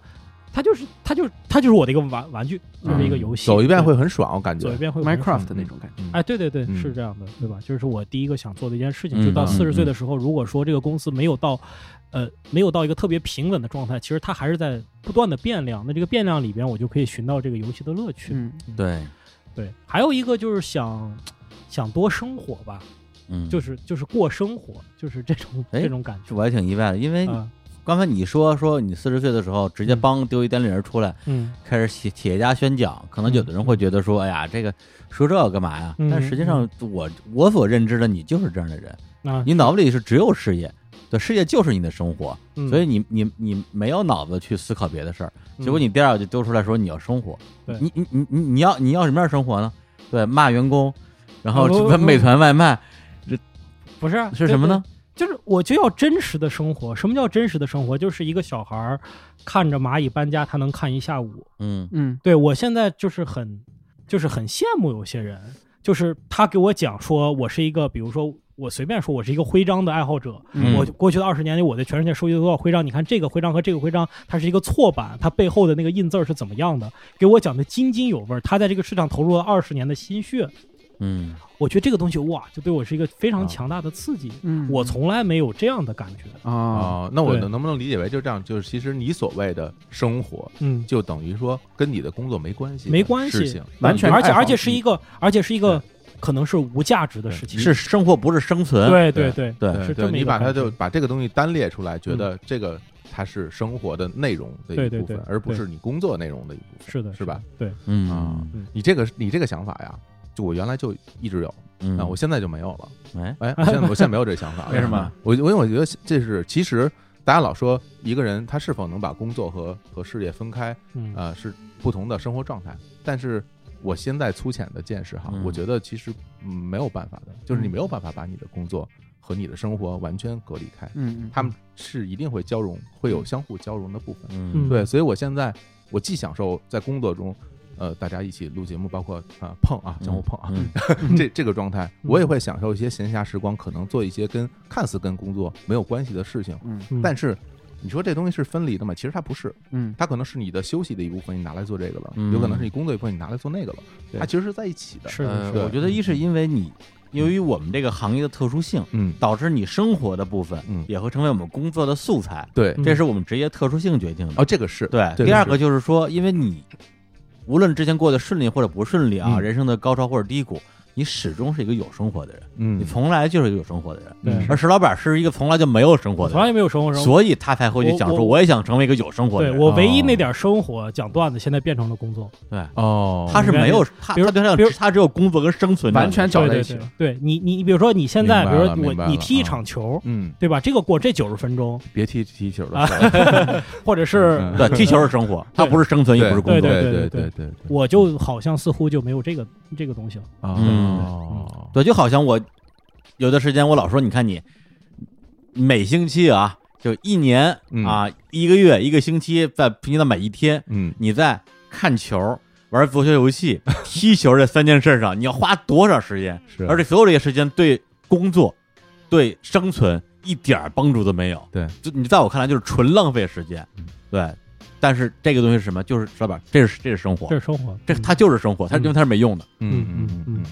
Speaker 3: 它就是它就是它就是我的一个玩玩具，就是一个游戏。
Speaker 2: 嗯走一遍
Speaker 3: 对
Speaker 2: 会很爽，我感觉
Speaker 3: 走一。遍会
Speaker 4: Minecraft 那种感觉，
Speaker 3: 哎，对对对，
Speaker 2: 嗯
Speaker 3: 是这样的，对吧？就是我第一个想做的一件事
Speaker 1: 嗯
Speaker 3: 情，就到
Speaker 1: 嗯
Speaker 3: 四十岁的时候，如果说这个公司没有到，呃，没有到一个特别平稳的状态，其实它还是在不断的变量。那这个变量里边，我就可以寻到这个游戏的乐趣。
Speaker 4: 嗯，
Speaker 1: 对，
Speaker 3: 对，还有一个就是想想多生活吧，
Speaker 1: 嗯，
Speaker 3: 就是就是过生活，就是这种
Speaker 1: 哎
Speaker 3: 这种感觉。
Speaker 1: 我还挺意外的，因为
Speaker 3: 啊，
Speaker 1: 刚才你说说你四十岁的时候直接帮丢一单立人出来，
Speaker 3: 嗯，
Speaker 1: 开始企企业家宣讲，可能有的人会觉得说，哎呀，这个说这干嘛呀？
Speaker 3: 嗯
Speaker 1: 但实际上我我所认知的你就是这样的人，
Speaker 3: 那
Speaker 1: 你脑子里是只有事业。对，事业就是你的生活，
Speaker 3: 嗯
Speaker 1: 所以你你你没有脑子去思考别的事儿，结果
Speaker 3: 嗯
Speaker 1: 你第二就丢出来说你要生活，
Speaker 3: 对
Speaker 1: 你你你你你要你要什么样的生活呢？对，骂员工，然后
Speaker 3: 不不
Speaker 1: 什么美团外卖
Speaker 3: 不是啊
Speaker 1: 是什么？
Speaker 3: 对对
Speaker 1: 呢？
Speaker 3: 就是我就要真实的生活。什么叫真实的生活？就是一个小孩儿看着蚂蚁搬家，他能看一下午。
Speaker 1: 嗯
Speaker 4: 嗯，
Speaker 3: 对我现在就是很，就是很羡慕有些人，就是他给我讲说，我是一个，比如说我随便说，我是一个徽章的爱好者。
Speaker 1: 嗯
Speaker 3: 我过去的二十年里，我在全世界收集了多少徽章？你看这个徽章和这个徽章，它是一个错版，它背后的那个印字儿是怎么样的？给我讲的津津有味儿。他在这个市场投入了二十年的心血，
Speaker 1: 嗯，
Speaker 3: 我觉得这个东西哇，就对我是一个非
Speaker 1: 啊
Speaker 3: 常强大的刺激。
Speaker 4: 嗯
Speaker 3: 我从来没有这样的感觉。
Speaker 4: 啊，
Speaker 2: 哦，那我
Speaker 3: 对
Speaker 2: 能能不能理解为就这样？就是其实你所谓的生活，
Speaker 3: 嗯，
Speaker 2: 就等于说跟你的工作没关系，
Speaker 3: 没关
Speaker 2: 事
Speaker 3: 系
Speaker 2: 情
Speaker 4: 完全
Speaker 3: 而且
Speaker 4: 爱好
Speaker 3: 而且是一个，而且是一个可能是无价值的
Speaker 2: 对
Speaker 3: 事情。
Speaker 1: 是生活不是生存，
Speaker 3: 对
Speaker 2: 对
Speaker 3: 对对
Speaker 1: 对
Speaker 2: 对
Speaker 3: 是
Speaker 2: 对
Speaker 3: 这么一
Speaker 2: 你
Speaker 3: 个
Speaker 2: 把它
Speaker 3: 感觉嗯
Speaker 2: 就把这个东西单列出来，觉得这个它是生活的内容的一
Speaker 3: 对
Speaker 2: 部分
Speaker 3: 对对，
Speaker 2: 而不
Speaker 3: 对
Speaker 2: 是你工作内容的一部分。
Speaker 3: 是的，
Speaker 2: 是吧
Speaker 3: 的？对，
Speaker 1: 嗯
Speaker 2: 啊，你这个你这个想法呀，就我原来就一直有，
Speaker 1: 嗯，
Speaker 2: 啊，我现在就没有 了。
Speaker 1: 哎，
Speaker 2: 哎，我现在我现在没有这想法了。
Speaker 1: 为什么？
Speaker 2: 我我啊因为我觉得这是其实大家老说一个人他是否能把工作和和事业分开，
Speaker 3: 嗯
Speaker 2: 呃，是不同的生活状态。但是我现在粗浅的见识哈，
Speaker 1: 嗯
Speaker 2: 我觉得其实嗯没有办法的，就是你没有办法把你的工作和你的生活完全隔离开，
Speaker 4: 嗯嗯，
Speaker 2: 他们是一定会交融，会有相互交融的部分。
Speaker 1: 嗯
Speaker 3: 嗯
Speaker 2: 对，所以我现在我既享受在工作中。呃，大家一起录节目，包括啊、呃碰啊，相互碰啊，
Speaker 1: 嗯
Speaker 2: 这这个状态，我也会享受一些闲暇时光，可能做一些跟看似跟工作没有关系的事情。
Speaker 3: 嗯
Speaker 2: 但是你说这东西是分离的吗？其实它不是，
Speaker 4: 嗯
Speaker 2: 它可能是你的休息的一部分，你拿来做这个了；
Speaker 1: 嗯
Speaker 2: 有可能是你工作一部分，你拿来做那个了。
Speaker 1: 对
Speaker 2: 它其实是在一起的。
Speaker 3: 是的
Speaker 1: 呃
Speaker 3: 是，的
Speaker 2: 对
Speaker 1: 我觉得一是因为你，由于我们这个行业的特殊性，
Speaker 2: 嗯，
Speaker 1: 导致你生活的部分
Speaker 2: 嗯
Speaker 1: 也会成为我们工作的素材，
Speaker 2: 对。
Speaker 3: 嗯
Speaker 1: 这是我们职业特殊性决定的。
Speaker 2: 哦，这个是
Speaker 1: 对，
Speaker 2: 这
Speaker 1: 第二
Speaker 2: 是
Speaker 1: 个就是说，因为你无论之前过得顺利或者不顺利啊，
Speaker 2: 嗯
Speaker 1: 人生的高潮或者低谷，你始终是一个有生活的人，
Speaker 2: 嗯
Speaker 1: 你从嗯来就是一个有生活的人。
Speaker 3: 对
Speaker 1: 而石老板是一个从来就没有生活
Speaker 3: 我
Speaker 1: 的
Speaker 3: 从来
Speaker 1: 人，
Speaker 3: 也没有生活生活。
Speaker 1: 所以他才会去想
Speaker 3: 我
Speaker 1: 说，
Speaker 3: 我
Speaker 1: 我也想成为一个有生活的
Speaker 3: 对
Speaker 1: 人。
Speaker 3: 我唯一那点生活讲段子，现在变成了工作。
Speaker 2: 哦，
Speaker 1: 他是没有他，
Speaker 3: 比如
Speaker 1: 他平常
Speaker 3: 比如
Speaker 1: 他只有工作跟生存这两
Speaker 4: 完
Speaker 1: 个事儿，
Speaker 4: 全搅在
Speaker 3: 对
Speaker 4: 一
Speaker 3: 对
Speaker 4: 起。
Speaker 3: 对，对你你你比如说你现在，
Speaker 2: 明白
Speaker 3: 比如
Speaker 2: 了
Speaker 3: 说我
Speaker 2: 明白了
Speaker 3: 你踢一场球，
Speaker 2: 嗯，
Speaker 3: 对吧？这个过这九十分钟，
Speaker 2: 别踢踢球了，对
Speaker 3: 或者是
Speaker 2: 嗯
Speaker 1: 对踢球是生活，他不是生存，也不是工
Speaker 3: 对
Speaker 1: 作。
Speaker 2: 对
Speaker 3: 对
Speaker 2: 对
Speaker 3: 对
Speaker 2: 对，
Speaker 3: 我就好像似乎就没有这个这个东西了。
Speaker 2: 哦，
Speaker 1: 对，就好像我有的时间我老说，你看你每星期啊，就一年
Speaker 2: 嗯
Speaker 1: 啊，一个月一个星期，在平均的每一天，
Speaker 2: 嗯，
Speaker 1: 你在看球、玩足球游 戏、踢球这三件事上，你要花多少时间？
Speaker 2: 是，
Speaker 1: 而且所有这些时间对工作、对生存一点儿帮助都没有。
Speaker 2: 对，
Speaker 1: 就你在我看来就是纯浪费时间。
Speaker 4: 嗯
Speaker 1: 对，但是这个东西是什么？就是说白，这是这是生活，
Speaker 3: 这是生活，
Speaker 1: 这它就是生活，它因为它是没用的。
Speaker 2: 嗯嗯嗯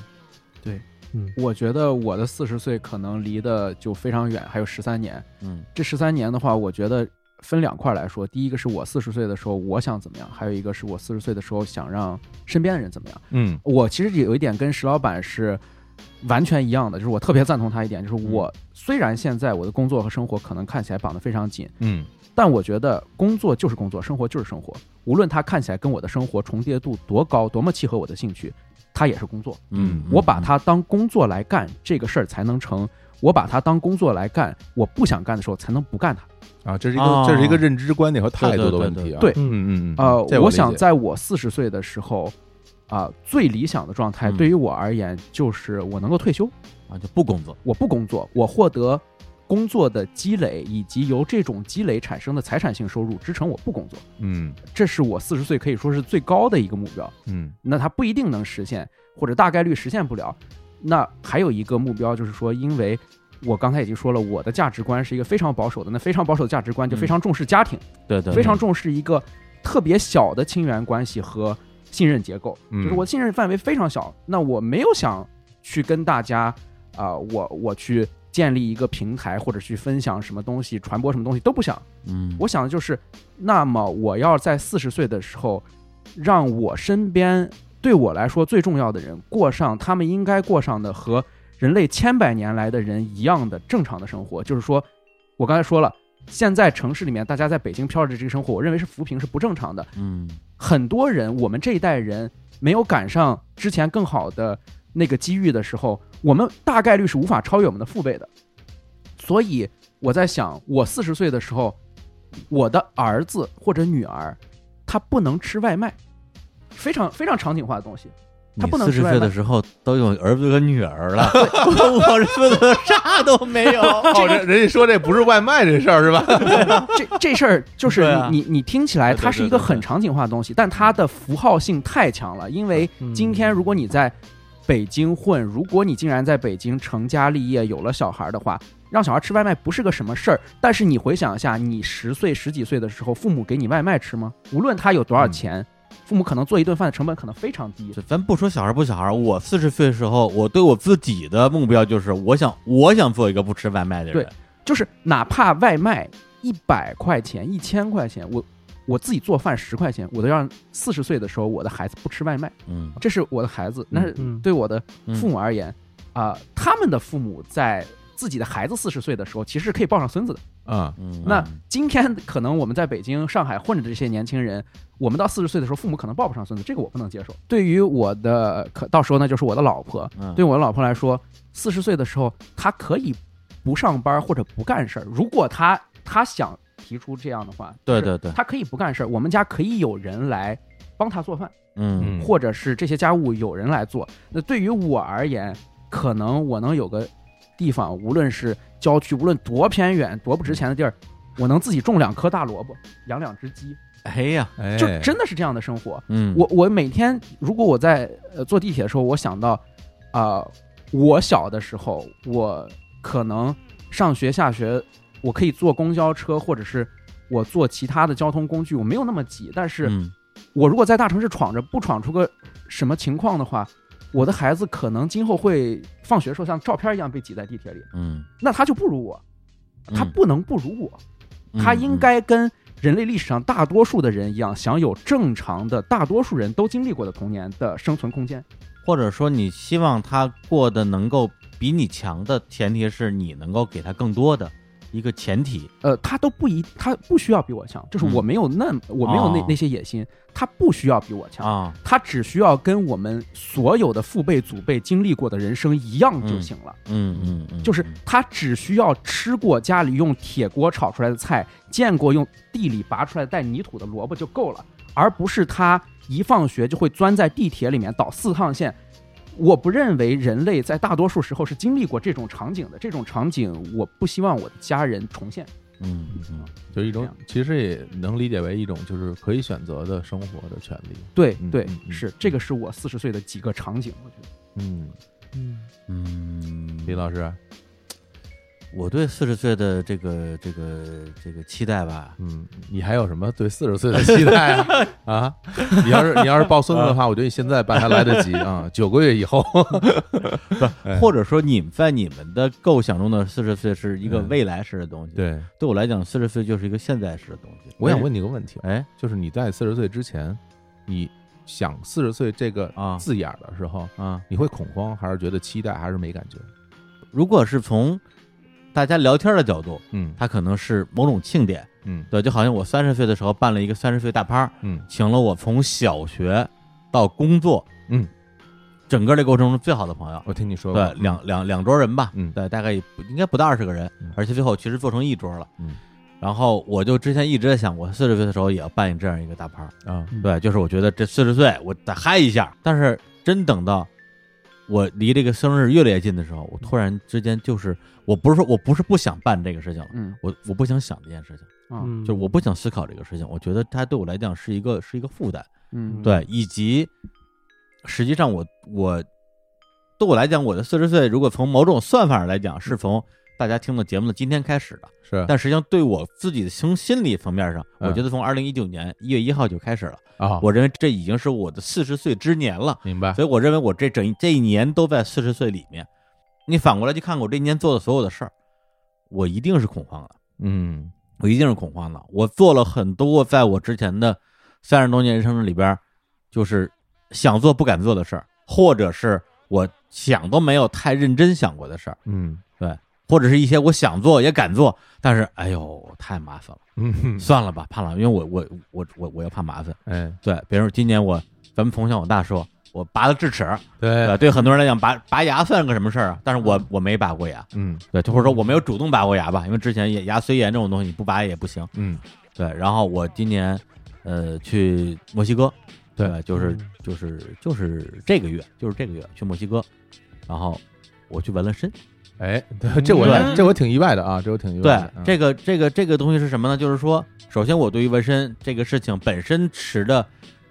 Speaker 4: 我觉得我的四十岁可能离得就非常远，还有十三年。
Speaker 1: 嗯
Speaker 4: 这十三年的话，我觉得分两块来说，第一个是我四十岁的时候我想怎么样，还有一个是我四十岁的时候想让身边的人怎么样。
Speaker 2: 嗯
Speaker 4: 我其实有一点跟石老板是完全一样的，就是我特别赞同他一点，就是我虽然现在我的工作和生活可能看起来绑得非常紧，
Speaker 2: 嗯
Speaker 4: 但我觉得工作就是工作，生活就是生活，无论它看起来跟我的生活重叠度多高，多么契合我的兴趣，它也是工作。
Speaker 1: 嗯，
Speaker 4: 我把它当工作来干，这个事儿才能成。我把它当工作来干，我不想干的时候才能不干它。
Speaker 2: 啊，这是一个这是一个认知观点和态度的问题啊，嗯嗯
Speaker 4: 呃，
Speaker 2: 这
Speaker 4: 我
Speaker 2: 理解
Speaker 4: 想在我四十岁的时候，啊、最理想的状态
Speaker 1: 嗯
Speaker 4: 对于我而言就是我能够退休，
Speaker 1: 啊就不工作。
Speaker 4: 我不工作，我获得工作的积累，以及由这种积累产生的财产性收入支撑我不工作，
Speaker 2: 嗯
Speaker 4: 这是我四十岁可以说是最高的一个目标。
Speaker 2: 嗯
Speaker 4: 那它不一定能实现，或者大概率实现不了。那还有一个目标就是说，因为我刚才已经说了，我的价值观是一个非常保守的，那非常保守的价值观就非常重视家庭，
Speaker 1: 对嗯对，
Speaker 4: 非常重视一个特别小的亲缘关系和信任结构，
Speaker 2: 嗯
Speaker 4: 就是我信任范围非常小。那我没有想去跟大家啊、我我去建立一个平台或者去分享什么东西、传播什么东西都不想。
Speaker 1: 嗯，
Speaker 4: 我想的就是，那么我要在四十岁的时候，让我身边对我来说最重要的人过上他们应该过上的和人类千百年来的人一样的正常的生活。就是说，我刚才说了，现在城市里面大家在北京飘着这个生活，我认为是扶贫是不正常的。
Speaker 1: 嗯
Speaker 4: 很多人，我们这一代人没有赶上之前更好的那个机遇的时候，我们大概率是无法超越我们的父辈的。所以我在想，我四十岁的时候，我的儿子或者女儿，他不能吃外卖，非常非常场景化的东西。他不能
Speaker 1: 四十
Speaker 4: 吃外
Speaker 1: 岁的
Speaker 4: 卖
Speaker 1: 时候都有儿子跟女儿了， 我这的啥都没有。
Speaker 2: 哦，人人家说这不是外卖这事儿是吧？
Speaker 4: 这这事儿就是
Speaker 1: 对啊
Speaker 4: 你你你听起来它是一个很场景化的东西，但它的符号性太强了。因为
Speaker 1: 嗯
Speaker 4: 今天如果你在北京混，如果你竟然在北京成家立业有了小孩的话，让小孩吃外卖不是个什么事儿。但是你回想一下，你十岁十几岁的时候，父母给你外卖吃吗？无论他有多
Speaker 1: 嗯
Speaker 4: 少钱，父母可能做一顿饭的成本可能非常低。
Speaker 1: 这咱不说小孩不小孩，我四十岁的时候，我对我自己的目标就是，我想我想做一个不吃外卖的人。
Speaker 4: 就是哪怕外卖一百块钱、一千块钱，我我自己做饭十块钱，我都让四十岁的时候我的孩子不吃外卖。
Speaker 1: 嗯
Speaker 4: 这是我的孩子，那是
Speaker 3: 嗯
Speaker 4: 对我的父母而言，啊、他们的父母在自己的孩子四十岁的时候，其实是可以抱上孙子的。
Speaker 2: 啊，
Speaker 1: 嗯，
Speaker 4: 那今天可能我们在北京、上海混着这些年轻人，我们到四十岁的时候，父母可能抱不上孙子，这个我不能接受。对于我的可到时候呢，就是我的老婆，
Speaker 1: 嗯
Speaker 4: 对我的老婆来说，四十岁的时候，她可以不上班或者不干事儿。如果她她想提出这样的话，
Speaker 1: 对
Speaker 4: 就是
Speaker 1: 对对
Speaker 4: 她可以不干事儿，我们家可以有人来帮她做饭。
Speaker 1: 嗯
Speaker 4: 或者是这些家务有人来做。那对于我而言，可能我能有个地方，无论是郊区，无论多偏远、多不值钱的地儿，我能自己种两颗大萝卜，养两只鸡，
Speaker 1: 哎呀，
Speaker 2: 哎，
Speaker 4: 就真的是这样的生活。
Speaker 1: 嗯，
Speaker 4: 我我每天如果我在呃坐地铁的时候，我想到，啊、我小的时候，我可能上学下学，我可以坐公交车，或者是我坐其他的交通工具，我没有那么挤，但是。
Speaker 1: 嗯
Speaker 4: 我如果在大城市闯着，不闯出个什么情况的话，我的孩子可能今后会放学时候像照片一样被挤在地铁里，
Speaker 1: 嗯，
Speaker 4: 那他就不如我，
Speaker 1: 嗯
Speaker 4: 他不能不如我，
Speaker 1: 嗯
Speaker 4: 他应该跟人类历史上大多数的人一样，享有正常的大多数人都经历过的童年的生存空间。
Speaker 1: 或者说你希望他过得能够比你强的前提是你能够给他更多的一个前提。
Speaker 4: 呃，他都不一，他不需要比我强，就是
Speaker 1: 嗯
Speaker 4: 我没有那，我没有那
Speaker 1: 哦
Speaker 4: 那些野心，他不需要比我强，
Speaker 1: 啊，
Speaker 4: 他只需要跟我们所有的父辈、祖辈经历过的人生一样就行了。
Speaker 1: 嗯嗯嗯，
Speaker 4: 就是他只需要吃过家里用铁锅炒出来的菜，见过用地里拔出来带泥土的萝卜就够了，而不是他一放学就会钻在地铁里面倒四趟线。我不认为人类在大多数时候是经历过这种场景的，这种场景我不希望我的家人重现。
Speaker 1: 嗯嗯
Speaker 2: 就一种
Speaker 4: 这样，
Speaker 2: 其实也能理解为一种就是可以选择的生活的权利。
Speaker 4: 对
Speaker 2: 嗯
Speaker 4: 对
Speaker 2: 嗯，嗯
Speaker 4: 是这个是我四十岁的几个场景，我觉得
Speaker 2: 嗯，
Speaker 3: 嗯，
Speaker 1: 嗯，
Speaker 2: 李老师，
Speaker 1: 我对四十岁的这个这个这个期待吧，
Speaker 2: 嗯，你还有什么对四十岁的期待 啊？啊，你要是你要是抱孙子的话，我觉得你现在办还来 得及啊，九个月以后。哎
Speaker 1: 或者说你们在你们的构想中的四十岁是一个
Speaker 2: 嗯
Speaker 1: 未来式的东西。，
Speaker 2: 对，
Speaker 1: 对我来讲，四十岁就是一个现在式的东西。
Speaker 2: 我想问你个问题，啊
Speaker 1: 哎，
Speaker 2: 就是你在四十岁之前，你想四十岁这个
Speaker 1: 啊
Speaker 2: 字眼儿的时候，
Speaker 1: 哎啊，
Speaker 2: 你会恐慌，还是觉得期待，还是没感觉？
Speaker 1: 如果是从大家聊天的角度，
Speaker 2: 嗯
Speaker 1: 它可能是某种庆典，
Speaker 2: 嗯
Speaker 1: 对，就好像我三十岁的时候办了一个三十岁大趴儿，
Speaker 2: 嗯
Speaker 1: 请了我从小学到工作
Speaker 2: 嗯，
Speaker 1: 整个这过程中最好的朋友，
Speaker 2: 我听你说过，
Speaker 1: 对，两两两桌人吧，
Speaker 2: 嗯
Speaker 1: 对，大概也不应该不到二十个人
Speaker 2: 嗯，
Speaker 1: 而且最后其实做成一桌了，
Speaker 2: 嗯。
Speaker 1: 然后我就之前一直在想，我四十岁的时候也要办这样一个大趴儿，
Speaker 2: 啊，
Speaker 1: 对，就是我觉得这四十岁我再嗨一下，但是真等到我离这个生日越来越近的时候，我突然之间就是，我不是说我不是不想办这个事情了，
Speaker 4: 嗯
Speaker 1: 我我不想想这件事情，
Speaker 4: 啊
Speaker 3: 嗯
Speaker 1: 就是我不想思考这个事情，我觉得它对我来讲是一个是一个负担，
Speaker 4: 嗯，
Speaker 1: 对，以及实际上我我对我来讲，我的四十岁如果从某种算法上来讲，是从大家听的节目的今天开始的，
Speaker 2: 是
Speaker 1: 但实际上对我自己的从心理层面上，我
Speaker 2: 嗯
Speaker 1: 觉得从二零一九年一月一号就开始了，
Speaker 2: 啊，
Speaker 1: 我认为这已经是我的四十岁之年了，
Speaker 2: 明白，
Speaker 1: 所以我认为我这整一这一年都在四十岁里面。你反过来去看看我这一年做的所有的事儿，我一定是恐慌的。
Speaker 2: 嗯
Speaker 1: 我一定是恐慌的。我做了很多在我之前的三十多年人生里边儿，就是想做不敢做的事儿，或者是我想都没有太认真想过的事儿，
Speaker 2: 嗯
Speaker 1: 对，或者是一些我想做也敢做，但是哎呦太麻烦了，
Speaker 2: 嗯，
Speaker 1: 算了吧，怕了，因为我我我我我要怕麻烦。
Speaker 2: 哎，
Speaker 1: 对，比如说今年我咱们从小往大说，我拔了智齿，
Speaker 2: 对
Speaker 1: 对，，对很多人来讲拔拔牙算个什么事儿啊？但是我我没拔过牙，
Speaker 2: 嗯
Speaker 1: 对，就或者说我没有主动拔过牙吧，因为之前也牙髓炎这种东西你不拔也不行。
Speaker 2: 嗯
Speaker 1: 对，然后我今年呃去墨西哥，
Speaker 2: 对嗯
Speaker 1: 就是就是就是这个月，就是这个月去墨西哥，然后我去纹了身。
Speaker 2: 哎，对这我
Speaker 1: 对
Speaker 2: 这我挺意外的啊，这我挺意
Speaker 1: 对
Speaker 2: 外的。，嗯
Speaker 1: 这个这个这个东西是什么呢？就是说，首先我对于纹身这个事情本身持的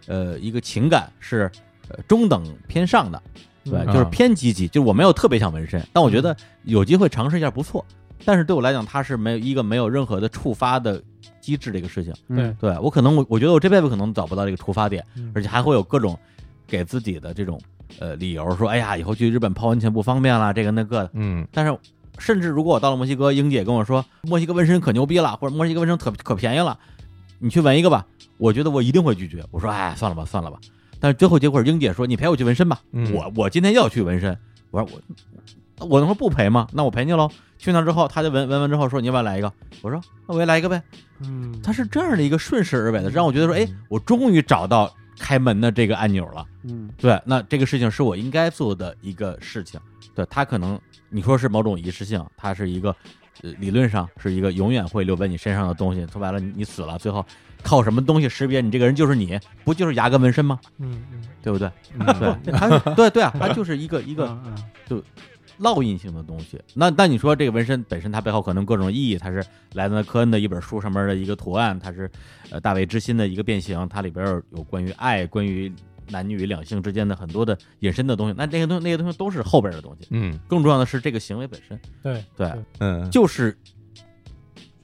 Speaker 1: 呃一个情感是。呃中等偏上的，对，
Speaker 3: 嗯
Speaker 1: 就是偏积极，就是我没有特别想纹身，但我觉得有机会尝试一下不错。但是对我来讲，它是没有一个没有任何的触发的机制的一个事情。
Speaker 3: 对
Speaker 1: 对我可能我我觉得我这辈子可能找不到这个出发点，
Speaker 3: 嗯
Speaker 1: 而且还会有各种给自己的这种呃理由，说哎呀以后去日本泡温泉不方便啦，这个那个的。
Speaker 2: 嗯
Speaker 1: 但是甚至如果我到了墨西哥，英姐跟我说墨西哥纹身可牛逼了，或者墨西哥纹身可可便宜了，你去纹一个吧，我觉得我一定会拒绝。我说哎算了吧算了吧。但是最后结果是英姐说你陪我去纹身吧，
Speaker 2: 嗯
Speaker 1: 我我今天要去纹身。我说我我能说不陪吗？那我陪你喽。去那之后，她就纹纹完之后说你要不要来一个？我说那我也来一个呗。
Speaker 3: 嗯，
Speaker 1: 它是这样的一个顺势而为的，让我觉得说，哎，我终于找到开门的这个按钮了。
Speaker 4: 嗯，
Speaker 1: 对，那这个事情是我应该做的一个事情。对，它可能你说是某种仪式性，它是一个、呃、理论上是一个永远会留在你身上的东西。说白了，你你死了，最后靠什么东西识别你这个人就是你？不就是牙跟纹身吗？
Speaker 3: 嗯嗯
Speaker 1: 对不对？
Speaker 2: 嗯
Speaker 1: 对，它对对啊，它就是一个一
Speaker 3: 一
Speaker 1: 个烙印性的东西。那那你说这个纹身本身它背后可能各种意义，它是来自科恩的一本书上面的一个图案，它是呃大卫之心的一个变形，它里边有有关于爱、关于男女两性之间的很多的引申的东西。那这些东西那些东西都是后边的东西，
Speaker 2: 嗯
Speaker 1: 更重要的是这个行为本身，
Speaker 3: 对
Speaker 1: 对
Speaker 2: 嗯
Speaker 1: 就是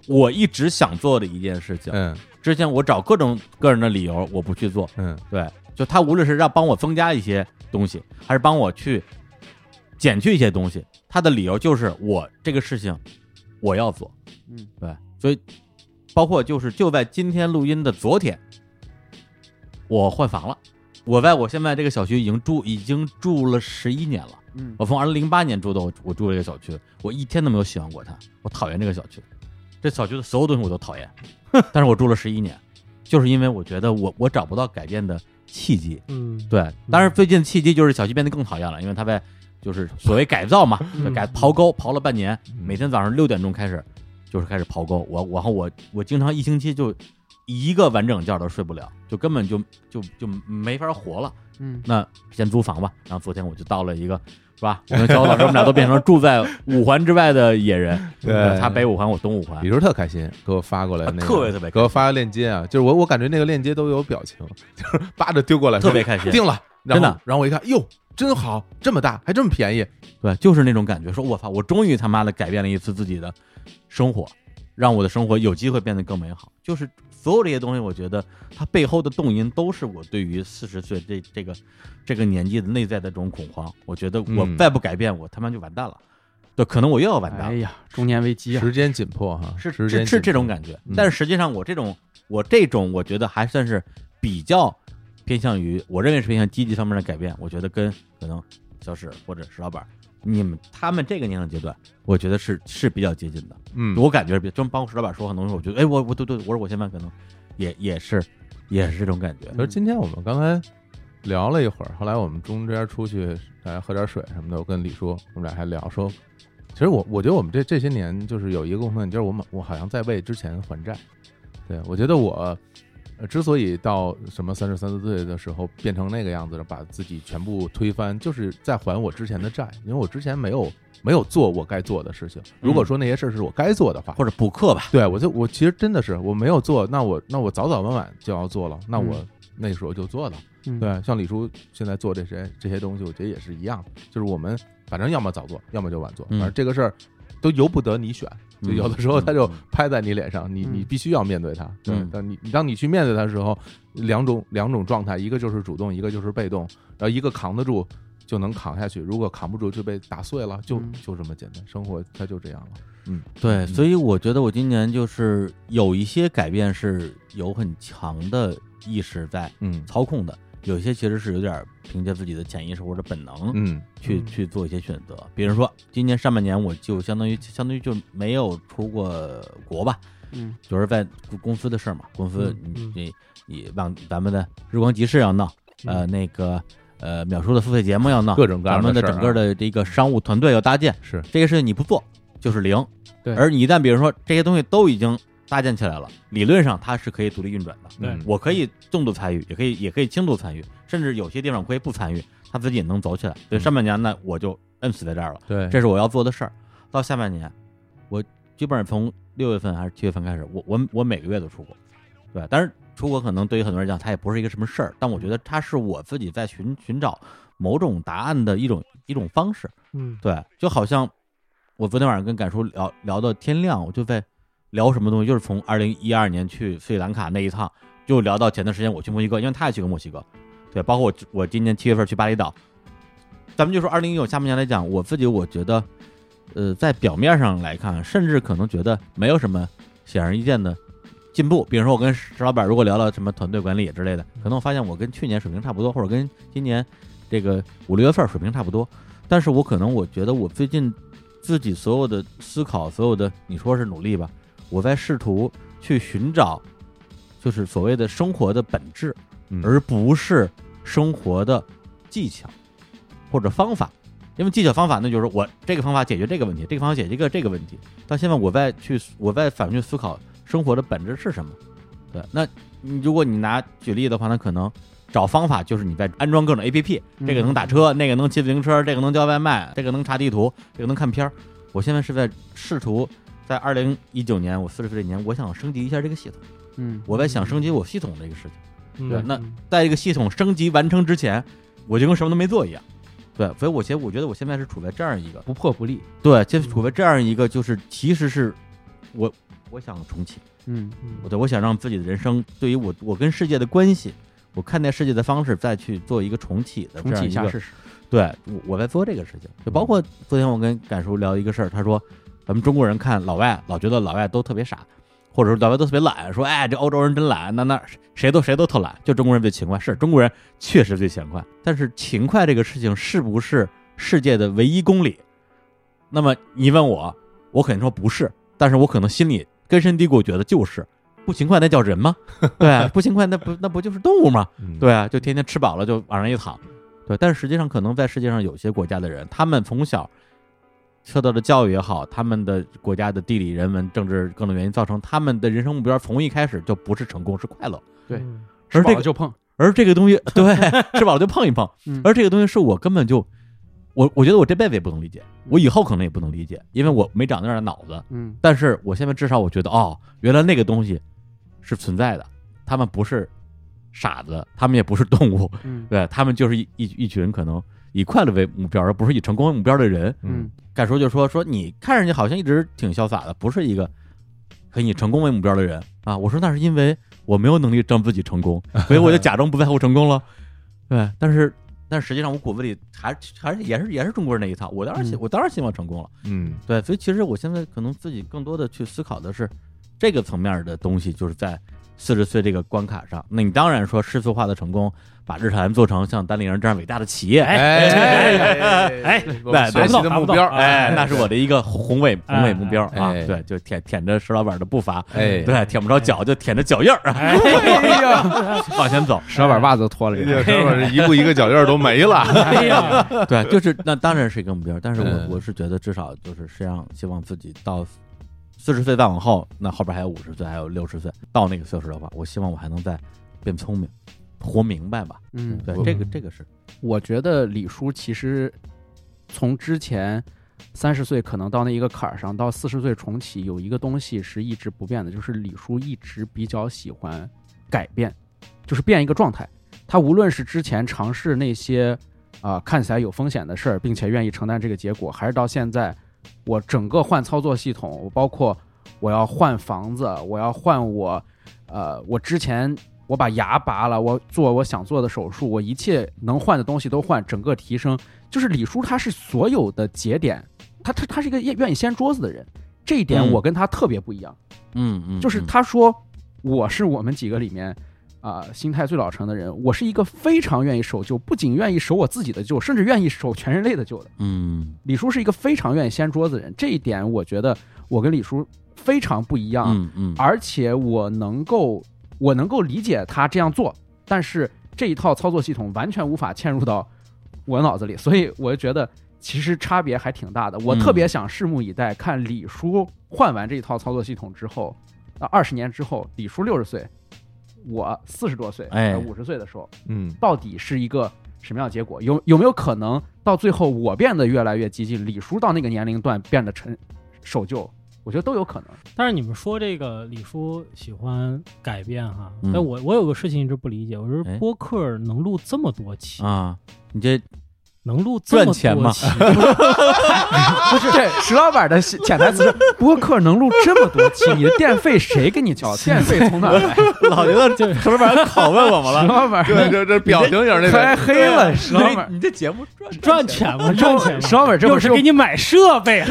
Speaker 1: 我一直想做的一件事情。
Speaker 2: 嗯
Speaker 1: 之前我找各种个人的理由我不去做，
Speaker 2: 嗯
Speaker 1: 对，就他无论是让帮我增加一些东西，还是帮我去减去一些东西，他的理由就是我这个事情我要做，
Speaker 4: 嗯，
Speaker 1: 对，所以包括就是就在今天录音的昨天，我换房了，我在我现在这个小区已经住已经住了十一年了。
Speaker 4: 嗯
Speaker 1: 我从二零零八年住的，我我住这个小区，我一天都没有喜欢过它，我讨厌这个小区，这小区的所有东西我都讨厌， 但是我住了十一年，就是因为我觉得我我找不到改变的契机。
Speaker 3: 嗯，
Speaker 1: 对，当然最近的契机就是小区变得更讨厌了，因为它在就是所谓改造嘛，
Speaker 3: 嗯
Speaker 1: 就改刨沟刨了半年，每天早上六点钟开始就是开始刨沟，我我然后我我经常一星期就一个完整觉都睡不了，就根本就就就没法活了。
Speaker 4: 嗯
Speaker 1: 那先租房吧。然后昨天我就到了一个，是吧？我跟小伙伴说，我们俩都变成住在五环之外的野 人。
Speaker 2: 对
Speaker 1: 他北五环，我东五环
Speaker 2: 李。叔特开心，给我发过来
Speaker 1: 啊
Speaker 2: 那个，
Speaker 1: 特别特别开心
Speaker 2: 给我发个链接啊，就是我我感觉那个链接都有表情， 就是扒着丢过来，
Speaker 1: 特别开心
Speaker 2: 说定了，然
Speaker 1: 真
Speaker 2: 后
Speaker 1: 的，
Speaker 2: 然后我一看，哟，真好，这么大，还这么便宜，
Speaker 1: 对，就是那种感觉，说我操，我终于他妈的改变了一次自己的生活，让我的生活有机会变得更美好。就是所有这些东西，我觉得它背后的动因都是我对于四十岁这这个这个年纪的内在的这种恐慌。我觉得我
Speaker 2: 嗯
Speaker 1: 再不改变，我他妈就完蛋了。对，可能我又要完蛋了
Speaker 4: 哎。呀，中年危机啊，
Speaker 2: 时间紧迫哈，
Speaker 1: 是
Speaker 2: 时
Speaker 1: 是
Speaker 2: 间
Speaker 1: 是这
Speaker 2: 紧
Speaker 1: 种感觉
Speaker 2: 嗯。
Speaker 1: 但是实际上，我这种我这种，我觉得还算是比较偏向于，我认为是偏向积极方面的改变。我觉得跟可能小史或者石老板，你们他们这个年龄阶段，我觉得是是比较接近的。
Speaker 2: 迫，嗯，
Speaker 1: 我感觉是比，就包括石老板说很多东西，我觉得哎，我我对对，我说我现在可能也也是也是这种感觉。
Speaker 2: 其实今天我们刚才聊了一会儿，后来我们中间出去大家喝点水什么的，我跟李叔我们俩还聊说，其实我我觉得我们这这些年就是有一个共同点，就是我们我好像在为之前还债。对我觉得我、呃之所以到什么三十三四岁的时候变成那个样子，把自己全部推翻，就是在还我之前的债，因为我之前没有没有做我该做的事情。如果说那些事儿是我该做的话，
Speaker 1: 或者补课吧，
Speaker 2: 对我就我其实真的是我没有做，那我那我早早晚晚就要做了，那
Speaker 1: 嗯
Speaker 2: 我、那时候就做了。
Speaker 4: 嗯
Speaker 2: 对，像李叔现在做这些这些东西，我觉得也是一样，就是我们反正要么早做，要么就晚做，
Speaker 1: 嗯
Speaker 2: 反正这个事儿都由不得你选。就有的时候
Speaker 1: 嗯
Speaker 2: 他就
Speaker 1: 嗯
Speaker 2: 拍在你脸上，你你必须要面对他。对
Speaker 1: 嗯，
Speaker 2: 但你你当你去面对他的时候，两种两种状态，一个就是主动，一个就是被动，然后一个扛得住就能扛下去，如果扛不住就被打碎了，就
Speaker 4: 嗯
Speaker 2: 就这么简单，生活它就这样了。
Speaker 1: 对，
Speaker 2: 嗯
Speaker 1: 所以我觉得我今年就是有一些改变是有很强的意识在。
Speaker 2: 嗯
Speaker 1: 操控的，有些其实是有点凭借自己的潜意识或者本能
Speaker 2: 嗯
Speaker 1: 去、
Speaker 3: 嗯
Speaker 1: 去做一些选择。比如说，今年上半年我就相当于相当于就没有出过国吧，
Speaker 4: 嗯
Speaker 1: 就是在公司的事儿嘛，公司
Speaker 3: 嗯嗯
Speaker 1: 你你往咱们的日光集市要闹，呃，那个呃秒叔的付费节目要闹，
Speaker 2: 嗯各种各
Speaker 1: 咱
Speaker 2: 样
Speaker 1: 们的
Speaker 2: 事儿
Speaker 1: 整个
Speaker 2: 啊
Speaker 1: 的这个商务团队要搭建，
Speaker 2: 是
Speaker 1: 这个事情你不做就是零。
Speaker 4: 对
Speaker 1: 而你一旦比如说这些东西都已经搭建起来了，理论上它是可以独立运转的。
Speaker 3: 对
Speaker 2: 嗯
Speaker 1: 我可以重度参与，也可以也可以轻度参与，甚至有些地方我可以不参与，他自己也能走起来。所以上半年呢，我就摁死在这儿了，
Speaker 2: 嗯对
Speaker 1: 这是我要做的事儿。到下半年，我基本上从六月份还是七月份开始，我我我每个月都出国，对。但是出国可能对于很多人讲，它也不是一个什么事儿，但我觉得它是我自己在寻寻找某种答案的一种一种方式。
Speaker 3: 嗯
Speaker 1: 对，就好像我昨天晚上跟敢叔聊聊到天亮，我就在聊什么东西，就是从二零一二年去斯里兰卡那一趟，就聊到前段时间我去墨西哥，因为他也去过墨西哥，对，包括我我今年七月份去巴厘岛，咱们就说二零一九下半年来讲，我自己我觉得，呃，在表面上来看，甚至可能觉得没有什么显而易见的。进步，比如说我跟石老板如果聊到什么团队管理之类的，可能我发现我跟去年水平差不多，或者跟今年这个五六月份水平差不多，但是我可能我觉得我最近自己所有的思考，所有的你说是努力吧，我在试图去寻找，就是所谓的生活的本质，
Speaker 2: 嗯
Speaker 1: 而不是生活的技巧或者方法。因为技巧方法，那就是我这个方法解决这个问题，这个方法解决这个这个问题。到现在，我在去，我在反复去思考生活的本质是什么。对，那你如果你拿举例的话，那可能找方法就是你在安装各种 APP，这个
Speaker 4: 嗯
Speaker 1: 能打车，那个能骑自行车，这个能叫外卖，这个能查地图，这个能看片儿。我现在是在试图在二零一九年，我四十岁这年，我想升级一下这个系统。
Speaker 4: 嗯
Speaker 1: 我在想升级我系统这个事情。
Speaker 3: 嗯
Speaker 1: 对那在这个系统升级完成之前，我就跟什么都没做一样。对，所以我现我觉得我现在是处在这样一个
Speaker 4: 不破不立，
Speaker 1: 对，就是处在这样一个就是其实是我我想重启。
Speaker 4: 嗯
Speaker 1: 我对我想让自己的人生，对于我我跟世界的关系，我看待世界的方式，再去做一个重启的这
Speaker 4: 重
Speaker 1: 样
Speaker 4: 启
Speaker 1: 一个
Speaker 4: 一下试试，
Speaker 1: 对我我在做这个事情，就包括昨天我跟敢叔聊一个事儿，他说咱们中国人看老外老觉得老外都特别傻，或者说大家都特别懒，说哎这欧洲人真懒，那那谁都谁都特懒，就中国人最勤快。是中国人确实最勤快，但是勤快这个事情是不是世界的唯一公理？那么你问我，我肯定说不是，但是我可能心里根深蒂固觉得就是不勤快，那叫人吗？ 对啊，不勤快那不那不就是动物吗？
Speaker 2: 嗯
Speaker 1: 对啊，就天天吃饱了就往上一躺，对。但是实际上，可能在世界上有些国家的人，他们从小受到的教育也好，他们的国家的地理、人文、政治各种原因，造成他们的人生目标从一开始就不是成功，是快乐。
Speaker 4: 对
Speaker 3: 嗯
Speaker 1: 而这
Speaker 4: 饱了
Speaker 1: 个，
Speaker 4: 就碰，
Speaker 1: 而这个 东西，对，吃饱了就碰一碰。
Speaker 4: 嗯
Speaker 1: 而这个东西是我根本就，我我觉得我这辈子也不能理解，我以后可能也不能理解，因为我没长那样的脑子。
Speaker 4: 嗯
Speaker 1: 但是我现在至少我觉得，哦，原来那个东西是存在的，他们不是傻子，他们也不是动物，
Speaker 4: 嗯
Speaker 1: 对他们就是一一一群可能以快乐为目标，而不是以成功为目标的人。
Speaker 4: 嗯，
Speaker 1: 敢说就说说你看上去好像一直挺潇洒的，不是一个可以以成功为目标的人啊。我说那是因为我没有能力让自己成功，所以我就假装不在乎成功了。对，但是但实际上我骨子里还还是也是也是中国人那一套。我当然希
Speaker 4: 嗯
Speaker 1: 我当然希望成功了。
Speaker 2: 嗯
Speaker 1: 对，所以其实我现在可能自己更多的去思考的是这个层面的东西，就是在四十岁这个关卡上。那你当然说世俗化的成功，把日产做成像丹立人这样伟大的企业，
Speaker 3: 哎哎
Speaker 2: 我们学
Speaker 3: 达不
Speaker 2: 习
Speaker 3: 到
Speaker 2: 的
Speaker 3: 达
Speaker 2: 目
Speaker 3: 不到
Speaker 2: 标，
Speaker 3: 哎
Speaker 1: 哎，那是我的一个宏伟宏伟目标
Speaker 2: 哎
Speaker 1: 啊
Speaker 2: 哎！
Speaker 1: 对，就舔舔着石老板的步伐，
Speaker 2: 哎
Speaker 1: 对，舔不着脚就舔着脚印儿啊
Speaker 3: 哎
Speaker 4: 哎呀，
Speaker 1: 往前走。
Speaker 4: 石老板袜子都脱了
Speaker 2: 哎
Speaker 4: 给
Speaker 2: 呀
Speaker 4: 他，
Speaker 2: 哥们儿这一步一个脚印儿都没了。
Speaker 3: 哎呀，
Speaker 1: 对，就是那当然是一个目标，但是我
Speaker 2: 嗯
Speaker 1: 我是觉得至少就是实际上希望自己到四十岁再往后，那后边还有五十岁，还有六十岁，到那个岁数的话，我希望我还能再变聪明，活明白吧。
Speaker 4: 嗯，
Speaker 1: 对，
Speaker 2: 我
Speaker 1: 这个这个是
Speaker 4: 我觉得李叔其实从之前三十岁可能到那一个坎儿上，到四十岁重启，有一个东西是一直不变的，就是李叔一直比较喜欢改变，就是变一个状态。他无论是之前尝试那些啊、看起来有风险的事儿，并且愿意承担这个结果，还是到现在我整个换操作系统，我包括我要换房子，我要换我呃我之前我把牙拔了，我做我想做的手术，我一切能换的东西都换，整个提升。就是李叔，他是所有的节点，他他他是一个愿愿意掀桌子的人，这一点
Speaker 1: 嗯
Speaker 4: 我跟他特别不一样。
Speaker 1: 嗯嗯，
Speaker 4: 就是
Speaker 1: 嗯
Speaker 4: 他说我是我们几个里面啊、心态最老成的人，我是一个非常愿意守旧，不仅愿意守我自己的旧，甚至愿意守全人类的旧的。
Speaker 1: 嗯
Speaker 4: 李叔是一个非常愿意掀桌子的人，这一点我觉得我跟李叔非常不一样。
Speaker 1: 嗯嗯
Speaker 4: 而且我能够我能够理解他这样做，但是这一套操作系统完全无法嵌入到我脑子里，所以我就觉得其实差别还挺大的。我
Speaker 1: 嗯
Speaker 4: 特别想拭目以待，看李叔换完这一套操作系统之后，啊，二十年之后，李叔六十岁，我四十多岁，呃
Speaker 1: 哎
Speaker 4: 五十岁的时候，
Speaker 2: 嗯
Speaker 4: 到底是一个什么样的结果？有有没有可能到最后我变得越来越激进，李叔到那个年龄段变得陈守旧？我觉得都有可能。
Speaker 3: 但是你们说这个李叔喜欢改变哈，
Speaker 1: 嗯
Speaker 3: 但我我有个事情一直不理解，我说
Speaker 1: 哎
Speaker 3: 播客能录这么多期，
Speaker 1: 啊，你这
Speaker 3: 能录这么
Speaker 1: 赚
Speaker 3: 多
Speaker 1: 钱吗
Speaker 3: 期，
Speaker 4: 不是，这石老板的潜台 词是：播客能录这么多期，你的电费谁给你交？电费从哪 儿来？
Speaker 1: 老觉得这什么玩意儿拷问我们
Speaker 4: 石
Speaker 1: 了？
Speaker 4: 老板
Speaker 2: 这这这表情也是那
Speaker 4: 开
Speaker 2: 个，
Speaker 4: 黑了，石老板。
Speaker 1: 你这节目赚
Speaker 3: 赚钱 吗？赚钱
Speaker 4: 这石
Speaker 3: 吗？
Speaker 4: 老板这
Speaker 3: 又
Speaker 4: 会儿
Speaker 3: 是
Speaker 4: 用
Speaker 3: 给你买设备，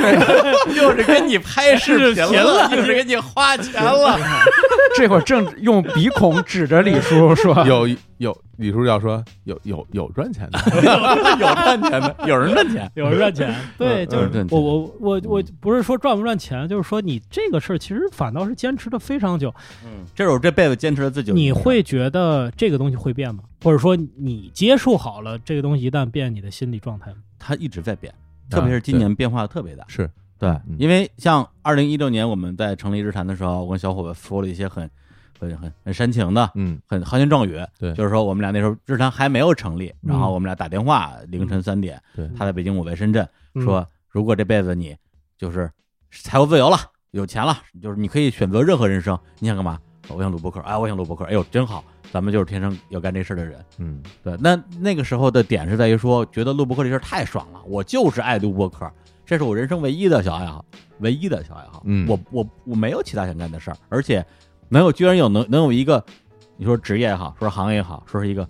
Speaker 1: 又是给 你拍视频了，又是给你花钱了。
Speaker 4: 这会儿正用鼻孔指着李叔说
Speaker 2: 有有李叔要说有有有赚钱的，
Speaker 1: 有赚钱的，有人赚 钱。
Speaker 3: 有人赚钱，对，
Speaker 2: 嗯
Speaker 3: 就是
Speaker 1: 嗯赚钱
Speaker 3: 我我我我不是说赚不赚钱，就是说你这个事儿其实反倒是坚持的非常久，
Speaker 1: 嗯，这是我这辈子坚持了自己。
Speaker 3: 你会觉得这个东西会变吗？或者说你接受好了这个东西一旦变，你的心理状态吗？
Speaker 1: 它一直在变，特别是今年变化特别大。
Speaker 2: 是
Speaker 1: 对
Speaker 2: 嗯，
Speaker 1: 因为像二零一六年我们在成立日坛的时候，我跟小伙伴说了一些很、很、很、很煽情的、
Speaker 2: 嗯
Speaker 1: 很豪言壮语。
Speaker 2: 对
Speaker 1: 就是说我们俩那时候日坛还没有成立，然后
Speaker 3: 嗯
Speaker 1: 我们俩打电话，凌晨三点，
Speaker 2: 对
Speaker 1: 他在北京，我在深圳，
Speaker 3: 嗯
Speaker 1: 说如果这辈子你就是财务自由了，有钱了，就是你可以选择任何人生，你想干嘛？我想录播客，哎，我想录播客，哎呦，真好，咱们就是天生要干这事儿的人。
Speaker 2: 嗯
Speaker 1: 对，那那个时候的点是在于说，觉得录播客这事儿太爽了，我就是爱录播客，这是我人生唯一的小爱好，唯一的小爱好。
Speaker 2: 嗯
Speaker 1: 我我我没有其他想干的事儿，而且能有居然有能能有一个，你说职业也好，说是行业也好，说是一个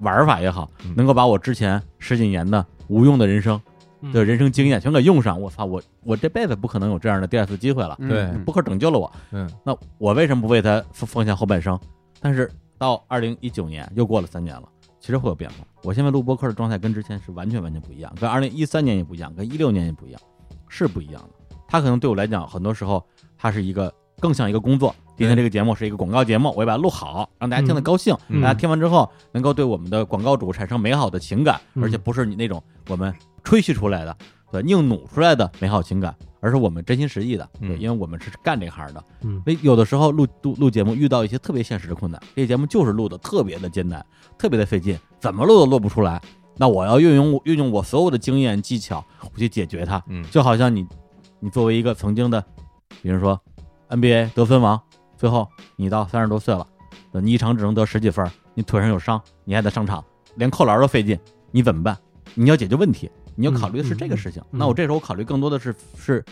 Speaker 1: 玩儿法也好
Speaker 2: 嗯，
Speaker 1: 能够把我之前十几年的无用的人生
Speaker 3: 嗯
Speaker 1: 的人生经验全给用上，我操，我我这辈子不可能有这样的第二次机会了。
Speaker 4: 嗯
Speaker 2: 对
Speaker 4: 嗯
Speaker 1: 扑克拯救了我，
Speaker 2: 嗯，
Speaker 1: 那我为什么不为他奉奉献后半生？但是到二零一九年又过了三年了，其实会有变化。我现在录播客的状态跟之前是完全完全不一样，跟二零一三年也不一样，跟一六年也不一样，是不一样的。他可能对我来讲，很多时候它是一个更像一个工作。今天这个节目是一个广告节目，我要把它录好，让大家听得高兴，
Speaker 3: 嗯
Speaker 1: 大家听完之后能够对我们的广告主产生美好的情感，
Speaker 3: 嗯
Speaker 1: 而且不是你那种我们吹嘘出来的、对硬努出来的美好情感，而是我们真心实意的，对，
Speaker 2: 嗯
Speaker 1: 因为我们是干这行的，
Speaker 3: 嗯
Speaker 1: 那有的时候录录录节目遇到一些特别现实的困难，这节目就是录的特别的艰难，特别的费劲，怎么录都录不出来。那我要运用我运用我所有的经验技巧，我去解决它。
Speaker 2: 嗯
Speaker 1: 就好像你，你作为一个曾经的，比如说 NBA 得分王，最后你到三十多岁了，你一场只能得十几分，你腿上有伤，你还得上场，连扣篮都费劲，你怎么办？你要解决问题，你要考虑的是这个事情。
Speaker 3: 嗯嗯
Speaker 1: 那我这时候考虑更多的是是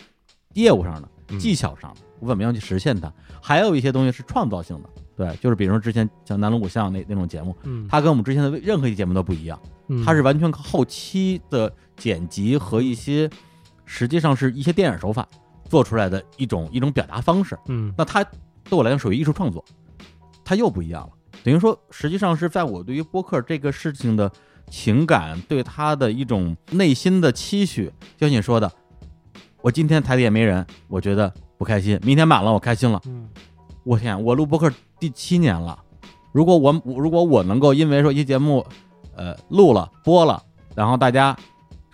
Speaker 1: 业务上的、
Speaker 2: 嗯
Speaker 1: 技巧上的，我怎么样去实现它？还有一些东西是创造性的，对，就是比如说之前像南锣鼓巷那那种节目，
Speaker 3: 嗯，
Speaker 1: 它跟我们之前的任何一期节目都不一样。
Speaker 3: 嗯
Speaker 1: 它是完全靠后期的剪辑和一些，实际上是一些电影手法做出来的一种一种表达方式。
Speaker 3: 嗯
Speaker 1: 那它对我来讲属于艺术创作，它又不一样了。等于说，实际上是在我对于播客这个事情的情感，对它的一种内心的期许，就像你说的，我今天台里也没人，我觉得不开心；明天满了，我开心了。
Speaker 3: 嗯
Speaker 1: 我天，我录播客第七年了，如果我我如果我能够因为说一节目，呃，录了播了，然后大家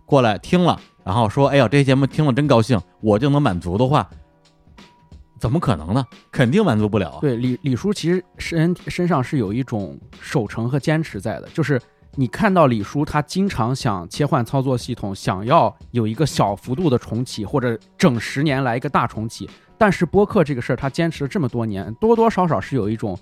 Speaker 1: 过来听了，然后说，哎呀，这节目听了真高兴，我就能满足的话，怎么可能呢？肯定满足不了啊。
Speaker 4: 对，李李叔其实身身上是有一种守成和坚持在的，就是你看到李叔他经常想切换操作系统，想要有一个小幅度的重启，或者整十年来一个大重启。但是播客这个事儿，他坚持了这么多年，多多少少是有一种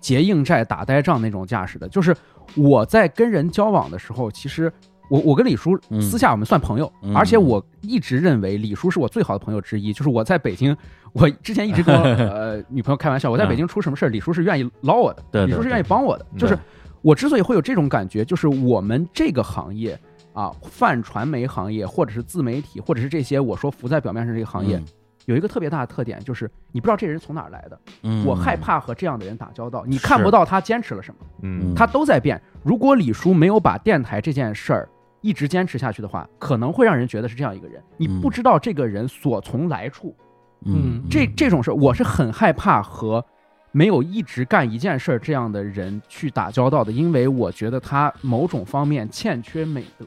Speaker 4: 结硬债打呆仗那种架势的。就是我在跟人交往的时候，其实我我跟李叔
Speaker 1: 嗯
Speaker 4: 私下我们算朋友，
Speaker 1: 嗯
Speaker 4: 而且我一直认为李叔是我最好的朋友之一。就是我在北京，我之前一直跟 我呃女朋友开玩笑，我在北京出什么事儿，李叔是愿意捞我的，
Speaker 1: 嗯对对
Speaker 4: 李叔是
Speaker 1: 对嗯
Speaker 4: 愿意帮我的。
Speaker 2: 对
Speaker 4: 就是我之所以会有这种感觉，就是我们这个行业啊，泛传媒行业或者是自媒体，或者是这些我说浮在表面上这个行业。
Speaker 1: 嗯
Speaker 4: 有一个特别大的特点，就是你不知道这人从哪儿来的，
Speaker 1: 嗯
Speaker 4: 我害怕和这样的人打交道。你
Speaker 1: 是
Speaker 4: 看不到他坚持了什么，
Speaker 2: 嗯
Speaker 4: 他都在变。如果李叔没有把电台这件事儿一直坚持下去的话，可能会让人觉得是这样一个人。你
Speaker 1: 嗯
Speaker 4: 不知道这个人所从来处，
Speaker 1: 嗯，
Speaker 3: 嗯
Speaker 4: 这这种事儿，我是很害怕和没有一直干一件事儿这样的人去打交道的，因为我觉得他某种方面欠缺美德。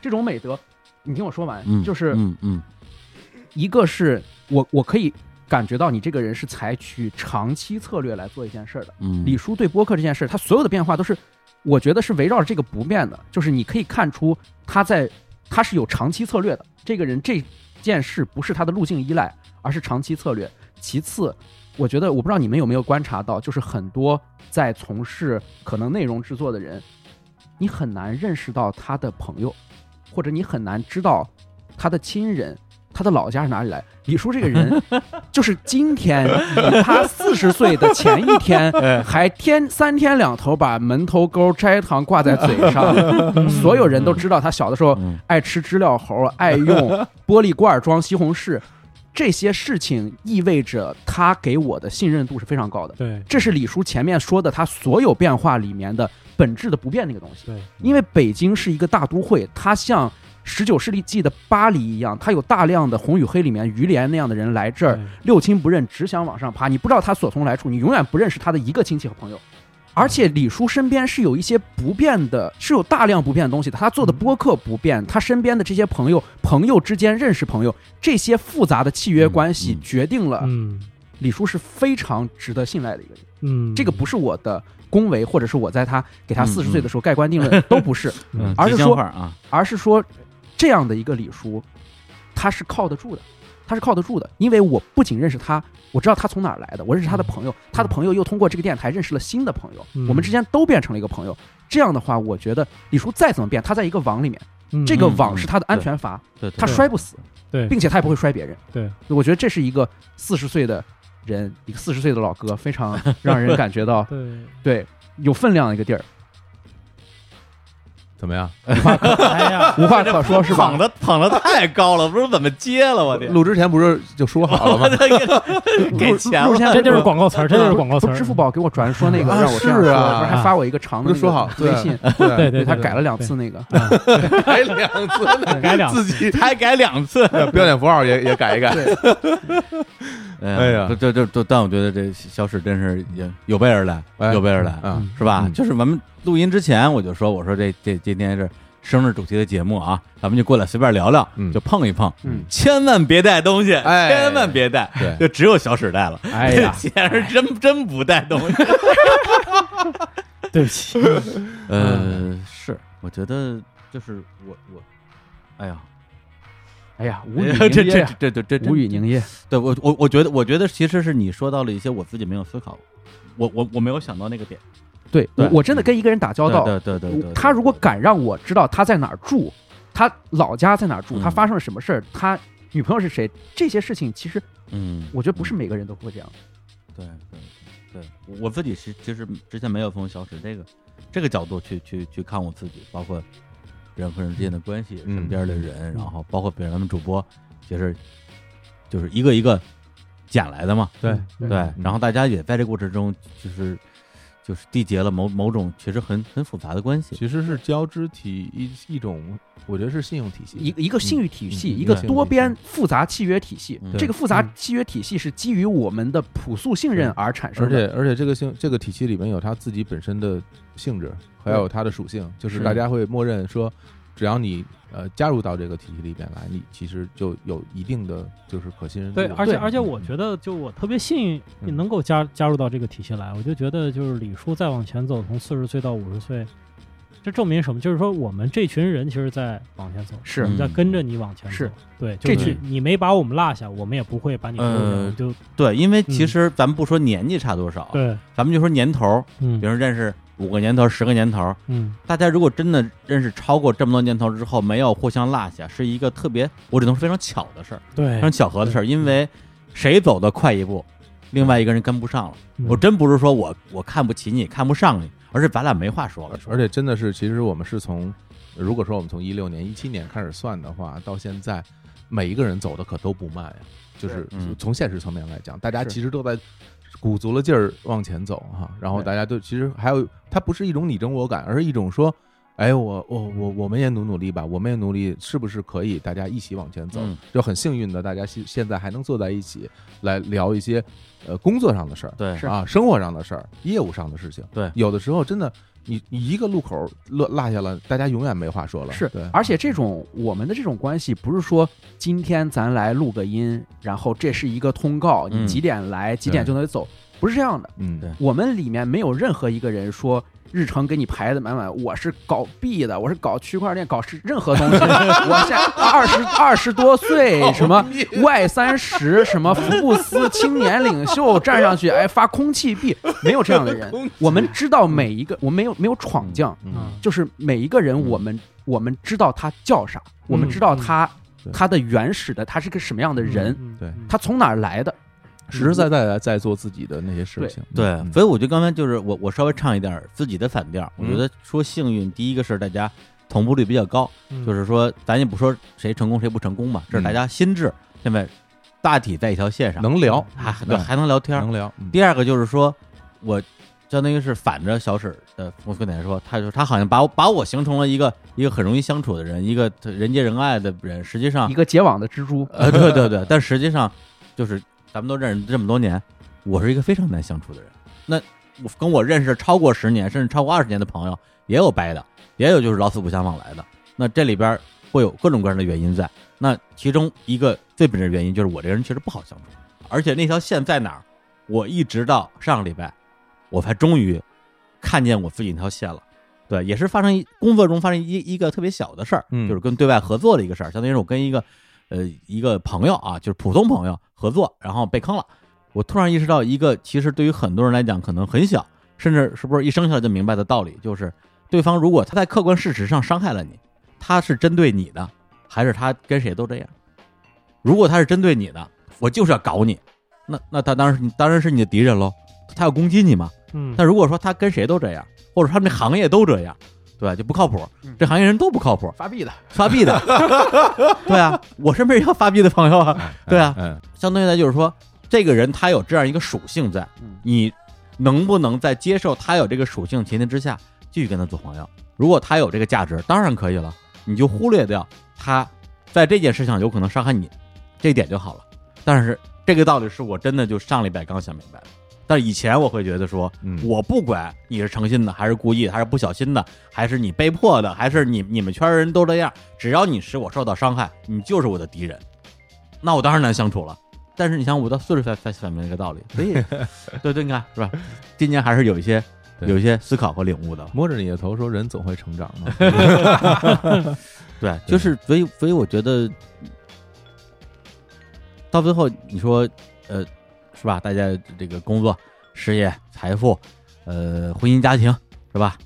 Speaker 4: 这种美德，你听我说完，
Speaker 1: 嗯
Speaker 4: 就是
Speaker 1: 嗯嗯
Speaker 4: 一个是我我可以感觉到你这个人是采取长期策略来做一件事儿的。
Speaker 1: 嗯，
Speaker 4: 李叔对播客这件事，他所有的变化都是，我觉得是围绕着这个不变的，就是你可以看出他在他是有长期策略的。这个人这件事不是他的路径依赖，而是长期策略。其次，我觉得我不知道你们有没有观察到，就是很多在从事可能内容制作的人，你很难认识到他的朋友，或者你很难知道他的亲人。他的老家是哪里来？李叔这个人，就是今天以他四十岁的前一天，还天三天两头把门头沟斋糖挂在嘴上，所有人都知道他小的时候
Speaker 1: 嗯
Speaker 4: 爱吃知了猴，爱用玻璃罐装西红柿，这些事情意味着他给我的信任度是非常高的。
Speaker 3: 对
Speaker 4: 这是李叔前面说的他所有变化里面的本质的不变那个东西。
Speaker 3: 对，
Speaker 4: 因为北京是一个大都会，它像十九世纪的巴黎一样，它有大量的《红与黑》里面于连那样的人来这儿
Speaker 3: 对，
Speaker 4: 六亲不认，只想往上爬。你不知道他所从来处，你永远不认识他的一个亲戚和朋友。而且李叔身边是有一些不变的，是有大量不变的东西的。他做的播客不变，他身边的这些朋友，朋友之间认识朋友，这些复杂的契约关
Speaker 1: 嗯
Speaker 4: 系
Speaker 1: 嗯
Speaker 4: 决定了
Speaker 3: 嗯
Speaker 4: 李叔是非常值得信赖的一个人。
Speaker 3: 嗯，
Speaker 4: 这个不是我的恭维，或者是我在他给他
Speaker 1: 嗯
Speaker 4: 四十
Speaker 1: 嗯
Speaker 4: 岁的时候盖棺定论，都不是。
Speaker 1: 嗯
Speaker 4: 而是
Speaker 1: 吉祥
Speaker 4: 说
Speaker 1: 话啊，
Speaker 4: 而是说这样的一个李叔，他是靠得住的，他是靠得住的，因为我不仅认识他，我知道他从哪儿来的，我认识他的朋
Speaker 1: 嗯
Speaker 4: 友，他的朋友又通过这个电台认识了新的朋友，
Speaker 3: 嗯
Speaker 4: 我们之间都变成了一个朋友。这样的话，我觉得李叔再怎么变，他在一个网里面，
Speaker 3: 嗯
Speaker 4: 这个
Speaker 1: 嗯
Speaker 4: 网是他的安全阀，
Speaker 1: 对，对
Speaker 4: 他摔不死，
Speaker 3: 对
Speaker 4: 并且他也不会摔别人。
Speaker 3: 对，
Speaker 4: 我觉得这是一个四十岁的人，一个四十岁的老哥，非常 让人感觉到
Speaker 3: 对
Speaker 4: 对有分量的一个地儿。
Speaker 2: 怎么样？
Speaker 3: 哎呀，
Speaker 4: 无话可说是吧
Speaker 1: 捧？的捧的太高了，不知道怎么接了，我天！
Speaker 2: 录之前不是就说好了吗？
Speaker 1: 给钱
Speaker 4: 入
Speaker 1: 了，
Speaker 4: 前
Speaker 3: 这就是广告词儿，这就是广告词
Speaker 4: 说
Speaker 3: 儿。
Speaker 4: 支付宝给我转说那个
Speaker 2: 啊
Speaker 4: 让我这样
Speaker 2: 是
Speaker 4: 说，
Speaker 2: 啊
Speaker 4: 不是还发我一个长的
Speaker 2: 不是说好
Speaker 4: 那个微信，
Speaker 2: 对
Speaker 3: 嗯对对，
Speaker 4: 他
Speaker 3: 对
Speaker 4: 改了两次那个，
Speaker 2: 改两次了，
Speaker 3: 改两次
Speaker 2: 自己
Speaker 1: 还改两次。
Speaker 2: 标点符号也也改一改。哎呀
Speaker 1: 这这这这，但我觉得这小史真是也有备而来，
Speaker 2: 哎
Speaker 1: 有备而来，
Speaker 2: 嗯，
Speaker 1: 是吧？
Speaker 2: 嗯
Speaker 1: 就是我们录音之前我就说，我说这这今天是生日主题的节目啊，咱们就过来随便聊聊，
Speaker 2: 嗯
Speaker 1: 就碰一碰，
Speaker 4: 嗯
Speaker 1: 千万别带东西，
Speaker 2: 哎
Speaker 1: 千万别带，
Speaker 2: 对
Speaker 1: 就只有小史带了。
Speaker 4: 哎呀
Speaker 1: 既然是真真不带东 西，嗯
Speaker 3: 对不 起，
Speaker 1: 呃，是，我觉得就是我我，哎呀，
Speaker 4: 哎呀，无语
Speaker 1: 这这
Speaker 4: 凝噎
Speaker 1: 这
Speaker 4: 啊，
Speaker 1: 这这这
Speaker 4: 无语凝噎，
Speaker 1: 对我我我觉得我觉得其实是你说到了一些我自己没有思考，我我我没有想到那个点。
Speaker 4: 对
Speaker 1: 对
Speaker 4: 我我真的跟一个人打交道，
Speaker 1: 对对对对对，
Speaker 4: 他如果敢让我知道他在哪儿住，他老家在哪儿住，
Speaker 1: 嗯
Speaker 4: 他发生了什么事儿，他女朋友是谁，这些事情其实
Speaker 1: 嗯，
Speaker 4: 我觉得不是每个人都会这样。
Speaker 1: 对对对，对我自己是其实之前没有从小史这个这个角度去去去看我自己，包括人和人之间的关系，
Speaker 2: 嗯
Speaker 1: 身边的人，然后包括别人他们主播，其实就是一个一个捡来的嘛。
Speaker 2: 对
Speaker 3: 嗯
Speaker 4: 对
Speaker 1: 对，然后大家也在这过程中就是就是缔结了某某种其实很很复杂的关系。
Speaker 2: 其实是交织体一一种，我觉得是信用体系，
Speaker 4: 一个一个信誉体系，
Speaker 2: 嗯嗯
Speaker 4: 一个
Speaker 2: 对
Speaker 4: 多边复杂契约体系
Speaker 1: 嗯。
Speaker 4: 这个复杂契约体系是基于我们的朴素信任而产
Speaker 2: 而
Speaker 4: 生的。
Speaker 2: 且而且这个性这个体系里面有它自己本身的性质，还有它的属性，就是
Speaker 4: 是
Speaker 2: 大家会默认说，只要你呃加入到这个体系里面来，你其实就有一定的就是可信任度
Speaker 3: 对，
Speaker 2: 了
Speaker 3: 而且
Speaker 4: 对
Speaker 3: 而且我觉得，就我特别幸运
Speaker 2: 嗯
Speaker 3: 能够加加入到这个体系来，我就觉得就是李叔再往前走，从四十岁到五十岁，这证明什么？就是说我们这群人其实在往前走，
Speaker 4: 是
Speaker 3: 我们在跟着你往前走。
Speaker 4: 嗯是，
Speaker 3: 对，
Speaker 4: 这嗯
Speaker 3: 就是
Speaker 1: 群
Speaker 3: 你没把我们落下，我们也不会把你丢掉。
Speaker 1: 呃
Speaker 3: 就
Speaker 1: 对，因为其
Speaker 3: 嗯
Speaker 1: 实咱们不说年纪差多少，
Speaker 3: 对，
Speaker 1: 咱们就说年头儿，
Speaker 3: 嗯
Speaker 1: 比如认识五个年头儿、十个年头儿，
Speaker 3: 嗯，
Speaker 1: 大家如果真的认识超过这么多年头之后，没有互相落下，是一个特别，我只能说非常巧的事儿，
Speaker 3: 对
Speaker 1: 非常，巧合的事儿。因为谁走得快一步，另外一个人跟不上了。
Speaker 3: 嗯
Speaker 1: 我真不是说我我看不起你，看不上你，而是咱俩没话说了。
Speaker 2: 而且真的是，其实我们是从，如果说我们从一六年、一七年开始算的话，到现在，每一个人走的可都不慢呀。就是
Speaker 1: 是嗯
Speaker 2: 从现实层面来讲，大家
Speaker 4: 是
Speaker 2: 其实都在鼓足了劲儿往前走哈。然后
Speaker 1: 对
Speaker 2: 大家都其实还有，它不是一种你争我赶，而是一种说，哎，我我我我们也努努力吧，我们也努力，是不是可以大家一起往前走？
Speaker 1: 嗯
Speaker 2: 就很幸运的，大家现现在还能坐在一起来聊一些呃工作上的事儿，
Speaker 1: 对
Speaker 4: 是
Speaker 2: 啊，生活上的事儿、业务上的事情。
Speaker 1: 对
Speaker 2: 有的时候真的，你你一个路口落落下了，大家永远没话说了。
Speaker 4: 是啊
Speaker 2: 对，，
Speaker 4: 而且这种我们的这种关系，不是说今天咱来录个音，然后这是一个通告，
Speaker 1: 嗯
Speaker 4: 你几点来，几点
Speaker 2: 对
Speaker 4: 就能走，不是这样的。
Speaker 2: 嗯，
Speaker 1: 对
Speaker 4: 我们里面没有任何一个人说日程给你排的满满，我是搞 B 的，我是搞区块链，搞是任何东西。我现在二十二十 多岁，什么 Y 三十，什么福布斯青年领袖站上去，哎，发空气币，没有这样 的人。我们知道每一个，我们没有没有闯将，
Speaker 2: 嗯，
Speaker 4: 就是每一个人，我们我们知道他叫啥，我们知道他
Speaker 2: 对
Speaker 4: 他的原始的他是个什么样的人，
Speaker 3: 嗯，
Speaker 2: 对
Speaker 3: 嗯
Speaker 4: 他从哪儿来的。
Speaker 2: 实实在在的在做自己的那些事情。
Speaker 1: 对，
Speaker 2: 嗯
Speaker 1: 所以我就刚才就是我我稍微唱一点儿自己的反调，我
Speaker 2: 嗯
Speaker 1: 觉得说幸运，第一个是大家同步率比较高，
Speaker 3: 嗯
Speaker 1: 就是说咱也不说谁成功谁不成功吧，这是大家心智现在大体在一条线上，
Speaker 2: 能聊，
Speaker 1: 还对
Speaker 2: 能
Speaker 1: 还能聊天儿，
Speaker 2: 能聊。嗯
Speaker 1: 第二个就是说，我相当于是反着小史的我跟点说，他就他好像把我把我形成了一个一个很容易相处的人，一个人见人爱的人。实际上
Speaker 4: 一，个结网的蜘蛛，
Speaker 1: 呃，对对对，但实际上就是咱们都认识这么多年，我是一个非常难相处的人。那我跟我认识超过十年，甚至超过二十年的朋友，也有掰的，也有就是老死不相往来的。那这里边会有各种各样的原因在。那其中一个最本质的原因就是我这个人确实不好相处，而且那条线在哪儿，我一直到上个礼拜，我才终于看见我自己那条线了。对，也是发生一工作中发生一一个特别小的事儿，
Speaker 2: 嗯
Speaker 1: 就是跟对外合作的一个事儿，相当于是我跟一个呃一个朋友啊，就是普通朋友合作，然后被坑了。我突然意识到一个其实对于很多人来讲可能很小，甚至是不是一生下来就明白的道理，就是对方如果他在客观事实上伤害了你，他是针对你的，还是他跟谁都这样？如果他是针对你的，我就是要搞你，那那他当然是你当然是你的敌人喽，他要攻击你嘛。
Speaker 3: 嗯，
Speaker 1: 但如果说他跟谁都这样，或者他们这行业都这样，对，就不靠谱
Speaker 4: 嗯。
Speaker 1: 这行业人都不靠谱，
Speaker 4: 发币的，
Speaker 1: 发币的，对啊，我身边也有发币的朋友啊。对啊
Speaker 2: 嗯，
Speaker 1: 相对来就是说，这个人他有这样一个属性在
Speaker 4: 嗯，
Speaker 1: 你能不能在接受他有这个属性前提之下继续跟他做朋友？如果他有这个价值，当然可以了，你就忽略掉他在这件事上有可能伤害你这一点就好了。但是这个道理是我真的就上礼拜刚想明白的。但是以前我会觉得说，
Speaker 2: 嗯
Speaker 1: 我不管你是诚心的，还是故意的，还是不小心的，还是你被迫的，还是你你们圈儿人都这样，只要你使我受到伤害，你就是我的敌人，那我当然难相处了。但是你想，我到岁数才才想明白这个道理，所以，对对，你看是吧？今年还是有一些
Speaker 2: 对
Speaker 1: 有一些思考和领悟的。
Speaker 2: 摸着你的头说：“人总会成长啊嘛。
Speaker 1: 对，就是所以所以我觉得，到最后你说，呃，是吧？大家这个工作、事业、财富，呃，婚姻、家庭，是吧？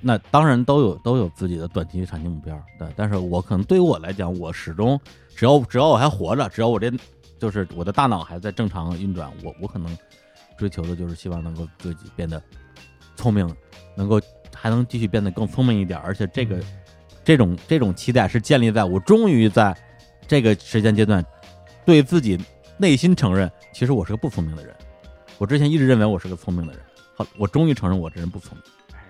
Speaker 1: 那当然都有都有自己的短期、长期目标，对。但是我可能对于我来讲，我始终只要只要我还活着，只要我这就是我的大脑还在正常运转，我我可能追求的就是希望能够自己变得聪明，能够还能继续变得更聪明一点，而且这
Speaker 3: 嗯
Speaker 1: 个这种这种期待是建立在我终于在这个时间阶段对自己内心承认，其实我是个不聪明的人。我之前一直认为我是个聪明的人，好，我终于承认我这人不聪明。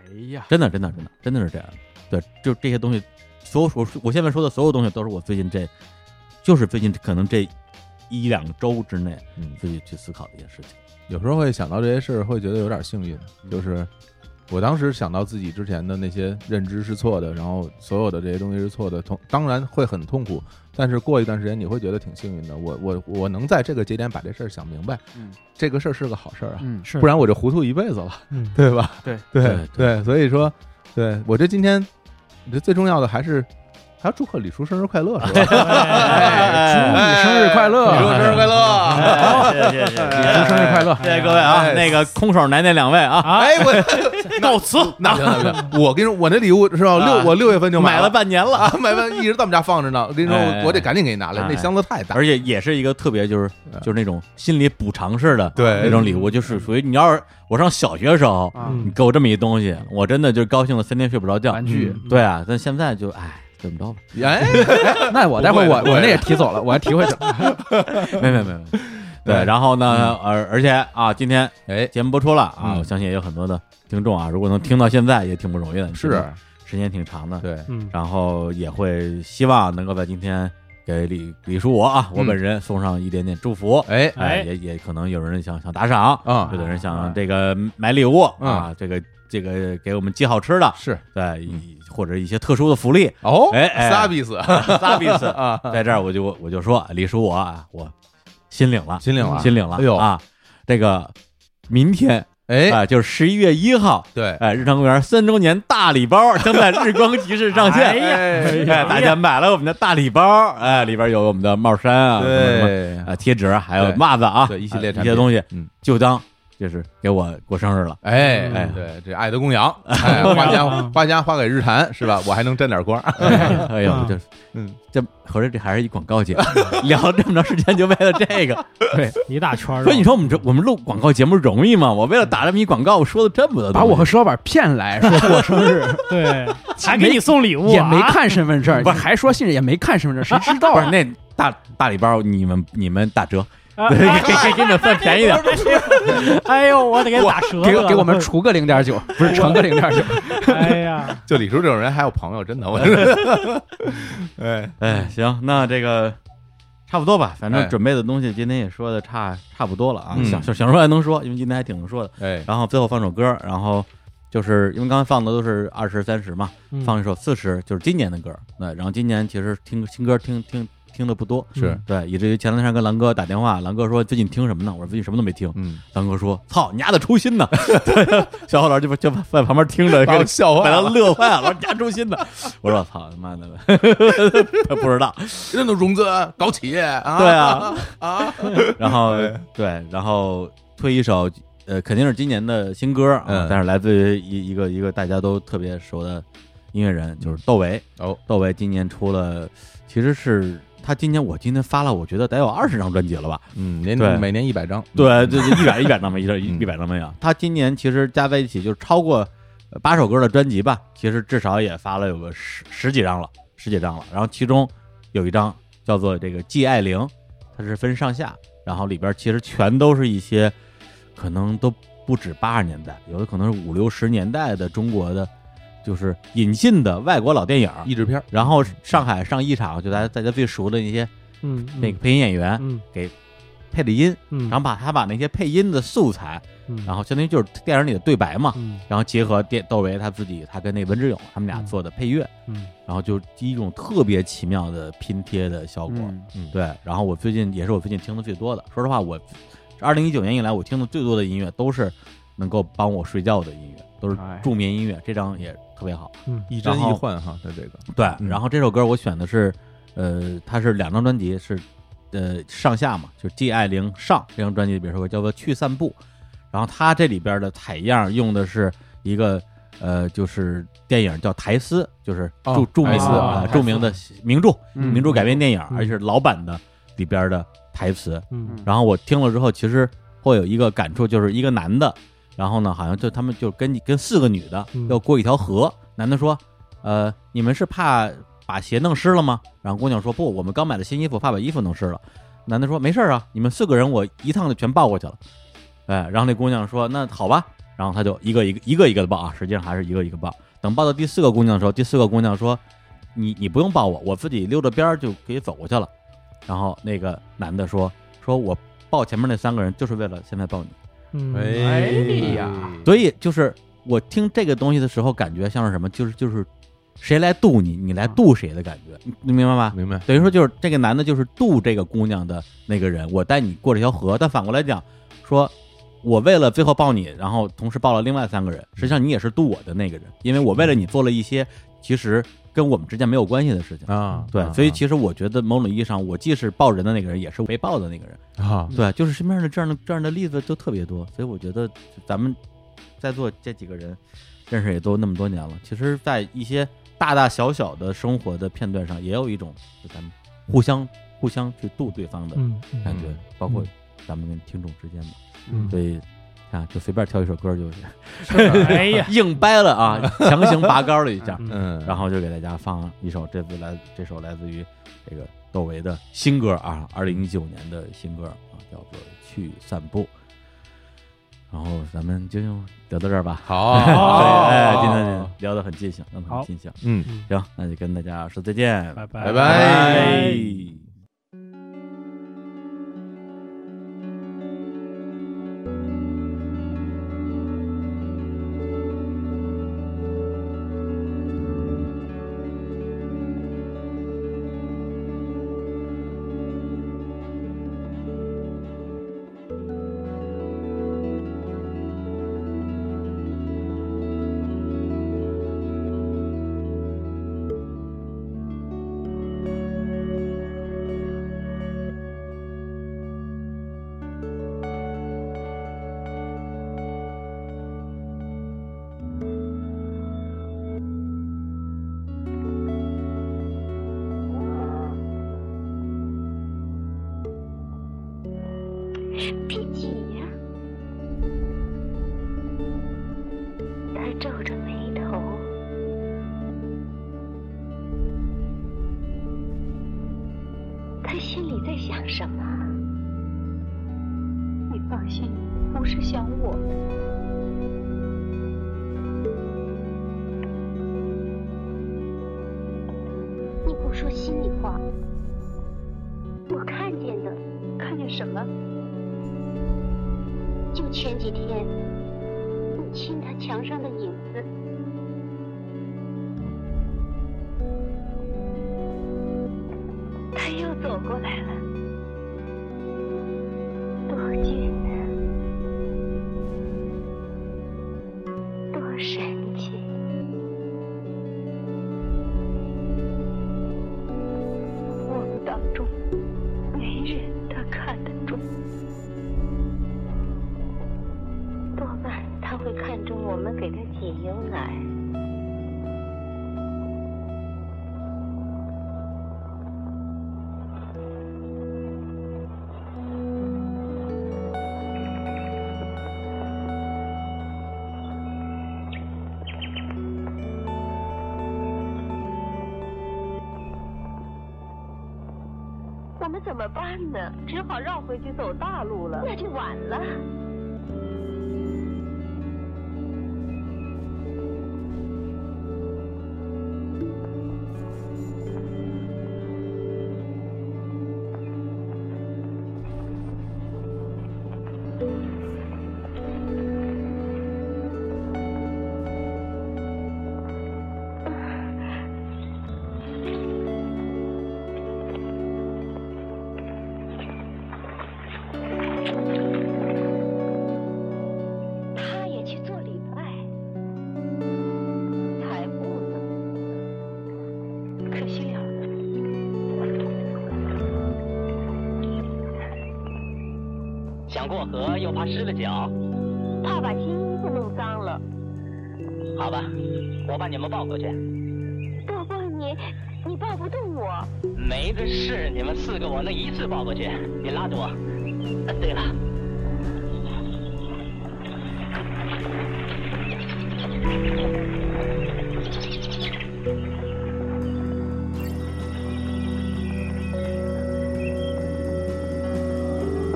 Speaker 4: 哎呀，
Speaker 1: 真的，真的，真的，真的是这样。对，就这些东西，所有我我现在说的所有东西，都是我最近这，就是最近可能这一两周之内”
Speaker 2: 嗯，
Speaker 1: 自己去思考的一些事情。
Speaker 2: 有时候会想到这些事儿，会觉得有点幸运。
Speaker 4: 嗯
Speaker 2: 就是我当时想到自己之前的那些认知是错的，然后所有的这些东西是错的，痛当然会很痛苦。但是过一段时间，你会觉得挺幸运的。我我我能在这个节点把这事儿想明白，
Speaker 4: 嗯
Speaker 2: 这个事儿是个好事儿啊，
Speaker 4: 嗯，
Speaker 3: 是
Speaker 2: 不然我就糊涂一辈子了，
Speaker 3: 嗯
Speaker 2: 对吧？
Speaker 4: 对
Speaker 2: 对
Speaker 1: 对
Speaker 2: 对，所以说，对我觉得今天，我觉得最重要的还是还要祝贺李叔生日快乐，是 吧？
Speaker 4: 哎祝你生日快 乐哎
Speaker 2: 李 叔生日快乐！
Speaker 1: 哎谢谢谢谢，
Speaker 4: 祝生日快乐！
Speaker 1: 谢谢各位啊！那个空手来那两位啊，
Speaker 2: 哎，我 告辞。那不行那不行，我跟你说，我那礼物是吧？
Speaker 4: 啊
Speaker 2: 六我六月份就
Speaker 1: 买
Speaker 2: 了
Speaker 1: 了半年了，
Speaker 2: 啊， 买完一直在我们家放着呢。我跟你说，
Speaker 1: 哎
Speaker 2: 我我得赶紧给你拿来，
Speaker 1: 哎
Speaker 2: 那箱子太大。嗯
Speaker 1: 而且也是一个特别就是就是那种心理补偿式的
Speaker 2: 对嗯
Speaker 1: 那种礼物，就是属于你要是我上小学的时候，
Speaker 4: 啊，
Speaker 1: 你给我这么一东西，我真的就高兴了三天睡不着觉
Speaker 4: 玩。具。
Speaker 1: 对啊，但现在就哎。怎么着 吧？
Speaker 2: 哎，
Speaker 4: 那我待会儿我
Speaker 2: 不会的不会的
Speaker 4: 我那也提走了，我还提回去 了。
Speaker 1: 没没没没，对，然后呢，而、而且啊，今天哎节目播出了啊，
Speaker 2: 嗯
Speaker 1: 我相信也有很多的听众啊，如果能听到现在也挺不容易的，
Speaker 2: 是，
Speaker 1: 时间挺长的，
Speaker 2: 对，
Speaker 3: 嗯，
Speaker 1: 然后也会希望能够在今天给李李叔我啊，我
Speaker 2: 嗯
Speaker 1: 本人送上一点点祝福，
Speaker 2: 哎
Speaker 3: 哎
Speaker 1: 也也可能有人想想打赏，
Speaker 2: 啊嗯
Speaker 1: 有的人想这个买礼物啊，这个这个给我们寄好吃的，
Speaker 2: 是
Speaker 1: 对，一或者一些特殊的福利，
Speaker 2: 哦，
Speaker 1: 哎哎
Speaker 2: 萨比斯
Speaker 1: 萨比斯
Speaker 2: 啊，
Speaker 1: 在这儿我就我就说李叔我啊，我心领了，
Speaker 2: 心领了，
Speaker 1: 心领了，
Speaker 2: 哎呦
Speaker 1: 啊，这个明天
Speaker 2: 哎，
Speaker 1: 啊，就是十一月一号。
Speaker 2: 对，
Speaker 1: 哎，日常公园三周年大礼包将在日光集市上线。
Speaker 3: 哎呀
Speaker 1: 哎大家买了我们的大礼包，哎，里边有我们的帽衫啊，什么什么
Speaker 2: 对，
Speaker 1: 啊贴纸啊，还有袜子啊，
Speaker 2: 对一系列
Speaker 1: 啊
Speaker 2: 产
Speaker 1: 一些
Speaker 2: 品
Speaker 1: 东西，
Speaker 2: 嗯，
Speaker 1: 就当就是给我过生日了。
Speaker 2: 哎
Speaker 1: 哎
Speaker 2: 对，这爱的 供养，哎，花家花家花给日坛是吧？我还能沾点光，
Speaker 1: 哎呦，
Speaker 3: 嗯
Speaker 1: 就是
Speaker 2: 嗯，
Speaker 1: 这合着这还是一广告 节目，聊了这么长时间就为了这个，
Speaker 3: 一大圈儿。
Speaker 1: 所以你说我们这我们录广告节目容易吗？我为了打这么一广告，我说了这么多东西，
Speaker 4: 把我和石老板骗来 说过生日，
Speaker 3: 对，还给你送礼物啊，
Speaker 4: 也没看身份证，
Speaker 1: 不
Speaker 4: 你
Speaker 1: 是
Speaker 4: 还说信任，也没看身份证，谁知道
Speaker 1: 不是
Speaker 4: 啊？
Speaker 1: 那大大礼包，你们你们打折，
Speaker 3: 啊，
Speaker 1: 给
Speaker 3: 哎
Speaker 1: 给给你们算便宜点。
Speaker 3: 哎呦，我得给打折
Speaker 4: 给
Speaker 3: 了，
Speaker 4: 给我们除个零点九，不是乘个零点九。
Speaker 3: 哎 呀，
Speaker 2: 就李叔这种人还有朋友，真的，我觉得，哎，
Speaker 1: 哎，行，那这个差不多吧，反
Speaker 2: 哎
Speaker 1: 正准备的东西今天也说的差差不多了啊，
Speaker 2: 嗯
Speaker 1: 想想想说还能说，因为今天还挺能说的。
Speaker 2: 哎，
Speaker 1: 然后最后放首歌，然后就是因为刚才放的都是二十三十嘛，
Speaker 3: 嗯
Speaker 1: 放一首四十，就是今年的歌。对，然后今年其实听新歌听听听的不
Speaker 3: 嗯
Speaker 1: 多，
Speaker 2: 是，
Speaker 1: 对，以至于前两天跟狼哥打电话，狼哥说最近听什么呢？我说最近什么都没听。
Speaker 2: 嗯，
Speaker 1: 狼哥说：“操，你丫的出新呢！” 小浩老师就就在旁边听着，
Speaker 2: 把我笑
Speaker 1: 把
Speaker 2: 坏
Speaker 1: 他
Speaker 2: 了，
Speaker 1: 乐坏了，我说你丫出新呢！ 我说：“操他妈的， 他不知道。”
Speaker 2: 人都融资搞企业啊，
Speaker 1: 对啊，
Speaker 2: 啊，
Speaker 1: 然后对，然后推一首呃，肯定是今年的新歌啊，
Speaker 2: 嗯
Speaker 1: 但是来自于一一个一个大家都特别熟的音乐人，就是窦唯。
Speaker 2: 哦，
Speaker 1: 窦唯今年出了，其实是他今年我今天发了，我觉得得有二十张专辑了吧？
Speaker 2: 嗯，您
Speaker 1: 对
Speaker 2: 每年一百张，
Speaker 1: 对，对，对一百一百张吧，一张
Speaker 2: 嗯
Speaker 1: 一百张没有。他今年其实加在一起就超过呃八首歌的专辑吧，其实至少也发了有个十十几张了，十几张了。然后其中有一张叫做这个《季爱玲》，它是分上下，然后里边其实全都是一些可能都不止八十年代，有的可能是五六十年代的中国的，就是引进的外国老电影儿。
Speaker 2: 译制片儿，
Speaker 1: 然后上海上一场，就大家大家最熟的那些
Speaker 3: 嗯，
Speaker 1: 那个配音演员
Speaker 3: 嗯
Speaker 1: 配的音，
Speaker 3: 嗯，
Speaker 1: 然后把他把那些配音的素材，
Speaker 3: 嗯
Speaker 1: 然后相当于就是电影里的对白嘛，
Speaker 3: 嗯
Speaker 1: 然后结合电窦唯他自己，他跟那文志勇他们俩
Speaker 3: 嗯
Speaker 1: 做的配乐，
Speaker 3: 嗯
Speaker 1: 然后就一种特别奇妙的拼贴的效果。
Speaker 4: 嗯
Speaker 1: 对，然后我最近也是我最近听的最多的，说实话，我二零一九年以来我听的最多的音乐都是能够帮我睡觉的音乐，都是
Speaker 4: 哎
Speaker 1: 助眠音乐，这张也特别好。
Speaker 3: 嗯
Speaker 2: 亦
Speaker 1: 真亦
Speaker 2: 幻哈，在这个
Speaker 1: 对，
Speaker 2: 嗯
Speaker 1: 然后这首歌我选的是，呃，它是两张专辑是，呃，上下嘛，就是季爱玲上这张专辑里边有首歌叫做《去散步》，然后它这里边的采样用的是一个呃，就是电影叫《苔丝》，就是著、
Speaker 2: 哦
Speaker 1: 著名
Speaker 2: 苔
Speaker 1: 的、
Speaker 2: 丝
Speaker 1: 啊
Speaker 3: 苔丝
Speaker 1: 著名的名著、
Speaker 4: 嗯
Speaker 1: 名著改编电影，
Speaker 3: 嗯
Speaker 1: 而且是老版的里边的台词。
Speaker 3: 嗯
Speaker 1: 然后我听了之后，其实会有一个感触，就是一个男的，然后呢，好像就他们就跟你跟四个女的
Speaker 3: 嗯
Speaker 1: 要过一条河，男的说，呃，你们是怕把鞋弄湿了吗？然后姑娘说不，我们刚买了新衣服，怕把衣服弄湿了。男的说没事儿啊，你们四个人我一趟就全抱过去了。哎，然后那姑娘说那好吧，然后他就一个一个一个一个的抱啊，实际上还是一个一个抱。
Speaker 3: 嗯
Speaker 1: 等抱到第四个姑娘的时候，第四个姑娘说你你不用抱我，我自己溜着边儿就可以走过去了。然后那个男的说说我抱前面那三个人就是为了现在抱你，
Speaker 3: 嗯，
Speaker 4: 哎呀，
Speaker 1: 所以就是我听这个东西的时候，感觉像是什么，就是就是谁来渡你，你来渡谁的感觉，你你嗯明白吗？
Speaker 2: 明白，
Speaker 1: 等于说就是这个男的就是渡这个姑娘的那个人，我带你过这条河，但反过来讲，说我为了最后抱你，然后同时抱了另外三个人，实际上你也是渡我的那个人，因为我为了你做了一些其实跟我们之间没有关系的事情。嗯
Speaker 2: 啊，
Speaker 1: 对，所以其实我觉得某种意义上，我既是抱人的那个人，也是被抱的那个人。
Speaker 3: 嗯
Speaker 2: 啊，
Speaker 1: 对，就是身边的这样的这样的例子都特别多，所以我觉得咱们在座这几个人认识也都那么多年了，其实，在一些大大小小的生活的片段上，也有一种就咱们互相互相去度对方的
Speaker 3: 嗯
Speaker 1: 感觉，
Speaker 2: 嗯
Speaker 1: 包括
Speaker 3: 嗯
Speaker 1: 咱们跟听众之间嘛。
Speaker 3: 嗯
Speaker 1: 所以啊，就随便挑一首歌就是
Speaker 3: 哎呀，
Speaker 1: 硬掰了啊，强行拔高了一下，
Speaker 3: 嗯
Speaker 2: 嗯，
Speaker 1: 然后就给大家放一首这次来这首来自于这个窦唯的新歌啊，二零一九年的新歌啊，叫做《去散步》。然后咱们就聊到这儿吧。
Speaker 2: 好， 哦
Speaker 1: 哎，今天聊得很尽兴，聊得很
Speaker 3: 好
Speaker 1: 尽兴。
Speaker 2: 嗯，
Speaker 1: 行，那就跟大家说再见，
Speaker 3: 拜
Speaker 2: 拜
Speaker 3: 拜
Speaker 1: 拜
Speaker 2: 拜。
Speaker 8: 第几呀、他皱着眉头，他心里在想什么？你放心，不是想我的。你不说心里话，我看见的。看见什么？就前几天，你亲他墙上的影子。他又走过来了，多近啊，多神奇！我们当中没人他看得中。多半他会看中我们给他挤牛奶。我们怎么办呢？只好绕回去走大路了。那就晚了。他也去做礼拜，才不呢，可惜了。
Speaker 9: 想过河又怕湿了脚，
Speaker 8: 怕把新衣服弄脏了。
Speaker 9: 好吧，我把你们抱过去。
Speaker 8: 抱抱你，你抱不动我。
Speaker 9: 没的事，你们四个我能一次抱过去。你拉着我。呃对了，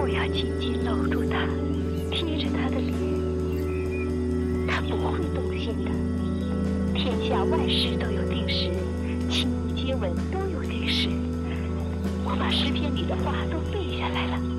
Speaker 8: 我要紧紧搂住他，贴着他的脸，他不会动心的。天下万事都有定时，亲密接吻都有定时。我把诗篇里的话都背下来了，